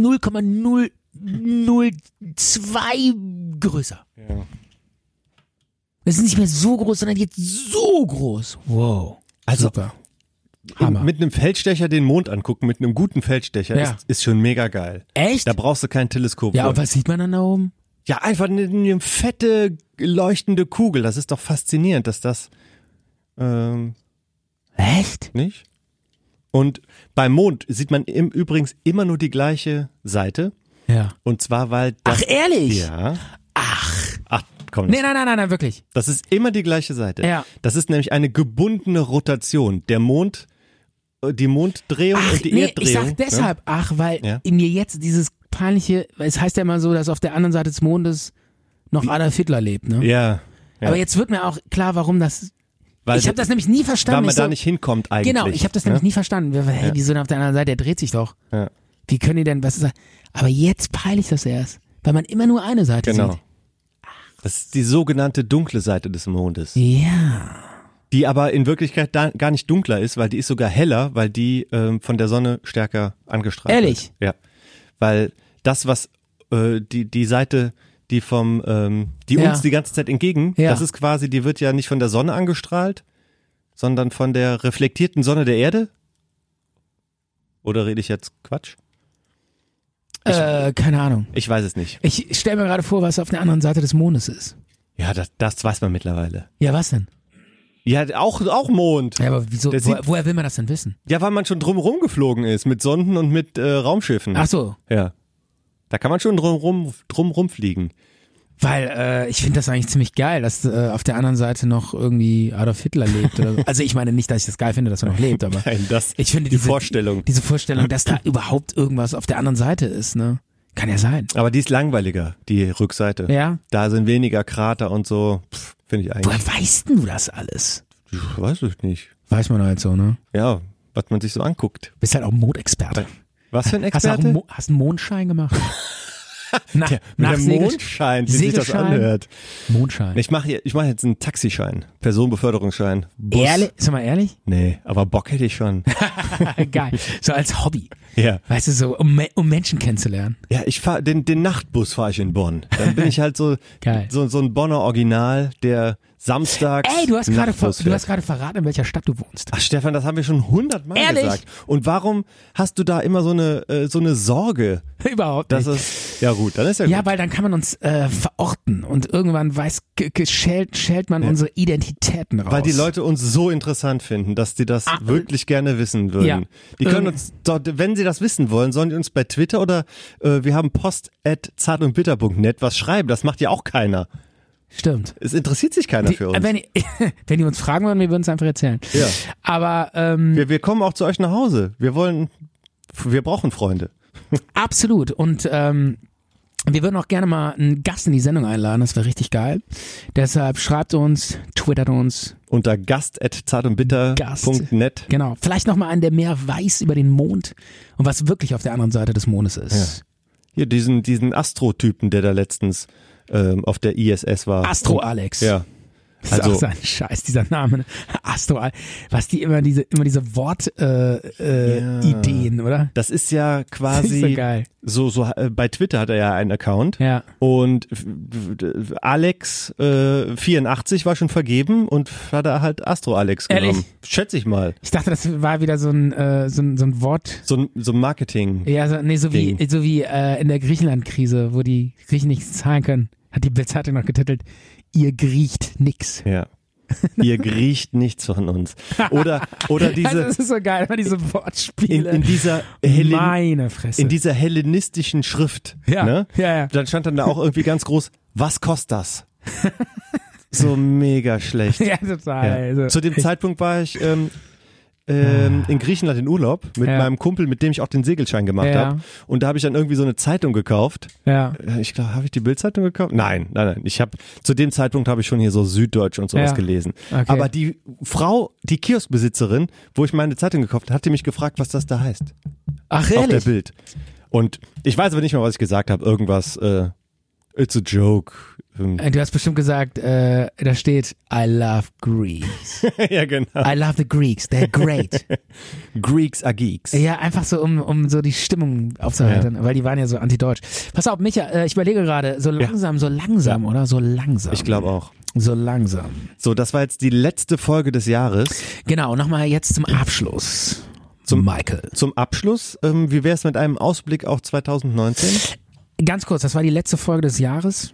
S5: 0,002 größer. Das ist nicht mehr so groß, sondern jetzt so groß. Wow.
S4: Also-
S5: Super. Hammer.
S4: Mit einem Feldstecher den Mond angucken, mit einem guten Feldstecher,
S5: Ja.
S4: ist, ist schon mega geil.
S5: Echt?
S4: Da brauchst du kein Teleskop.
S5: Ja,
S4: für.
S5: und was sieht man dann da oben?
S4: ja einfach eine, eine fette, leuchtende Kugel. Das ist doch faszinierend, dass das ähm,
S5: Echt?
S4: nicht. Und beim Mond sieht man im übrigens immer nur die gleiche Seite.
S5: Ja.
S4: Und zwar, weil
S5: Ach,
S4: das.
S5: ehrlich?
S4: ja. Ach. Ach, komm.
S5: Nee, nein, nein, nein, nein, wirklich.
S4: Das ist immer die gleiche Seite.
S5: Ja.
S4: Das ist nämlich eine gebundene Rotation. Der Mond, äh, die Monddrehung
S5: Ach,
S4: und die
S5: nee,
S4: Erddrehung.
S5: ich
S4: ne?
S5: sag deshalb, ach, weil
S4: Ja.
S5: in mir jetzt dieses peinliche, weil es heißt ja immer so, dass auf der anderen Seite des Mondes noch Adolf Hitler lebt, ne?
S4: Ja. ja.
S5: Aber jetzt wird mir auch klar, warum das.
S4: Weil
S5: ich habe
S4: das-
S5: das nämlich nie
S4: weil
S5: verstanden.
S4: man
S5: Ich so,
S4: da nicht hinkommt eigentlich. ne?
S5: genau, ich habe das nämlich nie verstanden. Wir- Hey, wieso denn auf der anderen Seite? Der dreht sich doch.
S4: Ja.
S5: Wie können die denn was ist das? Aber jetzt peile ich das erst, weil man immer nur eine Seite
S4: Genau. Das ist die sogenannte dunkle Seite des Mondes,
S5: sieht. Ja.
S4: die aber in Wirklichkeit da, gar nicht dunkler ist, weil die ist sogar heller, weil die ähm, von der Sonne stärker angestrahlt
S5: Ehrlich?
S4: wird. Ja, weil das was äh, die die Seite die vom ähm, die
S5: Ja.
S4: uns die ganze Zeit entgegen,
S5: Ja.
S4: das ist quasi, die wird ja nicht von der Sonne angestrahlt, sondern von der reflektierten Sonne der Erde. Oder rede ich jetzt Quatsch?
S5: Äh, keine Ahnung.
S4: Ich weiß es nicht.
S5: Ich stelle mir gerade vor, was auf der anderen Seite des Mondes ist.
S4: Ja, das, das weiß man mittlerweile.
S5: Ja, was denn?
S4: Ja, auch, auch Mond.
S5: Ja,
S4: Ja.
S5: aber wieso?
S4: Der
S5: Wo,
S4: sieht-
S5: woher will man das denn wissen?
S4: weil man schon drumherum geflogen ist mit Sonden und mit äh, Raumschiffen.
S5: Ach so,
S4: Ja. Da kann man schon drumherum drumherum fliegen.
S5: weil äh, ich finde das eigentlich ziemlich geil, dass äh, auf der anderen Seite noch irgendwie Adolf Hitler lebt. Oder so. Also ich meine nicht, dass ich das geil finde, dass er noch lebt, aber
S4: Nein, das
S5: Ich finde
S4: die
S5: diese,
S4: Vorstellung.
S5: Diese Vorstellung, dass da überhaupt irgendwas auf der anderen Seite ist, ne? Kann ja sein.
S4: Aber die ist langweiliger, die Rückseite.
S5: Ja.
S4: Da sind weniger Krater und so. Pff, Finde ich
S5: Woher
S4: eigentlich.
S5: weißt denn du das alles?
S4: Pff, Weiß ich nicht.
S5: Weiß man halt so, ne?
S4: Ja, was man sich so anguckt.
S5: Bist halt auch Mondexperte.
S4: Was für ein
S5: Hast du auch einen,
S4: Experte?
S5: Mo hast einen Mondschein gemacht? Na,
S4: Der,
S5: nach
S4: mit dem
S5: Segel-
S4: Mondschein, wie sich das
S5: Segelschein.
S4: anhört.
S5: Mondschein.
S4: Ich mache hier- ich mach jetzt einen Taxischein, Personenbeförderungsschein. Bus.
S5: Ehrlich, sag mal ehrlich?
S4: Nee, aber Bock hätte ich schon.
S5: Geil. So als Hobby.
S4: ja.
S5: Weißt du, so, um, Me- um Menschen kennenzulernen.
S4: Ja, ich fahr den, den Nachtbus fahre ich in Bonn. Dann bin ich halt so,
S5: Geil.
S4: so, so ein Bonner Original, der samstags.
S5: Ey, du hast gerade ver-
S4: Nachtbus
S5: du
S4: fährt.
S5: hast gerade verraten, in welcher Stadt du wohnst.
S4: Ach, Stefan, das haben wir schon hundertmal
S5: Ehrlich?
S4: gesagt. Und warum hast du da immer so eine, äh, so eine Sorge,
S5: Überhaupt
S4: dass
S5: nicht.
S4: es. Ja, gut, dann ist ja gut.
S5: Ja, weil dann kann man uns äh, verorten und irgendwann weiß, ge- ge- schält, schält man unsere Identitäten raus.
S4: Weil die Leute uns so interessant finden, dass die das wirklich gerne wissen würden.
S5: Ah. Ja.
S4: Die können
S5: Ähm.
S4: uns, doch, wenn sie das wissen wollen, sollen die uns bei Twitter oder äh, wir haben post at zart und bitter.net was schreiben. Das macht ja auch keiner.
S5: Stimmt.
S4: Es interessiert sich keiner
S5: Die,
S4: für uns.
S5: wenn, die, wenn die uns fragen würden, wir würden es einfach erzählen.
S4: Ja.
S5: Aber ähm,
S4: Wir, wir kommen auch zu euch nach Hause. Wir wollen, wir brauchen Freunde.
S5: absolut. Und ähm, wir würden auch gerne mal einen Gast in die Sendung einladen. Das wäre richtig geil. Deshalb schreibt uns, twittert uns.
S4: Unter gast at zart und bitter.net.
S5: Genau. Vielleicht nochmal einen, der mehr weiß über den Mond und was wirklich auf der anderen Seite des Mondes ist.
S4: Hier diesen, diesen Astro-Typen, der da letztens ähm, auf der ISS war.
S5: Astro Alex.
S4: Oh, Ja.
S5: Das ist
S4: Also,
S5: auch so ein Scheiß, dieser Name. ne? Astro, was die immer diese, immer diese Wortideen, äh,
S4: Ja.
S5: Ideen, oder?
S4: das ist ja
S5: Das ist
S4: quasi
S5: so geil.
S4: so, so äh, bei Twitter hat er ja einen Account.
S5: Ja.
S4: Und f- f- Alex äh, 84 war schon vergeben und hat er halt Astro Alex genommen.
S5: Ehrlich?
S4: Schätze ich mal.
S5: Ich dachte, das war wieder so ein, äh, so ein, so ein Wort.
S4: So ein so ein Marketing.
S5: Ja, so, nee, so wie,
S4: Ding.
S5: so wie äh, in der Griechenland-Krise, wo die Griechen nichts zahlen können, hat die Bildzeitung noch getitelt, ihr griecht nix.
S4: Ja. Ihr griecht nichts von uns. Oder, oder
S5: also,
S4: diese,
S5: das ist so geil, immer diese
S4: in,
S5: Wortspiele.
S4: in dieser Hellen,
S5: Meine Fresse.
S4: in dieser hellenistischen Schrift.
S5: ja,
S4: Ne?
S5: ja, ja.
S4: Dann stand dann da auch irgendwie ganz groß, was kostet das? So mega schlecht.
S5: Ja, total.
S4: Ja.
S5: Also,
S4: Zu dem Zeitpunkt war ich ähm, ähm, in Griechenland in Urlaub mit
S5: Ja.
S4: meinem Kumpel, mit dem ich auch den Segelschein gemacht
S5: Ja.
S4: habe. Und da habe ich dann irgendwie so eine Zeitung gekauft.
S5: ja.
S4: Äh, Ich glaube, habe ich die Bildzeitung gekauft? Nein, nein, nein. Ich habe zu dem Zeitpunkt habe ich schon hier so Süddeutsch und sowas
S5: Ja.
S4: gelesen.
S5: Okay.
S4: Aber die Frau, die Kioskbesitzerin, wo ich meine Zeitung gekauft habe, hat die mich gefragt, was das da heißt
S5: Ach,
S4: auf der
S5: ehrlich?
S4: Bild. Und ich weiß aber nicht mehr, was ich gesagt habe. Irgendwas. Äh, it's a joke. Ähm,
S5: Äh, Du hast bestimmt gesagt, äh, da steht, I love Greece.
S4: ja genau.
S5: I love the Greeks, they're great.
S4: Greeks are geeks.
S5: ja, einfach so, um, um so die Stimmung aufzuhalten, weil die waren ja so antideutsch. Pass auf, Micha, äh, ich überlege gerade, so langsam, so langsam, oder? So langsam.
S4: Ich glaube auch.
S5: So langsam.
S4: So, das war jetzt die letzte Folge des Jahres.
S5: Genau, nochmal jetzt zum Abschluss. Zum Michael.
S4: Zum Abschluss, ähm, wie wäre es mit einem Ausblick auf 2019?
S5: Ganz kurz, das war die letzte Folge des Jahres.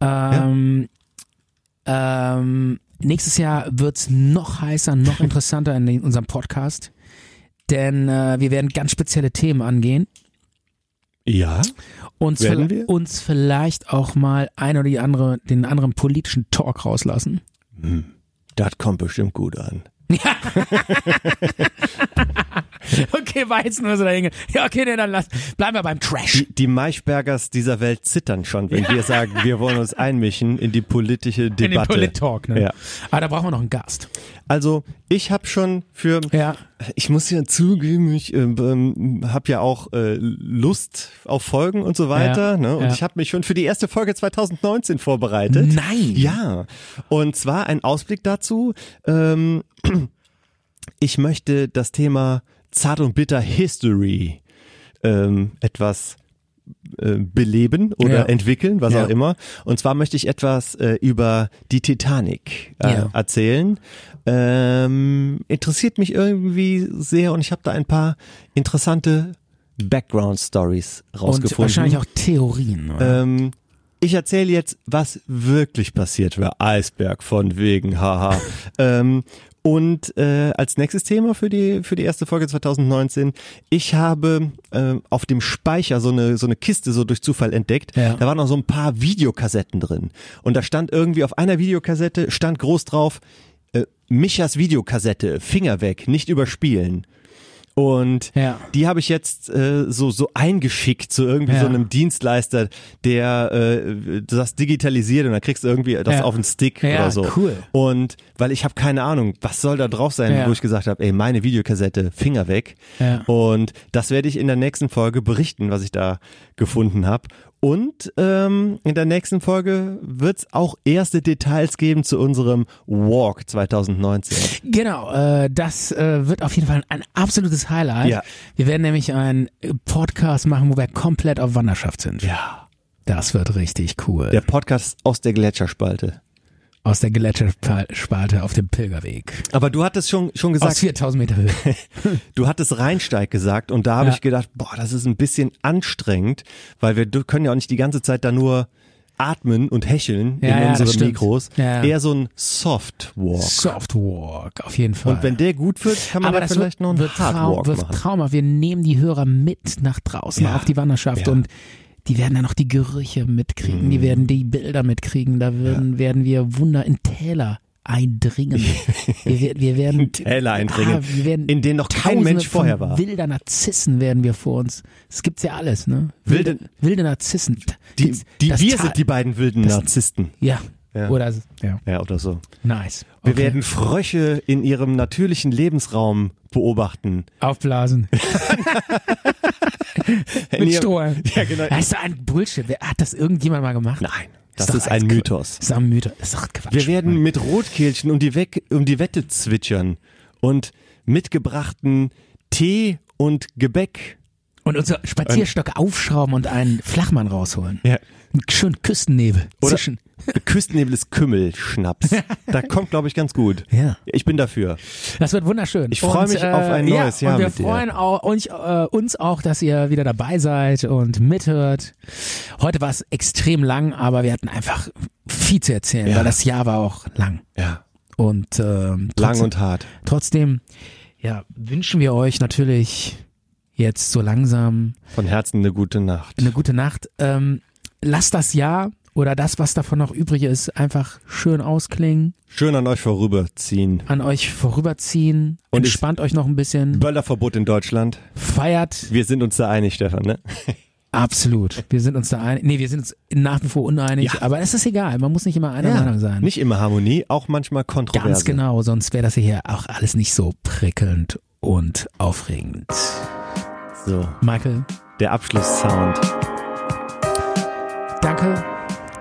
S5: Ähm, ähm, nächstes Jahr wird's noch heißer, noch interessanter in unserem Podcast. Denn äh, wir werden ganz spezielle Themen angehen.
S4: Ja.
S5: Uns,
S4: Werden
S5: verle-
S4: wir?
S5: uns vielleicht auch mal ein oder die andere, den anderen politischen Talk rauslassen.
S4: Das kommt bestimmt gut an.
S5: Okay, war jetzt nur so dahin. Ja, okay, nee, dann lass, bleiben wir beim Trash.
S4: Die, die Maischbergers dieser Welt zittern schon, wenn wir sagen, wir wollen uns einmischen in die politische
S5: In den
S4: Debatte.
S5: Polit-Talk, ne?
S4: Ja.
S5: Aber da brauchen wir noch einen Gast.
S4: Also, ich habe schon für,
S5: Ja.
S4: ich muss ja zugeben, ich ähm, habe ja auch äh, Lust auf Folgen und so weiter.
S5: Ja,
S4: Ne? Und
S5: ja.
S4: ich habe mich schon für die erste Folge 2019 vorbereitet.
S5: Nein.
S4: Ja, und zwar ein Ausblick dazu. Ähm, ich möchte das Thema Zart und Bitter History ähm, etwas äh, beleben oder
S5: Ja.
S4: entwickeln, was
S5: Ja.
S4: auch immer. Und zwar möchte ich etwas äh, über die Titanic äh,
S5: Ja.
S4: erzählen. Ähm, interessiert mich irgendwie sehr und ich habe da ein paar interessante Background Stories rausgefunden.
S5: Und wahrscheinlich auch Theorien. Oder?
S4: Ähm, ich erzähle jetzt, was wirklich passiert war. Eisberg von wegen, haha. ähm, und äh, als nächstes Thema für die, für die erste Folge 2019, ich habe ähm, auf dem Speicher so eine, so eine Kiste so durch Zufall entdeckt.
S5: Ja.
S4: Da waren noch so ein paar Videokassetten drin. Und da stand irgendwie auf einer Videokassette, stand groß drauf, äh, Michas Videokassette, Finger weg, nicht überspielen. Und
S5: Ja.
S4: die habe ich jetzt äh, so, so eingeschickt zu irgendwie
S5: Ja.
S4: so einem Dienstleister, der äh, das digitalisiert und dann kriegst du irgendwie das
S5: Ja.
S4: auf den Stick
S5: Ja,
S4: oder so.
S5: cool.
S4: Und weil ich habe keine Ahnung, was soll da drauf sein,
S5: Ja.
S4: wo ich gesagt habe, ey, meine Videokassette, Finger weg.
S5: Ja.
S4: Und das werde ich in der nächsten Folge berichten, was ich da gefunden habe. Und ähm, in der nächsten Folge wird es auch erste Details geben zu unserem Walk 2019.
S5: Genau, äh, das äh, wird auf jeden Fall ein absolutes Highlight.
S4: Ja.
S5: Wir werden nämlich einen Podcast machen, wo wir komplett auf Wanderschaft sind.
S4: Ja.
S5: Das wird richtig cool.
S4: Der Podcast aus der Gletscherspalte.
S5: Aus der Gletscherspalte auf dem Pilgerweg.
S4: Aber du hattest schon, schon
S5: Aus
S4: gesagt,
S5: 4000 Meter Höhe.
S4: du hattest Rheinsteig gesagt und da habe
S5: Ja.
S4: ich gedacht, boah, das ist ein bisschen anstrengend, weil wir du- können ja auch nicht die ganze Zeit da nur atmen und hecheln
S5: Ja,
S4: in
S5: ja, das
S4: unseren
S5: stimmt.
S4: Mikros.
S5: Ja.
S4: Eher so ein Soft Walk.
S5: Softwalk, auf jeden Fall.
S4: Und wenn der gut wird, kann man
S5: Aber
S4: ja
S5: das wird,
S4: vielleicht noch einen
S5: wird,
S4: Hard
S5: Trau-
S4: Walk
S5: wird
S4: machen.
S5: Trauma. Wir nehmen die Hörer mit nach draußen
S4: Ja.
S5: auf die Wanderschaft
S4: Ja. Mhm.
S5: und die werden dann noch die Gerüche mitkriegen, die werden die Bilder mitkriegen, da werden, werden wir Wunder in Täler eindringen. wir, wir- wir werden
S4: Täler eindringen,
S5: Ah, wir werden
S4: in denen noch kein
S5: Tausende
S4: Mensch vorher
S5: von
S4: war.
S5: Wilder Narzissen werden wir vor uns. Es gibt's ja alles, ne?
S4: Wilde-
S5: wilde Narzissen.
S4: Die,
S5: Gibt's-
S4: die,
S5: das
S4: wir
S5: Tal-
S4: sind die beiden wilden
S5: das-
S4: Narzissten.
S5: Ja.
S4: Ja.
S5: Oder ja,
S4: Ja, oder so.
S5: nice.
S4: Wir
S5: Okay.
S4: werden Frösche in ihrem natürlichen Lebensraum beobachten.
S5: aufblasen.
S4: In
S5: Mit
S4: ihrem-
S5: Strohhalm.
S4: Ja, genau.
S5: Das ist doch ein Bullshit. Wer hat das irgendjemand mal gemacht?
S4: Nein, das
S5: doch
S4: ist ein
S5: alles Qu-
S4: Mythos.
S5: Ist doch ein Mythos. Ist doch Quatsch.
S4: Wir werden mit Rotkehlchen um die, Weck, um die Wette zwitschern und mitgebrachten Tee und Gebäck.
S5: und unsere Spazierstöcke aufschrauben und einen Flachmann rausholen.
S4: Ja.
S5: Einen schönen Küstennebel.
S4: Oder
S5: Zwischen.
S4: Küstennebel ist Kümmelschnaps. Da kommt, glaube ich, ganz gut.
S5: Ja.
S4: Ich bin dafür.
S5: Das wird wunderschön.
S4: Ich freue
S5: Und, äh,
S4: mich auf ein neues
S5: ja,
S4: Jahr
S5: Und wir
S4: mit dir.
S5: freuen Auch, uns, äh, uns auch, dass ihr wieder dabei seid und mithört. Heute war es extrem lang, aber wir hatten einfach viel zu erzählen,
S4: Ja.
S5: weil das Jahr war auch lang.
S4: Ja.
S5: Und ähm,
S4: Lang
S5: trotzdem-
S4: und hart.
S5: Trotzdem, ja, wünschen wir euch natürlich jetzt so langsam
S4: Von Herzen eine gute Nacht.
S5: eine gute Nacht. Ähm, lasst das Jahr oder das, was davon noch übrig ist, einfach schön ausklingen,
S4: Schön an euch vorüberziehen.
S5: an euch vorüberziehen.
S4: Und ich-
S5: entspannt euch noch ein bisschen.
S4: Böllerverbot in Deutschland.
S5: Feiert.
S4: Wir sind uns da einig, Stefan, ne?
S5: Absolut. Wir sind uns da einig. Nee, wir sind uns nach wie vor uneinig,
S4: Ja.
S5: aber es ist egal. Man muss nicht immer einer Meinung sein.
S4: Nicht immer Harmonie, auch manchmal Kontroverse.
S5: Ganz genau, sonst wäre das hier auch alles nicht so prickelnd und aufregend.
S4: So,
S5: Michael,
S4: der Abschlusssound.
S5: danke.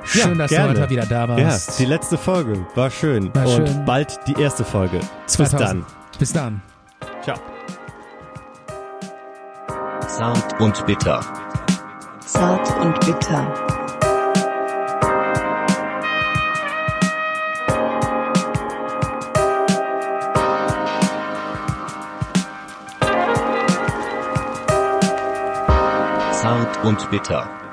S5: Schön, dass
S4: gerne.
S5: du heute mal wieder da
S4: Ja,
S5: warst.
S4: die letzte Folge war schön.
S5: War
S4: Und
S5: schön.
S4: bald die erste Folge. Bis
S5: 2000.
S4: dann.
S5: Bis dann.
S4: Ciao.
S3: Zart und bitter.
S8: Zart und bitter.
S3: Zart und bitter.